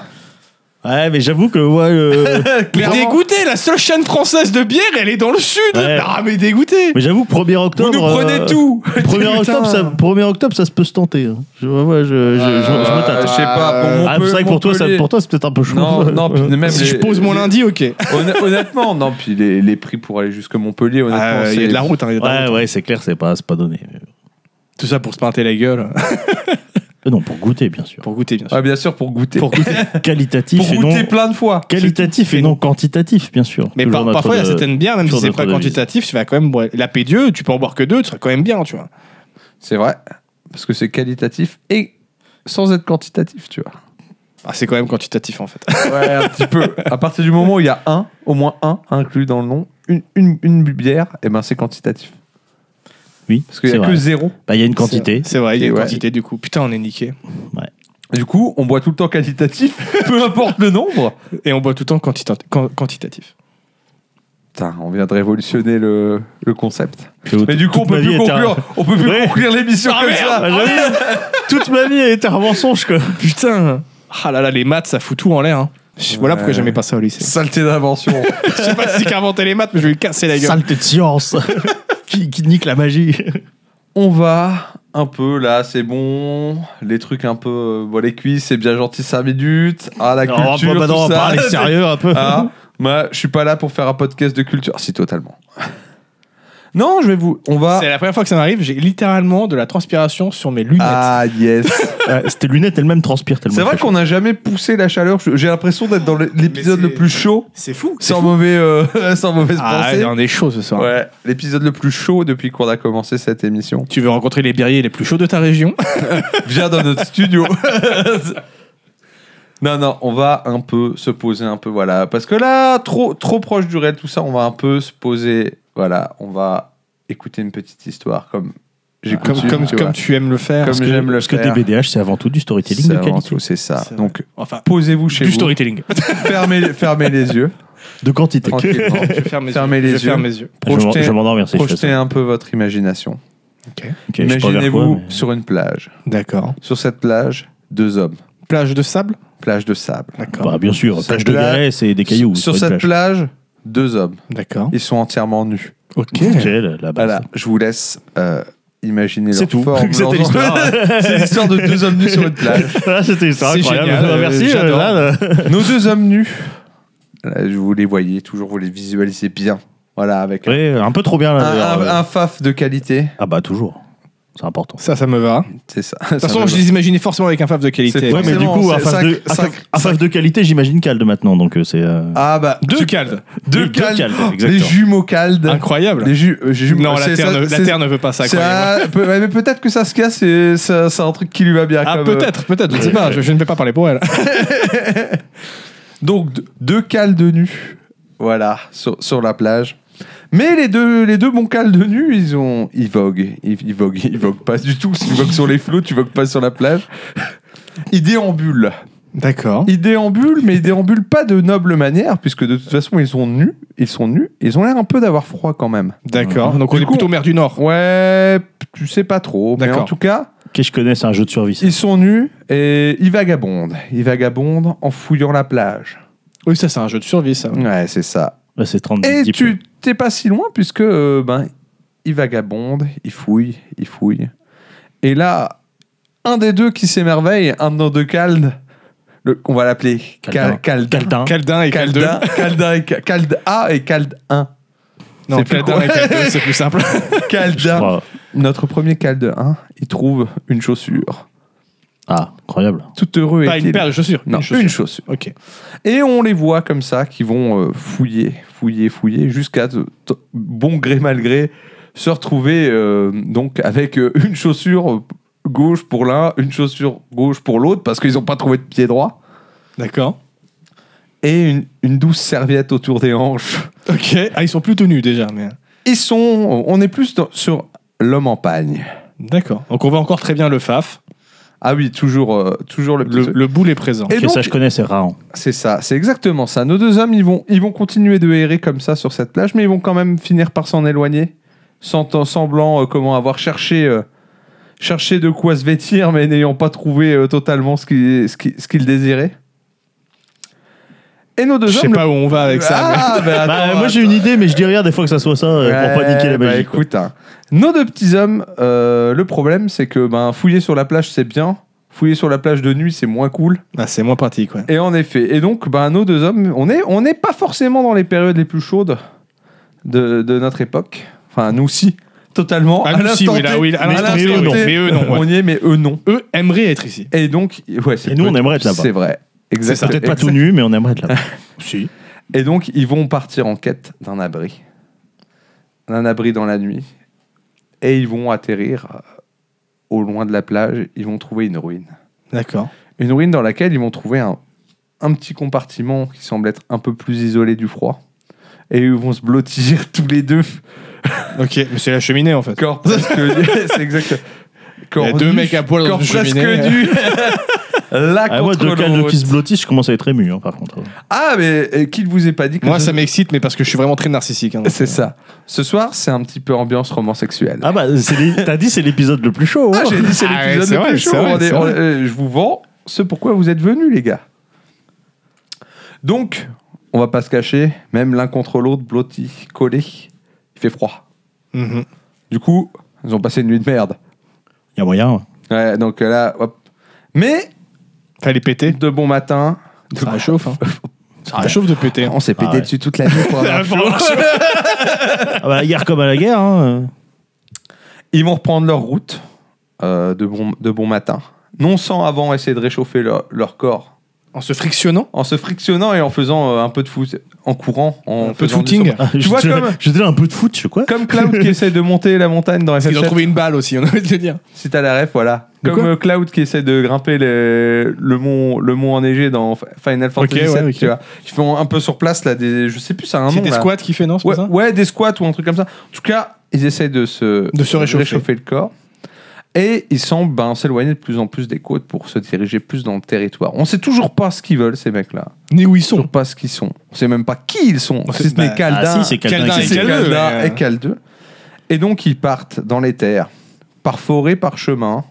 Speaker 3: Ouais, mais j'avoue que. Ouais, euh,
Speaker 1: Mais
Speaker 2: Clairement.
Speaker 1: dégoûté, la seule chaîne française de bière, elle est dans le sud
Speaker 3: Ouais.
Speaker 1: Ah, mais dégoûté
Speaker 3: mais j'avoue que 1er
Speaker 2: Vous
Speaker 3: octobre.
Speaker 2: nous
Speaker 3: euh,
Speaker 2: prenez tout.
Speaker 3: 1er octobre, ça, 1er octobre, ça se peut se tenter. hein. Je, ouais, je, je, je, je me
Speaker 2: Euh,
Speaker 3: tâte.
Speaker 2: je sais pas. Pour
Speaker 3: Ah, c'est vrai que pour toi, ça,
Speaker 2: Montpellier-
Speaker 3: pour toi, c'est peut-être un peu chaud.
Speaker 2: Non, non, puis même
Speaker 1: Si
Speaker 2: les-
Speaker 1: je pose mon
Speaker 2: les-
Speaker 1: lundi, ok.
Speaker 2: Honn- honnêtement, non, puis les, les prix pour aller jusque Montpellier, honnêtement,
Speaker 1: Ah, Il y a
Speaker 2: c'est-
Speaker 1: de la route, hein, il y a de la
Speaker 3: Ouais,
Speaker 1: route.
Speaker 3: ouais, c'est clair, c'est pas, c'est pas donné.
Speaker 1: Tout ça pour se peinter la gueule,
Speaker 3: Euh, Non, pour goûter, bien sûr.
Speaker 1: pour goûter, bien sûr.
Speaker 2: Ouais, bien sûr, pour goûter.
Speaker 1: Pour goûter.
Speaker 3: Qualitatif
Speaker 2: Pour
Speaker 3: et
Speaker 2: goûter
Speaker 3: non.
Speaker 2: plein de fois.
Speaker 3: Qualitatif et non quantitatif, bien sûr.
Speaker 1: Mais
Speaker 3: Toujours
Speaker 1: par-
Speaker 3: notre euh,
Speaker 1: parfois, il y a
Speaker 3: de-
Speaker 1: certaines bières, même si
Speaker 3: toujours
Speaker 1: c'est
Speaker 3: notre
Speaker 1: pas
Speaker 3: devise.
Speaker 1: quantitatif, tu vas quand même boire. La P2, tu peux en boire que deux, tu seras quand même bien, tu vois.
Speaker 2: C'est vrai, parce que c'est qualitatif et sans être quantitatif, tu vois.
Speaker 1: Ah, c'est quand même quantitatif en fait.
Speaker 2: Ouais, un petit peu. À partir du moment où il y a un, au moins un inclus dans le nom, une, une, une bière, et ben c'est quantitatif.
Speaker 3: Oui,
Speaker 2: Parce qu'il n'y a
Speaker 3: c'est vrai.
Speaker 2: que zéro.
Speaker 3: Bah, il y a une quantité.
Speaker 1: C'est vrai, il y a une
Speaker 2: Ouais.
Speaker 1: quantité du coup. Putain, on est niqué.
Speaker 2: Du coup, on boit tout le temps qualitatif, peu importe le nombre.
Speaker 1: Et on boit tout le temps quantita- quan- quantitatif.
Speaker 2: Putain, on vient de révolutionner le, le concept.
Speaker 3: Que-
Speaker 2: Mais du coup, on
Speaker 3: toute ma
Speaker 2: peut plus
Speaker 3: vie était un-
Speaker 2: conclure, on peut plus
Speaker 3: Ouais.
Speaker 2: conclure l'émission comme
Speaker 3: Bah,
Speaker 2: ça. Ah,
Speaker 3: j'avoue, Toute ma vie a été un mensonge, quoi.
Speaker 1: Putain Ah là là, les maths, ça fout tout en l'air. hein. Voilà pourquoi
Speaker 2: Ouais.
Speaker 1: j'aimais pas ça au lycée.
Speaker 2: Saleté d'invention.
Speaker 1: Je sais pas si c'est qui a inventé les maths, mais je vais lui casser la gueule.
Speaker 3: Saleté de science qui, qui nique la magie.
Speaker 2: on va un peu là, c'est bon. Les trucs un peu, euh, bon, les cuisses, c'est bien gentil 5 minutes. Ah, la
Speaker 3: Non, on va
Speaker 2: culture,
Speaker 3: pas- bah, non, on
Speaker 2: tout
Speaker 3: va
Speaker 2: ça.
Speaker 3: parler sérieux un peu.
Speaker 2: Ah, moi, je suis pas là pour faire un podcast de culture. Si, totalement. Ah, Non, je vais vous. On va.
Speaker 1: C'est la première fois que ça m'arrive, j'ai littéralement de la transpiration sur mes lunettes.
Speaker 2: Ah yes.
Speaker 3: Ouais, c'était lunettes elles-mêmes transpirent tellement.
Speaker 2: C'est vrai
Speaker 3: ça chauffe.
Speaker 2: qu'on n'a jamais poussé la chaleur. J'ai l'impression d'être dans le- l'épisode
Speaker 1: Mais c'est-
Speaker 2: le plus chaud,
Speaker 1: C'est fou. c'est
Speaker 2: sans
Speaker 1: fou.
Speaker 2: mauvais, euh, sans mauvaise
Speaker 1: Ah,
Speaker 2: pensée.
Speaker 1: on est chaud ce soir.
Speaker 2: Ouais, l'épisode le plus chaud depuis qu'on a commencé cette émission.
Speaker 1: Tu veux rencontrer les birriers les plus chauds de ta région
Speaker 2: Viens dans notre studio. non, non, on va un peu se poser un peu, voilà. Parce que là, trop, trop proche du réel, tout ça, on va un peu se poser. Voilà, on va écouter une petite histoire comme j'ai
Speaker 1: comme, comme, comme tu aimes le faire.
Speaker 2: Comme-
Speaker 3: Parce que,
Speaker 2: j'aime le
Speaker 3: parce que
Speaker 2: faire.
Speaker 3: DBDH, c'est avant tout du storytelling
Speaker 2: C'est
Speaker 3: de
Speaker 2: avant
Speaker 3: qualité.
Speaker 2: tout, c'est ça.
Speaker 1: C'est vrai.
Speaker 2: Donc,
Speaker 1: Enfin,
Speaker 2: posez-vous chez
Speaker 1: du
Speaker 2: vous,
Speaker 1: storytelling.
Speaker 2: fermez, fermez les yeux,
Speaker 3: De quantité.
Speaker 2: tranquillement.
Speaker 1: je ferme mes
Speaker 2: Fermez
Speaker 1: yeux.
Speaker 2: les
Speaker 1: je
Speaker 2: yeux.
Speaker 1: ferme mes yeux.
Speaker 3: Je m'en-
Speaker 2: Projetez-
Speaker 3: je m'endors, merci. je fais
Speaker 2: Projetez
Speaker 3: ça.
Speaker 2: un peu votre imagination.
Speaker 3: Ok, je sais pas vers quoi,
Speaker 2: Imaginez-vous
Speaker 3: mais-
Speaker 2: sur une plage.
Speaker 1: D'accord.
Speaker 2: Sur cette plage, deux hommes.
Speaker 1: Plage de sable
Speaker 2: Plage de sable.
Speaker 1: D'accord.
Speaker 3: Bah, bien sûr,
Speaker 2: Cette
Speaker 3: plage de
Speaker 2: plage-
Speaker 3: grès, c'est des cailloux.
Speaker 2: Sur
Speaker 3: c'est pas
Speaker 2: cette
Speaker 3: une
Speaker 2: plage, deux hommes.
Speaker 1: D'accord.
Speaker 2: Ils sont entièrement nus.
Speaker 1: Ok.
Speaker 3: Ok, là- là-bas.
Speaker 2: Voilà, je vous laisse euh, imaginer
Speaker 3: C'est
Speaker 2: leur
Speaker 3: tout.
Speaker 2: forme.
Speaker 3: C'était
Speaker 2: leurs-
Speaker 3: l'histoire.
Speaker 2: C'est l'histoire de deux hommes nus sur une plage.
Speaker 3: c'est- Ah, C'était une histoire
Speaker 1: C'est
Speaker 3: incroyable.
Speaker 1: génial, euh,
Speaker 3: Merci.
Speaker 1: j'adore.
Speaker 3: euh, là, là.
Speaker 2: Nos deux hommes nus. Voilà, je vous les voyez toujours, vous les visualisez bien. Voilà, avec un-
Speaker 3: Ouais, un peu trop bien.
Speaker 2: un,
Speaker 3: là, d'ailleurs,
Speaker 2: un-
Speaker 3: euh.
Speaker 2: un faf de qualité.
Speaker 3: Ah, bah, toujours. C'est important.
Speaker 1: Ça, ça me va. De
Speaker 2: C'est ça.
Speaker 1: toute façon, je les imaginais forcément avec un fave de qualité.
Speaker 2: C'est
Speaker 3: Ouais, mais du
Speaker 2: forcément,
Speaker 3: coup, à
Speaker 2: c'est
Speaker 3: phase
Speaker 2: cinq-
Speaker 3: de- à
Speaker 2: cinq-
Speaker 3: phase- à phase de qualité, j'imagine Calde maintenant. Donc, euh, c'est. euh,
Speaker 2: Ah bah,
Speaker 1: Deux
Speaker 2: tu-
Speaker 1: caldes.
Speaker 2: deux
Speaker 3: oui, deux
Speaker 2: caldes.
Speaker 3: caldes,
Speaker 2: Oh, les
Speaker 3: exactement.
Speaker 2: jumeaux caldes.
Speaker 1: Incroyable.
Speaker 2: Les ju- euh, jumeaux
Speaker 1: Non, la
Speaker 2: c'est
Speaker 1: terre,
Speaker 2: ça-
Speaker 1: ne, la
Speaker 2: c'est-
Speaker 1: terre ne veut pas ça.
Speaker 2: c'est
Speaker 1: croyez-moi.
Speaker 2: un- peu- ouais, mais peut-être que Saskia, c'est ça- c'est un truc qui lui va bien.
Speaker 1: Ah,
Speaker 2: comme, euh,
Speaker 1: peut-être, peut-être. Je ne sais pas. Je, je ne vais pas parler pour elle.
Speaker 2: Donc d- deux cales de nu, voilà, sur, sur la plage. Mais les deux, les deux bons cales de nu, ils ont, ils voguent, ils, ils voguent, ils voguent pas du tout. Si tu vogues sur les flots, tu vogues pas sur la plage. Ils déambulent.
Speaker 1: D'accord.
Speaker 2: Ils déambulent, mais ils déambulent pas de noble manière, puisque de toute façon, ils sont nus, ils sont nus, ils ont l'air un peu d'avoir froid quand même.
Speaker 1: D'accord. Ah, Donc, on
Speaker 2: Du
Speaker 1: est
Speaker 2: coup,
Speaker 1: plutôt mer du Nord.
Speaker 2: Ouais, tu sais pas trop. Mais
Speaker 1: D'accord.
Speaker 2: en tout cas,
Speaker 3: Que je connais, c'est un jeu de survie. ça.
Speaker 2: ils sont nus et ils vagabondent. Ils vagabondent en fouillant la plage.
Speaker 1: Oui, ça, c'est un jeu de survie, ça.
Speaker 2: Ouais, c'est ça.
Speaker 3: Ouais, c'est 30
Speaker 2: Et
Speaker 3: dix
Speaker 2: tu t'es pas si loin puisque euh, ben il vagabonde, il fouille, il fouille. Et là, un des deux qui s'émerveille, un de nos deux caldes, le, on va l'appeler
Speaker 3: Caldin.
Speaker 2: Cal- Caldin.
Speaker 3: Caldin.
Speaker 1: Caldin et Caldeux.
Speaker 2: Caldin, Caldin et Ca- Calde A et Calde 1.
Speaker 1: Non,
Speaker 2: C'est plus
Speaker 1: Caldin
Speaker 2: quoi.
Speaker 1: et Caldeux, c'est plus simple.
Speaker 3: je
Speaker 2: Caldin.
Speaker 3: crois.
Speaker 2: Notre premier Calde 1, il trouve une chaussure.
Speaker 3: Ah, incroyable.
Speaker 2: Tout heureux
Speaker 1: Pas une
Speaker 2: est-il.
Speaker 1: paire de chaussures.
Speaker 2: Non,
Speaker 1: une chaussure.
Speaker 2: une chaussure.
Speaker 1: Ok.
Speaker 2: Et on les voit comme ça, qui vont euh, fouiller, fouiller, fouiller, jusqu'à t- t- bon gré mal gré, se retrouver euh, donc avec euh, une chaussure euh, gauche pour l'un, une chaussure gauche pour l'autre, parce qu'ils n'ont pas trouvé de pied droit,
Speaker 1: D'accord.
Speaker 2: et une, une douce serviette autour des hanches.
Speaker 1: Ok. Ah, ils sont plutôt nus déjà, mais.
Speaker 2: Ils sont, on est plus dans- sur l'homme en pagne.
Speaker 1: D'accord. Donc, on voit encore très bien le faf.
Speaker 2: Ah oui, toujours, euh, toujours le,
Speaker 1: Le,
Speaker 2: petit-
Speaker 1: le boule est présent.
Speaker 2: Et
Speaker 3: Ok,
Speaker 2: donc-
Speaker 3: ça, je connais, c'est hein. Raon.
Speaker 2: C'est ça, c'est exactement ça. Nos deux hommes, ils vont, ils vont continuer de errer comme ça sur cette plage, mais ils vont quand même finir par s'en éloigner, sans en semblant euh, comment avoir cherché, euh, cherché de quoi se vêtir, mais n'ayant pas trouvé euh, totalement ce qu'ils ce qui- ce qu'ils désiraient. Et nos deux
Speaker 1: Je sais
Speaker 2: hommes.
Speaker 1: pas où on va avec ça. mais-
Speaker 2: Ah, bah,
Speaker 3: Bah,
Speaker 2: attends,
Speaker 3: moi, j'ai une idée, mais je dis rien des fois que ça soit ça euh, pour pas
Speaker 2: Ouais,
Speaker 3: niquer la
Speaker 2: bah,
Speaker 3: Belgique. quoi.
Speaker 2: écoute, hein. nos deux petits hommes, euh, le problème, c'est que ben fouiller sur la plage, c'est bien. Fouiller sur la plage de nuit, c'est moins cool.
Speaker 1: Ah, c'est moins pratique, ouais.
Speaker 2: Et en effet. Et donc, ben, nos deux hommes, on n'est on n'est pas forcément dans les périodes les plus chaudes de, de notre époque. Enfin, nous si, totalement.
Speaker 1: Ah,
Speaker 2: À
Speaker 1: nous, si,
Speaker 2: l'instant
Speaker 1: oui, là,
Speaker 2: T,
Speaker 1: oui, à
Speaker 2: à
Speaker 1: l'instant
Speaker 2: l'instant
Speaker 1: T, eux, non.
Speaker 2: T,
Speaker 1: Mais eux, non, ouais.
Speaker 2: On y est, mais eux, non.
Speaker 1: Eux aimeraient être ici.
Speaker 2: Et donc, ouais, c'est
Speaker 3: Et nous, on
Speaker 2: peut-
Speaker 3: aimerait être là-bas.
Speaker 2: C'est vrai.
Speaker 3: C'est
Speaker 2: Exactement.
Speaker 3: peut-être pas tout nu, mais on aimerait être là.
Speaker 1: Si.
Speaker 2: Et donc, ils vont partir en quête d'un abri. D'un abri dans la nuit. Et ils vont atterrir euh, au loin de la plage. Ils vont trouver une ruine.
Speaker 1: D'accord.
Speaker 2: Une ruine dans laquelle ils vont trouver un, un petit compartiment qui semble être un peu plus isolé du froid. Et ils vont se blottir tous les deux.
Speaker 1: Ok, mais c'est la cheminée en fait.
Speaker 2: Corps presque nu. C'est exact.
Speaker 1: Il y a deux mecs à poil dans
Speaker 2: corps
Speaker 1: une
Speaker 2: presque
Speaker 1: cheminée.
Speaker 2: nu. Là
Speaker 3: Ah, moi,
Speaker 2: contre
Speaker 3: deux caldes
Speaker 2: l'autre.
Speaker 3: qui se blottissent, je commence à être ému, hein, par contre.
Speaker 2: Ah, mais euh, qui ne vous ait pas dit que
Speaker 1: Moi,
Speaker 2: ce-
Speaker 1: ça m'excite, mais parce que je suis vraiment très narcissique. hein, donc,
Speaker 2: C'est ça. Ce soir, c'est un petit peu ambiance roman sexuel.
Speaker 3: Ah, bah, c'est les- t'as dit, c'est l'épisode le plus chaud. hein.
Speaker 2: Ah, j'ai dit c'est
Speaker 1: Ah ouais,
Speaker 2: l'épisode
Speaker 1: c'est
Speaker 2: le
Speaker 1: vrai,
Speaker 2: plus chaud.
Speaker 1: c'est vrai,
Speaker 2: On est-
Speaker 1: c'est
Speaker 2: on-
Speaker 1: vrai.
Speaker 2: euh, je vous vends ce pourquoi vous êtes venus, les gars. Donc, on va pas se cacher, même l'un contre l'autre, blotti, collé, il fait froid.
Speaker 1: euh. Mhm.
Speaker 2: Du coup, ils ont passé une nuit de merde.
Speaker 3: y a moyen. hein. ouais.
Speaker 2: Ouais, donc euh, là, hop. Mais,
Speaker 1: Fallait péter.
Speaker 2: de bon matin, de
Speaker 1: Ça réchauffe. hein. Ça chauffe de péter.
Speaker 2: On s'est pété
Speaker 3: ouais.
Speaker 2: dessus toute la nuit pour avoir chaud.
Speaker 3: Ah bah, la guerre comme à la guerre. Hein.
Speaker 2: Ils vont reprendre leur route euh, de, bon, de bon matin, non sans avant essayer de réchauffer leur, leur corps
Speaker 1: En se frictionnant.
Speaker 2: en se frictionnant et en faisant euh, un peu de foot, en courant, en
Speaker 1: Un peu de
Speaker 2: faisant du
Speaker 1: footing.
Speaker 2: saut. Tu vois,
Speaker 3: J'étais là-
Speaker 2: comme-
Speaker 3: J'étais là un peu de foot, je sais quoi.
Speaker 2: Comme Cloud qui essaie de monter la montagne dans
Speaker 1: Ils
Speaker 2: FF7,
Speaker 1: ont trouvé une balle aussi, on a envie de le dire.
Speaker 2: si t'as la ref, voilà.
Speaker 1: De
Speaker 2: Comme
Speaker 1: quoi
Speaker 2: euh, Cloud qui essaie de grimper les- le, mont, le mont enneigé dans F- Final Fantasy
Speaker 1: Ok, ouais,
Speaker 2: VII,
Speaker 1: ok.
Speaker 2: tu vois. Ils font un peu sur place, là, des, je sais plus, ça a un
Speaker 1: C'est
Speaker 2: nom,
Speaker 1: des
Speaker 2: là.
Speaker 1: squats qui fait, non c'est
Speaker 2: Ouais,
Speaker 1: pas ça
Speaker 2: ouais, des squats ou un truc comme ça. En tout cas, ils essaient de se,
Speaker 1: De se réchauffer.
Speaker 2: le corps. Et ils semblent ben, s'éloigner de plus en plus des côtes pour se diriger plus dans le territoire. On sait toujours pas ce qu'ils veulent, ces mecs-là.
Speaker 1: Né où ils
Speaker 2: toujours
Speaker 1: sont.
Speaker 2: pas ce qu'ils sont. On sait même pas qui ils sont.
Speaker 1: On
Speaker 2: Si
Speaker 1: sait-
Speaker 2: ce n'est
Speaker 1: bah,
Speaker 2: Kaldin.
Speaker 3: Ah si, c'est quelqu'un
Speaker 1: Kaldin,
Speaker 3: qui
Speaker 2: c'est
Speaker 1: Kaldin,
Speaker 2: Kaldin
Speaker 1: mais, euh,
Speaker 2: et Kaldin. Et donc ils partent dans les terres, par forêt, par chemin,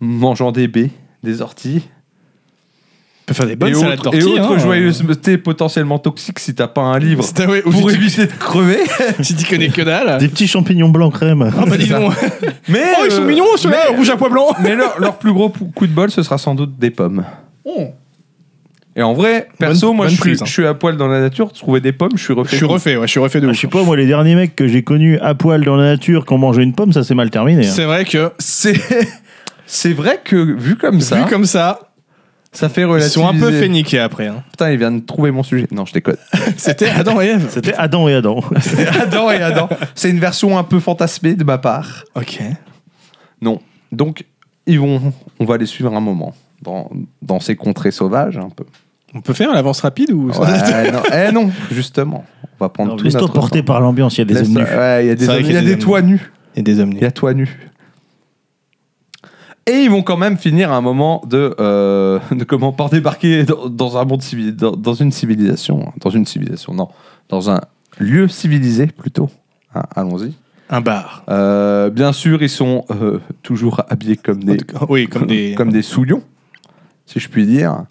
Speaker 2: mangeant des baies, des orties.
Speaker 1: On peut faire des bonnes
Speaker 2: et
Speaker 1: salades
Speaker 2: autres, et
Speaker 1: d'orties.
Speaker 2: autres
Speaker 1: hein.
Speaker 2: joyeusetés potentiellement toxiques si t'as pas un livre
Speaker 1: C'est- ah ouais,
Speaker 2: pour
Speaker 1: tu-
Speaker 2: éviter de crever.
Speaker 1: Tu t'y connais que
Speaker 2: Ah.
Speaker 1: dalle.
Speaker 3: Des petits champignons blancs crème.
Speaker 1: Ah bah
Speaker 2: C'est
Speaker 1: dis
Speaker 2: ça.
Speaker 1: donc.
Speaker 2: Mais,
Speaker 1: Oh, ils sont
Speaker 2: euh,
Speaker 1: mignons ceux-là,
Speaker 2: mais-
Speaker 1: rouge à pois blanc.
Speaker 2: Mais leur, leur plus gros pou- coup de bol, ce sera sans doute des pommes. Et en vrai, perso, moi
Speaker 1: Oh. bonne
Speaker 2: je, suis,
Speaker 1: prise, hein.
Speaker 2: je suis à poil dans la nature, trouver des pommes, je suis refait.
Speaker 1: Je suis refait, ouais, je suis refait de
Speaker 3: Ah,
Speaker 1: ouf.
Speaker 3: je sais pas, moi, les derniers mecs que j'ai connus à poil dans la nature, qui ont mangé une pomme, ça s'est mal terminé. hein.
Speaker 1: C'est vrai que
Speaker 2: C'est c'est vrai que vu comme ça,
Speaker 1: vu comme ça,
Speaker 2: ça fait
Speaker 1: ils
Speaker 2: relativiser.
Speaker 1: sont un peu féniqués après. hein.
Speaker 2: Putain, il vient de trouver mon sujet. Non, je déconne.
Speaker 1: C'était Adam et Ève.
Speaker 3: C'était Adam et Adam.
Speaker 2: Adam et Adam. C'est une version un peu fantasmée de ma part.
Speaker 1: Ok.
Speaker 2: Non. Donc, ils vont, on va les suivre un moment dans, dans ces contrées sauvages un peu.
Speaker 1: On peut faire l'avance rapide ou ça-
Speaker 2: Ouais, non. Eh non, justement. On va prendre
Speaker 3: Non,
Speaker 2: tout
Speaker 3: Laisse-toi
Speaker 2: notre
Speaker 3: porter
Speaker 2: temps.
Speaker 3: par l'ambiance, il y a des
Speaker 2: Laisse- euh,
Speaker 3: hommes nus.
Speaker 2: ouais, il y a des
Speaker 1: C'est vrai
Speaker 2: hommes-
Speaker 1: qu'il
Speaker 2: il y a des
Speaker 1: hommes
Speaker 2: toits nus.
Speaker 1: Il y a des hommes nus.
Speaker 2: Il y a toi nu. Et ils vont quand même finir à un moment de, euh, de comment par débarquer dans, dans un monde civil, dans, dans une civilisation, hein. dans une civilisation, non, dans un lieu civilisé plutôt. Hein, Allons-y.
Speaker 1: Un bar.
Speaker 2: Euh, bien sûr, ils sont euh, toujours habillés comme des
Speaker 1: Oui, comme des.
Speaker 2: comme des souillons, si je puis dire.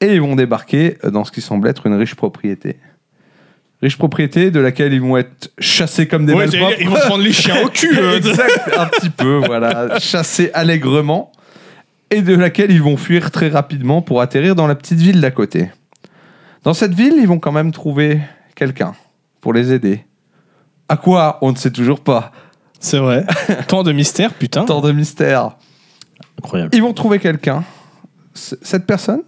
Speaker 2: Et ils vont débarquer dans ce qui semble être une riche propriété. Riche propriété de laquelle ils vont être chassés comme des
Speaker 1: Ouais,
Speaker 2: malpropres.
Speaker 1: j'allais dire, ils vont se prendre les chiens au cul. euh,
Speaker 2: exact, un petit peu, voilà, chassés allègrement, et de laquelle ils vont fuir très rapidement pour atterrir dans la petite ville d'à côté. Dans cette ville, ils vont quand même trouver quelqu'un pour les aider. À quoi On ne sait toujours pas.
Speaker 1: C'est vrai. Tant de mystère,
Speaker 3: Ah.
Speaker 1: putain.
Speaker 2: Tant de mystère.
Speaker 3: Incroyable.
Speaker 2: Ils vont trouver quelqu'un. C- Cette personne,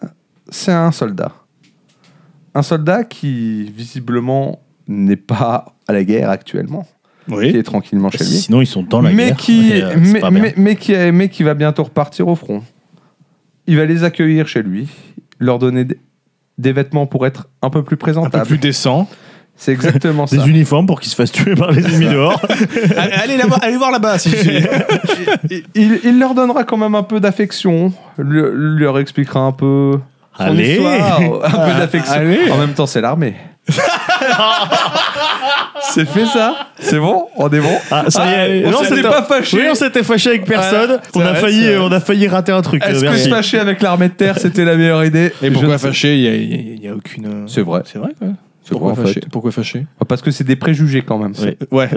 Speaker 2: c'est un soldat. Un soldat qui, visiblement, n'est pas à la guerre actuellement, qui
Speaker 1: Oui.
Speaker 2: est tranquillement chez lui.
Speaker 3: Sinon, ils sont dans la
Speaker 2: mais
Speaker 3: guerre.
Speaker 2: Qui,
Speaker 3: Et, euh, c'est
Speaker 2: mais,
Speaker 3: pas bien.
Speaker 2: mais- mais qui, mais qui va bientôt repartir au front. Il va les accueillir chez lui, leur donner des, des vêtements pour être un peu plus
Speaker 1: Un peu
Speaker 2: présentable.
Speaker 1: plus décent.
Speaker 2: C'est exactement ça.
Speaker 3: Des uniformes pour qu'ils se fassent tuer par les ennemis dehors.
Speaker 1: allez, allez là-bas- allez voir là-bas si
Speaker 2: Il, il leur donnera quand même un peu d'affection, le- leur expliquera un peu son
Speaker 3: Allez
Speaker 2: histoire, un peu d'affection.
Speaker 1: allez.
Speaker 2: En même temps, c'est l'armée. c'est fait ça C'est bon On est bon
Speaker 3: Ah, ça y est.
Speaker 2: On
Speaker 3: Non,
Speaker 2: s'était
Speaker 3: c'était-
Speaker 2: pas fâché.
Speaker 3: Oui, on s'était fâché avec personne.
Speaker 1: c'est
Speaker 3: on, a
Speaker 1: vrai,
Speaker 3: failli, euh,
Speaker 1: c'est vrai.
Speaker 3: on a failli rater un truc. euh,
Speaker 2: Est-ce que
Speaker 3: Merci.
Speaker 2: se fâcher avec l'armée de terre, c'était la meilleure idée
Speaker 1: Et
Speaker 2: Je ne
Speaker 1: pourquoi
Speaker 2: sais-
Speaker 1: fâcher Il y a- il y a- il y a, aucune.
Speaker 2: C'est vrai.
Speaker 1: C'est vrai, quoi.
Speaker 2: C'est
Speaker 1: Pourquoi
Speaker 2: vrai, en fait. Bah,
Speaker 1: fâcher Pourquoi fâcher
Speaker 2: Parce que c'est des préjugés quand même.
Speaker 3: Oui.
Speaker 1: Ouais.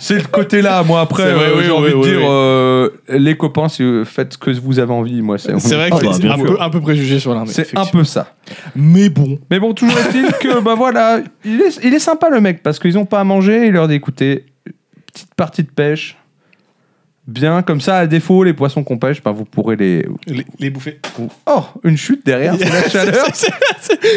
Speaker 2: C'est le côté là. Moi après,
Speaker 1: C'est vrai,
Speaker 2: euh,
Speaker 1: oui,
Speaker 2: j'ai
Speaker 1: oui,
Speaker 2: envie de
Speaker 1: oui,
Speaker 2: dire,
Speaker 1: oui.
Speaker 2: euh, les copains, si vous faites ce que vous avez envie. Moi, c'est
Speaker 1: C'est vrai que
Speaker 3: Ah bah,
Speaker 1: c'est
Speaker 3: bien
Speaker 1: un
Speaker 3: sûr.
Speaker 1: peu, un peu préjugé sur l'armée.
Speaker 2: C'est un
Speaker 1: effectivement.
Speaker 2: peu ça.
Speaker 1: Mais bon.
Speaker 2: Mais bon, toujours est-il que, bah voilà, il est, il est sympa le mec, parce qu'ils ont pas à manger, il leur dit, écoutez, petite partie de pêche, bien, comme ça, à défaut, les poissons qu'on pêche, bah vous pourrez les...
Speaker 1: Les, les bouffées.
Speaker 2: Oh, une chute derrière, c'est la chaleur,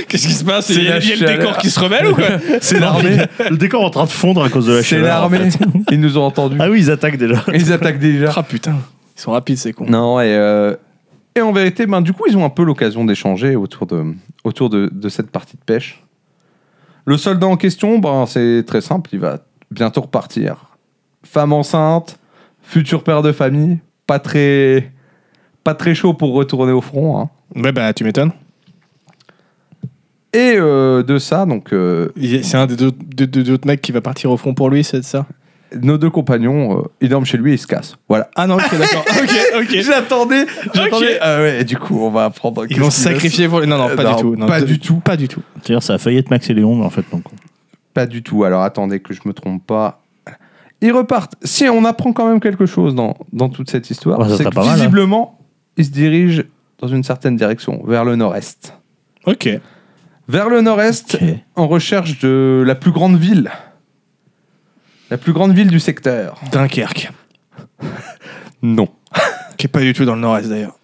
Speaker 1: Qu'est-ce qui se passe
Speaker 2: C'est
Speaker 1: Il y a,
Speaker 2: la
Speaker 1: il y a le
Speaker 2: chaleur.
Speaker 1: décor qui se rebelle ou quoi
Speaker 2: c'est l'armée,
Speaker 3: Le décor est en train de fondre à cause de la
Speaker 2: c'est
Speaker 3: chaleur. en
Speaker 2: l'armée,
Speaker 3: fait.
Speaker 2: ils nous ont entendus,
Speaker 3: Ah oui, ils attaquent déjà.
Speaker 2: ils attaquent déjà.
Speaker 1: Ah putain. Ils sont rapides, c'est con.
Speaker 2: Non, et, euh, et en vérité, ben, du coup, ils ont un peu l'occasion d'échanger autour, de, autour de, de cette partie de pêche. Le soldat en question, ben, c'est très simple, il va bientôt repartir. Femme enceinte, futur père de famille, pas très, pas très chaud pour retourner au front. hein.
Speaker 1: Ouais, bah tu m'étonnes.
Speaker 2: Et euh, de ça, donc, euh,
Speaker 1: Il y a- C'est un des deux, deux- deux- deux autres mecs qui va partir au front pour lui, c'est ça
Speaker 2: nos deux compagnons, euh, ils dorment chez lui et ils se cassent. Voilà.
Speaker 1: Ah non, ok, d'accord. ok, ok.
Speaker 2: J'attendais, j'attendais.
Speaker 1: Ok.
Speaker 2: Ah ouais, du coup, on va apprendre.
Speaker 1: Ils l'ont sacrifié pour. Non, non, pas
Speaker 2: Non,
Speaker 1: du tout. Non,
Speaker 2: pas du
Speaker 1: tout. Pas du tout.
Speaker 3: D'ailleurs, ça a failli être Max et Léon, mais en fait, non.
Speaker 2: Pas du tout. Alors attendez que je me trompe pas. Ils repartent. Si on apprend quand même quelque chose dans, dans toute cette histoire,
Speaker 3: Ouais, ça
Speaker 2: c'est
Speaker 3: serait
Speaker 2: que
Speaker 3: pas mal, hein.
Speaker 2: visiblement, ils se dirigent dans une certaine direction, vers le nord-est.
Speaker 1: Ok.
Speaker 2: Vers le nord-est,
Speaker 3: Ok.
Speaker 2: en recherche de la plus grande ville. La plus grande ville du secteur.
Speaker 1: Dunkerque,
Speaker 2: Non.
Speaker 1: qui est pas du tout dans le nord-est d'ailleurs.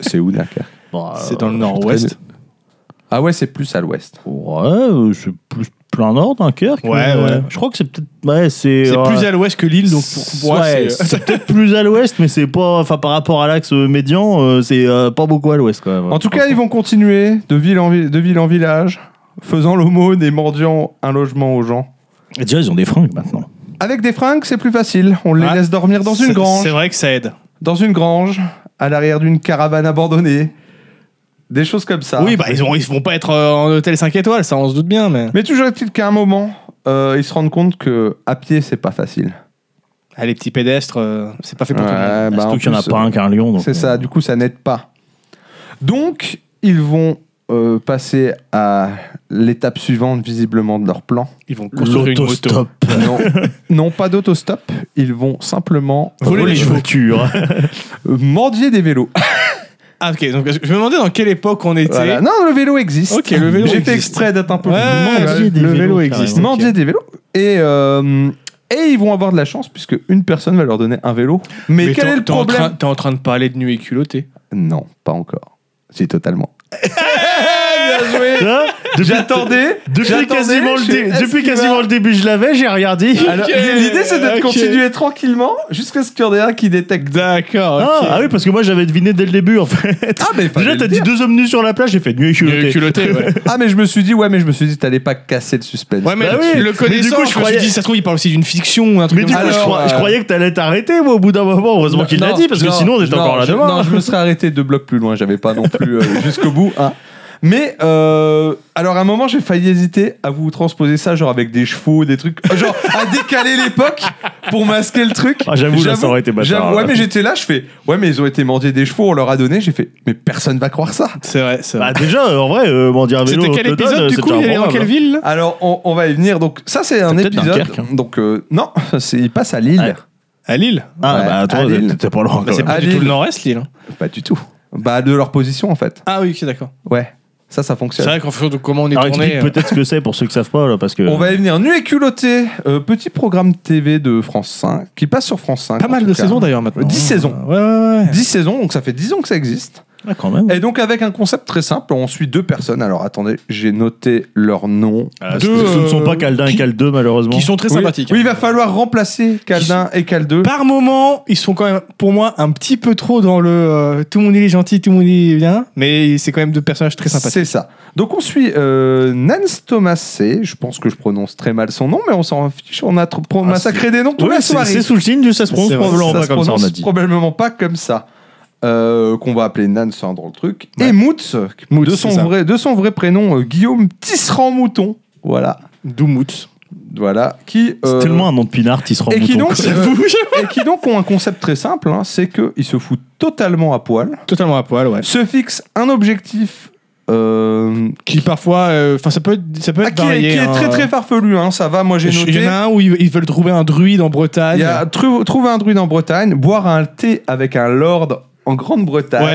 Speaker 2: C'est où Dakar
Speaker 3: Bah,
Speaker 1: C'est dans
Speaker 2: je
Speaker 1: le
Speaker 2: suis
Speaker 1: nord-ouest.
Speaker 2: Ah ouais, c'est plus à l'ouest.
Speaker 3: Ouais, euh, c'est plus plein nord Dunkerque.
Speaker 1: Ouais,
Speaker 3: mais, euh,
Speaker 1: ouais.
Speaker 3: Je crois que c'est peut-être. Ouais, c'est.
Speaker 1: C'est
Speaker 3: euh,
Speaker 1: plus à l'ouest que l'île, donc pour moi,
Speaker 3: ouais,
Speaker 1: c'est- euh,
Speaker 3: c'est peut-être plus à l'ouest, mais c'est pas. Enfin, par rapport à l'axe euh, médian, euh, c'est euh, pas beaucoup à l'ouest quand même.
Speaker 2: En tout cas, ils vont continuer de ville en, ville, de ville, en village, faisant l'aumône et mendiant un logement aux gens.
Speaker 3: Et Déjà, ils ont des fringues maintenant.
Speaker 2: Avec des fringues, c'est plus facile. On les
Speaker 1: Ouais.
Speaker 2: laisse dormir dans une
Speaker 1: c'est-
Speaker 2: grange.
Speaker 1: C'est vrai que ça aide.
Speaker 2: Dans une grange, à l'arrière d'une caravane abandonnée. Des choses comme ça.
Speaker 1: Oui, bah ils, ont, ils vont pas être euh, en hôtel 5 étoiles, ça on se doute bien, mais.
Speaker 2: Mais toujours est-il qu'à un moment, euh, ils se rendent compte que à pied, c'est pas facile.
Speaker 1: Ah, les petits pédestres, euh, c'est pas fait pour tout le monde.
Speaker 2: Ouais, bah, en
Speaker 3: Surtout qu'il y en a
Speaker 2: plus,
Speaker 3: pas un qu'un lion. donc,
Speaker 2: C'est
Speaker 3: euh,
Speaker 2: ça, du coup, ça n'aide pas. Donc, ils vont euh, passer à l'étape suivante, visiblement, de leur plan.
Speaker 1: Ils vont construire une moto.
Speaker 3: L'autostop.
Speaker 2: Non, non, pas d'autostop, ils vont simplement
Speaker 1: Voler les chevaux.
Speaker 3: voitures.
Speaker 2: euh, mendier des vélos.
Speaker 1: Ah, ok, donc parce que je me demandais dans quelle époque on était.
Speaker 2: Voilà. Non, le vélo existe.
Speaker 1: Ok, le vélo
Speaker 2: J'ai
Speaker 1: existe.
Speaker 2: fait exprès d'être un peu plus
Speaker 1: Ouais, le
Speaker 3: Mendier des
Speaker 1: vélo
Speaker 3: vélos,
Speaker 1: existe.
Speaker 3: carrément.
Speaker 2: Mendier des vélos. Et, euh, et ils vont avoir de la chance, puisque une personne va leur donner un vélo. Mais, quel
Speaker 1: t'en-
Speaker 2: est le
Speaker 1: t'es en
Speaker 2: problème
Speaker 1: train- T'es en train de parler de nu et culotté.
Speaker 2: Non, pas encore. C'est totalement. Bien joué
Speaker 3: Hein
Speaker 2: J'attendais.
Speaker 3: Depuis,
Speaker 2: j'attendais,
Speaker 3: quasiment le,
Speaker 2: je
Speaker 3: dé-
Speaker 2: sais, est-ce
Speaker 3: depuis
Speaker 2: qu'il
Speaker 3: quasiment
Speaker 2: va
Speaker 3: le début, je l'avais, j'ai regardé.
Speaker 2: Alors, l'idée, c'est de
Speaker 1: ok.
Speaker 2: continuer tranquillement jusqu'à ce qu'il y en ait un qui détecte.
Speaker 1: D'accord.
Speaker 3: Ah, ah oui, parce que moi j'avais deviné dès le début en fait.
Speaker 2: Ah, mais
Speaker 3: Déjà, t'as dit deux hommes nus sur la plage, j'ai fait nu et
Speaker 1: Nu et
Speaker 3: culotté.
Speaker 1: culotté, ouais.
Speaker 2: Ah, mais je me suis dit, ouais, mais je me suis dit, t'allais pas casser le suspense.
Speaker 1: Ouais, mais
Speaker 3: Bah oui,
Speaker 1: le
Speaker 3: mais
Speaker 1: connaissant,
Speaker 3: du coup, je
Speaker 1: je, me suis
Speaker 3: croyais-
Speaker 1: dit, ça se trouve, il parle aussi d'une fiction ou un truc
Speaker 3: Mais du
Speaker 1: comme
Speaker 3: coup,
Speaker 1: ça.
Speaker 3: je,
Speaker 2: Alors,
Speaker 3: crois- je
Speaker 2: euh,
Speaker 3: croyais que t'allais t'arrêtement, moi, au bout d'un moment, heureusement qu'il l'a
Speaker 2: Non,
Speaker 3: dit, parce que
Speaker 2: non,
Speaker 3: sinon on était
Speaker 2: non,
Speaker 3: encore là
Speaker 2: je-
Speaker 3: demain.
Speaker 2: Non, je me serais arrêté deux blocs plus loin, j'avais pas non plus euh, jusqu'au bout. hein. Mais euh, alors à un moment j'ai failli hésiter à vous transposer ça genre avec des chevaux, des trucs, euh, genre à décaler l'époque pour masquer le truc.
Speaker 3: Ah, j'avoue, là, ça aurait été bâtard,
Speaker 2: j'avoue,
Speaker 3: là.
Speaker 2: Ouais mais j'étais là, je fais, ouais mais ils ont été mendiés des chevaux, on leur a donné, j'ai fait, mais personne va croire ça.
Speaker 1: C'est vrai, c'est
Speaker 3: Bah
Speaker 1: vrai.
Speaker 3: déjà, euh, en vrai, euh, m'en dire un vélo,
Speaker 1: C'était
Speaker 3: on
Speaker 1: quel
Speaker 3: te donne,
Speaker 1: épisode du
Speaker 3: c'était
Speaker 1: coup Il est dans
Speaker 3: improbable.
Speaker 1: quelle ville là
Speaker 2: Alors on, on va y venir. Donc ça c'est un
Speaker 3: peut-être
Speaker 2: épisode.
Speaker 3: Dunkerque, hein.
Speaker 2: Donc euh, non, c'est il passe à Lille.
Speaker 1: À Lille
Speaker 3: Ah
Speaker 2: Ouais,
Speaker 3: bah
Speaker 2: à
Speaker 3: toi,
Speaker 2: Lille.
Speaker 3: t'étais pas loin encore.
Speaker 1: Bah, C'est
Speaker 2: À
Speaker 1: pas du
Speaker 2: Lille.
Speaker 1: tout le nord-est, Lille. hein.
Speaker 2: Pas du tout. Bah de leur position en fait.
Speaker 1: Ah oui, ok, d'accord.
Speaker 2: Ouais, ça ça
Speaker 1: C'est
Speaker 2: fonctionne.
Speaker 1: vrai qu'en fonction de comment on est
Speaker 3: Alors
Speaker 1: tourné.
Speaker 3: explique
Speaker 1: euh,
Speaker 3: peut-être ce que c'est pour ceux qui savent pas, là, parce que...
Speaker 2: On va y venir. Nu et culotté, euh, petit programme TV de France 5, qui passe sur France 5.
Speaker 1: Pas
Speaker 2: en
Speaker 1: mal
Speaker 2: tout
Speaker 1: de
Speaker 2: cas.
Speaker 1: saisons d'ailleurs maintenant.
Speaker 2: 10 saisons.
Speaker 1: Ouais, ouais, ouais.
Speaker 2: 10 saisons, donc ça fait 10 ans que ça existe.
Speaker 3: Ah, quand même.
Speaker 2: Et donc avec un concept très simple, on suit deux personnes. Alors attendez, j'ai noté leur nom.
Speaker 3: Ah,
Speaker 1: Deux,
Speaker 3: ce ce ne sont
Speaker 1: euh,
Speaker 3: pas Calda et
Speaker 1: qui-
Speaker 3: Cal 2, malheureusement.
Speaker 1: Qui sont très
Speaker 2: Oui.
Speaker 1: sympathiques. hein.
Speaker 2: Oui, il va falloir remplacer Caldin et Cal 2.
Speaker 1: Par moment, ils sont quand même, pour moi, un petit peu trop dans le euh, tout le monde il est gentil, tout le monde il est bien, mais c'est quand même deux personnages très sympathiques.
Speaker 2: C'est ça. Donc on suit euh, Nance Thomasé, je pense que je prononce très mal son nom, mais on s'en fiche, on a trop-
Speaker 1: Ah,
Speaker 2: pro- massacré des noms toute
Speaker 3: Ouais,
Speaker 2: la
Speaker 3: c'est
Speaker 2: soirée.
Speaker 3: c'est sous le signe du ça se prononce
Speaker 1: C'est vrai,
Speaker 3: probablement
Speaker 2: Ça
Speaker 3: pas
Speaker 2: se
Speaker 3: comme ça, on a
Speaker 2: prononce
Speaker 3: dit.
Speaker 2: probablement pas comme ça. Euh, qu'on va appeler Nan, c'est un drôle truc. Et Moots,
Speaker 1: Moots,
Speaker 2: de,
Speaker 1: c'est
Speaker 2: son
Speaker 1: ça.
Speaker 2: vrai, de son vrai prénom, euh, Guillaume Tisserand Mouton. Voilà.
Speaker 1: Doumout.
Speaker 2: Voilà. Qui,
Speaker 3: C'est
Speaker 2: euh,
Speaker 3: tellement un nom de pinard, il se rend
Speaker 2: et qui,
Speaker 3: mouton.
Speaker 2: donc, euh, et qui donc ont un concept très simple hein, c'est qu'ils se foutent totalement à poil,
Speaker 1: Totalement à poil, ouais.
Speaker 2: se fixent un objectif. euh,
Speaker 1: Qui parfois, euh, enfin ça peut être, ça peut être
Speaker 2: ah, qui, est-
Speaker 1: varié,
Speaker 2: qui est
Speaker 1: hein.
Speaker 2: très très farfelu, hein, ça va, moi j'ai
Speaker 1: Je-
Speaker 2: noté.
Speaker 1: Il y en a un où ils ils veulent trouver un druide en Bretagne.
Speaker 2: Il y a tru- trouver un druide en Bretagne, boire un thé avec un lord en
Speaker 1: Ouais,
Speaker 2: Grande-Bretagne,
Speaker 1: ouais.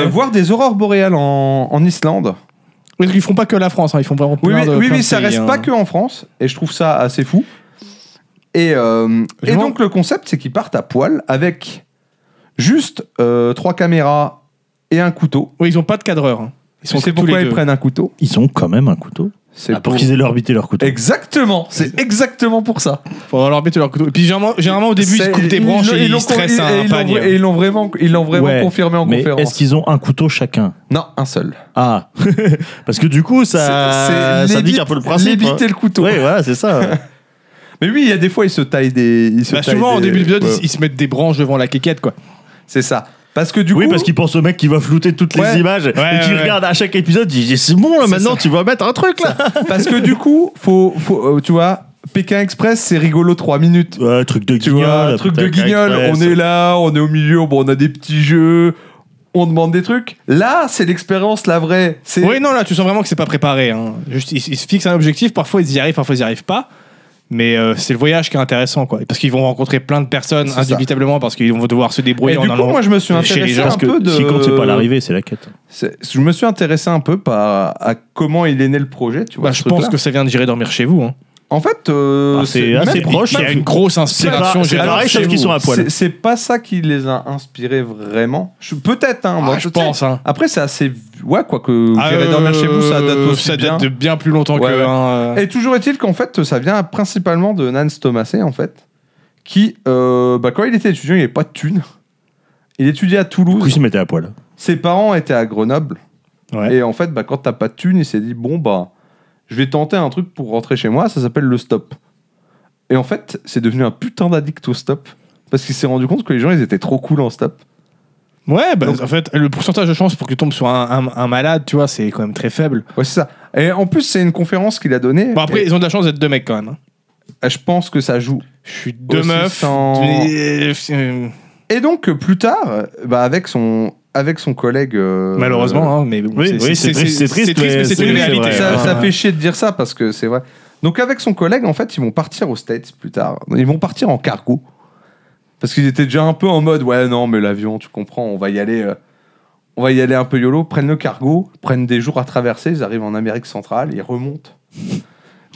Speaker 2: Euh, voir des aurores boréales en, en Islande.
Speaker 1: Parce qu'ils font pas que la France, hein, ils font vraiment
Speaker 2: Oui,
Speaker 1: plein
Speaker 2: oui,
Speaker 1: de-
Speaker 2: oui,
Speaker 1: plein
Speaker 2: oui,
Speaker 1: de
Speaker 2: ça
Speaker 1: pays,
Speaker 2: reste
Speaker 1: hein.
Speaker 2: pas que en France, et je trouve ça assez fou. Et, euh,
Speaker 1: Je
Speaker 2: et
Speaker 1: vois.
Speaker 2: donc le concept, c'est qu'ils partent à poil avec juste euh, trois caméras et un couteau.
Speaker 1: Oui, ils ont pas de cadreur. hein. Ils
Speaker 2: Tu
Speaker 1: sont
Speaker 2: sais
Speaker 1: que tous
Speaker 2: pourquoi
Speaker 1: les
Speaker 2: ils
Speaker 1: deux.
Speaker 2: prennent un couteau
Speaker 3: Ils ont quand même un couteau.
Speaker 2: C'est
Speaker 3: Ah, pour qu'ils aient leur bité leur couteau.
Speaker 2: Exactement, c'est exactement pour ça.
Speaker 1: Pour leur mettre leur couteau. Et puis généralement, généralement, au début, ils
Speaker 2: C'est-
Speaker 1: se coupent des
Speaker 2: ils
Speaker 1: branches
Speaker 2: l'ont-
Speaker 1: et
Speaker 2: ils l'ont
Speaker 1: ils stressent hein,
Speaker 2: con- et
Speaker 1: un
Speaker 2: ils l'ont-
Speaker 1: panier.
Speaker 2: Et ils l'ont vraiment, ils l'ont vraiment
Speaker 3: Ouais,
Speaker 2: confirmé en
Speaker 3: Mais est-ce
Speaker 2: conférence.
Speaker 3: qu'ils ont un couteau chacun
Speaker 2: Non, un seul.
Speaker 3: Ah, parce que du coup, ça,
Speaker 2: C'est- c'est
Speaker 3: ça dit
Speaker 2: l'ébi-
Speaker 3: un peu le principe. hein.
Speaker 2: L'ébiter le couteau.
Speaker 3: Oui, voilà, c'est ça.
Speaker 2: Mais oui, il y a des fois, ils se taillent des. Ils se
Speaker 1: Bah,
Speaker 2: taillent
Speaker 1: souvent, au
Speaker 2: des-
Speaker 1: début de l'épisode,
Speaker 2: Ouais.
Speaker 1: ils, ils se mettent des branches devant la quéquette, quoi.
Speaker 2: C'est ça. Parce que du
Speaker 3: oui,
Speaker 2: coup.
Speaker 3: parce qu'il pense au mec qui va flouter toutes
Speaker 2: Ouais.
Speaker 3: les images et qui
Speaker 1: ouais, ouais.
Speaker 3: regarde à chaque épisode. Il dit c'est bon là maintenant, tu vas mettre un truc là.
Speaker 2: Parce que du coup, faut, faut euh, tu vois, Pékin Express, c'est rigolo 3 minutes.
Speaker 3: Ouais, truc de
Speaker 2: Tu
Speaker 3: guignol.
Speaker 2: vois, truc de
Speaker 3: peut-être,
Speaker 2: guignol,
Speaker 3: ouais,
Speaker 2: on
Speaker 3: ça-
Speaker 2: est là, on est au milieu, bon, on a des petits jeux, on demande des trucs. Là, c'est l'expérience, la vraie. C'est
Speaker 1: Oui, non, là, tu sens vraiment que c'est pas préparé. hein. Juste, ils, ils se fixent un objectif, parfois ils y arrivent, parfois ils y arrivent pas. Mais euh, c'est le voyage qui est intéressant, quoi. Parce qu'ils vont rencontrer plein de personnes,
Speaker 2: ça.
Speaker 1: indubitablement, parce qu'ils vont devoir se débrouiller
Speaker 2: Et
Speaker 1: en
Speaker 2: du coup,
Speaker 1: allant-
Speaker 2: moi, je me suis
Speaker 1: chez les
Speaker 2: intéressé
Speaker 1: gens,
Speaker 2: un
Speaker 1: parce
Speaker 3: Parce que
Speaker 2: peu de.
Speaker 3: ce qui compte, c'est pas l'arrivée, c'est la quête.
Speaker 2: C'est- Je me suis intéressé un peu par à comment il est né le projet, tu vois.
Speaker 1: Bah,
Speaker 2: ce
Speaker 1: je pense
Speaker 2: truc-là.
Speaker 1: que ça vient de gérer dormir chez vous. hein.
Speaker 2: En fait, euh,
Speaker 3: Ah, c'est assez
Speaker 2: même-
Speaker 3: proche.
Speaker 1: Il y a une grosse inspiration.
Speaker 3: c'est
Speaker 1: Gérard
Speaker 3: pareil,
Speaker 1: chez
Speaker 3: sauf
Speaker 1: vous.
Speaker 3: qu'ils sont à poil.
Speaker 2: C'est c'est pas ça qui les a inspirés vraiment. Je- Peut-être, hein,
Speaker 1: Ah,
Speaker 2: moi,
Speaker 1: je
Speaker 2: tu sais.
Speaker 1: pense. hein.
Speaker 2: Après, c'est assez. Ouais, quoi que.
Speaker 1: Ah,
Speaker 2: J'irai dormir
Speaker 1: euh,
Speaker 2: chez vous, ça date aussi
Speaker 1: ça
Speaker 2: bien.
Speaker 1: date de bien plus longtemps
Speaker 2: Ouais,
Speaker 1: que.
Speaker 2: ouais.
Speaker 1: hein, euh,
Speaker 2: Et toujours est-il qu'en fait, ça vient principalement de Nance Thomasé, en fait, qui, euh, bah, quand il était étudiant, il n'avait pas de thunes. Il étudiait à
Speaker 3: Du coup, ils
Speaker 2: Toulouse.
Speaker 3: se mettaient à poil.
Speaker 2: Ses parents étaient à Grenoble.
Speaker 3: Ouais.
Speaker 2: Et en fait, bah, quand t'as pas de thunes, il s'est dit bon, bah, je vais tenter un truc pour rentrer chez moi, ça s'appelle le stop. Et en fait, c'est devenu un putain d'addict au stop. Parce qu'il s'est rendu compte que les gens, ils étaient trop cool en stop.
Speaker 1: Ouais, bah,
Speaker 2: Donc-
Speaker 1: en fait, le pourcentage de chance pour que tu tombes sur un, un- un malade, tu vois, c'est quand même très faible.
Speaker 2: Ouais, c'est ça. Et en plus, c'est une conférence qu'il a donnée.
Speaker 1: Bon, après, ils ont de la chance d'être deux mecs quand même. hein.
Speaker 2: Et je pense que ça joue.
Speaker 1: Je suis deux
Speaker 2: Aussi
Speaker 1: meufs.
Speaker 2: sans-
Speaker 1: mais- euh,
Speaker 2: Et donc, euh, plus tard, euh, bah, avec son. Avec son collègue. euh,
Speaker 1: Malheureusement, hein, mais bon,
Speaker 3: oui, oui, c'est triste, c'est triste, mais
Speaker 1: mais c'est
Speaker 3: c'est-
Speaker 1: une
Speaker 3: c'est
Speaker 1: réalité.
Speaker 3: vrai,
Speaker 2: ça,
Speaker 1: hein.
Speaker 2: ça fait chier de dire ça parce que c'est vrai. Donc avec son collègue, en fait, ils vont partir aux States plus tard. Ils vont partir en cargo. Parce qu'ils étaient déjà un peu en mode, ouais, non, mais l'avion, tu comprends, on va y aller. euh, on va y aller un peu YOLO, prennent le cargo, prennent des jours à traverser, ils arrivent en Amérique centrale, ils remontent.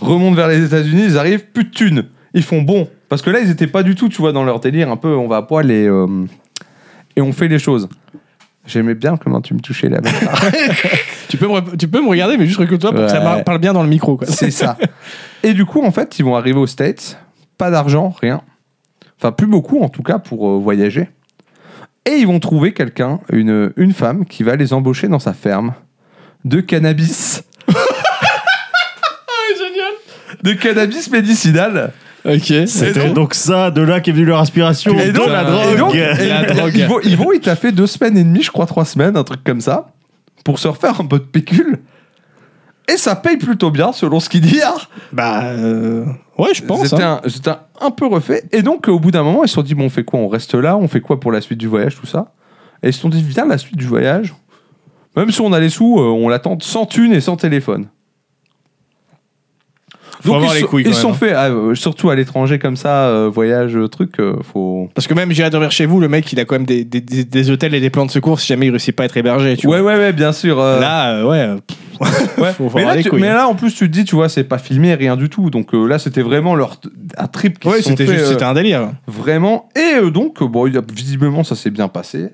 Speaker 2: remontent vers les États-Unis, ils arrivent, plus de thunes. Ils font bon. Parce que là, ils étaient pas du tout, tu vois, dans leur délire, un peu, on va à poil et, euh, et on fait les choses. J'aimais bien comment tu me touchais là.
Speaker 1: Tu peux, me, tu peux me regarder, mais juste recule-toi pour que ça
Speaker 2: Ouais.
Speaker 1: mar- parle bien dans le micro. Quoi.
Speaker 2: C'est ça. Et du coup, en fait, ils vont arriver aux States, pas d'argent, rien. Enfin, plus beaucoup en tout cas pour euh, voyager. Et ils vont trouver quelqu'un, une, une femme, qui va les embaucher dans sa ferme de cannabis. Génial! De cannabis médicinal.
Speaker 1: Ok.
Speaker 2: Et
Speaker 3: C'était
Speaker 2: donc-
Speaker 3: donc ça, de là qu'est venue leur inspiration.
Speaker 2: Et donc-
Speaker 3: de la
Speaker 2: et donc-
Speaker 3: drogue. Bah,
Speaker 2: et-
Speaker 1: La drogue.
Speaker 2: Ils vont, ils vont y taffer deux semaines et demie, je crois trois semaines, un truc comme ça, pour se refaire un peu de pécule. Et ça paye plutôt bien, selon ce hein. qu'ils disent.
Speaker 1: Bah. euh, Ouais, je pense.
Speaker 2: C'était
Speaker 1: hein.
Speaker 2: un, c'était un- un peu refait. Et donc, euh, au bout d'un moment, ils se sont dit, bon, on fait quoi On reste là On fait quoi pour la suite du voyage, tout ça Et ils se sont dit, viens, la suite du voyage, même si on a les sous, euh, on l'attend sans thune et sans téléphone.
Speaker 1: Faut avoir
Speaker 2: ils
Speaker 1: les
Speaker 2: se-
Speaker 1: couilles, quand
Speaker 2: ils
Speaker 1: même,
Speaker 2: sont
Speaker 1: hein.
Speaker 2: fait, ah, euh, surtout à l'étranger comme ça, euh, voyage, euh, truc, euh, faut...
Speaker 1: Parce que même j'ai à dormir chez vous, le mec, il a quand même des, des, des- des hôtels et des plans de secours si jamais il réussit pas à être hébergé. Tu
Speaker 2: Ouais, ouais, ouais, bien sûr.
Speaker 1: vois.
Speaker 2: euh,
Speaker 1: Là, euh, ouais.
Speaker 2: Ouais.
Speaker 1: Faut- faut
Speaker 2: mais,
Speaker 1: avoir
Speaker 2: là,
Speaker 1: les
Speaker 2: tu-
Speaker 1: couilles,
Speaker 2: mais
Speaker 1: hein.
Speaker 2: là, en plus, tu te dis, tu vois, c'est pas filmé, rien du tout. Donc euh, là, c'était vraiment leur t- un trip qui
Speaker 1: Ouais,
Speaker 2: se sont
Speaker 1: c'était
Speaker 2: fait,
Speaker 1: juste
Speaker 2: euh,
Speaker 1: c'était un délire.
Speaker 2: Vraiment. Et euh, donc, euh, bon, il y a- visiblement, ça s'est bien passé.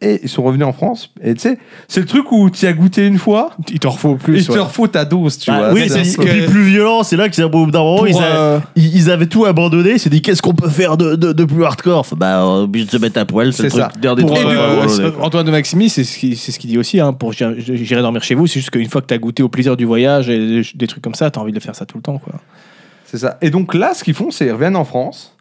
Speaker 2: Et ils sont revenus en France. Et tu sais, c'est le truc où tu as goûté une fois,
Speaker 1: Il t'en refaut
Speaker 2: et
Speaker 1: plus.
Speaker 2: tu te refaut ta dose, tu
Speaker 3: Bah
Speaker 2: vois.
Speaker 1: c'est
Speaker 3: oui, c'est
Speaker 1: ce
Speaker 3: ce
Speaker 1: que-
Speaker 3: plus violent, c'est là que c'est un bout d'un moment, ils,
Speaker 2: euh,
Speaker 3: a- ils- ils avaient tout abandonné, ils s'est dit qu'est-ce qu'on peut faire de, de- de plus hardcore Faut- Bah, euh, obligé de se mettre à poil, c'est le
Speaker 2: C'est
Speaker 3: truc,
Speaker 2: ça.
Speaker 3: dernier
Speaker 1: Pour,
Speaker 3: truc
Speaker 1: euh,
Speaker 3: qu'on va abandonner,
Speaker 1: euh,
Speaker 3: quoi.
Speaker 1: Antoine de Maximi, c'est ce qu'il c'est ce qu'il dit aussi. Hein, pour gérer- gérer dormir chez vous, c'est juste qu'une fois que t'as goûté au plaisir du voyage et des- des trucs comme ça, t'as envie de faire ça tout le temps. Quoi.
Speaker 2: C'est ça. Et donc là, ce qu'ils font, c'est ils reviennent en France.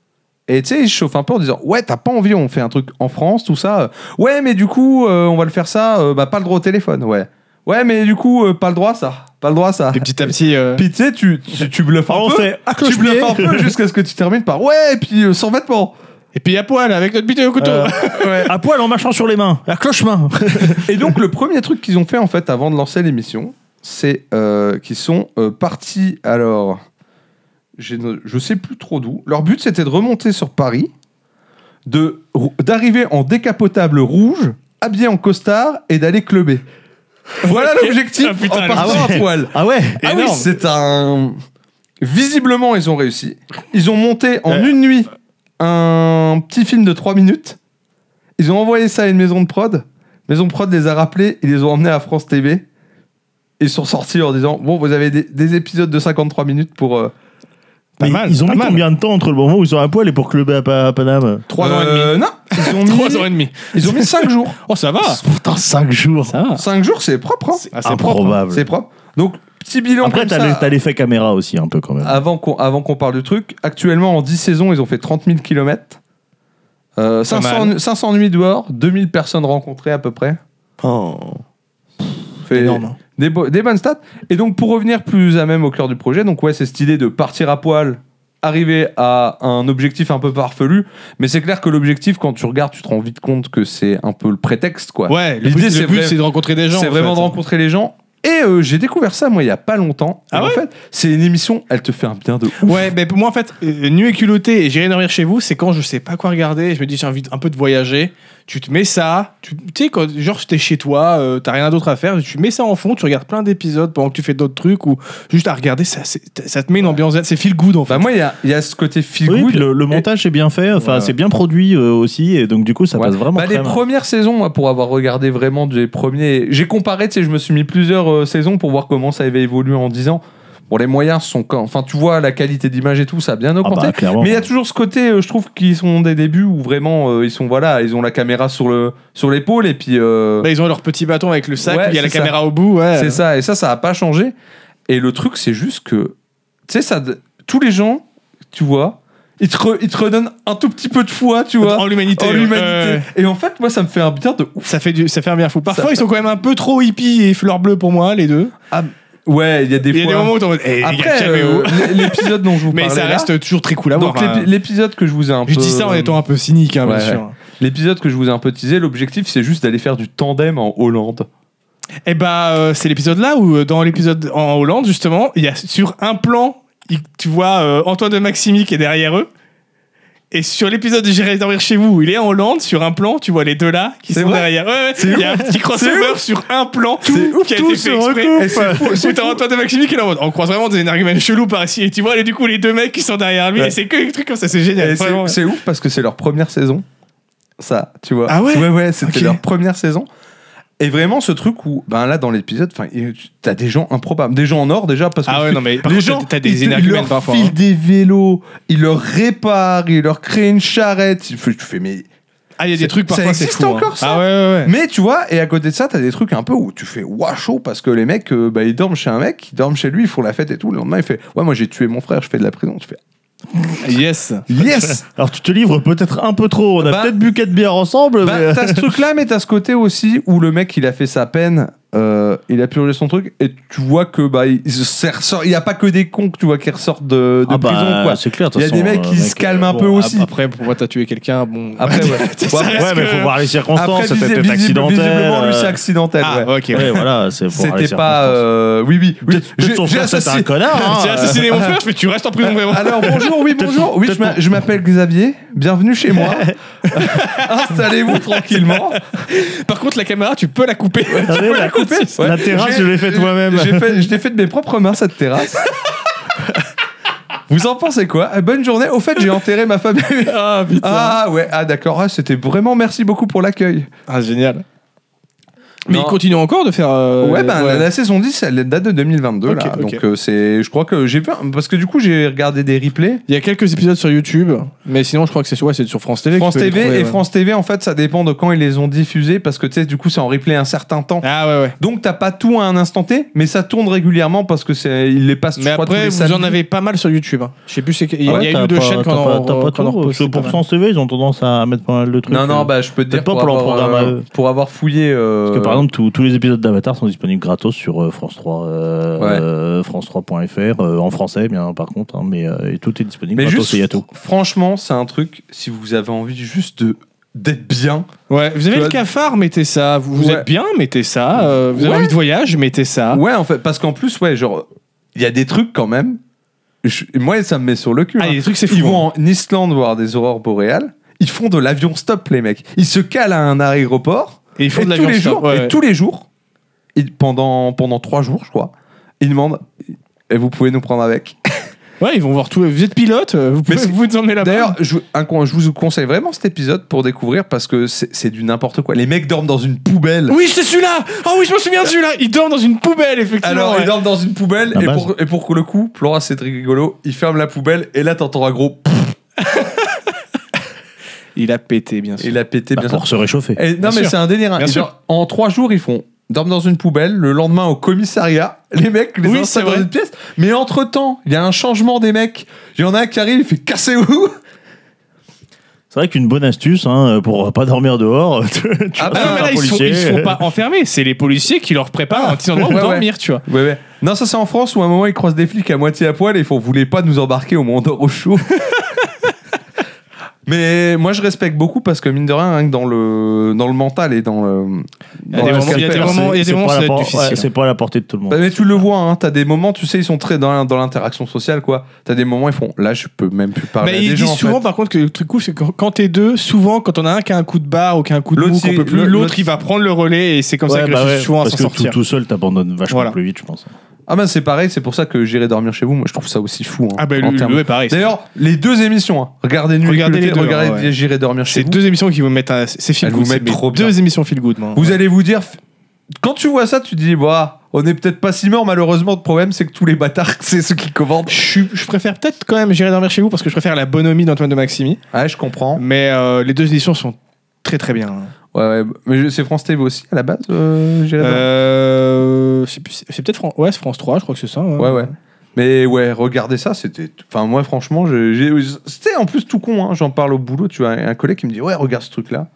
Speaker 2: Et tu sais, ils se chauffent un peu en disant Ouais, t'as pas envie, on fait un truc en France, tout ça. Euh, Ouais, mais du coup, euh, on va le faire ça. euh, bah, pas le droit au téléphone, ouais. Ouais, mais du coup, euh, pas le droit à ça. Pas le droit à ça.
Speaker 1: Des petits à petits. euh,
Speaker 2: Puis tu sais, tu, tu, tu bluffes un
Speaker 3: Ah, on
Speaker 2: peu.
Speaker 3: fait à
Speaker 2: tu
Speaker 3: cloche-pied.
Speaker 2: bluffes un peu jusqu'à ce que tu termines par Ouais, et puis euh, sans vêtements.
Speaker 1: Et puis à poil avec notre bite au couteau.
Speaker 3: Euh,
Speaker 2: Ouais.
Speaker 3: à poil en marchant sur les mains, à cloche-main.
Speaker 2: Et donc, le premier truc qu'ils ont fait, en fait, avant de lancer l'émission, c'est euh, qu'ils sont euh, partis, alors, j'ai no- je sais plus trop d'où. Leur but, c'était de remonter sur Paris, de rou- d'arriver en décapotable rouge, habillé en costard, et d'aller clubber. Voilà l'objectif
Speaker 1: Ah, putain,
Speaker 2: en
Speaker 1: la
Speaker 2: partant
Speaker 3: vache.
Speaker 2: à poil.
Speaker 3: Ah ouais
Speaker 2: Ah oui,
Speaker 1: Énorme.
Speaker 2: c'est un... Visiblement, ils ont réussi. Ils ont monté
Speaker 1: Euh,
Speaker 2: en
Speaker 3: Ouais.
Speaker 2: une nuit un petit film de 3 minutes. Ils ont envoyé ça à une maison de prod. Maison de prod les a rappelés, ils les ont emmenés à France TV. Ils sont sortis en disant Bon, vous avez des, des épisodes de 53 minutes pour. euh,
Speaker 1: Pas
Speaker 3: Mais
Speaker 1: mal,
Speaker 3: Ils ont
Speaker 1: pas
Speaker 3: mis
Speaker 1: mal.
Speaker 3: combien de temps entre le moment où ils sont à poil et pour clubber à, Pa- à Paname
Speaker 1: Trois ans et
Speaker 2: euh, Non, ils ont,
Speaker 1: Trois
Speaker 2: mis,
Speaker 1: ans et demi.
Speaker 2: ils ont mis 5 jours.
Speaker 1: Oh, ça
Speaker 2: Ah.
Speaker 1: va.
Speaker 3: Putain, 5 jours.
Speaker 1: Ça va.
Speaker 2: 5 jours, c'est propre. hein.
Speaker 1: Ah, c'est propre.
Speaker 3: Improbable.
Speaker 2: C'est propre. Donc, petit bilan
Speaker 3: Après,
Speaker 2: comme
Speaker 3: t'as
Speaker 2: ça. Ah.
Speaker 3: les- t'as l'effet caméra aussi, un peu quand même.
Speaker 2: avant qu'on avant qu'on parle du truc, actuellement en 10 saisons, ils ont fait 30 000 km. Euh,
Speaker 1: Pas
Speaker 2: 500, 500 nuits dehors, 2000 personnes rencontrées à peu près. Fait
Speaker 1: Énorme.
Speaker 2: Des, bo- des bonnes stats. Et donc pour revenir plus à même au cœur du projet, donc ouais, c'est cette idée de partir à poil, arriver à un objectif un peu farfelu, mais c'est clair que l'objectif, quand tu regardes, tu te rends vite compte que c'est un peu le prétexte quoi.
Speaker 1: Ouais, le
Speaker 2: L'idée,
Speaker 1: but,
Speaker 2: c'est
Speaker 1: le but,
Speaker 2: vrai-
Speaker 1: c'est de rencontrer des gens.
Speaker 2: c'est
Speaker 1: en
Speaker 2: vraiment de
Speaker 1: fait.
Speaker 2: rencontrer les gens Et euh, j'ai découvert ça, moi, il y a pas longtemps. Et en fait, c'est une émission, elle te fait un bien de ouf.
Speaker 1: Ah Ouais, mais pour moi en fait, euh, nu et culotté et j'irai dormir chez vous, c'est quand je sais pas quoi regarder, je me dis j'ai envie de- un peu de voyager, tu te mets ça, tu tu sais, quand genre t'es chez toi, euh, t'as rien d'autre à faire, tu mets ça en fond, tu regardes plein d'épisodes pendant que tu fais d'autres trucs ou juste à regarder, ça, c'est- ça te met une ambiance, c'est feel good en fait.
Speaker 2: Bah, moi, il y a, il y a ce côté feel
Speaker 3: Oui,
Speaker 2: good.
Speaker 3: puis le, le montage est bien fait, enfin
Speaker 2: Ouais.
Speaker 3: c'est bien produit euh, aussi, et donc du coup ça
Speaker 2: Ouais.
Speaker 3: passe vraiment
Speaker 2: Bah,
Speaker 3: très
Speaker 2: les
Speaker 3: bien.
Speaker 2: premières saisons, moi, pour avoir regardé vraiment des premiers. J'ai comparé, tu sais, je me suis mis plusieurs euh, saisons pour voir comment ça avait évolué en 10 ans. Bon, les moyens sont quand. Enfin, tu vois, la qualité d'image et tout, ça a bien
Speaker 3: Ah
Speaker 2: augmenté.
Speaker 3: bah, clairement.
Speaker 2: Mais il y a toujours ce côté, euh, je trouve, qu'ils sont des débuts où vraiment euh, ils sont voilà, ils ont la caméra sur le sur l'épaule et puis euh,
Speaker 1: Bah, ils ont leur petit bâton avec le sac,
Speaker 2: Ouais,
Speaker 1: où il y a la
Speaker 2: c'est ça.
Speaker 1: caméra au bout,
Speaker 3: euh,
Speaker 1: ouais.
Speaker 2: c'est ça et ça ça a pas changé. Et le truc c'est juste que tu sais ça tous les gens tu vois ils te, re- ils te redonnent un tout petit peu de foi tu vois
Speaker 1: En l'humanité.
Speaker 2: hein. en
Speaker 1: ouais.
Speaker 2: l'humanité.
Speaker 1: Euh,
Speaker 2: Et en fait moi ça me fait un bien de ouf.
Speaker 1: ça fait, du, ça fait un bien fou. Parfois,
Speaker 2: Ça-
Speaker 1: ils sont quand même un peu trop hippies et fleurs bleues pour moi, les deux.
Speaker 2: Ouais il y a des
Speaker 1: Il y a
Speaker 2: fois. hein.
Speaker 1: des moments où t'es en mode, eh, les gars,
Speaker 2: Après
Speaker 1: caméo.
Speaker 2: euh, l'é- l'épisode dont je vous
Speaker 1: mais
Speaker 2: parlais
Speaker 1: ça
Speaker 2: là,
Speaker 1: reste toujours très cool à voir.
Speaker 2: donc l'épi-
Speaker 1: hein.
Speaker 2: l'épisode que je vous ai un peu
Speaker 1: Je dis ça en étant un peu cynique, hein,
Speaker 2: Ouais,
Speaker 1: bien
Speaker 2: ouais.
Speaker 1: sûr.
Speaker 2: l'épisode que je vous ai un peu teasé l'objectif c'est juste d'aller faire du tandem en Hollande.
Speaker 1: Eh bah, euh, c'est l'épisode là où, euh, dans l'épisode en Hollande, justement, il y a sur un plan, il- tu vois euh, Antoine de Maximi qui est derrière eux. Et sur l'épisode de J'irai dormir chez vous, où il est en Hollande, sur un plan, tu vois les deux là qui
Speaker 2: C'est
Speaker 1: sont
Speaker 2: vrai
Speaker 1: derrière. Ouais, ouais, il y a un petit crossover sur un plan
Speaker 2: C'est
Speaker 1: qui a été fait exprès.
Speaker 2: Eh, c'est fou,
Speaker 1: Où t'as Antoine de Maximi qui est là en mode, on croise vraiment des énergumènes chelous par ici. Et tu vois, et du coup, les deux mecs qui sont derrière lui,
Speaker 2: Ouais.
Speaker 1: et c'est que des trucs comme ça, c'est
Speaker 2: Et
Speaker 1: génial.
Speaker 2: c'est-
Speaker 1: vraiment.
Speaker 2: C'est ouf parce que c'est leur première saison. Ça, tu vois.
Speaker 1: Ah ouais
Speaker 2: Ouais, ouais, c'était
Speaker 1: Ok.
Speaker 2: leur première saison. Et vraiment, ce truc où, ben là, dans l'épisode, enfin, il- t'as des gens improbables. Des gens en or, déjà, parce que.
Speaker 1: Ah ouais, non, mais par
Speaker 2: les
Speaker 1: contre,
Speaker 2: gens,
Speaker 1: t'as- t'as
Speaker 2: ils-
Speaker 1: des
Speaker 2: ils
Speaker 1: énergumènes
Speaker 2: leur
Speaker 1: parfois. hein.
Speaker 2: filent des vélos, ils leur réparent, ils leur créent une charrette. Tu fais, tu fais, mais.
Speaker 1: Ah, il y a
Speaker 2: C'est-
Speaker 1: des trucs
Speaker 2: ça
Speaker 1: parfois, c'est
Speaker 2: existe
Speaker 1: fou. hein.
Speaker 2: encore, ça
Speaker 1: Ah ouais, ouais, ouais.
Speaker 2: Mais tu vois, et à côté de ça, t'as des trucs un peu où tu fais waouh chaud parce que les mecs, euh, bah, ils dorment chez un mec, ils dorment chez lui, ils font la fête et tout. Le lendemain, il fait Ouais, moi j'ai tué mon frère, je fais de la prison. Tu fais
Speaker 1: Yes.
Speaker 2: Yes
Speaker 3: Alors tu te livres peut-être un peu trop, on a
Speaker 2: Bah-
Speaker 3: peut-être bu 4 bières ensemble, mais,
Speaker 2: Bah,
Speaker 3: euh,
Speaker 2: t'as ce truc-là, mais t'as ce côté aussi où le mec, il a fait sa peine, euh, il a purgé son truc, et tu vois que bah, il, ça ressort- il y a pas que des cons que tu vois qui ressortent de, de
Speaker 3: ah bah,
Speaker 2: prison, quoi.
Speaker 3: c'est clair. de
Speaker 2: Il y a
Speaker 3: toute
Speaker 2: des
Speaker 3: façon,
Speaker 2: mecs
Speaker 3: euh,
Speaker 2: qui se calment un peu aussi.
Speaker 1: Après, pourquoi t'as tué quelqu'un Bon.
Speaker 2: Après, ouais. Bon, après,
Speaker 1: reste
Speaker 3: Ouais, mais
Speaker 1: que-
Speaker 3: faut voir les circonstances,
Speaker 2: après,
Speaker 3: c'était
Speaker 2: visi-
Speaker 3: peut-être
Speaker 2: visible-
Speaker 3: accidentel.
Speaker 2: visiblement, lui,
Speaker 3: euh,
Speaker 2: c'est accidentel.
Speaker 1: Ah,
Speaker 2: ouais.
Speaker 1: ok.
Speaker 3: Ouais, voilà, c'est faut voir les
Speaker 2: C'était pas.
Speaker 3: circonstances.
Speaker 2: euh, oui, oui. oui.
Speaker 3: Peut-être peut-être
Speaker 2: J'ai-
Speaker 3: son
Speaker 2: j'ai
Speaker 3: frère, c'était un
Speaker 2: associé- Ah,
Speaker 3: connard.
Speaker 1: J'ai
Speaker 3: hein,
Speaker 1: assassiné mon frère, mais tu restes en prison vraiment.
Speaker 2: Alors bonjour, oui bonjour, oui je m'a- je m'appelle Xavier, bienvenue chez moi. Installez-vous tranquillement.
Speaker 1: Par contre, la caméra, tu peux la couper.
Speaker 3: euh. Allez, la-
Speaker 2: Ouais.
Speaker 3: La terrasse,
Speaker 2: J'ai-
Speaker 3: je l'ai faite moi-même.
Speaker 2: J'ai fait, je l'ai fait de mes propres mains, cette terrasse. Vous en pensez quoi Eh, Bonne journée. Au fait, j'ai enterré ma famille.
Speaker 1: Ah putain. Ah,
Speaker 2: Ah ouais, ah d'accord. Ah, c'était vraiment merci beaucoup pour l'accueil.
Speaker 1: génial.
Speaker 2: ah,
Speaker 1: Mais
Speaker 2: Non.
Speaker 1: ils continuent encore de faire. euh,
Speaker 2: ouais, ben la saison 10, elle date de 2022 là.
Speaker 1: Ok, ok.
Speaker 2: Donc euh, c'est, je crois que j'ai vu, parce que du coup j'ai regardé des replays.
Speaker 1: Il y a quelques épisodes sur YouTube, mais sinon, je crois que c'est sur, ouais, c'est sur France TV. que
Speaker 2: France
Speaker 1: tu peux les
Speaker 2: TV
Speaker 1: trouver,
Speaker 2: et
Speaker 1: ouais.
Speaker 2: France TV, en fait, ça dépend de quand ils les ont diffusés, parce que tu sais, du coup, c'est en replay un certain temps.
Speaker 1: Ah ouais, ouais.
Speaker 2: Donc t'as pas tout à un instant T, mais ça tourne régulièrement parce que c'est, ils les passent. je
Speaker 1: Mais
Speaker 2: crois, tous
Speaker 1: après,
Speaker 2: les
Speaker 1: vous en
Speaker 2: samedis.
Speaker 1: avez pas mal sur YouTube. hein. Je sais plus, c'est qu'il y
Speaker 3: Ah
Speaker 1: a
Speaker 3: ouais,
Speaker 1: il y a
Speaker 3: t'as
Speaker 1: une ou deux
Speaker 3: pas-
Speaker 1: chaînes
Speaker 3: t'as
Speaker 1: qu'on
Speaker 3: pas-
Speaker 1: en
Speaker 3: t'as pas
Speaker 1: qu'on en
Speaker 3: tout,
Speaker 1: repose,
Speaker 3: parce que
Speaker 1: c'est pas
Speaker 3: Pour
Speaker 1: mal.
Speaker 3: France TV, ils ont tendance à mettre pas mal de trucs.
Speaker 2: Non,
Speaker 3: euh,
Speaker 2: non, bah, je peux te
Speaker 3: peut-être
Speaker 2: dire pour,
Speaker 3: pas pour leur
Speaker 2: avoir,
Speaker 3: programme à
Speaker 2: euh,
Speaker 3: eux.
Speaker 2: pour avoir fouillé. euh,
Speaker 3: Parce que par exemple, tous- tous les épisodes d'Avatar sont disponibles gratos sur euh, France 3, euh,
Speaker 2: Ouais.
Speaker 3: euh, France3.fr, euh, en français bien par contre, hein, mais euh, et tout est disponible
Speaker 2: mais
Speaker 3: gratos
Speaker 2: juste,
Speaker 3: et il y a tout.
Speaker 2: franchement, c'est un truc, si vous avez envie juste de d'être bien,
Speaker 1: Ouais, vous
Speaker 2: Tu
Speaker 1: avez le
Speaker 2: vois-
Speaker 1: cafard, mettez ça. Vous, vous
Speaker 2: Ouais.
Speaker 1: êtes bien, mettez ça. Euh, vous avez
Speaker 2: Ouais.
Speaker 1: envie de voyage, mettez ça.
Speaker 2: ouais, en fait, parce qu'en plus, ouais, genre, il y a des trucs quand même. je- moi, ça me met sur le cul.
Speaker 1: Ah,
Speaker 2: hein.
Speaker 1: il y a des trucs, c'est fou.
Speaker 2: Ils
Speaker 1: hein.
Speaker 2: vont en Islande voir des aurores boréales. Ils font de l'avion stop, les mecs. Ils se calent à un aéroport.
Speaker 1: Et ils font
Speaker 2: et
Speaker 1: de la
Speaker 2: tous les
Speaker 1: viande
Speaker 2: jours,
Speaker 1: stop, ouais,
Speaker 2: et
Speaker 1: ouais.
Speaker 2: tous les jours, ils- pendant pendant trois jours, je crois, ils demandent. Et vous pouvez nous prendre avec.
Speaker 1: Ouais, ils vont voir tout. Vous êtes pilote, euh, vous pouvez
Speaker 2: c'est-
Speaker 1: vous emmener là-bas.
Speaker 2: D'ailleurs, je, un con- je vous conseille vraiment cet épisode pour découvrir parce que c'est c'est du n'importe quoi. Les mecs dorment dans une poubelle.
Speaker 1: oui, c'est celui-là. Oh oui, je me souviens de celui-là. Il dort dans une poubelle, effectivement.
Speaker 2: Ah. Alors,
Speaker 1: ouais.
Speaker 2: ils dorment dans une poubelle
Speaker 3: La
Speaker 2: et
Speaker 3: base.
Speaker 2: pour, et pour le coup, Flora, c'est très rigolo. Il ferme la poubelle et là, t'entends un gros.
Speaker 3: Bah,
Speaker 2: pfff,
Speaker 1: Il a pété, bien Eh. sûr.
Speaker 2: Il a pété
Speaker 3: Bah,
Speaker 2: bien
Speaker 3: pour se réchauffer.
Speaker 2: sûr. Et non,
Speaker 1: Bien
Speaker 2: mais
Speaker 1: sûr.
Speaker 2: c'est un délire. hein.
Speaker 1: Bien
Speaker 2: Ils
Speaker 1: sûr.
Speaker 2: dorment- En trois jours, ils font dorment dans une poubelle. Le lendemain, au commissariat, les mecs les
Speaker 1: Oui,
Speaker 2: installent
Speaker 1: c'est
Speaker 2: dans
Speaker 1: vrai.
Speaker 2: une pièce. Mais entre temps, il y a un changement des mecs. Il y en a un qui arrive, il fait casser où
Speaker 3: C'est vrai qu'une bonne astuce hein, pour pas dormir dehors. tu
Speaker 2: Ah
Speaker 3: vois,
Speaker 2: bah
Speaker 1: Ah non, mais
Speaker 3: c'est un
Speaker 1: là, ils, sont,
Speaker 3: policier.
Speaker 1: ils se font pas enfermer. C'est les policiers qui leur préparent un petit endroit où
Speaker 2: Ah. Ouais, ouais.
Speaker 1: dormir, tu vois.
Speaker 2: Ouais, ouais. Non, ça c'est en France où à un moment ils croisent des flics à moitié à poil et ils font voulez pas nous embarquer au monde au chaud. Mais moi, je respecte beaucoup parce que mine de rien, rien que dans le, dans le mental et dans le.
Speaker 1: y a
Speaker 2: dans
Speaker 1: des
Speaker 2: le
Speaker 1: moments- il y a des
Speaker 2: scalpel,
Speaker 1: moments- il y a des
Speaker 3: C'est
Speaker 1: moments où
Speaker 3: pas à
Speaker 1: ça va
Speaker 3: la
Speaker 1: être
Speaker 3: por-
Speaker 1: difficile. hein.
Speaker 3: ouais, c'est pas à la portée de tout le monde.
Speaker 2: Bah, mais tu le vois, hein, t'as des moments, tu sais, ils sont très dans, dans l'interaction sociale, quoi. T'as des moments, ils font là, je peux même plus parler
Speaker 1: Mais
Speaker 2: à
Speaker 1: ils
Speaker 2: des gens.
Speaker 1: disent
Speaker 2: en fait.
Speaker 1: souvent, par contre, que le truc cool, c'est que quand t'es deux, souvent, quand on a un qui a un coup de barre ou qui a un coup de
Speaker 2: L'autre,
Speaker 1: mou, qu'on
Speaker 2: il-
Speaker 1: peut plus,
Speaker 2: l'autre-
Speaker 1: l'autre, il va prendre le relais et c'est comme ça
Speaker 3: Ouais,
Speaker 1: qu'il
Speaker 3: bah
Speaker 1: réussit
Speaker 3: ouais,
Speaker 1: souvent à
Speaker 3: parce
Speaker 1: s'en
Speaker 3: que tout,
Speaker 1: sortir.
Speaker 3: tout seul, t'abandonnes vachement
Speaker 1: Voilà.
Speaker 3: plus vite, je pense.
Speaker 2: Ah ben c'est pareil, c'est pour ça que j'irai dormir chez vous. Moi, je trouve ça aussi fou. hein,
Speaker 1: Ah, bah,
Speaker 2: en
Speaker 1: le,
Speaker 2: termes-
Speaker 1: le- ouais, pareil.
Speaker 2: D'ailleurs, les deux émissions, hein, regardez Nuit et
Speaker 1: Regardez les
Speaker 2: Culotté,
Speaker 1: deux,
Speaker 2: regardez
Speaker 1: ouais.
Speaker 2: J'irai dormir chez
Speaker 1: c'est
Speaker 2: vous.
Speaker 1: deux émissions qui vont mettre un. C'est feel
Speaker 2: Elles vous
Speaker 1: good. C'est
Speaker 2: mettent
Speaker 1: mes
Speaker 2: trop bien.
Speaker 1: deux émissions feel good, moi.
Speaker 2: Vous allez vous dire, quand tu vois ça, tu te dis, bah, on est peut-être pas si mort, malheureusement, le problème, c'est que tous les bâtards, c'est ceux qui commandent.
Speaker 1: Je, suis- je préfère peut-être quand même j'irai dormir chez vous parce que je préfère la bonhomie d'Antoine de Maximi.
Speaker 2: Ouais, je comprends.
Speaker 1: Mais euh, les deux éditions sont très très bien.
Speaker 2: Ouais, ouais, mais je- c'est France TV aussi, à la base, euh, J'irai dormir.
Speaker 1: Euh, c'est plus- c'est peut-être Fran- ouais, c'est France 3, je crois que c'est ça. hein.
Speaker 2: Ouais, ouais. Mais ouais, regardez ça, c'était. Enfin, moi, franchement, j'ai- j'ai- c'était en plus tout con, hein, j'en parle au boulot, tu vois. Un collègue qui me dit, ouais, regarde ce truc-là.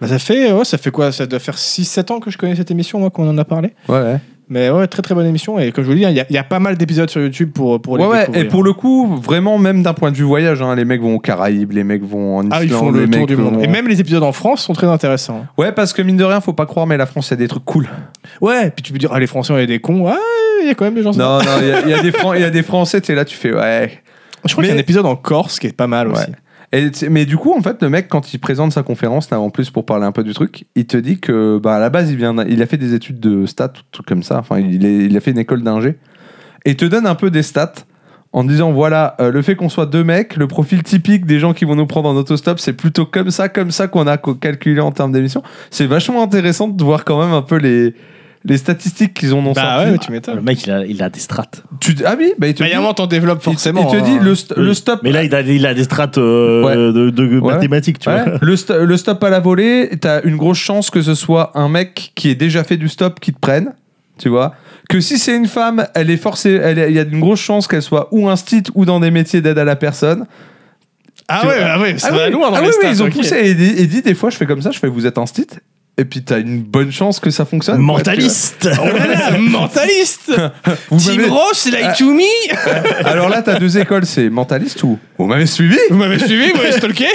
Speaker 1: Bah, ça, fait, ouais, ça fait quoi Ça doit faire 6-7 ans que je connais cette émission, moi, qu'on en a parlé.
Speaker 2: Ouais, ouais.
Speaker 1: Mais ouais, très très bonne émission. Et comme je vous le dis, hein, il y a- il y, a pas mal d'épisodes sur YouTube pour, pour les
Speaker 2: Ouais, ouais,
Speaker 1: découvrir.
Speaker 2: et pour le coup, vraiment, même d'un point de vue voyage, hein, les mecs vont aux Caraïbes, les mecs vont en Islande,
Speaker 1: Ah, ils font le
Speaker 2: les
Speaker 1: tour
Speaker 2: mecs
Speaker 1: du monde.
Speaker 2: vont-
Speaker 1: Et même les épisodes en France sont très intéressants.
Speaker 2: Ouais, parce que mine de rien, faut pas croire, mais la France, il y a des trucs cool.
Speaker 1: Ouais, puis tu peux dire, ah, les Français, on est des cons. Ah, il y a quand même des gens. sympas.
Speaker 2: Non, non, il y a- il y, a des Fran- il y a des Français, t'es là, tu fais, ouais.
Speaker 1: Je crois
Speaker 2: Mais-
Speaker 1: qu'il y a un épisode en Corse qui est pas mal
Speaker 2: Ouais.
Speaker 1: aussi.
Speaker 2: Et t- mais du coup, en fait, le mec, quand il présente sa conférence, là, en plus, pour parler un peu du truc, il te dit que, bah, à la base, il, vient, d'un- il a fait des études de stats, tout truc comme ça. Enfin, il, est- il a fait une école d'ingé. Et il te donne un peu des stats en disant, voilà, euh, le fait qu'on soit deux mecs, le profil typique des gens qui vont nous prendre en autostop, c'est plutôt comme ça, comme ça qu'on a co- calculé en termes d'émissions. C'est vachement intéressant de voir quand même un peu les, les statistiques qu'ils en ont
Speaker 1: Bah
Speaker 2: sorties.
Speaker 1: ouais, tu m'étonnes.
Speaker 3: Le mec, il a, il a des strates.
Speaker 2: Tu dis- ah oui, bah, il te
Speaker 1: Bah, il y a un
Speaker 2: dit,
Speaker 1: moment, t'en développes
Speaker 2: il-
Speaker 1: forcément.
Speaker 2: il te dit
Speaker 1: hein.
Speaker 2: le, st- le stop
Speaker 3: Mais là, il a, il a des strates euh,
Speaker 2: Ouais.
Speaker 3: de, de
Speaker 2: Ouais.
Speaker 3: mathématiques, tu
Speaker 2: Ouais,
Speaker 3: vois.
Speaker 2: le, sto- le stop à la volée, t'as une grosse chance que ce soit un mec qui ait déjà fait du stop qui te prenne, tu vois. Que si c'est une femme, elle est forcée, elle est- il y a une grosse chance qu'elle soit ou instite ou dans des métiers d'aide à la personne.
Speaker 1: Ah
Speaker 2: tu
Speaker 1: ouais,
Speaker 2: vois.
Speaker 1: ah ouais, ça
Speaker 2: ah
Speaker 1: va
Speaker 2: oui,
Speaker 1: loin dans
Speaker 2: ah
Speaker 1: les
Speaker 2: oui, oui,
Speaker 1: stats,
Speaker 2: ils ont
Speaker 1: ok.
Speaker 2: poussé et dit, et dit, des fois je fais comme ça, je fais vous êtes instite et puis t'as une bonne chance que ça fonctionne. quoi, tu vois.
Speaker 3: Mentaliste
Speaker 1: Oh là là, mentaliste
Speaker 2: Vous
Speaker 1: Tim
Speaker 2: m'avez-
Speaker 1: Ross,
Speaker 2: Ah.
Speaker 1: like to me
Speaker 2: Alors là t'as deux écoles, c'est mentaliste ou vous m'avez suivi
Speaker 1: Vous m'avez suivi, vous m'avez stalké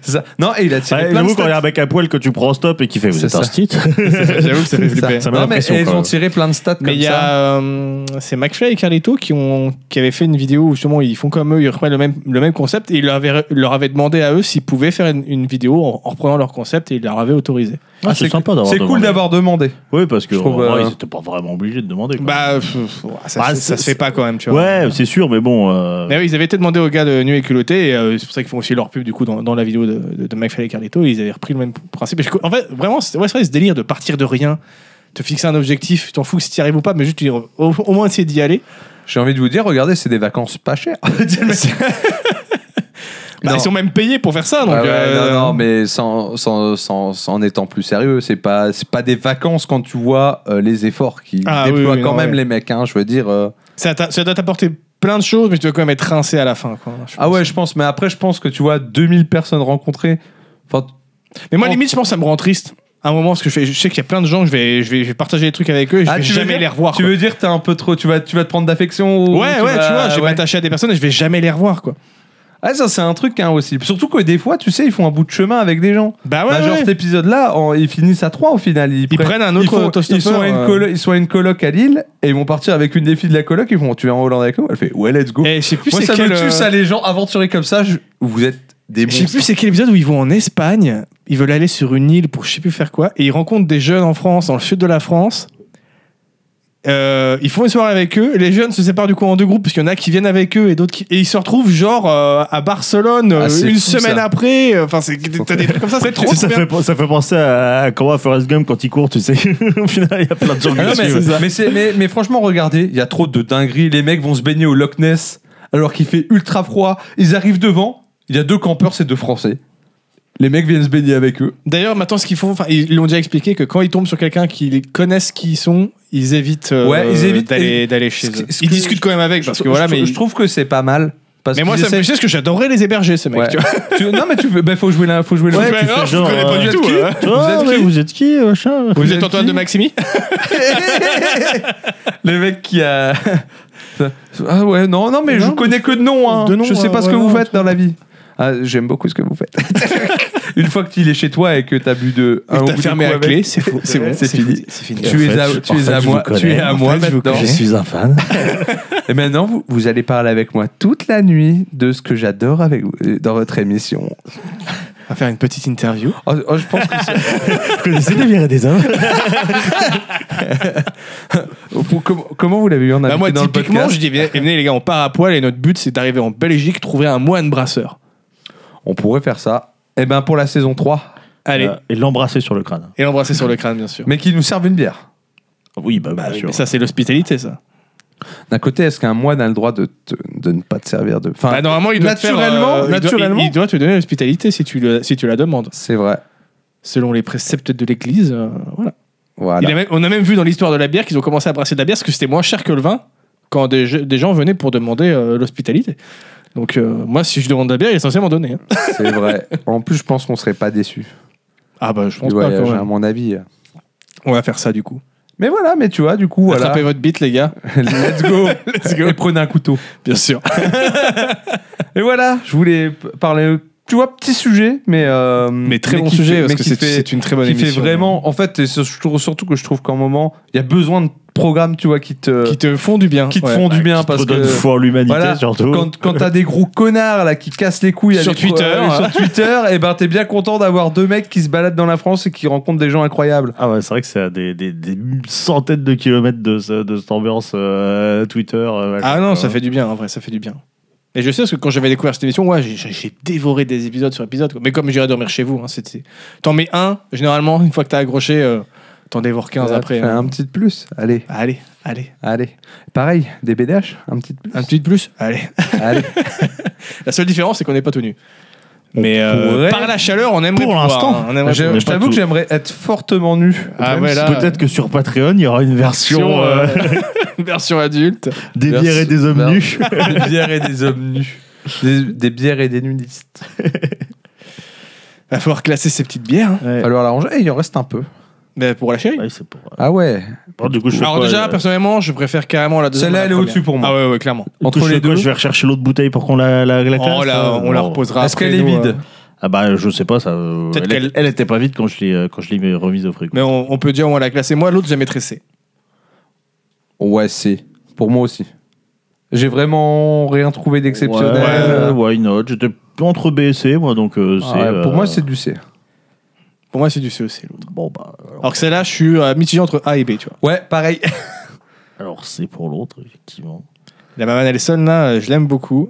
Speaker 2: C'est ça. Non et il a tiré
Speaker 3: Ouais,
Speaker 2: plein de
Speaker 3: J'avoue quand
Speaker 2: stats.
Speaker 3: il y a un mec à poil que tu prends en stop et qui fait
Speaker 2: C'est
Speaker 3: Vous êtes
Speaker 2: ça.
Speaker 3: un stit
Speaker 1: J'avoue que ça fait flipper.
Speaker 3: Ça m'a
Speaker 2: Non, mais
Speaker 3: l'impression,
Speaker 2: ils
Speaker 3: quand
Speaker 2: ont
Speaker 3: même.
Speaker 2: tiré plein de stats comme
Speaker 1: Mais il y
Speaker 2: ça.
Speaker 1: a. euh, c'est McFly et Carlito qui, ont, qui avaient fait une vidéo où justement ils font comme eux, ils reprennent le même, le même concept et ils leur avaient, leur avaient demandé à eux s'ils pouvaient faire une, une vidéo en, en reprenant leur concept et ils leur avaient autorisé.
Speaker 3: Ah, c'est sympa d'avoir
Speaker 2: C'est cool
Speaker 3: demandé.
Speaker 2: d'avoir demandé.
Speaker 3: Oui, parce que
Speaker 2: Je trouve,
Speaker 3: en vrai,
Speaker 2: euh,
Speaker 3: ils étaient pas vraiment obligés de demander. quoi.
Speaker 1: Bah, pff, pff, ça,
Speaker 3: Bah,
Speaker 1: se- ça
Speaker 3: c'est-
Speaker 1: se fait pas quand même, tu vois.
Speaker 3: ouais, c'est sûr, mais bon. euh,
Speaker 1: Mais oui, ils avaient été demandés aux gars de Nu et Culotté, et euh, c'est pour ça qu'ils font aussi leur pub du coup dans, dans la vidéo de, de, de McFly et Carlito, et ils avaient repris le même principe. Et je co- en fait, vraiment, c'est ouais, c'est vrai, ce délire de partir de rien, te fixer un objectif, tu t'en fous si t'y arrives ou pas, mais juste tu dis, au, au moins essayer d'y aller.
Speaker 2: J'ai envie de vous dire, regardez, c'est des vacances pas chères.
Speaker 1: Bah,
Speaker 2: Non. Ah
Speaker 1: ils sont même payés pour faire ça, donc.
Speaker 2: Ouais, ouais,
Speaker 1: euh,
Speaker 2: non, non, mais sans, sans, sans, sans- en étant plus sérieux, c'est pas, c'est pas des vacances quand tu vois euh, les efforts qui
Speaker 1: Ah, oui,
Speaker 2: déploient
Speaker 1: oui,
Speaker 2: quand
Speaker 1: non,
Speaker 2: même
Speaker 1: ouais.
Speaker 2: les mecs. hein, je veux dire. euh.
Speaker 1: Ça, t'a- ça doit t'apporter plein de choses, mais tu dois quand même être rincé à la fin. Quoi, je
Speaker 2: Ah
Speaker 1: pense.
Speaker 2: ouais, je pense. Mais après, je pense que tu vois 2000 personnes rencontrées. Enfin,
Speaker 1: Mais moi,
Speaker 2: Oh.
Speaker 1: limite, je pense que ça me rend triste. À un moment, parce que je, fais- je sais qu'il y a plein de gens, je vais, je vais, je vais partager des trucs avec eux, et je
Speaker 2: ah,
Speaker 1: vais
Speaker 2: tu veux
Speaker 1: jamais
Speaker 2: dire-
Speaker 1: les revoir.
Speaker 2: Tu
Speaker 1: quoi.
Speaker 2: veux dire, t'es un peu trop. Tu vas, tu vas te prendre d'affection. ou
Speaker 1: Ouais, ouais,
Speaker 2: vas-
Speaker 1: tu vois, je vais
Speaker 2: ouais.
Speaker 1: m'attacher à des personnes et je vais jamais les revoir, quoi.
Speaker 2: Ah, ça, c'est un truc hein, aussi. Surtout que des fois, tu sais, ils font un bout de chemin avec des gens.
Speaker 1: Bah ouais,
Speaker 2: Bah, genre
Speaker 1: ouais.
Speaker 2: cet épisode-là, en- ils finissent à 3 au final. Ils,
Speaker 1: Ils
Speaker 2: prennent-
Speaker 1: prennent un autre
Speaker 2: ils, font-
Speaker 1: autostoppeur,
Speaker 2: ils sont à une
Speaker 1: euh.
Speaker 2: colo- ils sont à une coloc à Lille et ils vont partir avec une des filles de la coloc. Ils font Tu es en Hollande avec nous Elle fait Ouais, let's go.
Speaker 1: Et je sais plus
Speaker 2: Moi,
Speaker 1: c'est
Speaker 2: ça
Speaker 1: quel,
Speaker 2: me tue,
Speaker 1: euh,
Speaker 2: ça, les gens aventurés comme ça. je- Vous êtes des
Speaker 1: Je sais
Speaker 2: monstres.
Speaker 1: plus c'est quel épisode où ils vont en Espagne, ils veulent aller sur une île pour je sais plus faire quoi, et ils rencontrent des jeunes en France, dans le sud de la France. Euh, ils font une soirée avec eux, les jeunes se séparent du coup en deux groupes, parce qu'il y en a qui viennent avec eux et d'autres qui. Et ils se retrouvent genre euh, à Barcelone euh,
Speaker 2: Ah, c'est
Speaker 1: une
Speaker 2: fou,
Speaker 1: semaine
Speaker 2: ça.
Speaker 1: après, euh, enfin c'est t'as des trucs comme ça, c'est trop
Speaker 3: ça,
Speaker 1: bien.
Speaker 3: fait, ça fait penser à, à comment à Forrest Gump quand il court, tu sais. Au final, il y a plein de gens
Speaker 2: Ah non,
Speaker 3: qui
Speaker 2: mais,
Speaker 3: suivent.
Speaker 2: mais c'est- mais- mais franchement, regardez, il y a trop de dingueries. Les mecs vont se baigner au Loch Ness alors qu'il fait ultra froid. Ils arrivent devant. Il y a deux campeurs, c'est deux Français. Les mecs viennent se baigner avec eux.
Speaker 1: D'ailleurs, maintenant ce qu'ils font, enfin, ils l'ont déjà expliqué que quand ils tombent sur quelqu'un qui les connaissent qui ils sont, ils évitent, euh,
Speaker 2: Ouais, ils évitent.
Speaker 1: d'aller d'aller chez
Speaker 2: Ce qui-
Speaker 1: eux.
Speaker 2: ce
Speaker 1: Ils
Speaker 2: que-
Speaker 1: discutent quand même avec, parce que voilà,
Speaker 2: je,
Speaker 1: mais.
Speaker 2: je trouve que c'est pas mal. Parce
Speaker 1: Mais moi,
Speaker 2: qu'ils
Speaker 1: ça me
Speaker 2: essaient-
Speaker 1: fait parce que j'adorerais les héberger, ces mecs.
Speaker 2: Ouais.
Speaker 1: tu vois.
Speaker 2: Tu- non mais tu fais, bah, faut jouer là, faut jouer là.
Speaker 3: Ouais,
Speaker 1: Tu fais,
Speaker 3: tu fais
Speaker 1: oh, je
Speaker 3: genre,
Speaker 1: connais pas
Speaker 3: euh,
Speaker 1: du tout. hein.
Speaker 3: Ah, mais vous êtes qui, machin
Speaker 1: Vous,
Speaker 2: Vous
Speaker 1: êtes
Speaker 2: êtes
Speaker 1: Antoine
Speaker 2: qui
Speaker 1: de Maximi
Speaker 2: Le mec qui a. ah ouais, non, non, mais je
Speaker 1: Non,
Speaker 2: connais que de nom. Hein.
Speaker 1: de nom,
Speaker 2: je sais
Speaker 1: ouais,
Speaker 2: pas ce
Speaker 1: ouais,
Speaker 2: que vous
Speaker 1: non,
Speaker 2: faites dans la vie. Ah, J'aime beaucoup ce que vous faites. Une fois que tu es chez toi et que tu as bu de. un
Speaker 1: Et
Speaker 2: ou
Speaker 1: T'as
Speaker 2: deux
Speaker 1: fermé
Speaker 2: coups
Speaker 1: la
Speaker 2: avec,
Speaker 1: clé, c'est fou. C'est bon,
Speaker 2: c'est fini.
Speaker 1: C'est fini.
Speaker 2: Tu es à- tu es à moi- tu es à moi maintenant.
Speaker 3: Je suis un fan.
Speaker 2: Et maintenant, vous, vous allez parler avec moi toute la nuit de ce que j'adore avec vous- euh, dans votre émission.
Speaker 1: On va faire une petite interview.
Speaker 2: Oh, oh, je pense que c'est-
Speaker 3: Vous connaissez des bières et des hommes
Speaker 2: pour- comment, comment vous l'avez eu en
Speaker 1: Bah, moi,
Speaker 2: invité dans le
Speaker 1: typiquement,
Speaker 2: podcast
Speaker 1: je dis, viens- venez les gars, on part à poil et notre but, c'est d'arriver en Belgique, trouver un moine brasseur.
Speaker 2: On pourrait faire ça. Et ben pour la saison 3,
Speaker 1: Allez,
Speaker 3: Euh, Et l'embrasser sur le crâne.
Speaker 1: et l'embrasser sur le crâne, bien sûr.
Speaker 2: mais qui nous serve une bière.
Speaker 3: Oui, bah, bien
Speaker 1: Mais
Speaker 3: sûr.
Speaker 1: ça, c'est l'hospitalité, ça.
Speaker 2: D'un côté, est-ce qu'un moine a le droit de, te- de ne pas te servir de. Enfin,
Speaker 1: Bah, normalement, il doit te faire, euh,
Speaker 2: naturellement,
Speaker 1: il doit-
Speaker 2: naturellement.
Speaker 1: il, il doit te donner l'hospitalité si, tu le- si tu la demandes.
Speaker 2: c'est vrai.
Speaker 1: Selon les préceptes de l'église, euh, voilà. Il
Speaker 2: Voilà.
Speaker 1: a même- on a même vu dans l'histoire de la bière qu'ils ont commencé à brasser de la bière parce que c'était moins cher que le vin quand des, je- des gens venaient pour demander euh, l'hospitalité. Donc, euh, moi, si je demande de la bière, il est censé m'en donner. hein.
Speaker 2: C'est vrai. En plus, je pense qu'on serait pas déçus.
Speaker 1: Ah, bah, je pense
Speaker 2: du
Speaker 1: pas.
Speaker 2: voyage, hein.
Speaker 1: quand
Speaker 2: à
Speaker 1: même.
Speaker 2: mon avis.
Speaker 1: On va faire ça, du coup.
Speaker 2: Mais voilà, mais tu vois, du coup, voilà.
Speaker 1: Attrapez votre bite, les gars.
Speaker 2: Let's go. Et prenez un couteau.
Speaker 1: Bien sûr.
Speaker 2: Et voilà, je voulais p- parler. Tu vois, petit sujet, mais euh,
Speaker 1: Mais très bon
Speaker 2: qui
Speaker 1: sujet
Speaker 2: fait-
Speaker 1: parce
Speaker 2: mais
Speaker 1: que
Speaker 2: qui
Speaker 1: c'est
Speaker 2: fait-
Speaker 1: c'est une très bonne
Speaker 2: qui
Speaker 1: émission.
Speaker 2: fait vraiment. En fait, et sur- je trouve surtout que je trouve qu'en moment, il y a besoin de programmes, tu vois, qui te
Speaker 1: Euh, qui te font du bien.
Speaker 2: qui te
Speaker 1: Ouais.
Speaker 2: font du bien parce
Speaker 3: Parce donne
Speaker 2: que
Speaker 3: foi en l'humanité,
Speaker 2: voilà,
Speaker 3: surtout.
Speaker 2: quand, quand t'as des gros connards là qui cassent les couilles à
Speaker 1: Sur
Speaker 2: des pro-
Speaker 1: Twitter,
Speaker 2: euh, sur Twitter, et ben t'es bien content d'avoir deux mecs qui se baladent dans la France et qui rencontrent des gens incroyables.
Speaker 3: Ah ouais, c'est vrai que c'est à des, des- des centaines de kilomètres de, ce- de cette ambiance euh, Twitter. euh, machin,
Speaker 1: Ah non,
Speaker 3: quoi.
Speaker 1: ça fait du bien, en vrai, ça fait du bien. Et je sais parce que quand j'avais découvert cette émission, ouais, j'ai- j'ai j'ai dévoré des épisodes sur épisodes. quoi. Mais comme j'irai dormir chez vous, hein, c'était. T'en mets un, généralement, une fois que t'as accroché, euh, t'en dévores 15
Speaker 2: Là,
Speaker 1: après.
Speaker 2: Euh, fais
Speaker 1: hein.
Speaker 2: un petit de plus, allez,
Speaker 1: Allez, allez.
Speaker 2: allez. Pareil, des BDH, un petit de plus.
Speaker 1: Un petit de plus Allez.
Speaker 2: Allez.
Speaker 1: La seule différence, c'est qu'on n'est pas tenu. Mais euh,
Speaker 2: pourrait-
Speaker 1: par la chaleur, on aimerait
Speaker 3: Pour
Speaker 1: pouvoir,
Speaker 3: l'instant.
Speaker 1: hein, on aimerait
Speaker 2: Je,
Speaker 3: on
Speaker 1: pouvoir.
Speaker 3: est
Speaker 2: je
Speaker 3: pas
Speaker 2: t'avoue
Speaker 3: tout.
Speaker 2: que j'aimerais être fortement nu.
Speaker 1: Ah
Speaker 2: Même
Speaker 1: ouais,
Speaker 2: si-
Speaker 1: là,
Speaker 3: Peut-être que sur Patreon, il y aura une version
Speaker 1: euh,
Speaker 3: euh,
Speaker 1: version adulte.
Speaker 3: des
Speaker 2: vers-
Speaker 3: bières et des hommes
Speaker 2: vers-
Speaker 3: nus.
Speaker 2: des bières et des hommes nus. Des, des bières et des nudistes.
Speaker 1: Va falloir classer ces petites bières hein.
Speaker 3: Ouais.
Speaker 2: Alors la ranger, eh, il en reste un peu.
Speaker 1: Ben, pour la chérie.
Speaker 3: Ouais, c'est pour-
Speaker 2: Ah ouais.
Speaker 3: Alors, du coup, je fais
Speaker 1: Alors
Speaker 3: quoi,
Speaker 1: déjà,
Speaker 3: euh,
Speaker 1: personnellement, je préfère carrément la deuxième.
Speaker 2: Celle-là,
Speaker 1: à la
Speaker 2: elle est
Speaker 1: première.
Speaker 2: au-dessus pour moi.
Speaker 1: Ah ouais, ouais, clairement.
Speaker 3: entre les deux, je vais rechercher l'autre bouteille pour qu'on la, la, la classe,
Speaker 1: on la,
Speaker 3: euh,
Speaker 1: Oh, on la
Speaker 3: bon.
Speaker 1: reposera.
Speaker 2: Est-ce
Speaker 1: après,
Speaker 2: qu'elle est
Speaker 1: nous,
Speaker 2: vide
Speaker 1: euh,
Speaker 3: Ah bah je sais pas ça. euh,
Speaker 1: Peut-être
Speaker 3: Elle,
Speaker 1: qu'elle-
Speaker 3: elle était pas vide quand je l'ai euh, quand je l'ai remise au frigo.
Speaker 1: Mais on, on peut dire on va la classer. Moi, l'autre, j'ai mettrais C. euh,
Speaker 2: Ouais, c'est. Pour moi aussi. J'ai vraiment rien trouvé d'exceptionnel.
Speaker 3: Ouais, why not J'étais entre B et C moi donc euh,
Speaker 2: Ah
Speaker 3: c'est,
Speaker 2: ouais, pour
Speaker 3: euh,
Speaker 2: moi, c'est du C.
Speaker 1: Pour moi, c'est du C aussi, l'autre.
Speaker 3: bon bah alors,
Speaker 1: Alors que celle-là, je suis euh, mitigé entre A et B, tu vois.
Speaker 2: Ouais, pareil.
Speaker 3: alors c'est pour l'autre effectivement.
Speaker 1: La maman, elle est seule, là, euh, je l'aime beaucoup.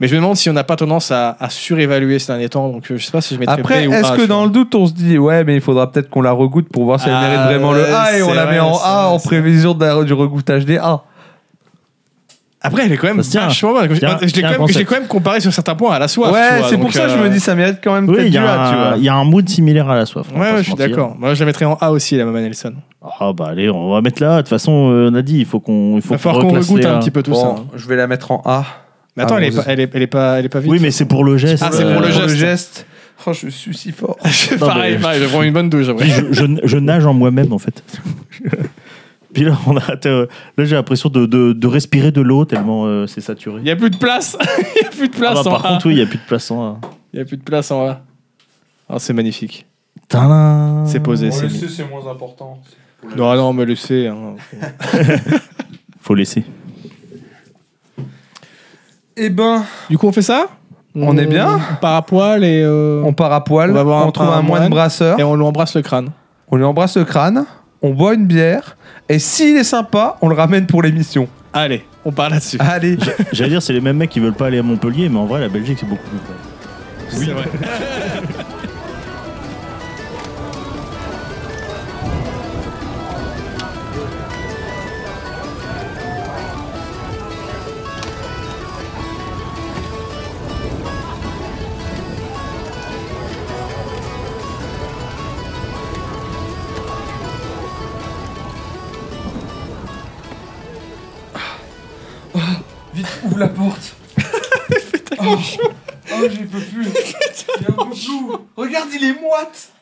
Speaker 1: Mais je me demande si on n'a pas tendance à, à surévaluer ces derniers temps. Donc, euh, je sais pas si je mettrais
Speaker 2: Après,
Speaker 1: B ou A.
Speaker 2: est-ce que dans le doute, on se dit, ouais, mais il faudra peut-être qu'on la regoute pour voir si elle
Speaker 1: Ah,
Speaker 2: mérite vraiment le A
Speaker 1: ouais,
Speaker 2: et on
Speaker 1: c'est
Speaker 2: la met
Speaker 1: vrai,
Speaker 2: en
Speaker 1: c'est
Speaker 2: A
Speaker 1: vrai,
Speaker 2: en
Speaker 1: c'est
Speaker 2: prévision de la- du regoutage des A.
Speaker 1: Après, elle est quand même
Speaker 3: Ça se tient.
Speaker 1: vachement bonne. Je-
Speaker 3: Tiens,
Speaker 1: Je l'ai
Speaker 3: tiens,
Speaker 1: quand, même-
Speaker 3: concept.
Speaker 1: je l'ai quand même comparé sur certains points à la soif. tu
Speaker 2: ouais,
Speaker 1: vois,
Speaker 2: c'est
Speaker 1: donc,
Speaker 2: pour ça que je
Speaker 1: euh,
Speaker 2: me dis, ça mérite quand même
Speaker 3: Oui,
Speaker 2: peut-être
Speaker 3: il
Speaker 2: du
Speaker 3: y,
Speaker 2: A, tu
Speaker 3: a un-
Speaker 2: vois.
Speaker 3: il y a un mood similaire à la soif. on va
Speaker 1: Ouais,
Speaker 3: pas
Speaker 1: ouais, je
Speaker 3: se
Speaker 1: suis
Speaker 3: mentir.
Speaker 1: d'accord. Moi, je la mettrais en A aussi, la maman Nelson.
Speaker 3: Ah bah allez, on va mettre là. De toute façon, euh, on a dit, il faut qu'on, il
Speaker 1: Il
Speaker 3: faut
Speaker 1: va falloir qu'on
Speaker 3: replace
Speaker 1: regoute
Speaker 3: les- euh,
Speaker 1: un petit peu tout ça.
Speaker 3: hein.
Speaker 2: Bon, je vais la mettre en A.
Speaker 1: Mais attends,
Speaker 2: Ah,
Speaker 1: elle, est
Speaker 2: bon,
Speaker 1: pas, elle, est, elle est pas, elle est pas vite.
Speaker 3: Oui, mais c'est pour le geste.
Speaker 1: Ah, c'est pour le
Speaker 3: euh,
Speaker 1: geste.
Speaker 2: Oh, je suis si fort.
Speaker 3: Non,
Speaker 1: pareil,
Speaker 3: mais-
Speaker 1: pareil, je prends une bonne douche après.
Speaker 3: Puis je, je- je nage en moi-même en fait. Puis là, on a, t'as, euh, là j'ai l'impression de, de- de respirer de l'eau tellement euh, c'est saturé.
Speaker 1: Il n'y a plus de place. Il n'y a plus de
Speaker 3: Ah
Speaker 1: place hein.
Speaker 3: bah,
Speaker 1: en
Speaker 3: par
Speaker 1: A.
Speaker 3: contre, oui, il n'y a plus de place hein. en A.
Speaker 1: Il n'y a plus de place en A. Ah, c'est magnifique.
Speaker 3: Tadam.
Speaker 1: C'est posé, c'est mis.
Speaker 2: c'est moins important.
Speaker 1: Non, non, mais le C. hein.
Speaker 3: Faut laisser.
Speaker 2: Eh ben,
Speaker 1: Du coup, on fait ça
Speaker 2: On est bien
Speaker 1: Par à poil et, euh,
Speaker 2: on part à poil,
Speaker 1: On
Speaker 2: on,
Speaker 1: va voir un-
Speaker 2: trouve
Speaker 1: un
Speaker 2: un, moine
Speaker 1: moine.
Speaker 2: brasseur,
Speaker 1: et on lui embrasse le crâne.
Speaker 2: on lui embrasse le crâne, on boit une bière, et s'il est sympa, on le ramène pour l'émission.
Speaker 1: Allez, on part là-dessus.
Speaker 3: Ah,
Speaker 2: Allez
Speaker 3: J'allais dire, c'est les mêmes mecs qui veulent pas aller à Montpellier, mais en vrai, la Belgique, c'est beaucoup plus près.
Speaker 1: c'est vrai.
Speaker 2: Vite, ouvre la porte Oh, oh, j'y peux plus Il est un peu flou Regarde, il est moite